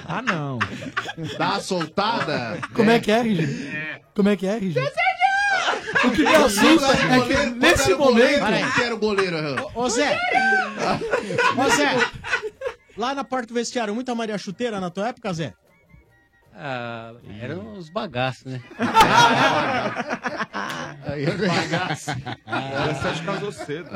Speaker 15: Ah, não. Dá uma soltada?
Speaker 20: Como é que é, RG? Como é que é, RG? O que me assusta é que nesse momento.
Speaker 15: Quem era o goleiro?
Speaker 7: Ô Zé! Ô Zé! Lá na porta do vestiário, muita Maria Chuteira na tua época, Zé?
Speaker 14: Ah, eram os bagaços, né?
Speaker 15: Bagaço.
Speaker 14: Ah,
Speaker 15: Sérgio casou cedo.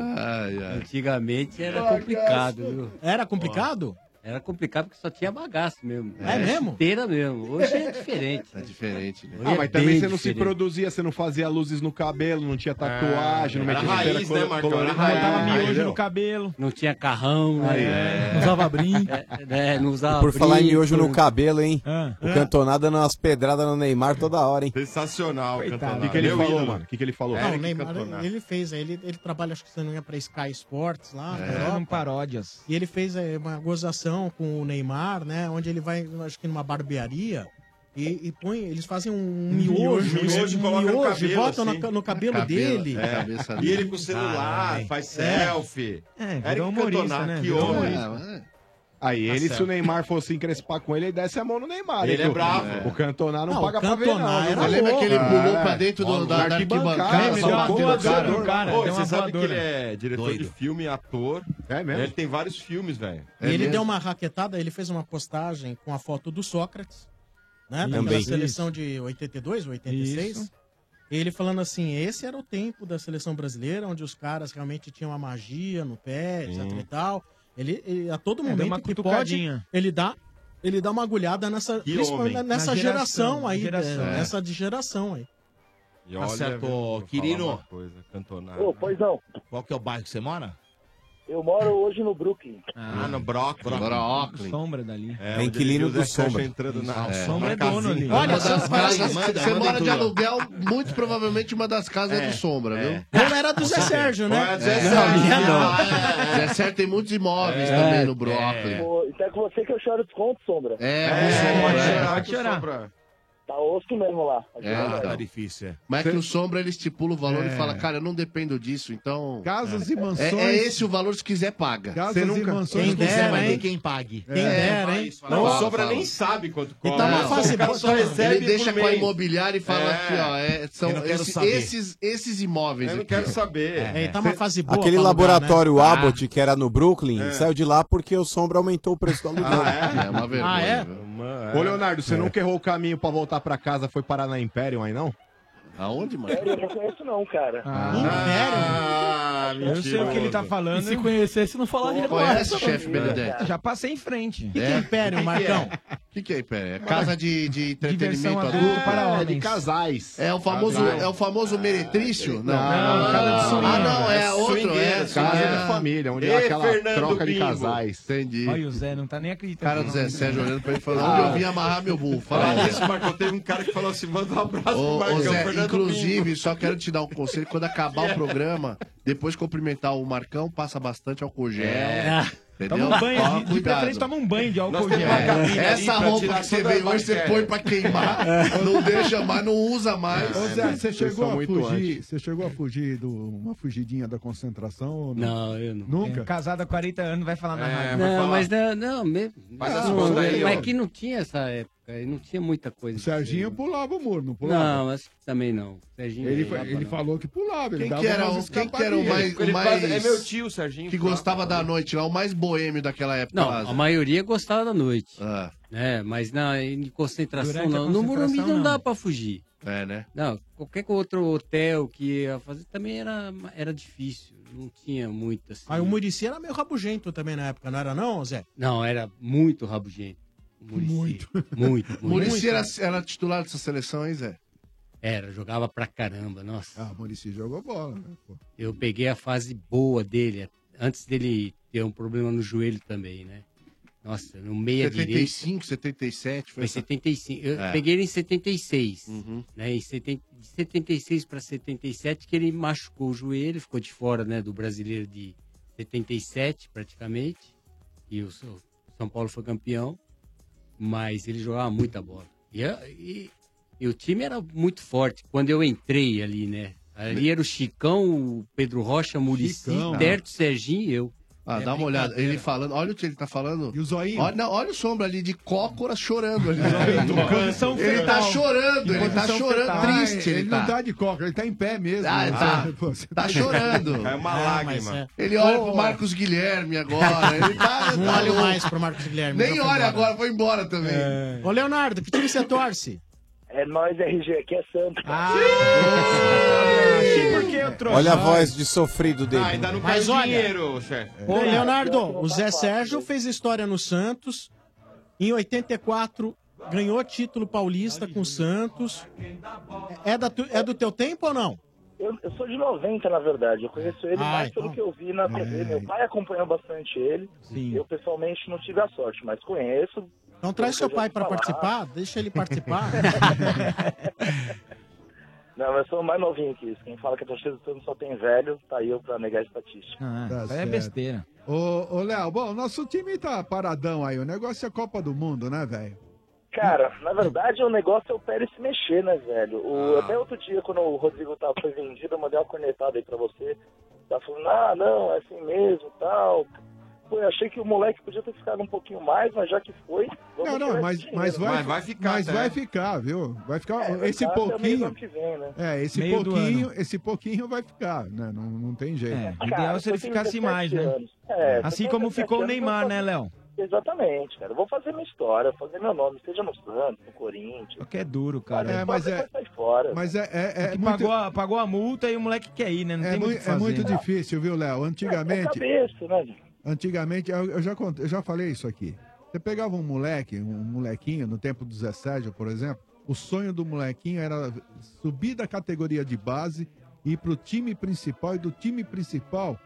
Speaker 14: Antigamente era
Speaker 15: Bagaço.
Speaker 14: complicado, viu?
Speaker 7: Era complicado?
Speaker 14: Era complicado porque só tinha bagaço mesmo.
Speaker 6: É
Speaker 14: Era
Speaker 6: mesmo?
Speaker 14: Chuteira mesmo. Hoje é diferente. É diferente, né?
Speaker 6: Ah, mas também você não se produzia, você não fazia luzes no cabelo, não tinha tatuagem, não
Speaker 14: É, era
Speaker 6: metia
Speaker 14: raiz,
Speaker 6: chuteira
Speaker 14: né, Marcão?
Speaker 6: colorida.
Speaker 14: Era raiz.
Speaker 6: Não botava
Speaker 14: Aí,
Speaker 6: miojo
Speaker 14: entendeu?
Speaker 6: no
Speaker 17: cabelo.
Speaker 14: Não tinha carrão, né?
Speaker 6: É.
Speaker 14: Usava brinco. não usava
Speaker 13: Por falar em miojo no
Speaker 14: brinco. né?
Speaker 13: cabelo, hein?
Speaker 14: Ah.
Speaker 13: O Cantoná dando umas pedradas no Neymar toda hora, hein?
Speaker 10: Sensacional,
Speaker 13: O
Speaker 10: Cantoná.
Speaker 13: que, que ele
Speaker 10: Meu
Speaker 13: falou,
Speaker 10: ídolo.
Speaker 13: mano? O que, que ele falou?
Speaker 7: não, o Neymar, ele fez, aí, ele, ele trabalha, acho que se não é pra Sky Sports lá, na
Speaker 17: É.
Speaker 7: Europa.
Speaker 17: Eram paródias.
Speaker 7: E ele fez é, uma gozação reunião com o Neymar, né? Onde ele vai, acho que numa barbearia. E, e põe, eles fazem um miojo,
Speaker 10: Miojo, miojo,
Speaker 7: um
Speaker 10: coloca no cabelo,
Speaker 7: botam na
Speaker 10: assim. Ah,
Speaker 7: ca- no, cabelo,
Speaker 10: Cabelo,
Speaker 7: dele.
Speaker 10: é. E ele com o celular, faz selfie.
Speaker 7: É,
Speaker 10: Eric
Speaker 7: virou humorista,
Speaker 10: Cantona,
Speaker 7: né?
Speaker 10: que
Speaker 7: Virou
Speaker 10: homem.
Speaker 7: humorista.
Speaker 6: Aí
Speaker 10: Tá
Speaker 6: ele, se
Speaker 10: certo.
Speaker 6: o Neymar fosse encrespar com ele, ele desce a mão no Neymar.
Speaker 10: Ele
Speaker 6: hein,
Speaker 10: é
Speaker 6: que o-
Speaker 10: bravo.
Speaker 6: O Cantoná não,
Speaker 10: Não,
Speaker 6: paga
Speaker 10: o
Speaker 6: pra ver,
Speaker 10: Cantona
Speaker 6: não.
Speaker 10: era
Speaker 6: Você lembra
Speaker 10: louco.
Speaker 6: que ele pulou
Speaker 10: É.
Speaker 6: pra dentro do-
Speaker 10: Maluco.
Speaker 6: da- da arquibancada,
Speaker 10: Ele
Speaker 6: só
Speaker 10: deu uma
Speaker 6: bateu no
Speaker 10: voadora
Speaker 6: cara.
Speaker 10: no cara.
Speaker 6: Pô,
Speaker 10: Deu
Speaker 6: você
Speaker 10: uma
Speaker 6: sabe que
Speaker 10: voadora.
Speaker 6: ele é diretor de
Speaker 10: Doido. filme, ator.
Speaker 6: É mesmo?
Speaker 10: Ele tem vários filmes, velho.
Speaker 7: E ele
Speaker 10: é-
Speaker 7: deu uma raquetada, ele fez uma postagem com a foto do Sócrates, né?
Speaker 10: Isso.
Speaker 7: Daquela
Speaker 10: Também.
Speaker 7: seleção de 82, 86.
Speaker 10: Isso.
Speaker 7: Ele falando assim, esse era o tempo da seleção brasileira, onde os caras realmente tinham a magia no pé, etc
Speaker 17: Sim.
Speaker 7: e tal. Ele, ele- a todo
Speaker 17: É, deu
Speaker 7: momento
Speaker 17: uma
Speaker 7: que pode,
Speaker 17: cutucadinha.
Speaker 7: ele dá, ele dá uma agulhada nessa,
Speaker 2: Que
Speaker 7: principalmente
Speaker 2: homem.
Speaker 7: nessa
Speaker 2: Na
Speaker 7: geração,
Speaker 2: geração,
Speaker 7: aí,
Speaker 2: geração.
Speaker 7: é,
Speaker 2: É.
Speaker 7: nessa de geração aí.
Speaker 10: E
Speaker 2: Tá
Speaker 10: olha,
Speaker 2: certo,
Speaker 10: viu, vou falar
Speaker 2: Quirino.
Speaker 10: uma Coisa, cantonada.
Speaker 24: Ô, pois não.
Speaker 2: Qual que é o bairro que você mora?
Speaker 24: Eu moro hoje no Brooklyn.
Speaker 2: Ah, no Brock.
Speaker 17: Brooklyn. Sombra dali.
Speaker 10: É, o inquilino do Sombra. entrando na,
Speaker 17: É. Sombra é
Speaker 10: na
Speaker 17: dono ali.
Speaker 10: casinha.
Speaker 15: Olha,
Speaker 17: Manda
Speaker 15: você,
Speaker 17: as
Speaker 15: fala-
Speaker 10: assim,
Speaker 17: casas,
Speaker 15: você-
Speaker 17: manda-
Speaker 15: você
Speaker 17: manda
Speaker 15: mora de
Speaker 17: tudo.
Speaker 15: aluguel, muito provavelmente uma das casas é,
Speaker 17: É,
Speaker 15: do Sombra,
Speaker 17: é.
Speaker 15: viu?
Speaker 7: Não era do Zé Sérgio, né?
Speaker 15: É, Zé
Speaker 7: É.
Speaker 15: Sérgio.
Speaker 7: Não, não.
Speaker 15: Ah, é. Zé Sérgio tem muitos imóveis
Speaker 7: É,
Speaker 15: também no
Speaker 7: é.
Speaker 15: Brócolis.
Speaker 24: Pô, então é com você que eu choro desconto, Sombra.
Speaker 15: É, com Sombra, é. Pode chorar.
Speaker 24: Tá osco mesmo lá.
Speaker 15: É, então.
Speaker 2: difícil, é.
Speaker 15: Mas é que o Sombra ele estipula o valor
Speaker 11: É.
Speaker 15: e fala, cara, eu não dependo disso, então.
Speaker 11: Casas
Speaker 15: É.
Speaker 11: e mansões.
Speaker 15: É, é esse o valor, se quiser, paga. É.
Speaker 11: Casas Você nunca- e mansões
Speaker 15: Quem
Speaker 11: com Sombra,
Speaker 15: dera,
Speaker 11: hein?
Speaker 15: hein?
Speaker 2: Quem pague.
Speaker 15: Quem dera, hein?
Speaker 10: Não, o Sombra nem sabe quanto
Speaker 15: E
Speaker 10: cobra.
Speaker 15: tá uma
Speaker 10: Não,
Speaker 15: fase
Speaker 10: o é? cara
Speaker 15: boa.
Speaker 10: só recebe
Speaker 15: Ele deixa
Speaker 10: por
Speaker 15: com a
Speaker 10: mês.
Speaker 15: imobiliária e fala aqui, ó, é, são
Speaker 10: Eu não quero
Speaker 15: esse-
Speaker 10: saber.
Speaker 15: esses, esses imóveis
Speaker 10: Eu não
Speaker 15: aqui,
Speaker 10: quero
Speaker 15: ó.
Speaker 10: saber.
Speaker 15: É,
Speaker 7: tá uma fase boa.
Speaker 13: Aquele
Speaker 7: pra alugar,
Speaker 13: laboratório
Speaker 7: né?
Speaker 13: Abbott que era no Brooklyn
Speaker 7: É.
Speaker 13: saiu de lá porque o Sombra aumentou o preço do aluguel.
Speaker 15: é? uma vergonha.
Speaker 7: Ah, é?
Speaker 6: Ô, Leonardo, você nunca errou o caminho pra voltar pra casa, foi parar na Imperium aí, não?
Speaker 15: Aonde, mano?
Speaker 24: Sério, eu não conheço não, cara.
Speaker 10: Ah,
Speaker 17: Eu sei o que ele tá falando.
Speaker 20: E se conhecesse, não falaria
Speaker 15: Conhece, chefe Benedetti?
Speaker 17: Já passei em frente.
Speaker 15: É?
Speaker 17: Império, Marcão?
Speaker 15: O que, que é Império? É casa de, de entretenimento
Speaker 17: Diversão
Speaker 15: adulto?
Speaker 17: adulto para É, homens. de
Speaker 6: casais.
Speaker 15: É o famoso,
Speaker 17: Casais.
Speaker 15: é o famoso meretrício? é. Não.
Speaker 6: Não, casa de swing.
Speaker 15: Ah, não, é
Speaker 6: É
Speaker 15: outro. É,
Speaker 6: swingueiro, casa
Speaker 15: swingueiro.
Speaker 6: de família, onde há aquela troca de casais.
Speaker 15: Entendi.
Speaker 17: Olha, o
Speaker 11: é?
Speaker 17: Zé não Ah, tá nem acreditando.
Speaker 15: Cara do Zé Sérgio olhando pra ele e falando, onde eu vim amarrar meu burro. Fala
Speaker 10: Fala
Speaker 15: aí.
Speaker 10: isso, Marcão. Teve um cara que falou assim: manda um abraço
Speaker 15: Ô,
Speaker 10: pro
Speaker 15: ô,
Speaker 10: Marcão.
Speaker 15: Zé,
Speaker 10: Fernando
Speaker 15: inclusive,
Speaker 10: Pingo.
Speaker 15: só quero te dar um conselho. Quando acabar o programa, depois de cumprimentar o Marcão, passa bastante álcool gel.
Speaker 17: É.
Speaker 15: Entendeu?
Speaker 17: Toma um banho,
Speaker 15: Toma
Speaker 17: de, de preferência toma um banho de álcool
Speaker 15: É,
Speaker 17: gel.
Speaker 15: Essa roupa que você veio hoje, você põe pra queimar, não deixa mais, não usa mais.
Speaker 11: Ô, Zé, você chegou, a fugir, você chegou a fugir de uma fugidinha da concentração? ou
Speaker 14: Não, eu não.
Speaker 11: Nunca?
Speaker 17: É, Casado há 40 anos, vai falar na
Speaker 11: É,
Speaker 17: rádio.
Speaker 11: vai
Speaker 14: Não,
Speaker 11: falar.
Speaker 14: mas não, não, me-
Speaker 11: Faz
Speaker 14: não,
Speaker 11: as contas aí,
Speaker 14: mas
Speaker 11: ó.
Speaker 14: que não tinha essa época, aí não tinha muita coisa.
Speaker 11: Serginho pulava o muro, não pulava?
Speaker 14: Não, acho que também não. Serginho
Speaker 11: Ele,
Speaker 14: não
Speaker 11: fa-
Speaker 14: dava,
Speaker 11: ele
Speaker 14: não.
Speaker 11: falou que pulava. Ele
Speaker 15: Quem
Speaker 11: dava
Speaker 15: que era
Speaker 11: umas
Speaker 15: o- quem que era o mais-
Speaker 11: escapadinhas.
Speaker 15: Ele mais- faz- é meu
Speaker 10: tio, Serginho. tá?
Speaker 15: Que gostava da noite lá, o mais boêmio daquela época.
Speaker 14: Não,
Speaker 15: lá, Zé.
Speaker 14: a maioria gostava da noite.
Speaker 15: É,
Speaker 14: mas na em concentração
Speaker 15: Durante a
Speaker 14: não. no Morumbi
Speaker 15: concentração,
Speaker 14: não,
Speaker 15: não.
Speaker 14: dá pra fugir.
Speaker 15: É, né?
Speaker 14: Não, qualquer outro hotel que ia fazer também era, era difícil. Não tinha muito assim.
Speaker 7: Aí o Murici era meio rabugento também na época, não era não, Zé?
Speaker 14: Não, era muito rabugento. Muito. Muito, muito.
Speaker 15: O Murici era, era titular dessa seleção, hein, Zé?
Speaker 14: Era, jogava pra caramba, nossa.
Speaker 11: Ah, o Murici jogou bola, né?
Speaker 14: Eu peguei a fase boa dele, antes dele ter um problema no joelho também, né? Nossa, no meia direita.
Speaker 15: 75, 77, foi
Speaker 14: Foi
Speaker 15: essa?
Speaker 14: 75. Eu
Speaker 15: É.
Speaker 14: peguei ele em 76.
Speaker 15: Uhum.
Speaker 14: Né? Em 70, de 76 para 77, que ele machucou o joelho, ficou de fora né, do brasileiro de 77, praticamente. E o São São Paulo foi campeão. Mas ele jogava muita bola. E, eu- e- e o time era muito forte. Quando eu entrei ali, né? Ali era o Chicão, o Pedro Rocha, Murici,
Speaker 15: Chicão.
Speaker 14: Terto, Serginho e eu. É,
Speaker 15: Ah, dá uma olhada. Ele falando, olha o que ele tá falando. E o
Speaker 11: zoinho?
Speaker 15: Olha, não, olha o sombra ali de cócoras chorando. Ali,
Speaker 11: Em
Speaker 15: Ó,
Speaker 11: posição
Speaker 15: ele tá
Speaker 11: fetal.
Speaker 15: chorando,
Speaker 11: Em
Speaker 15: ele tá
Speaker 11: posição
Speaker 15: chorando,
Speaker 11: fetal.
Speaker 15: triste.
Speaker 11: Ah, Ele,
Speaker 15: Ele,
Speaker 11: não
Speaker 15: tá.
Speaker 11: dá de coca, ele tá em pé mesmo.
Speaker 15: Ah,
Speaker 11: né?
Speaker 15: tá.
Speaker 11: Pô, você
Speaker 15: Tá chorando.
Speaker 11: Caiu
Speaker 15: Ah, mas é. Ele olha pro Marcos Guilherme agora. Ele tá.
Speaker 7: Não
Speaker 15: tá
Speaker 7: olho
Speaker 15: louco.
Speaker 7: mais pro Marcos Guilherme.
Speaker 15: Nem
Speaker 7: já foi
Speaker 15: olha
Speaker 7: embora.
Speaker 15: agora, foi embora também.
Speaker 7: Ô, Leonardo, que time você torce?
Speaker 24: É nós, RG, aqui é santo.
Speaker 7: Ah,
Speaker 13: achei
Speaker 24: por que eu
Speaker 13: Olha a voz de sofrido dele.
Speaker 7: Mas olha,
Speaker 17: É.
Speaker 10: chefe.
Speaker 7: Ô,
Speaker 17: né?
Speaker 7: Leonardo, o Zé Sérgio fez história no Santos. Em 84, ganhou título paulista com o Santos. É, da tu- é do teu tempo ou não?
Speaker 24: Eu, eu sou de 90, na verdade. Eu conheço ele
Speaker 7: Ah,
Speaker 24: mais
Speaker 7: então.
Speaker 24: pelo que eu vi na TV. Meu pai acompanhou bastante ele. Eu, pessoalmente, não tive a sorte, mas conheço.
Speaker 7: Então traz seu pai pra participar, deixa ele participar.
Speaker 24: Não, eu sou mais novinho que isso. Quem fala que a torcida do Santos só tem velho, tá aí eu pra negar a estatística.
Speaker 11: Tá
Speaker 17: isso aí é
Speaker 11: certo.
Speaker 17: besteira.
Speaker 11: Ô, ô Léo, bom, nosso time tá paradão aí. O negócio é Copa do Mundo, né, velho?
Speaker 24: Cara, na verdade o negócio é o Pérez se mexer, né, velho? O, Até outro dia, quando o Rodrigo tá, foi vendido, eu mandei uma cornetada aí pra você. Tá falando, ah, não, é assim mesmo tal. Pô, eu achei que o moleque podia ter ficado um pouquinho mais, mas já que foi. vamos
Speaker 11: Não,
Speaker 24: tirar
Speaker 11: não, mas,
Speaker 24: esse
Speaker 11: mas,
Speaker 24: dinheiro.
Speaker 11: vai, Mas vai ficar, viu? Vai ficar.
Speaker 24: É,
Speaker 11: esse
Speaker 24: verdade, é meio do
Speaker 11: pouquinho.
Speaker 24: ano que vem, né?
Speaker 11: É, esse
Speaker 24: Meio do
Speaker 11: pouquinho, esse pouquinho vai ficar, né? Não, não tem jeito.
Speaker 24: É, o ideal Cara, seria eu tenho ficasse 17 mais, né? anos. É, Assim eu tenho como 17 ficou o anos, Neymar, eu tô- né, Léo? Exatamente, cara. Eu vou fazer minha história, fazer meu nome, seja no Santos, no Corinthians.
Speaker 17: Porque é duro, cara.
Speaker 11: É, mas é-
Speaker 24: Sai fora. né?
Speaker 11: Mas é, é, é
Speaker 17: Que
Speaker 11: muito,
Speaker 17: pagou, a, pagou a multa e o moleque quer ir, né? Não
Speaker 11: é,
Speaker 17: tem muito
Speaker 11: mui-
Speaker 17: o que
Speaker 11: é
Speaker 17: fazer.
Speaker 11: muito difícil, viu, Léo? Antigamente.
Speaker 24: É, cabeça, né, gente?
Speaker 11: Antigamente, eu, eu já cont- eu já falei isso aqui. Você pegava um moleque, um molequinho, no tempo do Zé Sérgio, por exemplo, o sonho do molequinho era subir da categoria de base e ir pro time principal, e do time principal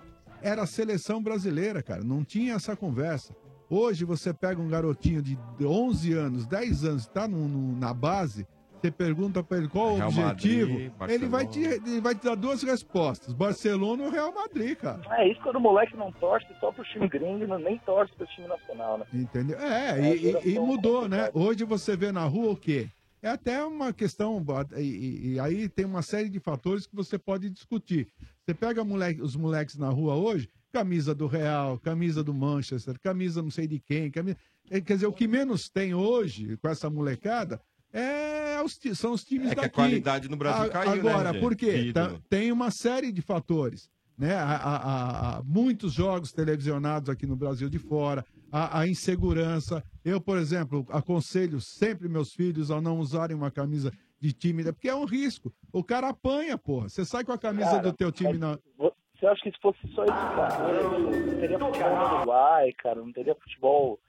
Speaker 11: era a seleção brasileira, cara. Não tinha essa conversa. Hoje você pega um garotinho de 11 anos, 10 anos, tá no- no- na base, você pergunta pra ele qual o
Speaker 10: Real
Speaker 11: objetivo,
Speaker 10: Madrid,
Speaker 11: ele, vai
Speaker 10: Barcelona.
Speaker 11: te, ele vai te dar duas respostas, Barcelona ou Real Madrid, cara.
Speaker 24: É isso quando o moleque não torce só pro time gringo, não- nem torce pro time nacional, né?
Speaker 11: Entendeu? É, e- e,
Speaker 24: um
Speaker 11: e mudou, né? Hoje você vê na rua o quê? É até uma questão, e, e- e aí tem uma série de fatores que você pode discutir. Você pega moleque- os moleques na rua hoje, camisa do Real, camisa do Manchester, camisa não sei de quem, camisa... é, quer dizer, o que menos tem hoje com essa molecada é os ti- são os times
Speaker 10: É que a
Speaker 11: daqui.
Speaker 10: qualidade no Brasil caiu, né,
Speaker 11: Agora,
Speaker 10: gente?
Speaker 11: por quê?
Speaker 10: De
Speaker 11: Tá-
Speaker 10: ídolo.
Speaker 11: tem uma série de fatores. Né? Há, há- há- há muitos jogos televisionados aqui no Brasil de fora, a, insegurança. Eu, por exemplo, aconselho sempre meus filhos a não usarem uma camisa de time, né? porque é um risco. O cara apanha, porra. Você sai com a camisa
Speaker 24: Cara,
Speaker 11: do teu time na.
Speaker 24: Você acha que se fosse só isso, cara, não teria futebol no Uruguai, cara, não teria futebol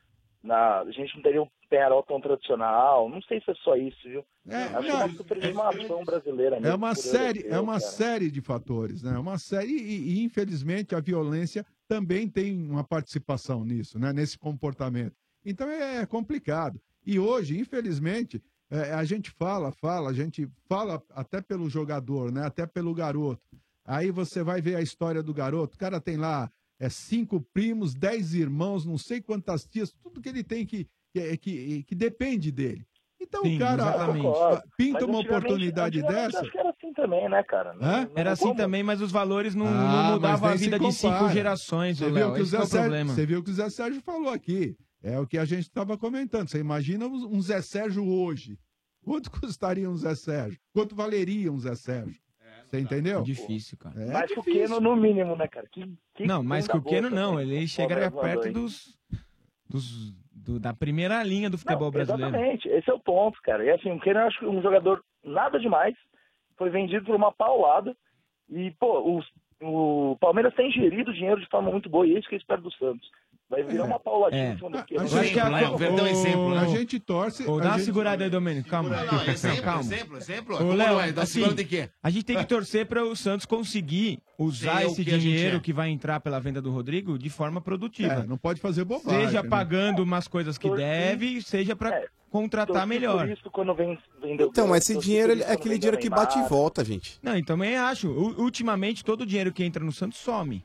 Speaker 24: na. A gente não teria um Penarol tão tradicional. Não sei se é só isso, viu? Acho que é uma superestimação brasileira mesmo.
Speaker 11: É uma
Speaker 24: por
Speaker 11: série,
Speaker 24: europeu,
Speaker 11: é uma
Speaker 24: cara.
Speaker 11: série de fatores, né? É Uma série e, e, infelizmente a violência também tem uma participação nisso, né? Nesse comportamento. Então é complicado. E hoje, infelizmente, é, a gente fala, fala, a gente fala até pelo jogador, né? Até pelo garoto. Aí você vai ver a história do garoto. O cara tem lá é, cinco primos, dez irmãos, não sei quantas tias, tudo que ele tem que que, é, que, que depende dele. Então o cara
Speaker 24: Concordo.
Speaker 11: pinta
Speaker 24: Mas
Speaker 11: uma
Speaker 24: antigamente-
Speaker 11: oportunidade
Speaker 24: antigamente
Speaker 11: dessa.
Speaker 24: Acho que era assim também, né, cara? Não-
Speaker 11: Hã?
Speaker 24: não-
Speaker 17: Era assim também, mas os valores não, não
Speaker 11: Ah, mas
Speaker 17: mudavam a
Speaker 11: nem se
Speaker 17: vida de
Speaker 11: compara.
Speaker 17: cinco gerações,
Speaker 11: Você
Speaker 17: ô,
Speaker 11: viu,
Speaker 17: Léo.
Speaker 11: que o
Speaker 17: Esse
Speaker 11: Zé
Speaker 17: que é o
Speaker 11: Sérgio-
Speaker 17: problema.
Speaker 11: você viu que o Zé Sérgio falou aqui. É o que a gente estava comentando. Você imagina um um Zé Sérgio hoje. Quanto custaria um Zé Sérgio? Quanto valeria um Zé Sérgio? Você entendeu?
Speaker 17: difícil, cara.
Speaker 11: É
Speaker 24: Mas o
Speaker 11: difícil.
Speaker 24: Keno no mínimo, né, cara? Que, que
Speaker 17: Não, mas
Speaker 24: bunda
Speaker 17: que o Keno
Speaker 24: boca,
Speaker 17: não,
Speaker 24: né?
Speaker 17: ele
Speaker 24: Pô,
Speaker 17: chegaria
Speaker 24: Brasil mandou,
Speaker 17: perto
Speaker 24: hein?
Speaker 17: dos, dos do- da primeira linha do futebol brasileiro.
Speaker 24: Exatamente, esse é o ponto, cara. E assim, o Keno eu acho que um jogador nada demais, foi vendido por uma paulada. E, pô, o, o Palmeiras tem gerido o dinheiro de forma muito boa, e é isso que eu espero do Santos. Vai virar uma pauladinha
Speaker 17: É.
Speaker 24: em cima do Keno.
Speaker 11: é A gente torce.
Speaker 17: um né? Ô,
Speaker 11: a
Speaker 17: dá uma
Speaker 11: gente-
Speaker 17: segurada aí, Domênico, calma.
Speaker 11: Não, não, exemplo,
Speaker 17: calma.
Speaker 11: exemplo, exemplo.
Speaker 17: Ô,
Speaker 11: Como
Speaker 17: Léo,
Speaker 11: não é? Dá
Speaker 17: assim,
Speaker 11: segurada de quê?
Speaker 17: a gente tem que torcer para o Santos conseguir usar
Speaker 11: Ser o
Speaker 17: esse
Speaker 11: que a gente
Speaker 17: dinheiro
Speaker 11: é.
Speaker 17: que vai entrar pela venda do Rodrigo de forma produtiva.
Speaker 11: É, não pode fazer bobagem,
Speaker 17: Seja
Speaker 11: né?
Speaker 17: pagando umas coisas que
Speaker 24: Torcer-
Speaker 17: deve, seja para contratar
Speaker 24: Torci
Speaker 17: melhor.
Speaker 24: Por isso, quando vem, vendeu
Speaker 13: Então, mas esse
Speaker 24: torci
Speaker 13: dinheiro
Speaker 24: por isso
Speaker 13: é
Speaker 24: quando
Speaker 13: aquele
Speaker 24: vendeu
Speaker 13: dinheiro que bate e
Speaker 24: Neymar.
Speaker 13: volta, gente.
Speaker 17: Não, e também acho. u- Ultimamente, todo o dinheiro que entra no Santos some.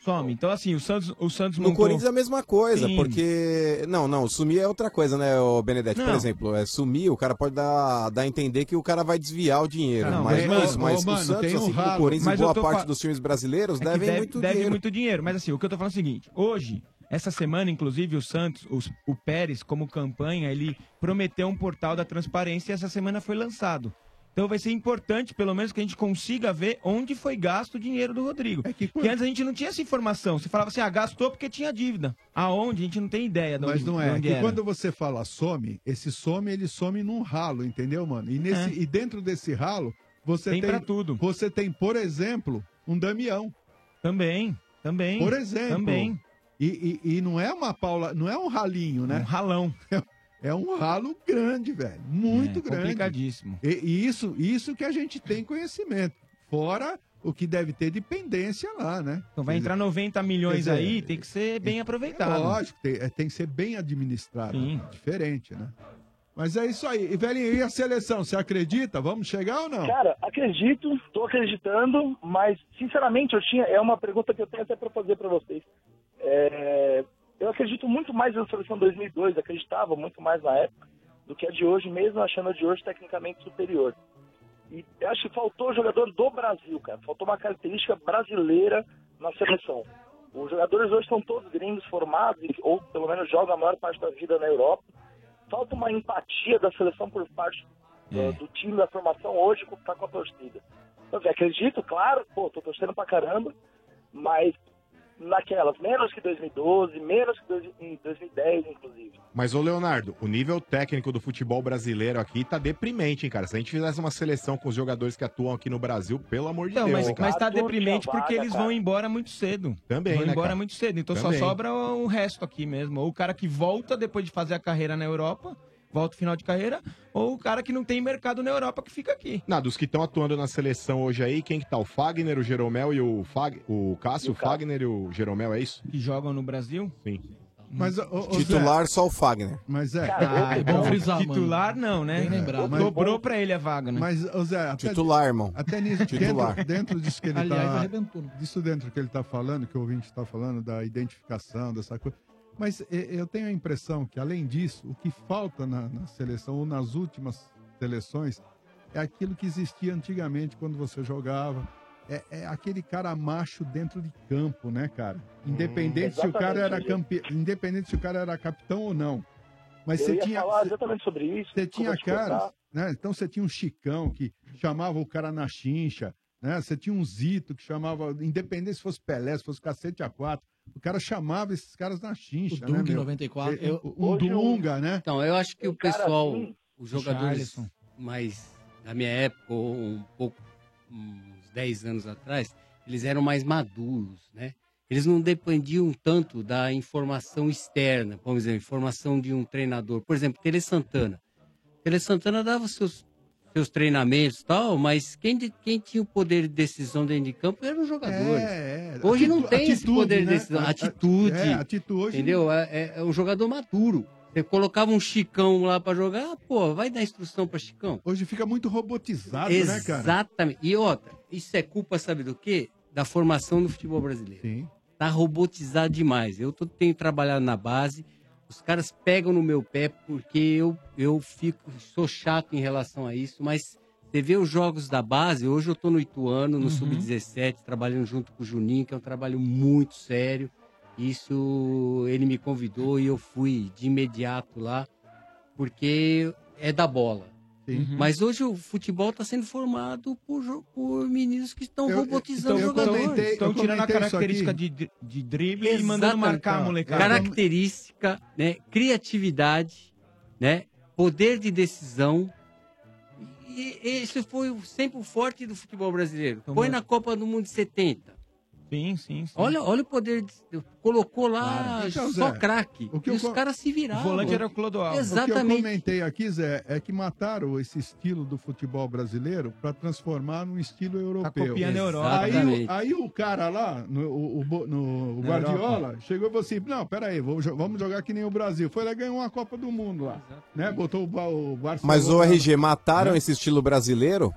Speaker 17: Some. Então, assim, o Santos. O Santos
Speaker 13: No
Speaker 17: montou-
Speaker 13: Corinthians é a mesma coisa,
Speaker 17: Sim.
Speaker 13: porque. Não, não, sumir é outra coisa, né, o Benedetti? Por
Speaker 17: Não.
Speaker 13: exemplo, é sumir, o cara pode dar, dar a entender que o cara vai desviar o dinheiro.
Speaker 17: Não,
Speaker 13: mas
Speaker 17: mas, mano,
Speaker 13: isso, mas
Speaker 17: ô,
Speaker 13: o
Speaker 17: mano,
Speaker 13: Santos,
Speaker 17: tem um
Speaker 13: assim como o
Speaker 17: ralo.
Speaker 13: Corinthians e
Speaker 17: Mas eu
Speaker 13: boa
Speaker 17: tô
Speaker 13: parte
Speaker 17: fa-
Speaker 13: dos times brasileiros,
Speaker 17: É que
Speaker 13: devem
Speaker 17: deve,
Speaker 13: muito
Speaker 17: deve
Speaker 13: dinheiro.
Speaker 17: muito dinheiro. Mas assim, o que eu tô falando é o seguinte: hoje, essa semana, inclusive, o Santos, os- o Pérez, como campanha, ele prometeu um portal da transparência e essa semana foi lançado. Então vai ser importante, pelo menos, que a gente consiga ver onde foi gasto o dinheiro do Rodrigo.
Speaker 11: É
Speaker 17: que, antes a gente não tinha essa informação. Você falava assim, ah, gastou porque tinha dívida. Aonde? A gente não tem ideia de onde,
Speaker 11: Mas não é.
Speaker 17: de
Speaker 11: é
Speaker 17: onde
Speaker 11: que
Speaker 17: era.
Speaker 11: quando você fala some, esse some, ele some num ralo, entendeu, mano? E, nesse, e dentro desse ralo, você tem.
Speaker 17: É. Tem pra tudo.
Speaker 11: Você tem, por exemplo, um Damião.
Speaker 17: Também, também.
Speaker 11: Por exemplo.
Speaker 17: Também.
Speaker 11: E, e, e não é uma Paula, não é um ralinho, né? Um
Speaker 17: ralão.
Speaker 11: É um ralo grande, velho. Muito
Speaker 17: É,
Speaker 11: grande.
Speaker 17: complicadíssimo.
Speaker 11: E, e isso, isso que a gente tem conhecimento. Fora o que deve ter de pendência lá, né?
Speaker 17: Então vai
Speaker 11: Quer dizer,
Speaker 17: entrar 90 milhões
Speaker 11: Quer dizer,
Speaker 17: aí, tem que ser bem
Speaker 11: é
Speaker 17: aproveitado.
Speaker 11: lógico, tem, é, tem que ser bem administrado.
Speaker 17: né? Sim.
Speaker 11: Diferente, né? Mas é isso aí. E, velhinho, e a seleção? Você acredita? Vamos chegar ou não?
Speaker 24: Cara, acredito, tô acreditando, mas sinceramente eu tinha. É uma pergunta que eu tenho até pra fazer pra vocês. É, eu acredito muito mais na seleção 2002, acreditava muito mais na época do que a de hoje, mesmo achando a de hoje tecnicamente superior. E eu acho que faltou jogador do Brasil, cara. Faltou uma característica brasileira na seleção. Os jogadores hoje são todos gringos formados, e- ou pelo menos jogam a maior parte da vida na Europa. Falta uma empatia da seleção por parte do, do time da formação hoje com, tá com a torcida. Então, assim, acredito, claro, pô, tô torcendo pra caramba, mas naquelas, menos que 2012, menos que dois- em 2010, inclusive.
Speaker 10: Mas, ô Leonardo, o nível técnico do futebol brasileiro aqui tá deprimente, hein, cara? Se a gente fizesse uma seleção com os jogadores que atuam aqui no Brasil, pelo amor de
Speaker 17: Então,
Speaker 10: Deus,
Speaker 17: mas,
Speaker 10: hein, cara.
Speaker 17: mas tá deprimente porque eles vão embora muito cedo.
Speaker 10: Também,
Speaker 17: Vão
Speaker 10: né,
Speaker 17: embora
Speaker 10: cara?
Speaker 17: muito cedo. Então
Speaker 10: Também.
Speaker 17: só sobra o resto aqui mesmo. Ou o cara que volta depois de fazer a carreira na Europa, volta o final de carreira, ou o cara que não tem mercado na Europa que fica aqui.
Speaker 10: Não, dos que estão atuando na seleção hoje aí, quem que tá? O Fagner, o Jeromel e o Fag... o Cássio, o Fagner e o Jeromel, é isso?
Speaker 17: Que jogam no Brasil?
Speaker 10: Sim.
Speaker 11: Mas, ô, ô,
Speaker 13: Titular só o Fagner.
Speaker 11: Mas é.
Speaker 17: Ah, é bom frisar, mano. Titular não, né?
Speaker 11: Bem lembrado. Mas-
Speaker 17: Dobrou pra ele a vaga, né?
Speaker 11: Mas, ô Zé, até,
Speaker 13: Titular, irmão.
Speaker 11: Até nisso,
Speaker 13: Titular.
Speaker 11: Dentro, dentro disso que ele
Speaker 13: Aliás,
Speaker 11: tá.
Speaker 13: arrebentou,
Speaker 24: né?
Speaker 11: Disso dentro que ele tá falando, que o ouvinte tá falando, da identificação, dessa coisa. Mas e- eu tenho a impressão que, além disso, o que falta na, na seleção, ou nas últimas seleções, é aquilo que existia antigamente quando você jogava. É, é aquele cara macho dentro de campo, né, cara? Independente se o cara
Speaker 24: Hum, exatamente,
Speaker 11: era
Speaker 24: Gil.
Speaker 11: campe... independente se o cara era capitão ou não. Mas
Speaker 24: eu
Speaker 11: você
Speaker 24: ia
Speaker 11: tinha
Speaker 24: falar exatamente sobre isso.
Speaker 11: você tinha
Speaker 24: desculpa te cortar.
Speaker 11: caras, né? Então você tinha um Chicão que chamava o cara na chincha, né? Você tinha um Zito que chamava, independente se fosse Pelé, se fosse Cacete A4, o cara chamava esses caras na chincha,
Speaker 20: O Dunga
Speaker 11: né,
Speaker 20: em
Speaker 11: meu?
Speaker 20: 94,
Speaker 11: E-
Speaker 20: eu-
Speaker 11: um
Speaker 20: hoje
Speaker 11: Dunga, né?
Speaker 14: Então, eu acho que o pessoal, os jogadores
Speaker 11: Richarlison.
Speaker 14: mais da minha época, ou um pouco, uns 10 anos atrás, eles eram mais maduros, né? Eles não dependiam tanto da informação externa, vamos dizer, informação de um treinador. Por exemplo, Tele Santana. Tele Santana dava seus, seus treinamentos e tal, mas quem, de- quem tinha o poder de decisão dentro de campo eram os jogadores.
Speaker 11: É, é.
Speaker 14: Hoje
Speaker 11: Atitu-
Speaker 14: não tem esse
Speaker 11: atitude,
Speaker 14: poder de
Speaker 11: né?
Speaker 14: decisão.
Speaker 11: A- a-
Speaker 14: Atitude.
Speaker 11: é, atitude hoje
Speaker 14: Entendeu? É, é- é um jogador maduro. Você colocava um Chicão lá pra jogar, pô, vai dar instrução pra Chicão.
Speaker 11: Hoje fica muito robotizado, né, cara?
Speaker 14: Exatamente. E outra, isso é culpa, sabe do quê? Da formação do futebol brasileiro.
Speaker 11: Sim.
Speaker 14: Tá robotizado demais. Eu tô- tenho trabalhado na base, os caras pegam no meu pé porque eu, eu fico, sou chato em relação a isso, mas você vê os jogos da base, hoje eu tô no Ituano, no Sub-17, trabalhando junto com o Juninho, que é um trabalho muito sério. Isso ele me convidou e eu fui de imediato lá, porque é da bola. Mas hoje o futebol está sendo formado por, jo- por meninos que estão robotizando jogadores.
Speaker 17: Estão Então, tirando a característica de, dri- de drible e mandando marcar a molecada.
Speaker 14: Então, Característica, né? Criatividade, né? Poder de decisão. E e esse foi o- sempre o forte do futebol brasileiro. Põe na Copa do Mundo de 70.
Speaker 17: Então, Sim, sim, sim.
Speaker 14: Olha, olha o poder. de- colocou lá
Speaker 11: Claro. Então,
Speaker 14: Ah, só
Speaker 11: Zé,
Speaker 14: craque.
Speaker 11: o que
Speaker 14: E
Speaker 11: eu
Speaker 14: os
Speaker 11: co-
Speaker 14: caras se viraram.
Speaker 11: O que eu
Speaker 14: Exatamente.
Speaker 11: comentei aqui, Zé, é que mataram esse estilo do futebol brasileiro para transformar num estilo europeu.
Speaker 17: copiando a Europa.
Speaker 11: Aí,
Speaker 17: Exatamente.
Speaker 11: o- aí o cara lá, no, o, o Bo- no- o
Speaker 17: Na
Speaker 11: Guardiola,
Speaker 17: Europa.
Speaker 11: chegou e falou assim, não, peraí, vamos, jo- vamos jogar que nem o Brasil. Foi lá e ganhou uma Copa do Mundo lá. Né? Botou o, Ba- o Barcelona...
Speaker 13: Mas o RG, mataram
Speaker 11: Né?
Speaker 13: esse estilo brasileiro?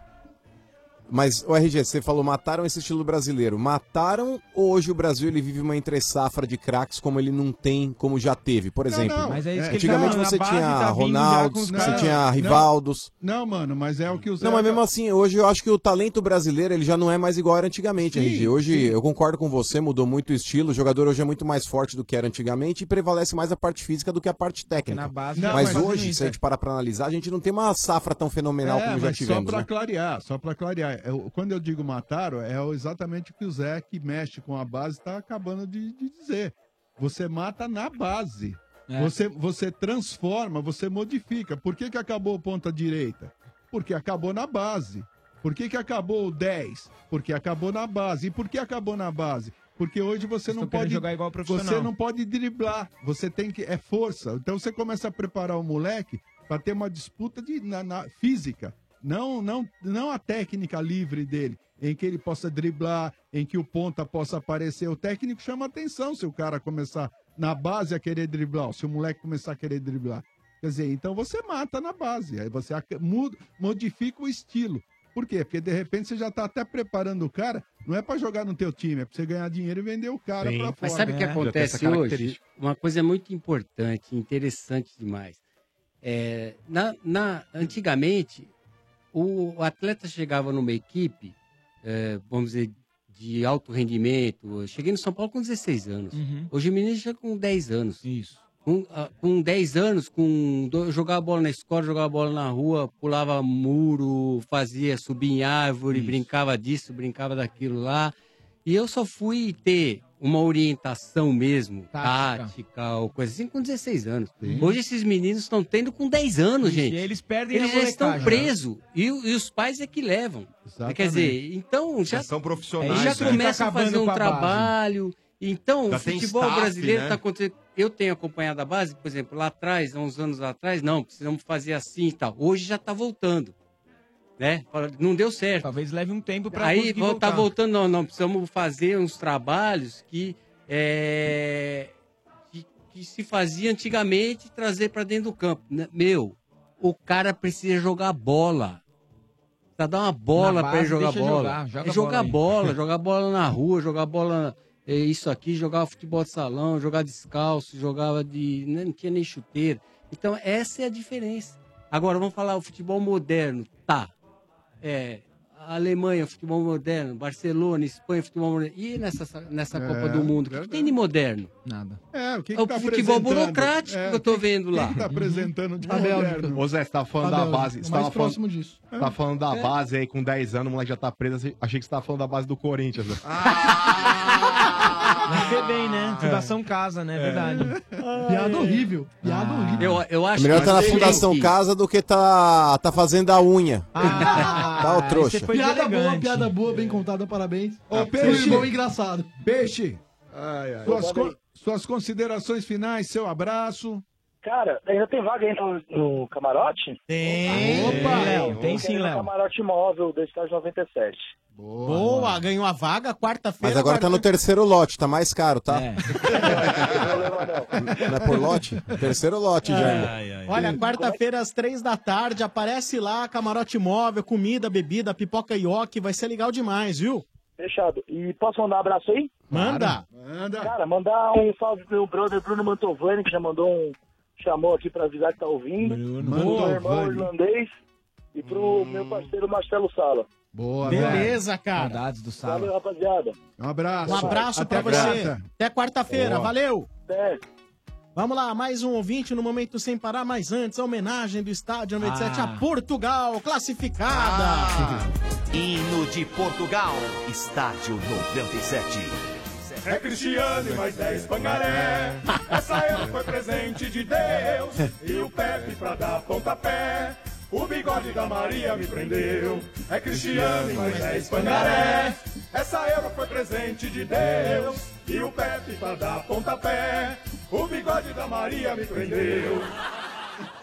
Speaker 13: Mas o RG, você falou mataram esse estilo brasileiro. Mataram ou hoje o Brasil ele vive uma entre safra de craques como ele não tem, como já teve, por exemplo?
Speaker 11: não, mas é isso que ele
Speaker 13: Antigamente
Speaker 11: tá falando,
Speaker 13: você
Speaker 11: a base tá
Speaker 13: tinha
Speaker 11: vindo já
Speaker 13: Ronaldo,
Speaker 11: com-
Speaker 13: você
Speaker 11: Não,
Speaker 13: tinha
Speaker 11: não.
Speaker 13: Rivaldos.
Speaker 11: Não, mano, mas é o que o Zé...
Speaker 13: Não, mas mesmo assim, hoje eu acho que o talento brasileiro ele já não é mais igual era antigamente, RG. Hoje eu concordo com você, mudou muito o estilo. O jogador hoje é muito mais forte do que era antigamente e prevalece mais a parte física do que a parte técnica.
Speaker 17: Na base,
Speaker 11: Não,
Speaker 13: mas,
Speaker 11: mas-
Speaker 13: hoje, se a gente parar pra analisar, a gente não tem uma safra tão fenomenal como já
Speaker 11: É, mas
Speaker 13: tivemos.
Speaker 11: Só para
Speaker 13: né?
Speaker 11: clarear, só para clarear. Eu- quando eu digo mataram, é o- exatamente o que o Zé, que mexe com a base, está acabando de, de dizer. Você mata na base. Você, você transforma, você modifica. Por que, que acabou o ponta direita? Porque acabou na base. Por que, que acabou o 10? Porque acabou na base. E por que acabou na base? Porque hoje você não
Speaker 17: estão querendo
Speaker 11: pode
Speaker 17: jogar igual profissional.
Speaker 11: Você não pode driblar, você tem que é força. Então você começa a preparar o moleque para ter uma disputa de na, na- física, não não não a técnica livre dele, em que ele possa driblar, em que o ponta possa aparecer. O técnico chama atenção se o cara começar na base a querer driblar, ou se o moleque começar a querer driblar. Quer dizer, então você mata na base, aí você ac- muda, modifica o estilo. Por quê? Porque de repente você já tá até preparando o cara, não é pra jogar no teu time, é pra você ganhar dinheiro e vender o cara pra fora.
Speaker 14: Mas sabe o que
Speaker 11: né?
Speaker 14: acontece hoje? Uma coisa muito importante, interessante demais. É, na, na- antigamente, o atleta chegava numa equipe, é, vamos dizer, de alto rendimento. Eu cheguei no São Paulo com 16 anos.
Speaker 23: Uhum.
Speaker 14: Hoje o menino chega com 10 anos. Isso. Com, ah, com 10 anos, com do- jogava bola na escola, jogava bola na rua, pulava muro, fazia subir em árvore, brincava disso, brincava daquilo lá. E eu só fui ter uma orientação mesmo, tática, ou coisa assim, com 16 anos. Hoje esses meninos estão tendo com 10 anos,
Speaker 17: Isso,
Speaker 14: gente.
Speaker 17: e eles perdem
Speaker 14: Eles
Speaker 17: a
Speaker 14: já estão
Speaker 17: molecagem, né?
Speaker 14: presos. E, o- e os pais é que levam. Quer dizer, então já.
Speaker 16: são
Speaker 10: É,
Speaker 16: profissionais.
Speaker 14: Já
Speaker 16: né?
Speaker 14: começa tá a fazer um trabalho. Então,
Speaker 16: Já
Speaker 14: o
Speaker 16: tem
Speaker 14: futebol
Speaker 16: staff,
Speaker 14: brasileiro
Speaker 16: né?
Speaker 10: tá
Speaker 14: está acontecendo. Eu tenho acompanhado a base, por exemplo, lá atrás, há uns anos atrás, não, precisamos fazer assim e tal. Hoje já está voltando. Né? Fala, Não deu certo.
Speaker 17: Talvez leve um tempo pra
Speaker 14: Aí
Speaker 17: conseguir
Speaker 14: vo- tá
Speaker 17: voltar.
Speaker 14: voltando, não, não, precisamos fazer uns trabalhos que, é, que, que se fazia antigamente e trazer para dentro do campo. Né, Meu, o cara precisa jogar bola. Precisa dar uma bola
Speaker 17: Na
Speaker 14: para ele
Speaker 17: base,
Speaker 14: jogar
Speaker 17: deixa
Speaker 14: bola.
Speaker 17: jogar, joga
Speaker 14: é jogar
Speaker 17: bola aí.
Speaker 14: bola, jogar bola na rua, jogar bola é, isso aqui, jogar futebol de salão, jogar descalço, jogava de. né, não tinha nem chuteira. Então, essa é a diferença. Agora, vamos falar o futebol moderno. Tá. É, a Alemanha, futebol moderno, Barcelona, Espanha, futebol moderno. E nessa, nessa
Speaker 17: É,
Speaker 14: Copa do Mundo, o que que tem de moderno?
Speaker 17: Nada. é,
Speaker 11: É, o que,
Speaker 14: É o futebol burocrático que eu tô vendo lá. Uhum.
Speaker 11: Tá apresentando de
Speaker 14: A Bélgica.
Speaker 11: moderno.
Speaker 10: Ô Zé, você tá falando
Speaker 11: A
Speaker 10: da
Speaker 11: Bélgica,
Speaker 10: base. Você
Speaker 11: mais
Speaker 10: tava
Speaker 11: próximo
Speaker 10: falando,
Speaker 11: disso.
Speaker 10: Tá falando da
Speaker 11: É.
Speaker 10: base aí com 10 anos, o moleque já tá preso. Achei que você tava falando da base do Corinthians. né?
Speaker 17: Mas Vê bem, né? Fundação Casa, né? Verdade.
Speaker 18: Piada horrível. Piada horrível.
Speaker 14: Ah. Eu, eu
Speaker 13: É
Speaker 14: acho
Speaker 13: melhor tá na
Speaker 14: Mas tem
Speaker 13: Fundação
Speaker 14: que-
Speaker 13: Casa do que tá, tá fazendo a unha. tá o trouxa.
Speaker 20: piada boa, piada boa, bem contada, parabéns.
Speaker 11: Ô,
Speaker 20: Seu
Speaker 11: peixe.
Speaker 20: irmão engraçado.
Speaker 11: Peixe, suas,
Speaker 20: Ô, Bob.
Speaker 11: con- suas considerações finais, seu abraço.
Speaker 24: Cara, ainda tem vaga aí no, no camarote?
Speaker 7: Tem.
Speaker 24: Opa,
Speaker 7: Léo, tem sim, Léo.
Speaker 24: Camarote móvel do estágio 97.
Speaker 7: Boa, ganhou a vaga quarta-feira.
Speaker 13: Mas agora tá no terceiro lote, tá mais caro, tá?
Speaker 7: quarta-
Speaker 13: Não é por lote? Terceiro lote já.
Speaker 7: Ai,
Speaker 24: é
Speaker 7: Olha, quarta-feira às três da tarde, aparece lá, camarote móvel, comida, bebida, pipoca e oque, vai ser legal demais, viu?
Speaker 24: Fechado. E posso mandar um abraço aí?
Speaker 7: Manda.
Speaker 24: Manda. Cara, mandar um salve pro meu brother Bruno Mantovani, que já mandou um. chamou aqui pra avisar que tá ouvindo. Bruno meu irmão
Speaker 11: Mantovani.
Speaker 24: irlandês. E pro meu parceiro Marcelo Sala.
Speaker 11: Boa,
Speaker 7: Hum. Beleza, cara.
Speaker 17: Saudades do
Speaker 24: Valeu, rapaziada.
Speaker 11: Um abraço.
Speaker 7: Um abraço
Speaker 11: Até
Speaker 7: pra você.
Speaker 11: quarta.
Speaker 7: Até quarta-feira,
Speaker 11: Boa.
Speaker 7: valeu. Vamos lá, mais um ouvinte no Momento Sem Parar, mas antes, a homenagem do Estádio 97 a
Speaker 1: Ah.
Speaker 7: Portugal, classificada.
Speaker 2: Ah,
Speaker 1: Hino de Portugal, estádio 97.
Speaker 21: É Cristiano e mais 10 pangaré. Essa eu foi presente de Deus. E o Pepe pra dar pontapé. O bigode da Maria me prendeu. É Cristiano e mais 10 pangaré. Essa euro foi presente de Deus. E o Pepe pra dar pontapé. O bigode da Maria me prendeu.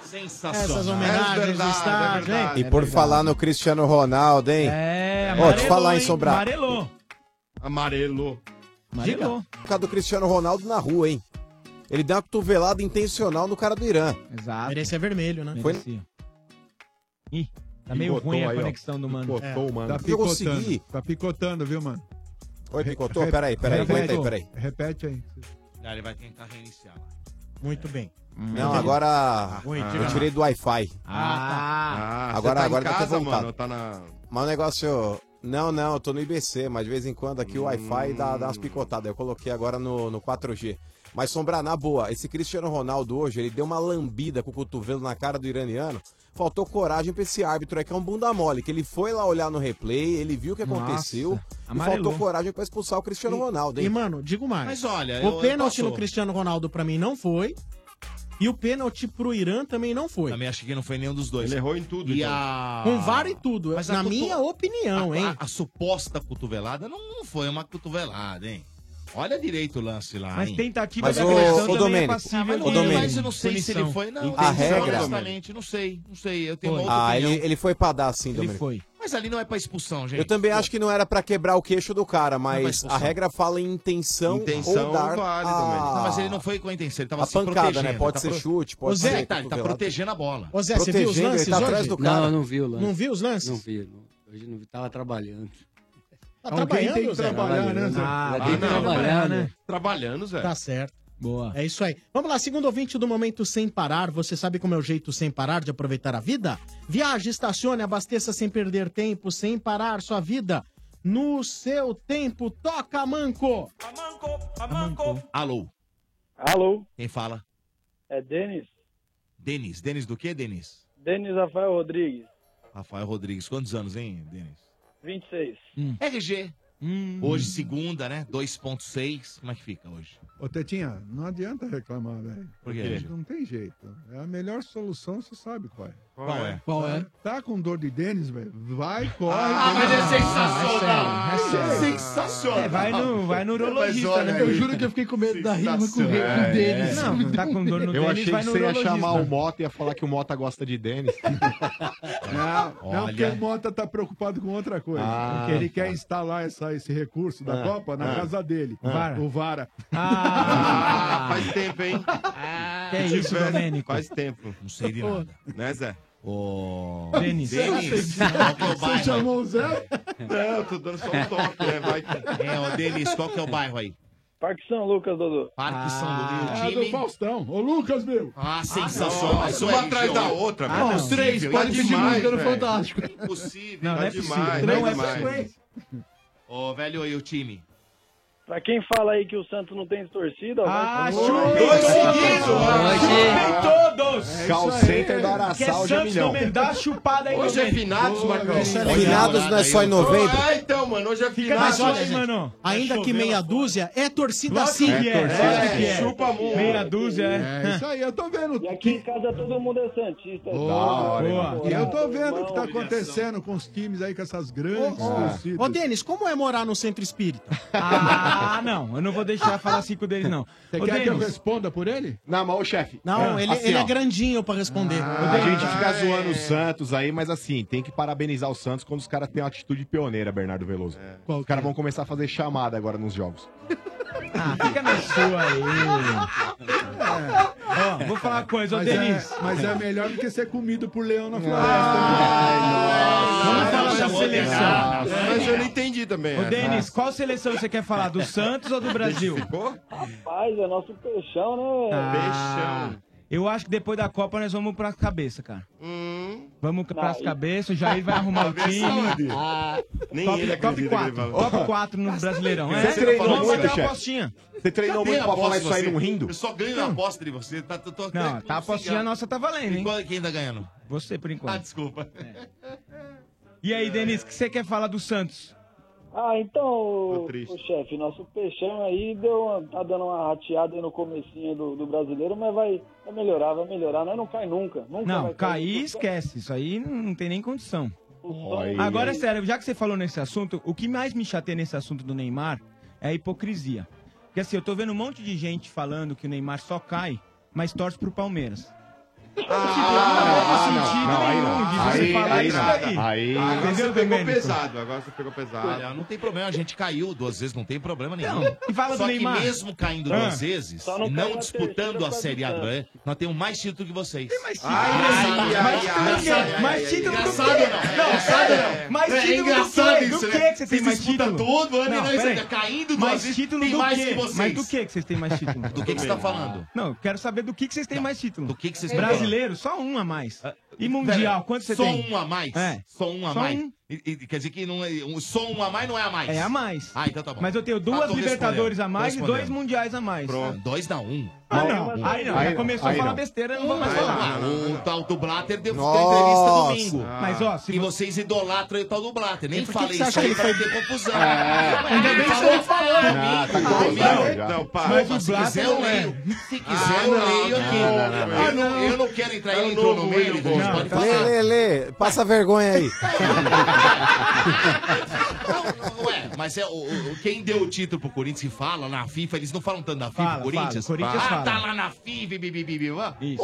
Speaker 2: Sensacional.
Speaker 7: Essas homenagens
Speaker 13: É
Speaker 7: do estádio, hein?
Speaker 13: E por falar no Cristiano Ronaldo, hein?
Speaker 7: É,
Speaker 13: Ó, te falar, hein,
Speaker 7: hein?
Speaker 13: Sombrar.
Speaker 7: Amarelou.
Speaker 13: Amarelo.
Speaker 7: Amarelou.
Speaker 13: Por causa do Cristiano Ronaldo na rua, hein? Ele deu uma cotovelada intencional no cara do Irã.
Speaker 7: Exato. Merecia vermelho, né?
Speaker 13: Foi-
Speaker 17: Ih, tá meio
Speaker 11: Picotou
Speaker 17: ruim a
Speaker 11: aí, ó.
Speaker 17: conexão do mano.
Speaker 11: Picotou, mano. Tá
Speaker 13: Eu
Speaker 11: picotando.
Speaker 13: consegui.
Speaker 11: Tá picotando, viu, mano?
Speaker 13: Oi, picotou?
Speaker 11: Re-
Speaker 13: Peraí, peraí, aguenta aí, peraí.
Speaker 11: Repete aí.
Speaker 2: Ah, ele vai tentar reiniciar. lá.
Speaker 7: Muito bem.
Speaker 13: Não, agora
Speaker 2: Oi,
Speaker 13: eu
Speaker 2: diga
Speaker 13: tirei do Wi-Fi.
Speaker 7: Ah,
Speaker 16: tá.
Speaker 13: agora
Speaker 16: Você tá em
Speaker 13: agora tá
Speaker 16: casa,
Speaker 13: voltado.
Speaker 16: mano, tá na-
Speaker 13: Mas o negócio. Não, não, eu tô no IBC, mas de vez em quando aqui o Wi-Fi dá, dá umas picotadas. Eu coloquei agora no, no 4G. Mas Sombra, na boa, esse Cristiano Ronaldo hoje, ele deu uma lambida com o cotovelo na cara do iraniano. Faltou coragem pra esse árbitro, é que é um bunda mole, que ele foi lá olhar no replay, ele viu o que
Speaker 7: Nossa,
Speaker 13: aconteceu e
Speaker 7: amarelou.
Speaker 13: faltou coragem pra expulsar o Cristiano Ronaldo, hein?
Speaker 7: E, mano, digo mais.
Speaker 13: Mas olha, eu-
Speaker 7: o
Speaker 13: eu
Speaker 7: pênalti
Speaker 13: passou.
Speaker 7: no Cristiano Ronaldo pra mim não foi. E o pênalti pro Irã também não foi.
Speaker 2: Também achei que não foi nenhum dos dois.
Speaker 7: Ele errou em
Speaker 2: tudo. E
Speaker 7: então.
Speaker 2: a...
Speaker 7: Com VAR e tudo,
Speaker 2: Mas
Speaker 7: na
Speaker 2: a cotu-
Speaker 7: minha opinião,
Speaker 2: a-
Speaker 7: hein?
Speaker 2: A, a suposta cotovelada não, não foi uma cotovelada, hein? Olha direito o lance lá,
Speaker 17: Mas
Speaker 2: hein?
Speaker 17: tentativa Mas de ô- agressão ô, também é Domênico, passível
Speaker 2: Ah, mas não
Speaker 17: ô,
Speaker 2: é,
Speaker 17: Domênico.
Speaker 2: mas eu não sei se ele
Speaker 17: Punição.
Speaker 2: foi, não.
Speaker 13: A regra-
Speaker 2: Honestamente, não sei, não sei. Eu tenho uma outra
Speaker 13: Ah,
Speaker 2: opinião.
Speaker 13: ele, ele foi pra dar sim, Domenico.
Speaker 2: foi. Mas ali não é pra expulsão, gente.
Speaker 13: Eu também acho que não era pra quebrar o queixo do cara, mas a
Speaker 2: expulsão.
Speaker 13: regra fala em intenção,
Speaker 2: Intenção
Speaker 13: ou dar
Speaker 2: vale
Speaker 13: a...
Speaker 2: também. Não, mas ele não foi com a intenção, ele tava
Speaker 13: a
Speaker 2: se
Speaker 13: pancada,
Speaker 2: protegendo.
Speaker 13: né? Pode
Speaker 2: tá
Speaker 13: ser chute, pode
Speaker 2: Ô, Zé,
Speaker 13: ser
Speaker 2: Tá, ele tá
Speaker 13: cotovelada.
Speaker 2: protegendo a bola.
Speaker 7: Ô, Zé, você viu os
Speaker 13: Protegendo,
Speaker 7: lances
Speaker 13: ele tá
Speaker 7: hoje?
Speaker 13: atrás do
Speaker 14: Não,
Speaker 13: cara.
Speaker 14: eu não vi o lance.
Speaker 7: Não viu os lances?
Speaker 14: Não vi. não. Hoje não vi, tava trabalhando.
Speaker 7: Tá Alguém trabalhando, tem que Zé? trabalhar, né, Zé?
Speaker 14: Ah,
Speaker 7: Ah,
Speaker 14: tem que
Speaker 7: não,
Speaker 14: trabalhar, né?
Speaker 16: Trabalhando, Zé.
Speaker 7: Tá certo. Boa. É isso aí. Vamos lá, segundo ouvinte do Momento Sem Parar. Você sabe como é o jeito sem parar de aproveitar a vida? Viaje, estacione, abasteça sem perder tempo, sem parar sua vida. No seu tempo, toca manco.
Speaker 2: Alô.
Speaker 24: Alô.
Speaker 2: Quem fala?
Speaker 24: É Denis?
Speaker 2: Denis. Denis do quê, Denis?
Speaker 24: Denis Rafael Rodrigues,
Speaker 2: Rafael Rodrigues. Quantos anos, hein, Denis?
Speaker 24: 26.
Speaker 11: Hum.
Speaker 2: RG. Hoje, segunda, né? 2.6. Como é que fica hoje?
Speaker 11: Ô, Tetinha, não adianta reclamar, velho.
Speaker 2: Por quê?
Speaker 11: Não tem jeito. É a melhor solução, você sabe qual é.
Speaker 2: Qual é? Qual é?
Speaker 11: Tá com dor de Denis, velho? Vai, corre.
Speaker 23: Ah,
Speaker 11: Denis.
Speaker 23: mas é sensacional.
Speaker 11: Ah,
Speaker 23: É
Speaker 11: sério.
Speaker 23: sensacional.
Speaker 11: É,
Speaker 23: Mas olha
Speaker 11: né?
Speaker 23: aí.
Speaker 11: Eu juro
Speaker 20: que eu fiquei com medo da rima com o rei, com
Speaker 10: É,
Speaker 20: o Denis.
Speaker 10: é.
Speaker 20: Não,
Speaker 17: tá com dor no
Speaker 10: Eu
Speaker 17: Denis,
Speaker 10: achei
Speaker 17: vai
Speaker 10: que você ia
Speaker 17: no
Speaker 10: chamar o
Speaker 17: neurologista.
Speaker 10: Mota e ia falar que o Mota gosta de Denis.
Speaker 11: Não, não, porque o Mota tá preocupado com outra coisa.
Speaker 10: Ah,
Speaker 11: porque ele
Speaker 10: tá.
Speaker 11: quer instalar essa, esse recurso da
Speaker 10: Ah,
Speaker 11: Copa na
Speaker 10: ah,
Speaker 11: casa dele.
Speaker 10: ah. Vara.
Speaker 11: O Vara.
Speaker 16: Ah, Faz tempo, hein?
Speaker 11: Que é
Speaker 16: Se
Speaker 11: isso,
Speaker 16: tiver,
Speaker 11: Domênico?
Speaker 16: Faz tempo.
Speaker 2: Não sei de nada.
Speaker 16: Né, Zé?
Speaker 2: Ô.
Speaker 16: Denis.
Speaker 2: Denis.
Speaker 16: Você chamou
Speaker 11: o Zé?
Speaker 16: Não, tô dando só um toque, né? Vai que-
Speaker 2: É, ô, Denis, qual que é o bairro aí?
Speaker 24: Parque São Lucas, Dodô.
Speaker 2: Parque São Lucas.
Speaker 11: Ah,
Speaker 2: E o
Speaker 11: do
Speaker 2: time...
Speaker 11: Faustão. Ô, Lucas, meu.
Speaker 2: Ah,
Speaker 16: não,
Speaker 2: sensacional.
Speaker 16: mas
Speaker 2: Isso
Speaker 16: uma
Speaker 2: é
Speaker 16: atrás
Speaker 2: região.
Speaker 16: da outra,
Speaker 2: Ah,
Speaker 16: velho.
Speaker 2: não,
Speaker 16: Os três,
Speaker 2: impossível,
Speaker 16: pode
Speaker 2: impossível.
Speaker 16: demais,
Speaker 2: Jogando
Speaker 16: velho.
Speaker 2: Fantástico.
Speaker 16: Impossível.
Speaker 2: Não,
Speaker 16: tá
Speaker 2: não é possível.
Speaker 16: demais,
Speaker 2: Não
Speaker 16: tá
Speaker 2: é
Speaker 16: demais.
Speaker 2: possível. Ô, velho, e o time?
Speaker 24: Pra quem fala aí que o Santos não tem torcida, ó,
Speaker 11: Ah,
Speaker 24: vai- um
Speaker 23: Dois seguidos!
Speaker 24: Hoje-
Speaker 23: Chupem todos!
Speaker 24: É Call isso aí. center do Araçal
Speaker 23: Que é
Speaker 24: de
Speaker 23: Santos
Speaker 24: milhão.
Speaker 23: não me dá chupada aí,
Speaker 16: Hoje é finados, Marcão.
Speaker 13: Finados não é só em novembro?
Speaker 16: Ah, então, mano, hoje é
Speaker 7: Fica
Speaker 16: finados.
Speaker 7: mais olha, gente, ainda que meia dúzia, é torcida
Speaker 16: Tá Lógico
Speaker 7: sim.
Speaker 16: que é, lógico que é. Chupa muito. Meia
Speaker 17: dúzia,
Speaker 11: é. isso aí, eu tô vendo.
Speaker 24: E aqui em casa todo mundo é Santista.
Speaker 11: Boa,
Speaker 24: tá?
Speaker 11: boa. E eu tô vendo o que tá acontecendo com os times aí, com essas grandes torcidas.
Speaker 7: Ô, Denis, como é morar no centro espírita?
Speaker 17: Ah, não, eu não vou deixar falar cinco deles, não.
Speaker 11: Você
Speaker 17: Ô,
Speaker 11: quer que eu
Speaker 17: Denis.
Speaker 11: responda por ele?
Speaker 10: Não, mas o chefe.
Speaker 7: Não, ele,
Speaker 10: assim,
Speaker 7: ele é
Speaker 10: ó.
Speaker 7: grandinho
Speaker 6: Ah,
Speaker 7: pra responder.
Speaker 10: A gente fica zoando o Santos aí, mas assim, tem que parabenizar o Santos quando os caras têm uma atitude pioneira, Bernardo Veloso.
Speaker 17: É.
Speaker 10: Os caras vão começar a fazer chamada agora nos jogos.
Speaker 17: Ah, Fica na sua aí. Ó, vou falar uma coisa, ô
Speaker 11: Mas
Speaker 17: Denis.
Speaker 11: é, mas é melhor do que ser comido por leão na floresta.
Speaker 17: Vamos falar da seleção.
Speaker 16: Mas eu não entendi também. é. Ah.
Speaker 17: Ô,
Speaker 16: essa.
Speaker 17: Denis, qual seleção você quer falar? Do Santos ou do Brasil?
Speaker 24: Rapaz, é nosso peixão, né?
Speaker 17: Ah, Eu acho que depois da Copa nós vamos pra cabeça, cara.
Speaker 2: Hum.
Speaker 17: Vamos
Speaker 24: Não,
Speaker 17: pras
Speaker 24: e-
Speaker 17: cabeças, o Jair vai arrumar o time. Ah,
Speaker 5: Ah,
Speaker 16: Nem
Speaker 17: top,
Speaker 16: ele
Speaker 17: top
Speaker 16: acredita que ele
Speaker 17: 4,
Speaker 16: fala.
Speaker 17: top 4 no Brasileirão.
Speaker 16: Você
Speaker 17: É,
Speaker 16: treinou
Speaker 17: vamos
Speaker 16: muito,
Speaker 17: fazer uma
Speaker 16: chefe?
Speaker 17: apostinha.
Speaker 10: Você treinou
Speaker 2: Cadê
Speaker 10: muito
Speaker 2: a
Speaker 10: pra
Speaker 2: aposta
Speaker 10: falar
Speaker 2: de
Speaker 10: isso aí
Speaker 2: você?
Speaker 10: não rindo?
Speaker 2: Eu só ganho a aposta de você. Tá, tô, tô,
Speaker 17: Não, tá a apostinha nossa tá valendo,
Speaker 2: E
Speaker 17: hein?
Speaker 2: qual- Quem tá ganhando?
Speaker 17: Você, por enquanto. É.
Speaker 2: Ah, desculpa.
Speaker 17: E aí, Denis, o que você quer falar do Santos?
Speaker 24: Ah, então, o,
Speaker 17: triste.
Speaker 24: o chefe, nosso peixão aí deu uma- tá dando uma rateada aí no comecinho do, do brasileiro, mas vai, vai melhorar, vai melhorar. Nós não cai nunca. nunca
Speaker 17: Não,
Speaker 24: vai cair.
Speaker 17: cair esquece. Isso aí não não tem nem condição.
Speaker 24: Olha.
Speaker 17: Agora, sério, já que você falou nesse assunto, o que mais me chateia nesse assunto do Neymar é a hipocrisia. Porque assim, eu tô vendo um monte de gente falando que o Neymar só cai, mas torce pro Palmeiras.
Speaker 16: Ah,
Speaker 17: não,
Speaker 16: não,
Speaker 17: não, aí não. Aí, aí não. Aí-
Speaker 16: Agora você
Speaker 17: Entendeu,
Speaker 16: pegou
Speaker 17: Domênico?
Speaker 16: pesado. Agora você pegou pesado.
Speaker 2: Olha, não tem problema, a gente caiu duas vezes, tá? não tem problema nenhum.
Speaker 16: Não, e fala do
Speaker 2: Só que
Speaker 16: Neymar.
Speaker 2: mesmo caindo
Speaker 16: Ah.
Speaker 2: duas vezes,
Speaker 16: Só não
Speaker 2: não,
Speaker 16: caiu a
Speaker 2: disputando
Speaker 16: terceira
Speaker 2: a Série A,
Speaker 16: pra
Speaker 2: né? nós temos mais título que vocês. Tem mais
Speaker 16: título. Ai, ai, ai, ai,
Speaker 17: Mas
Speaker 16: ai,
Speaker 17: título
Speaker 16: ai,
Speaker 17: do
Speaker 16: engraçado
Speaker 17: quê?
Speaker 16: não,
Speaker 17: É Não,
Speaker 16: é,
Speaker 17: sabe
Speaker 16: é,
Speaker 17: não.
Speaker 16: é.
Speaker 17: Mais
Speaker 16: É
Speaker 17: título
Speaker 16: engraçado
Speaker 17: do quê?
Speaker 16: isso,
Speaker 17: do
Speaker 16: né?
Speaker 17: quê que você
Speaker 16: Vocês
Speaker 17: tem mais
Speaker 16: disputam
Speaker 17: título?
Speaker 16: todo ano e nós
Speaker 17: peraí.
Speaker 16: ainda caindo duas
Speaker 17: Mais
Speaker 16: vezes,
Speaker 17: título
Speaker 16: tem
Speaker 17: do
Speaker 16: mais
Speaker 17: quê?
Speaker 16: que vocês.
Speaker 17: Mas do que que vocês têm mais título?
Speaker 2: Do que que você tá falando?
Speaker 17: Não, eu quero saber do que que vocês têm mais título. Do
Speaker 2: que que vocês têm Ah,
Speaker 17: Brasileiro, só um a mais. E mundial, quanto você
Speaker 2: só Só
Speaker 17: tem?
Speaker 2: um a mais?
Speaker 17: É.
Speaker 2: Só um a
Speaker 17: Só
Speaker 2: mais?
Speaker 17: um.
Speaker 2: E- e- quer dizer que não é, um, só um a mais não é a mais?
Speaker 17: É a mais.
Speaker 2: Ah, então tá bom.
Speaker 17: Mas eu tenho
Speaker 2: Ah,
Speaker 17: duas
Speaker 2: tô
Speaker 17: Libertadores
Speaker 2: respondendo,
Speaker 17: a mais e
Speaker 2: tô respondendo.
Speaker 17: dois mundiais a mais.
Speaker 2: Pronto, dois dá um.
Speaker 17: Ah, não. Aí não. Já começou a falar besteira, eu não vou mais falar.
Speaker 2: Ah, O tal do Blatter deu deu
Speaker 17: Nossa.
Speaker 2: entrevista domingo.
Speaker 17: Ah. Mas, ó, se
Speaker 2: e vocês idolatram o tal do Blatter. Nem
Speaker 17: E por que
Speaker 2: falei
Speaker 17: que você
Speaker 2: isso
Speaker 17: acha
Speaker 2: aí
Speaker 17: que
Speaker 2: pra
Speaker 17: ele
Speaker 2: ter
Speaker 17: foi-
Speaker 2: confusão.
Speaker 17: É. Ainda bem que você não falou, né? Ah, tá com confusão já.
Speaker 2: Não, para.
Speaker 17: Mas o
Speaker 2: se
Speaker 17: Blatter
Speaker 2: quiser, eu
Speaker 17: não é.
Speaker 2: leio. Se quiser, eu leio aqui. Ah, não, Eu não quero entrar, ele entrou no meio, Gomes, pode
Speaker 13: Lê,
Speaker 2: falar.
Speaker 13: lê, lê. Passa vergonha aí.
Speaker 2: Ué, Mas é, o, o- quem deu o título pro Corinthians que fala na FIFA, eles não falam tanto da FIFA,
Speaker 15: Fala,
Speaker 2: Corinthians.
Speaker 15: fala, Corinthians
Speaker 2: ah,
Speaker 15: fala.
Speaker 2: tá lá na FIFA, bibibibi.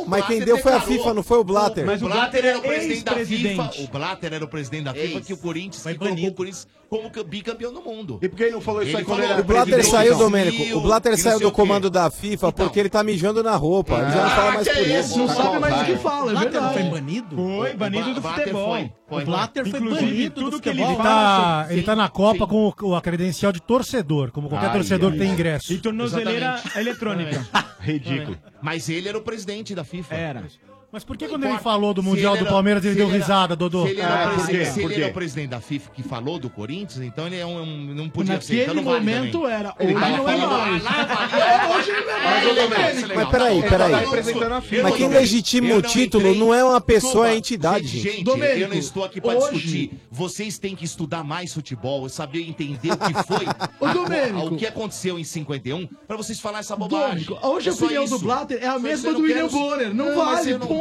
Speaker 13: Mas quem deu foi a FIFA, não foi o Blatter.
Speaker 2: Mas o Blatter era o presidente da FIFA.
Speaker 13: ex-presidente.
Speaker 2: O Blatter era o presidente da FIFA que o Corinthians que colocou o Corinthians como ca- bicampeão do mundo.
Speaker 10: E por que ele não falou
Speaker 13: Ele falou,
Speaker 2: era
Speaker 13: o Blatter
Speaker 2: presidente
Speaker 13: saiu,
Speaker 2: do
Speaker 13: Domênico. O
Speaker 2: Brasil,
Speaker 13: Blatter
Speaker 2: que não
Speaker 13: saiu
Speaker 2: sei
Speaker 13: do
Speaker 2: o quê. Então. Ah,
Speaker 13: comando da FIFA porque ele tá mijando na roupa. Ele já não fala mais
Speaker 2: que
Speaker 13: por
Speaker 2: isso,
Speaker 13: isso.
Speaker 2: não
Speaker 13: Tá
Speaker 2: sabe
Speaker 13: com
Speaker 2: mais o
Speaker 13: vontade.
Speaker 2: que fala, é
Speaker 13: Blatter não
Speaker 2: verdade.
Speaker 18: banido?
Speaker 17: Foi banido do
Speaker 2: Blatter
Speaker 17: futebol.
Speaker 2: foi,
Speaker 18: O Blatter foi
Speaker 17: Inclusive,
Speaker 18: banido
Speaker 17: tudo
Speaker 18: do
Speaker 17: que ele
Speaker 18: futebol.
Speaker 17: fala
Speaker 18: Tá-
Speaker 17: sobre-
Speaker 18: Ele tá na Copa com o- com a credencial de torcedor, como qualquer
Speaker 2: Ai,
Speaker 18: torcedor
Speaker 2: ai,
Speaker 18: que tem
Speaker 2: ai. Então,
Speaker 18: ingresso.
Speaker 2: E tornozeleira
Speaker 18: Exatamente. É
Speaker 2: eletrônica. Ridículo. Mas ele era o presidente da FIFA. Era.
Speaker 18: Mas por que quando ele falou do Mundial do Palmeiras, ele deu risada, Dodô?
Speaker 2: Se ele era,
Speaker 18: Ah,
Speaker 2: o
Speaker 18: por
Speaker 2: presidente-
Speaker 18: quê?
Speaker 2: se ele
Speaker 18: Por
Speaker 2: era
Speaker 18: quê?
Speaker 2: o presidente da FIFA que falou do Corinthians, então ele é um, um- não podia ser.
Speaker 18: Naquele
Speaker 2: Então não vale
Speaker 18: momento
Speaker 2: também.
Speaker 18: era,
Speaker 2: Ele
Speaker 18: hoje
Speaker 2: tava
Speaker 18: não é
Speaker 2: falando,
Speaker 18: mais.
Speaker 2: "Ah, lá valia, hoje é mais".
Speaker 13: Mas, ô,
Speaker 2: Ele
Speaker 13: Domênico,
Speaker 2: é legal.
Speaker 13: mas peraí,
Speaker 2: Ele
Speaker 13: peraí.
Speaker 2: tava representando a FIFA.
Speaker 13: Mas quem
Speaker 2: Eu não
Speaker 13: legitima o
Speaker 2: entrei-
Speaker 13: título não é uma pessoa, é a entidade,
Speaker 2: Gente,
Speaker 13: gente.
Speaker 2: eu não estou aqui para discutir. Vocês têm que estudar mais futebol, saber entender o que foi, a- a- o que aconteceu em 51, para vocês falar essa bobagem.
Speaker 12: Domênico, hoje a
Speaker 2: É só
Speaker 12: opinião
Speaker 2: isso.
Speaker 12: do Blatter é a
Speaker 2: Só isso,
Speaker 12: mesma
Speaker 2: eu
Speaker 12: do
Speaker 2: não
Speaker 12: William
Speaker 2: quero-
Speaker 12: Bonner. Não,
Speaker 2: mas
Speaker 12: vale,
Speaker 2: eu não-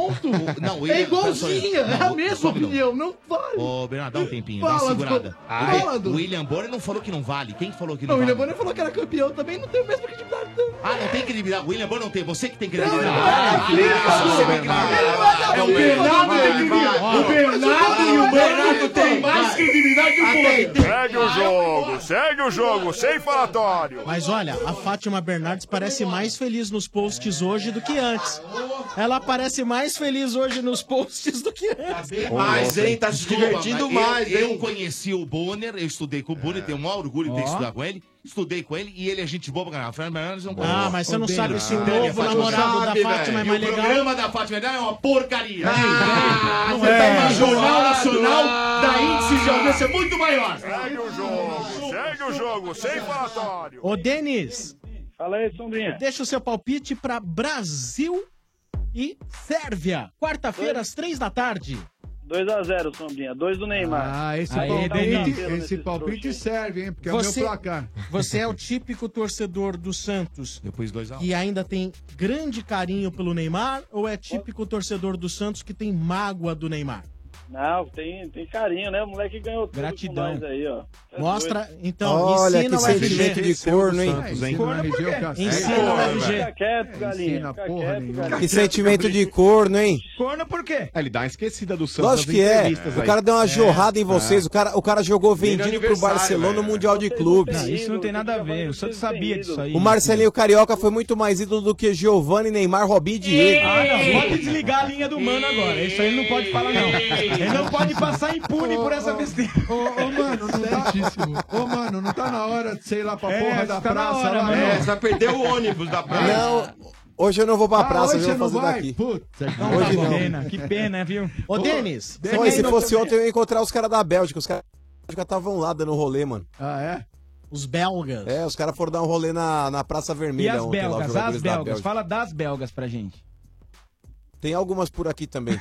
Speaker 12: ponto.
Speaker 2: Não,
Speaker 12: é
Speaker 2: William-
Speaker 12: igualzinha,
Speaker 2: Não,
Speaker 12: é a mesma
Speaker 2: só um minuto.
Speaker 12: opinião. Não vale.
Speaker 2: Ô, Bernardo, dá um tempinho, dá
Speaker 12: Fala,
Speaker 2: uma segurada.
Speaker 12: Dom-
Speaker 2: Ai,
Speaker 12: Fala, Dom.
Speaker 2: o William Bonner não falou que não vale. Quem que falou que
Speaker 12: Não,
Speaker 2: não,
Speaker 12: o William
Speaker 2: vale?
Speaker 12: Bonner falou que era campeão também, não tem a mesma credibilidade.
Speaker 2: Ah, não tem credibilidade. O William Bonner não tem. Você que tem credibilidade.
Speaker 12: Não, ele não é da
Speaker 2: Ah,
Speaker 12: FIFA,
Speaker 2: ah, você tem
Speaker 12: Dom.
Speaker 2: credibilidade.
Speaker 12: Ele não é da
Speaker 2: É o Bernardo tem
Speaker 12: FIFA, Dom.
Speaker 2: credibilidade.
Speaker 12: Vai,
Speaker 2: O Bernardo e o Bernardo tem mais credibilidade que o Bonner.
Speaker 19: Segue o jogo, segue o jogo, sem falatório.
Speaker 7: Mas olha, a Fátima Bernardes parece mais feliz nos posts hoje do que antes. Ela parece mais feliz hoje nos posts do que antes.
Speaker 2: Mas, hein, tá se
Speaker 7: Desculpa,
Speaker 2: divertindo
Speaker 7: mas eu-
Speaker 2: mais,
Speaker 7: eu
Speaker 2: hein? É. Eu conheci o Bonner, eu estudei com o Bonner, tenho o maior orgulho de ter
Speaker 7: Ó.
Speaker 2: estudado com ele. Estudei com ele e ele é gente boa pra caralho. Fernando Bernardes é um
Speaker 7: Ah, mas você não
Speaker 2: Odeio.
Speaker 7: sabe se o
Speaker 2: Odeio
Speaker 7: novo
Speaker 2: a Fátima.
Speaker 7: namorado da
Speaker 2: Sabe,
Speaker 7: Fátima é
Speaker 2: velho.
Speaker 7: mais
Speaker 2: E
Speaker 7: legal? Ah,
Speaker 2: O programa da Fátima é uma porcaria.
Speaker 19: não
Speaker 2: você
Speaker 19: é.
Speaker 2: tá
Speaker 5: um
Speaker 2: no Jornal
Speaker 19: Zoado.
Speaker 2: Nacional da índice de
Speaker 5: é
Speaker 2: audiência muito maior.
Speaker 19: Segue o jogo, segue o jogo, sem falatório.
Speaker 7: Ô, Denis. Fala aí, Sombrinha. Deixa o seu palpite pra Brasil e Sérvia. Quarta-feira, às três da tarde.
Speaker 25: 2x0, Sombrinha. 2 do Neymar.
Speaker 11: Ah, esse
Speaker 7: Aí,
Speaker 11: palpite,
Speaker 7: Denis.
Speaker 11: esse palpite serve, hein? Porque é o meu placar.
Speaker 7: você é o típico torcedor do Santos
Speaker 2: Depois
Speaker 11: Então.
Speaker 2: dois a um.
Speaker 7: que ainda tem grande carinho pelo Neymar ou é típico torcedor do Santos que tem mágoa do Neymar?
Speaker 25: Não, tem, tem carinho, né? O moleque ganhou tudo
Speaker 7: Gratidão.
Speaker 25: com nós aí, ó. É
Speaker 7: Mostra,
Speaker 25: doido.
Speaker 7: então,
Speaker 13: Olha, que
Speaker 7: ensina o FG.
Speaker 13: sentimento de corno, hein?
Speaker 7: Santos, hein? Corno por quê? Ensina o
Speaker 13: Corno,
Speaker 7: FG.
Speaker 25: Fica quieto, galinha.
Speaker 11: Ensina
Speaker 25: Fica
Speaker 11: porra
Speaker 25: quieto, galinha.
Speaker 13: Que sentimento de corno, hein?
Speaker 17: Corno por quê?
Speaker 10: É, Ele dá uma esquecida do Santos.
Speaker 13: Lógico
Speaker 10: nas
Speaker 13: que é.
Speaker 10: entrevistas
Speaker 13: O
Speaker 10: aí.
Speaker 13: cara deu uma
Speaker 10: É.
Speaker 13: jorrada
Speaker 17: tá.
Speaker 13: em vocês. O cara, o cara jogou
Speaker 10: Vem no
Speaker 13: vendido pro
Speaker 10: aniversário,
Speaker 13: Barcelona
Speaker 2: é.
Speaker 10: velho.
Speaker 13: no Mundial de Clubes.
Speaker 17: Não, isso não tem nada a ver. O Santos sabia disso aí.
Speaker 13: O Marcelinho Carioca foi muito mais ídolo do que Giovanni, Neymar, Robinho e Diego.
Speaker 17: Ah, não. Pode desligar a linha do mano agora. Isso aí ele não pode falar, não. Ele não pode passar impune por essa besteira.
Speaker 11: Ô, ô, mano, não tá... Ô, mano, não tá na hora de sei lá pra
Speaker 17: É,
Speaker 11: porra da
Speaker 17: tá na hora,
Speaker 11: praça lá, né?
Speaker 17: mano.
Speaker 11: não.
Speaker 17: É, você vai perder o ônibus
Speaker 13: da praça. Hoje eu não vou pra
Speaker 11: Ah,
Speaker 13: praça,
Speaker 11: hoje
Speaker 13: eu
Speaker 11: você
Speaker 13: vou
Speaker 11: não
Speaker 13: fazer
Speaker 11: vai?
Speaker 13: daqui.
Speaker 11: Puta,
Speaker 13: hoje não.
Speaker 17: Pena, que pena, viu?
Speaker 7: Ô, Denis,
Speaker 13: Pô, se fosse ontem eu ia encontrar os caras da Bélgica. Os caras da Bélgica estavam lá dando rolê, mano.
Speaker 11: Ah, é?
Speaker 7: Os belgas.
Speaker 13: É, os caras foram dar um rolê na, na Praça
Speaker 17: E
Speaker 13: Vermelha
Speaker 17: as
Speaker 13: ontem lá, os
Speaker 17: belgas, as
Speaker 13: jogadores da
Speaker 17: belgas.
Speaker 13: Bélgica.
Speaker 17: Fala das belgas pra gente.
Speaker 13: Tem algumas por aqui também. Hum.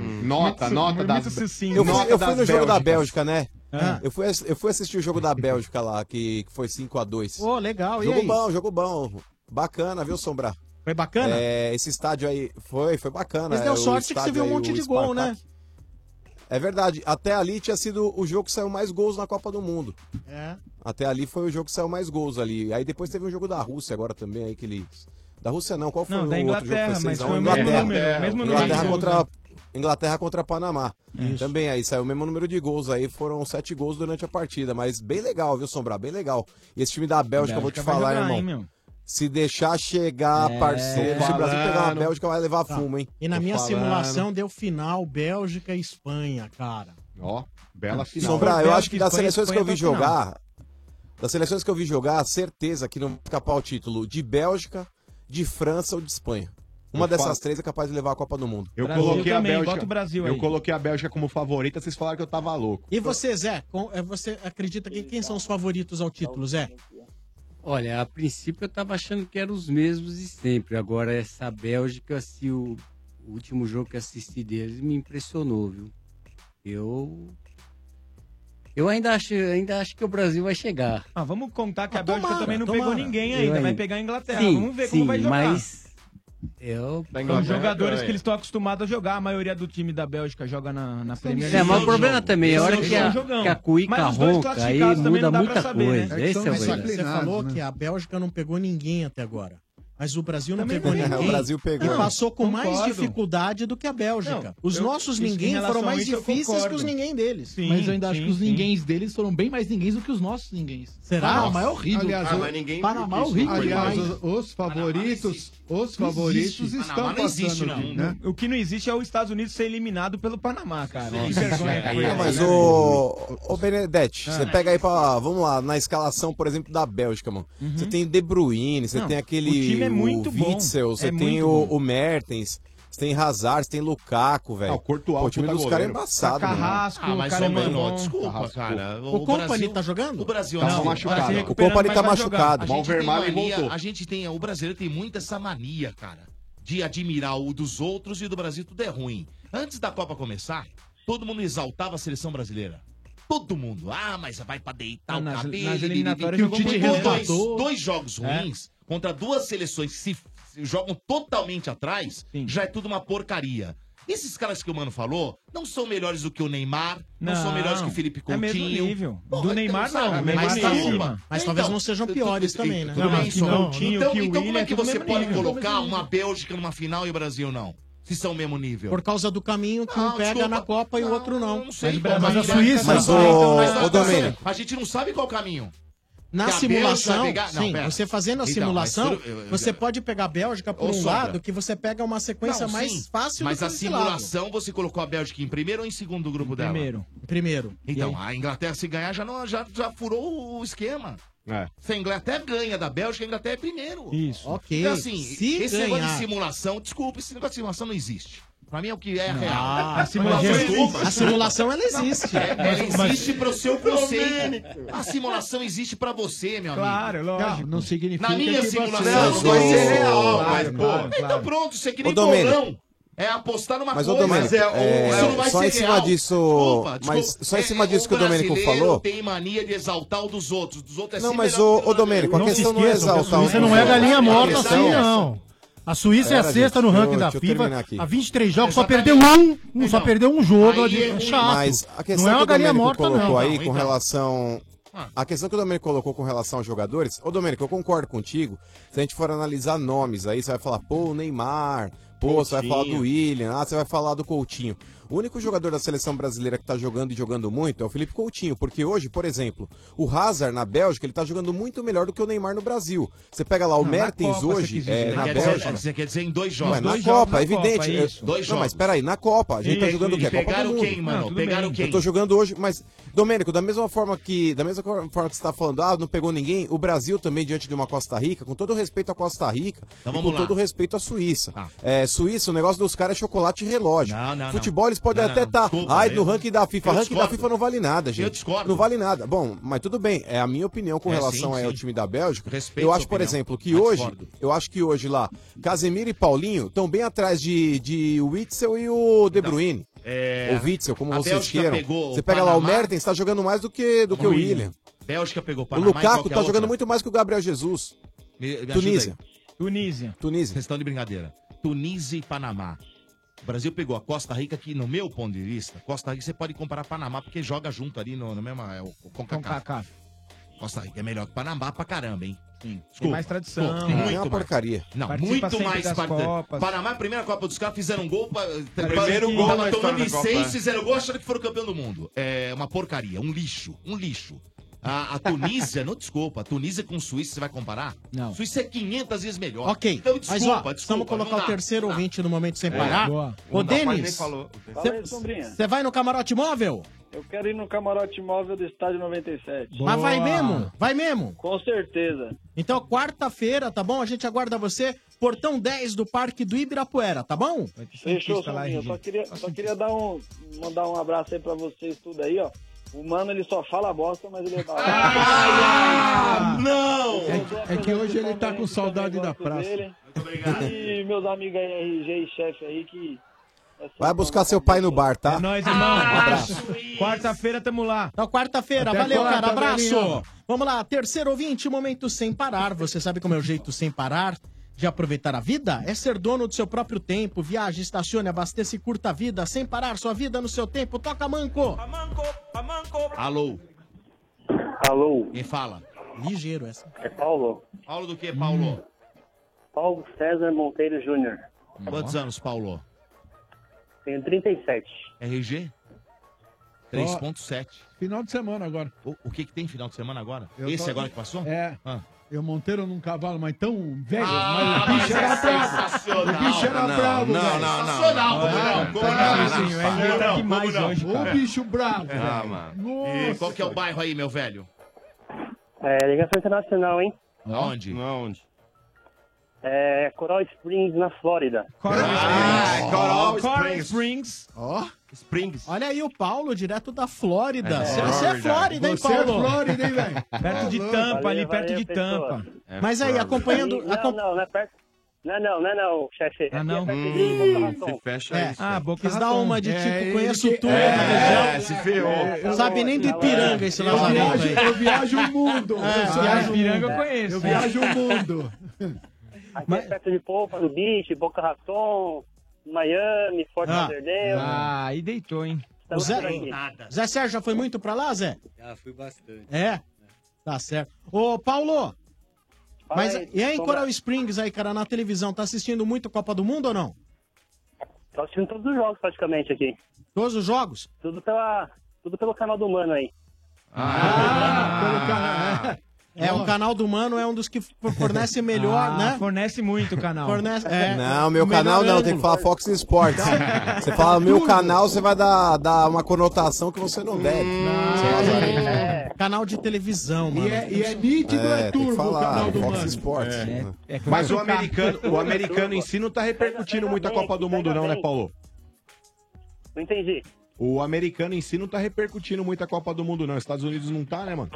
Speaker 17: Hum.
Speaker 10: Nota, Muito- nota muito das- sucinto.
Speaker 13: Eu fui,
Speaker 10: nota
Speaker 13: eu fui
Speaker 10: das
Speaker 13: no jogo da Bélgica,
Speaker 10: Bélgicas.
Speaker 13: né?
Speaker 7: É.
Speaker 10: Ah.
Speaker 13: Eu, fui, ass- eu fui assistir o jogo da Bélgica lá, que, que foi 5x2.
Speaker 7: Ô, legal. e
Speaker 13: Jogo
Speaker 7: aí?
Speaker 13: bom, jogo bom. Bacana, viu, Sombra?
Speaker 7: Foi bacana?
Speaker 13: É, esse estádio aí foi, foi bacana.
Speaker 7: Mas deu
Speaker 13: É, o
Speaker 7: sorte que
Speaker 13: estádio
Speaker 7: você viu um
Speaker 13: aí,
Speaker 7: monte
Speaker 13: o
Speaker 7: de gol,
Speaker 13: Spartak.
Speaker 7: né?
Speaker 13: É verdade. Até ali tinha sido o jogo que saiu mais gols na Copa do Mundo.
Speaker 7: É.
Speaker 13: Até ali foi o jogo que saiu mais gols ali. Aí depois teve um jogo da Rússia agora também, aí que eles. Da Rússia não, qual foi
Speaker 17: Não,
Speaker 13: o
Speaker 17: da
Speaker 13: outro jogo?
Speaker 17: Inglaterra,
Speaker 13: que
Speaker 17: mas
Speaker 13: seis a um?
Speaker 17: foi o mesmo número, mesmo número de
Speaker 13: Inglaterra
Speaker 17: gols,
Speaker 13: contra
Speaker 17: né?
Speaker 13: Inglaterra contra Panamá. Também aí saiu o mesmo número de gols aí, foram sete gols durante a partida, mas bem legal, viu, Sombra? Bem legal. E esse time da Bélgica, eu vou te
Speaker 17: Bélgica vai
Speaker 13: falar,
Speaker 17: jogar, hein,
Speaker 13: irmão.
Speaker 17: meu?
Speaker 13: se deixar chegar,
Speaker 7: É,
Speaker 13: parceiro, se o Brasil pegar uma Bélgica, vai levar
Speaker 7: Tá.
Speaker 13: fumo, hein?
Speaker 7: E na
Speaker 13: Tô
Speaker 7: minha
Speaker 13: falando.
Speaker 7: simulação deu final Bélgica e Espanha, cara.
Speaker 10: Ó, bela final.
Speaker 13: Sombra, eu acho que das
Speaker 7: Espanha,
Speaker 13: seleções que eu vi
Speaker 17: tá
Speaker 7: Espanha até o final.
Speaker 13: jogar, das seleções que eu vi jogar, certeza que não vai escapar o título de Bélgica, de França ou de Espanha. Uma
Speaker 10: Eu
Speaker 13: dessas
Speaker 10: falo-
Speaker 13: três é capaz de levar a Copa do Mundo.
Speaker 10: Eu coloquei a Bélgica. eu coloquei a Bélgica como favorita, vocês falaram que eu tava louco.
Speaker 7: E você, Zé? Com- é, Você acredita que quem são os favoritos ao título, Zé?
Speaker 14: Olha, a princípio eu tava achando que eram os mesmos de sempre. Agora, essa Bélgica, se o o último jogo que assisti deles me impressionou, viu? Eu. Eu ainda acho, ainda acho que o Brasil vai chegar.
Speaker 17: Ah, vamos contar que a Bélgica também não pegou ninguém
Speaker 14: Eu
Speaker 17: ainda. Vai
Speaker 14: ainda-
Speaker 17: pegar a Inglaterra.
Speaker 14: Sim,
Speaker 17: vamos ver
Speaker 14: sim,
Speaker 17: como vai jogar.
Speaker 14: Mas, Eu.
Speaker 7: Tá
Speaker 10: Tá
Speaker 17: São jogadores
Speaker 10: é.
Speaker 17: que eles estão acostumados a jogar. A maioria do time da Bélgica joga na, na Premier League. é
Speaker 14: É, mas o problema também, a hora que a- que a cuíca
Speaker 17: Mas os dois
Speaker 14: ronca, Tá aí
Speaker 17: classificados também
Speaker 14: muda
Speaker 17: não dá
Speaker 14: muita
Speaker 17: pra saber, né?
Speaker 14: coisa. Esse é o
Speaker 7: Mas
Speaker 14: erro.
Speaker 7: Você falou
Speaker 14: né?
Speaker 7: que a Bélgica não pegou ninguém até agora. Mas o Brasil não
Speaker 13: Também
Speaker 7: pegou
Speaker 13: não.
Speaker 7: ninguém.
Speaker 13: O Brasil pegou.
Speaker 7: E passou com mais
Speaker 13: Concordo.
Speaker 7: dificuldade do que a Bélgica.
Speaker 20: Não,
Speaker 7: os
Speaker 20: eu-
Speaker 7: nossos
Speaker 20: isso- em
Speaker 7: ninguém
Speaker 20: relação
Speaker 7: foram
Speaker 20: a
Speaker 7: mais
Speaker 20: isso eu
Speaker 7: difíceis que
Speaker 20: concordo.
Speaker 7: os ninguém deles.
Speaker 20: mas eu ainda acho que os
Speaker 7: sim.
Speaker 20: ninguém deles foram bem mais ninguém do que os nossos ninguém.
Speaker 7: Será?
Speaker 20: Panamá é horrível.
Speaker 11: Aliás,
Speaker 20: Ah,
Speaker 11: o-
Speaker 20: mas ninguém- Panamá é horrível.
Speaker 11: Aliás,
Speaker 20: demais.
Speaker 11: os, os favoritos,
Speaker 17: né?
Speaker 11: os
Speaker 17: Não
Speaker 11: favoritos
Speaker 17: existe.
Speaker 11: estão
Speaker 17: Panamá não
Speaker 11: passando
Speaker 17: existe, não.
Speaker 11: aqui, né?
Speaker 17: O que não existe é os Estados Unidos ser eliminado pelo Panamá, cara. Que
Speaker 13: Nossa,
Speaker 17: vergonha que foi
Speaker 2: é.
Speaker 13: Não,
Speaker 17: essa,
Speaker 13: mas
Speaker 17: né?
Speaker 13: o, o Benedetti,
Speaker 17: Ah.
Speaker 13: você pega aí pra. Vamos lá, na escalação, por exemplo, da Bélgica, mano. Você tem o De Bruyne, você
Speaker 17: Uhum. Não,
Speaker 13: tem aquele.
Speaker 17: o time é muito bom.
Speaker 13: Witzel,
Speaker 17: É
Speaker 13: você tem
Speaker 17: muito
Speaker 13: o, o Mertens. Você tem Hazard, você tem Lukaku, velho.
Speaker 10: Ah, o Courtois,
Speaker 13: Pô, O time
Speaker 10: puta
Speaker 13: dos caras é
Speaker 10: goleiro.
Speaker 13: embaçado,
Speaker 10: Tá
Speaker 13: mano.
Speaker 10: carrasco,
Speaker 2: Ah, mas
Speaker 13: o
Speaker 17: é
Speaker 13: é
Speaker 2: ô, mano, ó, desculpa, cara.
Speaker 13: Tá O,
Speaker 2: Brasil-
Speaker 13: Company tá jogando?
Speaker 2: O Brasil
Speaker 13: Tá
Speaker 2: não.
Speaker 13: machucado.
Speaker 2: Brasil
Speaker 13: O
Speaker 2: recuperando,
Speaker 13: Company
Speaker 2: mas
Speaker 13: tá
Speaker 2: vai jogar.
Speaker 13: machucado.
Speaker 2: A gente
Speaker 13: Valvermalen
Speaker 2: tem mania-
Speaker 13: voltou.
Speaker 2: A gente tem, o brasileiro tem muito essa mania, cara, de admirar o dos outros e o do Brasil tudo é ruim. Antes da Copa começar, todo mundo exaltava a seleção brasileira. Todo mundo. Ah, mas vai pra deitar
Speaker 17: Ah,
Speaker 2: o
Speaker 17: nas-
Speaker 2: cabelo.
Speaker 17: nas
Speaker 2: e- e-
Speaker 17: eliminatórias
Speaker 2: e-
Speaker 17: jogou
Speaker 2: e-
Speaker 17: muito
Speaker 2: dois,
Speaker 17: bem.
Speaker 2: dois jogos
Speaker 17: É.
Speaker 2: ruins contra duas seleções que se, se jogam totalmente atrás, já é tudo uma porcaria. Esses caras que o Mano falou não são melhores do que o Neymar, não, são
Speaker 17: Não,
Speaker 2: melhores que o Felipe
Speaker 17: é
Speaker 2: Coutinho.
Speaker 17: mesmo nível. Do
Speaker 2: então,
Speaker 17: Neymar,
Speaker 2: sabe,
Speaker 17: não, mesmo
Speaker 2: mas tá
Speaker 17: nível.
Speaker 2: uma.
Speaker 7: né? Mas então, talvez não sejam
Speaker 2: tu- tu-
Speaker 7: piores
Speaker 2: tu-
Speaker 7: também, né?
Speaker 2: tudo
Speaker 7: Não,
Speaker 2: bem,
Speaker 7: mas que
Speaker 2: só-
Speaker 7: Coutinho,
Speaker 2: então,
Speaker 7: que o
Speaker 2: então como é
Speaker 7: Willian,
Speaker 2: que
Speaker 7: tudo
Speaker 2: você
Speaker 7: mesmo
Speaker 2: pode
Speaker 7: nível.
Speaker 2: colocar uma Bélgica numa final e o Brasil não? Se são o mesmo nível.
Speaker 7: Por causa do caminho que
Speaker 2: Não,
Speaker 7: um pega
Speaker 2: desculpa.
Speaker 7: na Copa e o outro não.
Speaker 2: sei, pô,
Speaker 13: Mas
Speaker 2: né?
Speaker 7: é
Speaker 13: o,
Speaker 7: então
Speaker 13: o Domênico,
Speaker 2: então A gente não sabe qual caminho.
Speaker 7: Na
Speaker 2: Que a Bélgica
Speaker 7: simulação,
Speaker 2: vai pegar- Não,
Speaker 7: sim,
Speaker 2: pera.
Speaker 7: você fazendo a
Speaker 2: Então,
Speaker 7: simulação,
Speaker 2: mas tudo- eu- eu-
Speaker 7: você pode pegar a Bélgica por
Speaker 2: Ô,
Speaker 7: um
Speaker 2: Sombra.
Speaker 7: lado que você pega uma sequência
Speaker 2: Não,
Speaker 7: mais
Speaker 2: sim,
Speaker 7: fácil
Speaker 2: Mas
Speaker 7: do
Speaker 2: a
Speaker 7: que esse lado.
Speaker 2: simulação você colocou a Bélgica em primeiro ou em segundo grupo dela?
Speaker 7: Primeiro. Primeiro.
Speaker 2: Então, a Inglaterra se ganhar já, não, já, já furou o esquema.
Speaker 10: É.
Speaker 2: Se a Inglaterra ganha da Bélgica, a Inglaterra é primeiro.
Speaker 17: Isso.
Speaker 7: Ok.
Speaker 2: Então, assim,
Speaker 7: Se
Speaker 2: esse negócio de
Speaker 7: ganhar.
Speaker 2: simulação, desculpa, esse negócio de simulação não existe. Pra mim é o que é
Speaker 7: Não.
Speaker 2: real.
Speaker 7: Ah, a
Speaker 2: Mas
Speaker 7: simulação
Speaker 2: desculpa.
Speaker 7: existe. A simulação, ela existe.
Speaker 2: É, Ela
Speaker 7: Mas-
Speaker 2: existe pro seu
Speaker 7: Domênico.
Speaker 2: conceito. A simulação existe pra você, meu
Speaker 17: Claro,
Speaker 2: amigo.
Speaker 17: lógico.
Speaker 20: Não significa
Speaker 2: Na minha
Speaker 20: que
Speaker 2: simulação,
Speaker 20: você-
Speaker 2: não vai ser real,
Speaker 20: Claro,
Speaker 2: mas, pô.
Speaker 20: claro,
Speaker 2: Então pronto, isso é que nem
Speaker 13: Ô, Domênico.
Speaker 2: bolão. É apostar numa
Speaker 13: Mas, ô,
Speaker 2: coisa.
Speaker 13: Domênico, é,
Speaker 2: isso não vai
Speaker 13: só
Speaker 2: ser
Speaker 13: em cima
Speaker 2: real.
Speaker 13: disso- mas só em cima disso que o Domênico
Speaker 2: É, brasileiro
Speaker 13: falou-
Speaker 2: tem mania de exaltar o dos outros. Dos outros é
Speaker 13: Não,
Speaker 2: sempre
Speaker 13: mas
Speaker 2: melhor
Speaker 13: o,
Speaker 2: que
Speaker 13: o Domênico, a
Speaker 2: Não se
Speaker 13: questão não é
Speaker 2: esqueçam que a
Speaker 13: exaltar
Speaker 2: Suíça
Speaker 13: um
Speaker 2: não
Speaker 13: dos
Speaker 2: é
Speaker 13: outros.
Speaker 2: galinha
Speaker 13: é A
Speaker 2: morta
Speaker 13: questão-
Speaker 2: assim,
Speaker 3: Não. A Suíça é a
Speaker 13: Pera,
Speaker 3: sexta no
Speaker 13: gente,
Speaker 3: ranking
Speaker 13: eu-
Speaker 3: da
Speaker 13: deixa eu terminar
Speaker 3: FIFA.
Speaker 13: aqui.
Speaker 3: Há 23 jogos, só perdeu um, um só perdeu um jogo.
Speaker 13: Aí
Speaker 3: é
Speaker 13: é ruim.
Speaker 3: chato.
Speaker 13: Mas a questão
Speaker 3: não é
Speaker 13: que
Speaker 3: uma
Speaker 13: o
Speaker 3: galinha
Speaker 13: Domênico
Speaker 3: morta,
Speaker 13: colocou
Speaker 18: tá
Speaker 3: não. então. Ah.
Speaker 13: aí com relação. A questão que o Domênico colocou com relação aos jogadores, ô Domênico, eu concordo contigo. Se a gente for analisar nomes aí, você vai falar, pô, o Neymar, pô, você vai
Speaker 10: Coutinho.
Speaker 13: falar do William, ah, você vai falar do Coutinho. O único jogador da seleção brasileira que tá jogando e jogando muito é o Felipe Coutinho, porque hoje, por exemplo, o Hazard na Bélgica, ele tá jogando muito melhor do que o Neymar no Brasil. Você pega lá o
Speaker 2: Não, na
Speaker 13: Mertens
Speaker 2: Copa, você
Speaker 13: hoje,
Speaker 2: quis
Speaker 13: é,
Speaker 3: né?
Speaker 2: dizer.
Speaker 13: na
Speaker 2: Quer dizer-
Speaker 13: Bélgica.
Speaker 2: Você quer dizer em dois jogos.
Speaker 13: Mas na
Speaker 2: Dois
Speaker 13: Copa,
Speaker 2: jogos na
Speaker 13: evidente.
Speaker 2: Copa,
Speaker 13: eu-
Speaker 2: isso. Dois
Speaker 13: Não, mas
Speaker 2: jogos.
Speaker 13: peraí, na Copa, a gente tá
Speaker 2: Isso,
Speaker 13: jogando o quê?
Speaker 2: isso. Pegaram
Speaker 13: Copa do Mundo.
Speaker 2: quem, mano? Não, tudo Pegaram bem. quem?
Speaker 13: Eu tô jogando hoje, mas, Domênico, da mesma forma que, da mesma forma que você tá falando, ah, não pegou ninguém, o Brasil também, diante de uma Costa Rica, com todo o respeito à Costa Rica,
Speaker 2: Então
Speaker 13: e
Speaker 2: vamos
Speaker 13: com
Speaker 2: lá.
Speaker 13: todo o respeito à Suíça. É, Suíça, o negócio dos caras é chocolate e relógio.
Speaker 2: Tá. não,
Speaker 13: Futebol, eles podem
Speaker 2: Não,
Speaker 13: até
Speaker 2: não,
Speaker 13: estar,
Speaker 2: desculpa,
Speaker 13: ai,
Speaker 2: eu-
Speaker 13: no ranking da FIFA,
Speaker 2: eu
Speaker 13: ranking da
Speaker 2: discordo.
Speaker 13: FIFA não vale nada, gente.
Speaker 2: Eu discordo.
Speaker 13: Não vale nada. Bom, mas tudo bem, é a minha opinião com
Speaker 2: É,
Speaker 13: relação
Speaker 2: sim,
Speaker 13: aí ao
Speaker 2: sim.
Speaker 13: time da Bélgica.
Speaker 2: Respeito
Speaker 13: eu
Speaker 2: sua
Speaker 13: acho, por
Speaker 2: opinião,
Speaker 13: exemplo, que
Speaker 2: mas
Speaker 13: hoje,
Speaker 2: discordo.
Speaker 13: eu acho que hoje lá, Casemiro e Paulinho estão bem atrás de, de Witzel e o De Bruyne.
Speaker 2: É,
Speaker 13: O Witzel, como
Speaker 2: a
Speaker 13: vocês
Speaker 2: Bélgica
Speaker 13: queiram.
Speaker 2: pegou o
Speaker 13: Você pega lá o
Speaker 2: Panamá.
Speaker 13: Mertens, tá jogando mais do que, do que o William.
Speaker 2: Bélgica pegou
Speaker 13: O
Speaker 2: Panamá e
Speaker 13: Lukaku
Speaker 2: qualquer
Speaker 13: tá jogando
Speaker 2: outra.
Speaker 13: muito mais que o Gabriel Jesus.
Speaker 2: Me- me
Speaker 13: Tunísia.
Speaker 2: ajuda aí. Tunísia.
Speaker 13: Tunísia.
Speaker 2: Vocês estão de brincadeira. Tunísia e Panamá. O Brasil pegou a Costa Rica, que no meu ponto de vista, Costa Rica você pode comparar Panamá, porque joga junto ali no, no mesmo... É, o, o CONCACAF. Costa Rica é melhor que Panamá pra caramba, hein? Sim.
Speaker 17: Tem mais tradição.
Speaker 2: Pô,
Speaker 17: É
Speaker 2: muito
Speaker 17: uma
Speaker 2: mais.
Speaker 13: porcaria.
Speaker 2: Não,
Speaker 17: Participa
Speaker 2: muito
Speaker 17: sempre
Speaker 2: mais
Speaker 17: das
Speaker 2: partida.
Speaker 17: Copas.
Speaker 2: Panamá, a primeira Copa dos caras, fizeram um gol. pa-
Speaker 10: É Primeiro
Speaker 2: pa-
Speaker 10: gol
Speaker 2: tava
Speaker 10: na história
Speaker 2: tomando
Speaker 10: da Copa,
Speaker 2: licença,
Speaker 10: é.
Speaker 2: fizeram gol achando que foram campeão do mundo. É uma porcaria, um lixo, um lixo. A, a Tunísia, não desculpa, a Tunísia com Suíça, você vai comparar? Não. Suíça é 500 vezes melhor.
Speaker 7: Ok.
Speaker 2: Então, desculpa,
Speaker 7: Mas ó,
Speaker 2: desculpa.
Speaker 7: vamos colocar
Speaker 2: não
Speaker 7: o
Speaker 2: dá.
Speaker 7: terceiro ouvinte no momento sem
Speaker 2: É,
Speaker 7: parar.
Speaker 2: boa.
Speaker 7: Ô,
Speaker 2: Não dá, mas nem
Speaker 7: Denis,
Speaker 2: falou.
Speaker 25: Fala aí, Sombrinha.
Speaker 7: você vai no camarote móvel?
Speaker 25: Eu quero ir no camarote móvel do estádio 97.
Speaker 7: Mas vai mesmo? Vai mesmo?
Speaker 25: Com certeza.
Speaker 7: Então, quarta-feira, tá bom? A gente aguarda você, portão 10 do Parque do Ibirapuera, tá bom?
Speaker 25: Fechou, Sombrinha. Só queria, só queria dar um, mandar um abraço aí pra vocês tudo aí, ó. O mano, ele só fala bosta, mas ele é da hora.
Speaker 2: Ah, não!
Speaker 11: É que hoje ele tá com saudade da praça.
Speaker 25: Dele. E meus amigos aí, RG e chefe aí, que
Speaker 13: Vai buscar seu pai no bar, tá? É
Speaker 17: nóis, irmão. Um abraço. Quarta-feira tamo lá.
Speaker 7: Então, quarta-feira,
Speaker 17: Até
Speaker 7: valeu,
Speaker 17: quarta,
Speaker 7: cara. Abraço.
Speaker 17: velhinho.
Speaker 7: Vamos lá, terceiro ouvinte, momento sem parar. Você sabe como é o jeito sem parar? de aproveitar a vida? É ser dono do seu próprio tempo. Viaje, estacione, abasteça e curta a vida, sem parar sua vida no seu tempo. Toca manco!
Speaker 2: Alô?
Speaker 24: Alô?
Speaker 2: Quem fala?
Speaker 7: Ligeiro essa.
Speaker 24: É Paulo?
Speaker 2: Paulo do que,
Speaker 25: Hum.
Speaker 2: Paulo?
Speaker 24: Paulo César Monteiro Júnior.
Speaker 2: Quantos anos, Paulo?
Speaker 24: Tenho 37.
Speaker 2: RG? 3.7.
Speaker 11: Final de semana agora.
Speaker 2: O, o que que tem final de semana agora?
Speaker 11: Eu
Speaker 2: Esse
Speaker 11: tô-
Speaker 2: agora que passou?
Speaker 11: É.
Speaker 2: Ah.
Speaker 11: Eu monteiro num cavalo, mas tão velho.
Speaker 2: Ah,
Speaker 11: mas o bicho
Speaker 2: mas é
Speaker 11: era bravo.
Speaker 2: sensacional.
Speaker 11: O bicho era
Speaker 2: Não,
Speaker 11: bravo,
Speaker 2: não,
Speaker 11: velho.
Speaker 2: não, não, Sensacional, é não. Comunão, Comunão.
Speaker 11: Comunãozinho,
Speaker 2: Não,
Speaker 11: é,
Speaker 2: não,
Speaker 11: tá
Speaker 2: não,
Speaker 11: demais
Speaker 2: Comunão.
Speaker 11: hoje, cara.
Speaker 2: Ô,
Speaker 11: bicho bravo,
Speaker 2: Ah,
Speaker 11: velho.
Speaker 2: mano. E
Speaker 11: Nossa,
Speaker 2: qual que é o bairro aí, meu velho?
Speaker 24: É, ligação internacional, hein?
Speaker 2: Aonde?
Speaker 24: Aonde? É, Coral Springs, na Flórida.
Speaker 7: Coral
Speaker 24: Springs.
Speaker 7: Springs.
Speaker 11: Ó.
Speaker 7: Springs. Olha aí o Paulo, direto da Flórida.
Speaker 23: É.
Speaker 7: Você- Você é Flórida, hein,
Speaker 23: Você é
Speaker 7: Paulo?
Speaker 23: Flórida, hein, velho? Perto de Tampa,
Speaker 24: Valeu,
Speaker 23: ali perto
Speaker 24: valeu,
Speaker 23: de
Speaker 24: pessoal.
Speaker 23: Tampa.
Speaker 7: É Mas aí, Flórida. acompanhando-
Speaker 24: Não, não, não é perto. Não, não, não, é não, chefe.
Speaker 23: Ah, não?
Speaker 24: Se
Speaker 23: fecha
Speaker 7: É.
Speaker 23: isso. Ah, boca
Speaker 7: Quis dar uma de tipo,
Speaker 23: ele
Speaker 7: conheço
Speaker 23: que-
Speaker 7: tudo
Speaker 23: é,
Speaker 7: na região.
Speaker 23: é, se ferrou.
Speaker 7: É, Sabe nem do Ipiranga esse
Speaker 11: Eu
Speaker 7: Lazarento
Speaker 11: viajo-
Speaker 7: aí.
Speaker 11: eu viajo o mundo.
Speaker 7: É,
Speaker 11: Eu sou-
Speaker 7: viajo o
Speaker 11: Ipiranga
Speaker 7: mundo.
Speaker 11: eu conheço. Eu viajo o mundo.
Speaker 24: Aqui é perto de Poupa, do Beach, Boca Raton, Miami, Fort Lauderdale.
Speaker 17: Ah, aí deitou, hein?
Speaker 7: O Ah. Zé, Zé Sérgio já foi muito pra lá, Zé?
Speaker 14: Ah, fui bastante.
Speaker 7: É? Tá certo. Ô, Paulo!
Speaker 14: Fala
Speaker 7: Mas
Speaker 14: aí, é?
Speaker 7: e aí em
Speaker 14: Sombra.
Speaker 7: Coral Springs aí, cara, na televisão, tá assistindo muito Copa do Mundo ou não?
Speaker 24: Tô assistindo todos os jogos praticamente aqui.
Speaker 7: Todos os jogos?
Speaker 24: Tudo, pela, tudo pelo canal do Mano aí.
Speaker 2: Ah.
Speaker 7: É, o canal do Mano é um dos que for- fornece melhor,
Speaker 17: Ah,
Speaker 7: né?
Speaker 17: Fornece muito o canal.
Speaker 7: Fornece, é.
Speaker 13: Não, meu
Speaker 7: o
Speaker 13: canal
Speaker 7: melhor
Speaker 13: não, tem que falar Fox Sports. Você fala meu canal, você vai dar, dar uma conotação que você não deve.
Speaker 7: É. ângulo. Canal de televisão, mano.
Speaker 13: E é- e é nítido, é
Speaker 7: tem que
Speaker 13: turbo o
Speaker 7: falar,
Speaker 13: canal do
Speaker 7: Fox
Speaker 13: Mano.
Speaker 7: Sports.
Speaker 13: É.
Speaker 7: É,
Speaker 10: Mas o
Speaker 17: tá-
Speaker 10: americano, o americano em si não tá repercutindo muito a Copa do Mundo, não, né, Paulo?
Speaker 24: Não entendi.
Speaker 10: O americano em si não tá repercutindo muito a Copa do Mundo, não. Estados Unidos não tá, né, mano?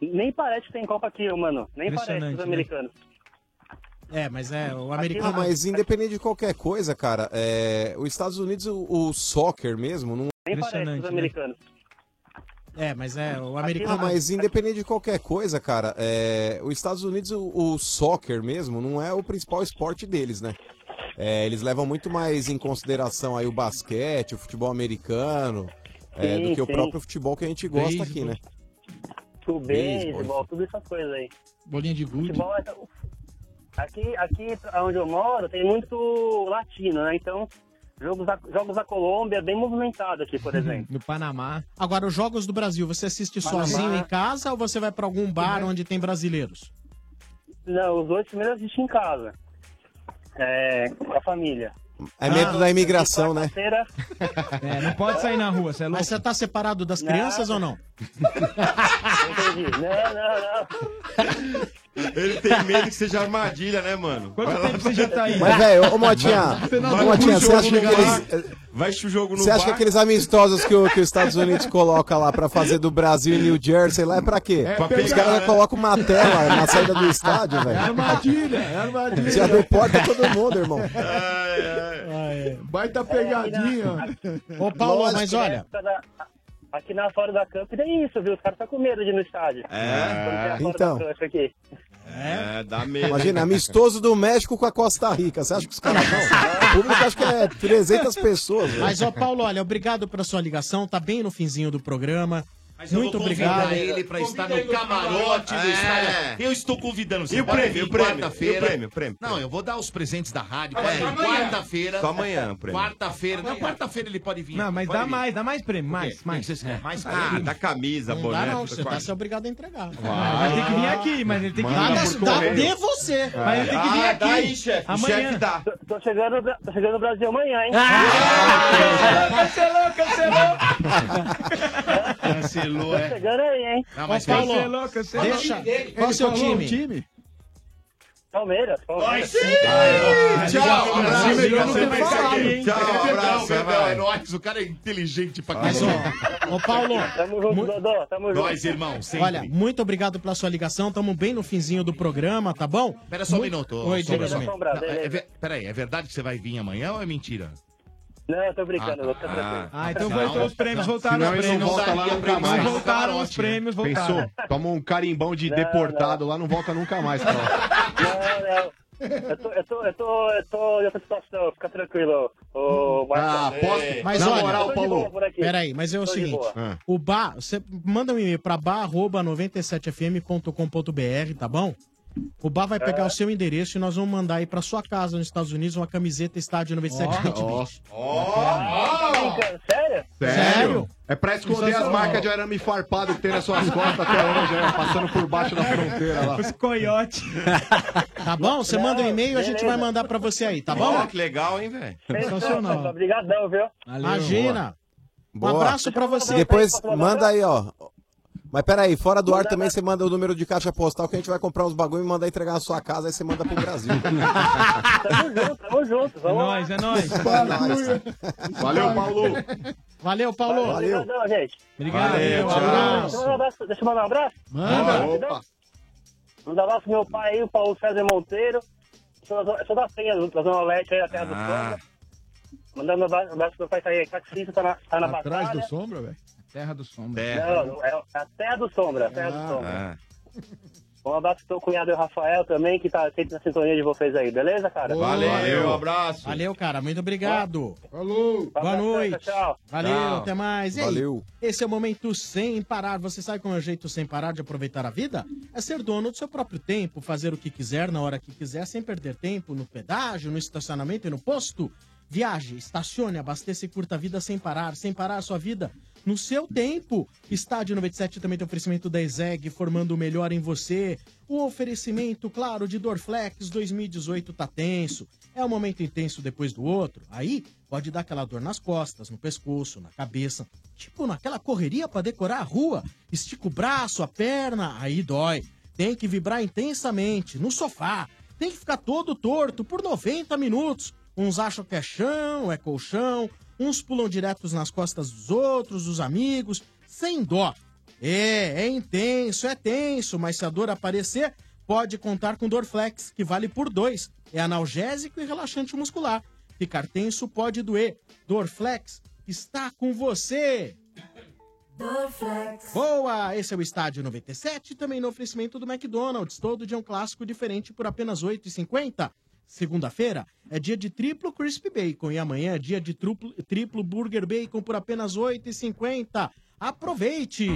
Speaker 24: Nem parece que tem Copa aqui, mano. Nem parece
Speaker 13: Impressionante,
Speaker 24: os
Speaker 13: né?
Speaker 24: americanos.
Speaker 7: É, mas é, o
Speaker 13: Ah,
Speaker 7: americano...
Speaker 13: mas independente de qualquer coisa, cara, é, os Estados Unidos, o, o soccer mesmo, não
Speaker 24: Nem parece os americanos.
Speaker 7: né? É, mas é, o
Speaker 13: Ah,
Speaker 7: americano...
Speaker 13: mas independente de qualquer coisa, cara, é, os Estados Unidos, o, o soccer mesmo, não é o principal esporte deles, né? É, eles levam muito mais em consideração aí o basquete, o futebol americano, é,
Speaker 24: Sim,
Speaker 13: do que o
Speaker 24: sim.
Speaker 13: próprio futebol que a gente gosta
Speaker 24: Beisebol.
Speaker 13: aqui, né?
Speaker 24: O
Speaker 13: Beisebol.
Speaker 24: beisebol, tudo essas coisas aí.
Speaker 20: Bolinha de gude.
Speaker 24: Futebol é... Aqui, aqui onde eu moro tem muito latino, né? Então, jogos da, jogos da Colômbia é bem movimentado aqui, por exemplo.
Speaker 17: No Panamá.
Speaker 7: Agora, os Jogos do Brasil, você assiste
Speaker 24: Panamá.
Speaker 7: sozinho em casa ou você vai pra algum bar onde tem brasileiros?
Speaker 24: Não, os dois primeiros assistem em casa. É, com a família.
Speaker 13: É
Speaker 24: Ah.
Speaker 13: medo da imigração, né?
Speaker 24: Terceira,
Speaker 17: É, não pode sair na rua, você é louco.
Speaker 7: Mas você tá separado das crianças ou não?
Speaker 24: entendi. Não, não, não.
Speaker 16: Ele tem medo que seja armadilha, né, mano? Quanto
Speaker 17: tempo você já tá aí?
Speaker 13: Mas, velho, ô Motinha, ô, Motinha, você acha que eles...
Speaker 16: Vai pro jogo no
Speaker 13: Você acha que
Speaker 16: bar?
Speaker 13: aqueles amistosos que, o- que os Estados Unidos coloca lá pra fazer do Brasil e New Jersey lá é pra quê?
Speaker 16: pra
Speaker 13: os
Speaker 16: pegar,
Speaker 13: caras
Speaker 16: né?
Speaker 13: colocam uma tela É, na saída do estádio, velho.
Speaker 11: Armadilha, é armadilha.
Speaker 13: Já deu porta a todo mundo, irmão.
Speaker 19: É,
Speaker 11: Baita pegadinha.
Speaker 7: Ô, Paulo,
Speaker 24: Lógico,
Speaker 7: mas
Speaker 24: né?
Speaker 7: olha...
Speaker 24: Aqui na- Aqui na fora da camp tem isso, viu? Os caras estão com medo de ir no estádio.
Speaker 13: É.
Speaker 24: Quando tem a
Speaker 13: Então.
Speaker 24: Fora da Camp aqui.
Speaker 16: É, dá medo.
Speaker 13: Imagina, amistoso do México com a Costa Rica. Você acha que os caras vão? O público acho que é 300 pessoas. né? velho.
Speaker 7: Mas, ó, Paulo, olha, obrigado pela sua ligação, tá bem no finzinho do programa.
Speaker 2: Mas eu
Speaker 7: Muito
Speaker 2: vou convidar
Speaker 7: obrigado.
Speaker 2: ele pra estar
Speaker 16: Convida ele
Speaker 2: no
Speaker 16: no
Speaker 2: camarote do
Speaker 16: camarote.
Speaker 2: estádio.
Speaker 16: É.
Speaker 2: Eu estou convidando você.
Speaker 16: E o
Speaker 2: Bora
Speaker 16: prêmio,
Speaker 2: vir
Speaker 16: e o prêmio,
Speaker 2: quarta-feira.
Speaker 16: e o prêmio, prêmio,
Speaker 2: Não, eu vou dar os presentes da rádio.
Speaker 16: Mas
Speaker 2: Vai,
Speaker 16: só amanhã.
Speaker 2: Quarta-feira.
Speaker 16: Só amanhã o prêmio.
Speaker 2: Quarta-feira. é né? Não, quarta-feira ele pode vir.
Speaker 17: Não, mas
Speaker 2: Pode
Speaker 17: dá
Speaker 2: vir.
Speaker 17: mais, dá mais prêmio, mais, mais. É.
Speaker 2: mais
Speaker 16: Ah, da camisa,
Speaker 7: Não dá
Speaker 16: boné.
Speaker 7: não, você tá sendo obrigado a entregar.
Speaker 17: Vai ter que vir aqui, mas ele tem que
Speaker 7: Dá,
Speaker 17: vir.
Speaker 7: dá- dá de você.
Speaker 17: Mas ele tem que vir aqui. Amanhã.
Speaker 24: Tô, tô chegando, tô chegando no Brasil amanhã, hein?
Speaker 7: Ah!
Speaker 17: Cancelou, cancelou.
Speaker 24: Tô
Speaker 2: Cancelou, é.
Speaker 24: chegando aí, hein?
Speaker 2: Não, mas é
Speaker 7: Ô,
Speaker 11: é
Speaker 7: Paulo,
Speaker 2: cancelou, cancelou.
Speaker 7: cancelou. Deixa.
Speaker 2: Ele
Speaker 7: Qual o seu
Speaker 2: falou
Speaker 7: time?
Speaker 2: o
Speaker 24: Palmeiras.
Speaker 2: Ai,
Speaker 24: Palmeiras.
Speaker 2: sim! Tchau, abraço.
Speaker 24: Brasil,
Speaker 2: Brasil,
Speaker 24: eu não tenho
Speaker 2: vai
Speaker 24: mais
Speaker 2: cair.
Speaker 24: aqui, hein?
Speaker 2: Tchau,
Speaker 24: Verdão,
Speaker 2: abraço.
Speaker 24: Verdão,
Speaker 2: Verdão,
Speaker 24: é
Speaker 2: É nóis, o cara é inteligente pra
Speaker 7: Mas, ó, ô, Paulo.
Speaker 24: Tamo junto, Dodô. Tamo junto.
Speaker 2: Nós, irmão, sempre.
Speaker 7: Olha, muito obrigado pela sua ligação. Tamo bem no finzinho do programa, tá bom?
Speaker 2: Pera só um
Speaker 7: Muito-
Speaker 2: minuto.
Speaker 7: Oi,
Speaker 2: Sombra,
Speaker 7: diga
Speaker 2: Sombra.
Speaker 7: também.
Speaker 2: Não, é, é, ver- peraí, é verdade que você vai vir amanhã ou é mentira?
Speaker 24: Não, eu tô brincando,
Speaker 2: Ah,
Speaker 24: vou ficar
Speaker 2: tá.
Speaker 24: tranquilo.
Speaker 17: Ah, então
Speaker 2: Não,
Speaker 17: voltou os prêmios,
Speaker 2: não.
Speaker 17: voltaram
Speaker 10: Senão
Speaker 17: os
Speaker 10: ele
Speaker 17: prêmios.
Speaker 10: não volta lá nunca mais. né?
Speaker 17: Voltaram os prêmios, voltaram.
Speaker 10: Pensou? Toma um carimbão de deportado lá, não volta nunca mais. Pra lá.
Speaker 24: Não, não. Eu tô, eu tô, eu tô, eu tô em outra situação, fica tranquilo. Ô,
Speaker 7: Ah,
Speaker 24: Marcos.
Speaker 7: aposto- Mas
Speaker 24: Na
Speaker 7: olha-
Speaker 24: moral, tô de boa por aqui.
Speaker 7: Peraí, mas é o
Speaker 24: Tô de
Speaker 7: seguinte:
Speaker 24: boa.
Speaker 6: Ah.
Speaker 7: o bar, você manda um e-mail pra bar@97fm.com.br, tá bom? O bar vai pegar
Speaker 24: É.
Speaker 7: o seu endereço e nós vamos mandar aí pra sua casa nos Estados Unidos uma camiseta estádio 97
Speaker 6: Ó,
Speaker 24: Tá brincando, Sério?
Speaker 6: Sério? É pra esconder as
Speaker 24: Sensacional.
Speaker 6: marcas de arame farpado que tem nas suas costas até hoje,
Speaker 10: né?
Speaker 6: é, passando por baixo da fronteira lá.
Speaker 17: Os coiotes.
Speaker 7: Tá bom? Você manda um e-mail e a gente
Speaker 6: beleza.
Speaker 7: vai mandar pra você aí, tá bom?
Speaker 16: Ó, que legal, hein, velho?
Speaker 7: Sensacional.
Speaker 24: Obrigadão, viu?
Speaker 7: Imagina. Um abraço pra você.
Speaker 13: Depois manda aí, ó. Mas peraí, fora do ar também você manda o número de caixa postal que a gente vai comprar uns bagulho e mandar entregar na sua casa, aí você manda pro Brasil.
Speaker 24: Tamo junto, vamos lá.
Speaker 17: É nóis.
Speaker 24: Valeu, Paulo.
Speaker 7: Valeu, Paulo.
Speaker 24: Obrigadão, gente.
Speaker 7: Obrigado.
Speaker 24: Valeu,
Speaker 7: um abraço.
Speaker 24: Deixa eu mandar um abraço. Deixa eu mandar um abraço?
Speaker 7: Manda.
Speaker 24: Opa. Manda um abraço pro meu pai aí, o Paulo César Monteiro. Sou da- sou da Penha, da Zona Leste aí, da Terra do
Speaker 11: Ah.
Speaker 24: Sombra. Mandando um abraço um abraço pro meu pai que tá aí, taxista, tá na, tá na
Speaker 11: Atrás do
Speaker 24: batalha.
Speaker 11: sombra, velho?
Speaker 17: Terra do sombra.
Speaker 24: Não, não, é a Terra do Sombra, a Terra
Speaker 7: Ah.
Speaker 24: do Sombra. Um abraço pro meu cunhado e o Rafael também, que tá sempre na sintonia de vocês aí, beleza, cara?
Speaker 7: Valeu,
Speaker 16: um abraço.
Speaker 7: Valeu, cara. Muito obrigado.
Speaker 11: Falou.
Speaker 7: Boa noite.
Speaker 24: Tchau.
Speaker 7: Valeu,
Speaker 16: Tchau.
Speaker 7: até mais. E aí,
Speaker 16: Valeu.
Speaker 7: Esse é o momento sem parar. Você sabe como é o jeito sem parar de aproveitar a vida? É ser dono do seu próprio tempo, fazer o que quiser na hora que quiser, sem perder tempo no pedágio, no estacionamento e no posto. Viaje, estacione, abasteça e curta a vida sem parar, sem parar a sua vida. No seu tempo. Estádio 97 também tem oferecimento da Ezeg, formando o melhor em você. O oferecimento, claro, de Dorflex 2018 tá tenso. É um momento intenso depois do outro. Aí pode dar aquela dor nas costas, no pescoço, na cabeça. Tipo naquela correria pra decorar a rua. Estica o braço, a perna, aí dói. Tem que vibrar intensamente, no sofá. Tem que ficar todo torto por 90 minutos. Uns acham que é chão, é colchão. Uns pulam diretos nas costas dos outros, dos amigos, sem dó. É, é intenso, é tenso, mas se a dor aparecer, pode contar com Dorflex, que vale por dois. É analgésico e relaxante muscular. Ficar tenso pode doer. Dorflex está com você. Boa! Esse é o Estádio 97, também no oferecimento do McDonald's. Todo dia um clássico diferente por apenas R$ 8,50. Segunda-feira é dia de triplo Crispy Bacon e amanhã é dia de triplo, triplo Burger Bacon por apenas R$ 8,50. Aproveite!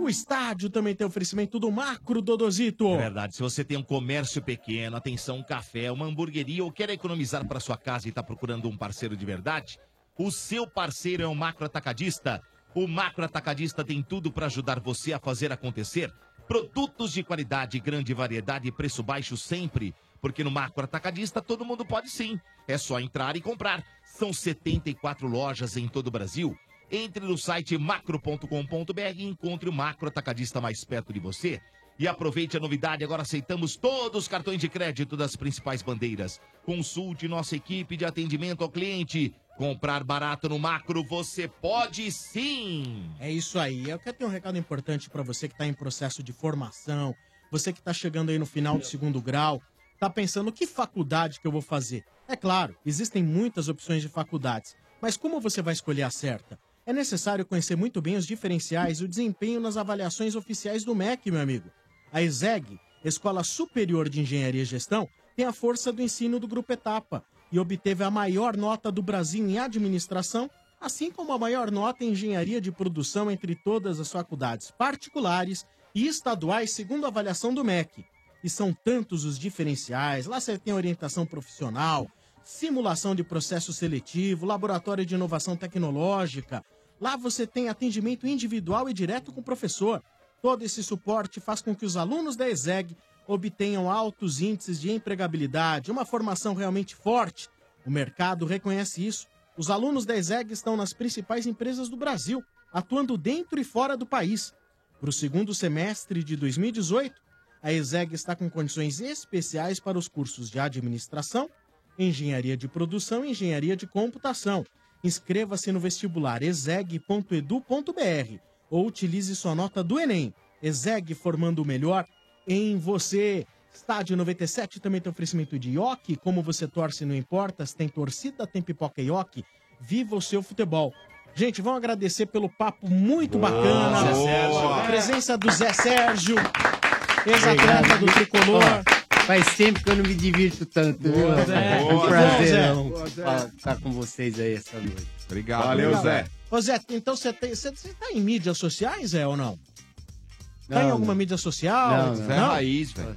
Speaker 7: O estádio também tem oferecimento do Macro Dodozito.
Speaker 2: É verdade. Se você tem um comércio pequeno, atenção, um café, uma hamburgueria ou quer economizar para sua casa e está procurando um parceiro de verdade, o seu parceiro é o Macro Atacadista. O Macro Atacadista tem tudo para ajudar você a fazer acontecer. Produtos de qualidade, grande variedade e preço baixo sempre. Porque no Macro Atacadista todo mundo pode sim. É só entrar e comprar. São 74 lojas em todo o Brasil. Entre no site macro.com.br e encontre o macro atacadista mais perto de você. E aproveite a novidade, agora aceitamos todos os cartões de crédito das principais bandeiras. Consulte nossa equipe de atendimento ao cliente. Comprar barato no macro, você pode sim!
Speaker 7: É isso aí. Eu quero ter um recado importante para você que está em processo de formação, você que está chegando aí no final do segundo grau, está pensando que faculdade que eu vou fazer. É claro, existem muitas opções de faculdades, mas como você vai escolher a certa? É necessário conhecer muito bem os diferenciais e o desempenho nas avaliações oficiais do MEC, meu amigo. A ESEG, Escola Superior de Engenharia e Gestão, tem a força do ensino do Grupo Etapa e obteve a maior nota do Brasil em administração, assim como a maior nota em engenharia de produção entre todas as faculdades particulares e estaduais, segundo a avaliação do MEC. E são tantos os diferenciais, lá você tem orientação profissional, simulação de processo seletivo, laboratório de inovação tecnológica. Lá você tem atendimento individual e direto com o professor. Todo esse suporte faz com que os alunos da ESEG obtenham altos índices de empregabilidade, uma formação realmente forte. O mercado reconhece isso. Os alunos da ESEG estão nas principais empresas do Brasil, atuando dentro e fora do país. Para o segundo semestre de 2018, a ESEG está com condições especiais para os cursos de administração, engenharia de produção e engenharia de computação. Inscreva-se no vestibular exeg.edu.br ou utilize sua nota do Enem. ESEG formando o melhor em você. Estádio 97 também tem oferecimento de Ioki. Como você torce, não importa. Se tem torcida, tem pipoca Ioki. Viva o seu futebol. Gente, vamos agradecer pelo papo muito bacana.
Speaker 16: Zé Sérgio.
Speaker 7: Presença do Zé Sérgio, ex-atleta do Tricolor.
Speaker 14: Faz tempo que eu não me divirto tanto,
Speaker 15: Boa,
Speaker 14: viu?
Speaker 15: Zé.
Speaker 14: É
Speaker 15: Boa,
Speaker 14: um prazer
Speaker 15: Boa, Zé.
Speaker 14: estar com vocês aí essa noite.
Speaker 15: Obrigado.
Speaker 14: Valeu, Zé.
Speaker 7: Ô, Zé, então você tem, você, você tá em mídias sociais, Zé, ou não? Tá em
Speaker 14: Não,
Speaker 7: alguma
Speaker 14: não.
Speaker 7: mídia social?
Speaker 14: velho.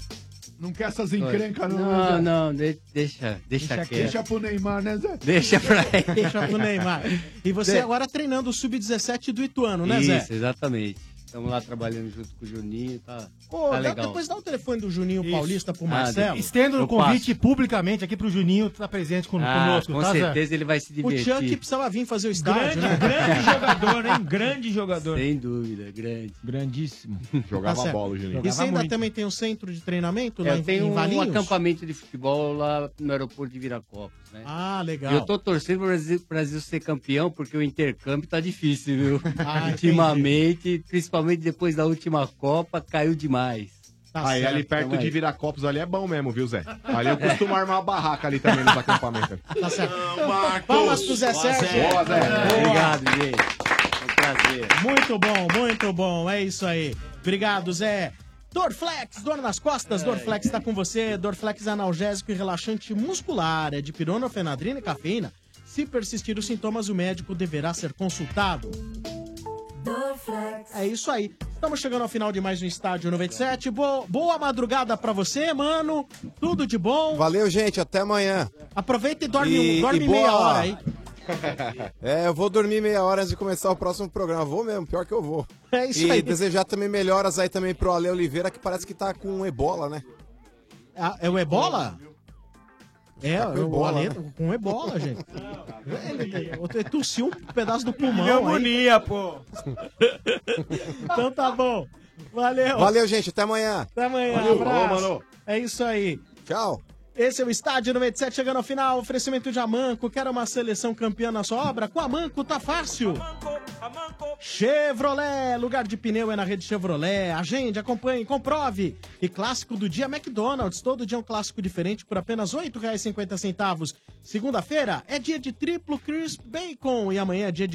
Speaker 11: Não quer essas encrencas, não. né,
Speaker 14: Não,
Speaker 11: Zé?
Speaker 14: não, de- deixa, deixa quieto.
Speaker 11: Deixa pro Neymar, né, Zé?
Speaker 14: Deixa pra ele.
Speaker 7: Deixa pro Neymar. E você
Speaker 14: De-
Speaker 7: agora treinando o Sub-17 do Ituano, né, Zé?
Speaker 14: Isso, exatamente. Estamos lá trabalhando junto com o Juninho, tá,
Speaker 7: Pô,
Speaker 14: tá
Speaker 7: dá-
Speaker 14: legal.
Speaker 7: depois dá o telefone do Juninho Paulista pro
Speaker 14: Ah,
Speaker 7: Marcelo.
Speaker 14: de-
Speaker 7: Estendo
Speaker 14: Eu
Speaker 7: o
Speaker 14: passo.
Speaker 7: convite.
Speaker 18: E publicamente aqui pro Juninho tá presente com,
Speaker 14: Ah,
Speaker 18: conosco,
Speaker 14: com
Speaker 18: tá, Zé?
Speaker 14: certeza ele vai se
Speaker 7: O
Speaker 14: divertir.
Speaker 7: Chuck precisava vir fazer o estádio, né?
Speaker 17: Grande jogador, hein? Grande jogador.
Speaker 14: Sem dúvida, grande.
Speaker 17: Grandíssimo.
Speaker 7: Tá certo. E você ainda também tem um centro de treinamento lá
Speaker 14: Eu
Speaker 7: em,
Speaker 14: tenho
Speaker 7: em
Speaker 14: um
Speaker 7: Valinhos?
Speaker 14: acampamento de futebol lá no aeroporto de Viracopos, né?
Speaker 7: Ah, legal.
Speaker 14: E eu tô torcendo pro Brasil, Brasil ser campeão, porque o intercâmbio tá difícil, viu?
Speaker 7: Ah,
Speaker 14: Ultimamente, principalmente depois da última Copa, caiu demais.
Speaker 7: Tá
Speaker 10: aí ali perto de Viracopos ali é bom mesmo, viu, Zé? Ali eu costumo armar uma barraca ali também nos acampamentos.
Speaker 7: Tá certo.
Speaker 10: Marcos.
Speaker 7: Palmas pro Zé
Speaker 10: Boa,
Speaker 7: Sérgio.
Speaker 10: Zé. Boa, Zé.
Speaker 14: Obrigado, gente. É um prazer.
Speaker 7: Muito bom, muito bom. É isso aí. Obrigado, Zé. Dorflex, dor nas costas, Dorflex tá com você. Dorflex é analgésico e relaxante muscular, é de pirona, fenadrina e cafeína. Se persistir os sintomas, o médico deverá ser consultado. É isso aí. Estamos chegando ao final de mais um Estádio 97. Boa, boa madrugada pra você, mano. Tudo de bom.
Speaker 13: Valeu, gente. Até amanhã.
Speaker 7: Aproveita e dorme, um- dorme meia hora aí.
Speaker 13: É, eu vou dormir meia hora antes de começar o próximo programa. Vou mesmo, pior que eu vou.
Speaker 7: É isso
Speaker 13: e
Speaker 7: aí.
Speaker 13: desejar também melhoras aí também pro Ale Oliveira, que parece que tá com ebola, né?
Speaker 7: Ah, é o ebola? É,
Speaker 13: Tá com
Speaker 7: o
Speaker 13: ebola,
Speaker 7: Ale-
Speaker 13: né?
Speaker 7: com ebola, gente. Ele tossiu um pedaço do pulmão.
Speaker 17: é Pneumonia,
Speaker 7: aí. pô. então tá bom. Valeu.
Speaker 13: Valeu, gente. Até amanhã.
Speaker 7: Até amanhã.
Speaker 13: Valeu.
Speaker 7: abraço.
Speaker 13: Falou, mano.
Speaker 7: É isso aí.
Speaker 13: Tchau.
Speaker 7: Esse é o Estádio 97 chegando ao final. Oferecimento de Amanco. Quer uma seleção campeã na sua obra? Com Amanco tá fácil. Chevrolet, lugar de pneu é na rede Chevrolet. Agende, acompanhe, comprove. E clássico do dia McDonald's. Todo dia um clássico diferente por apenas R$ 8,50. Segunda-feira é dia de triplo crisp bacon e amanhã é dia de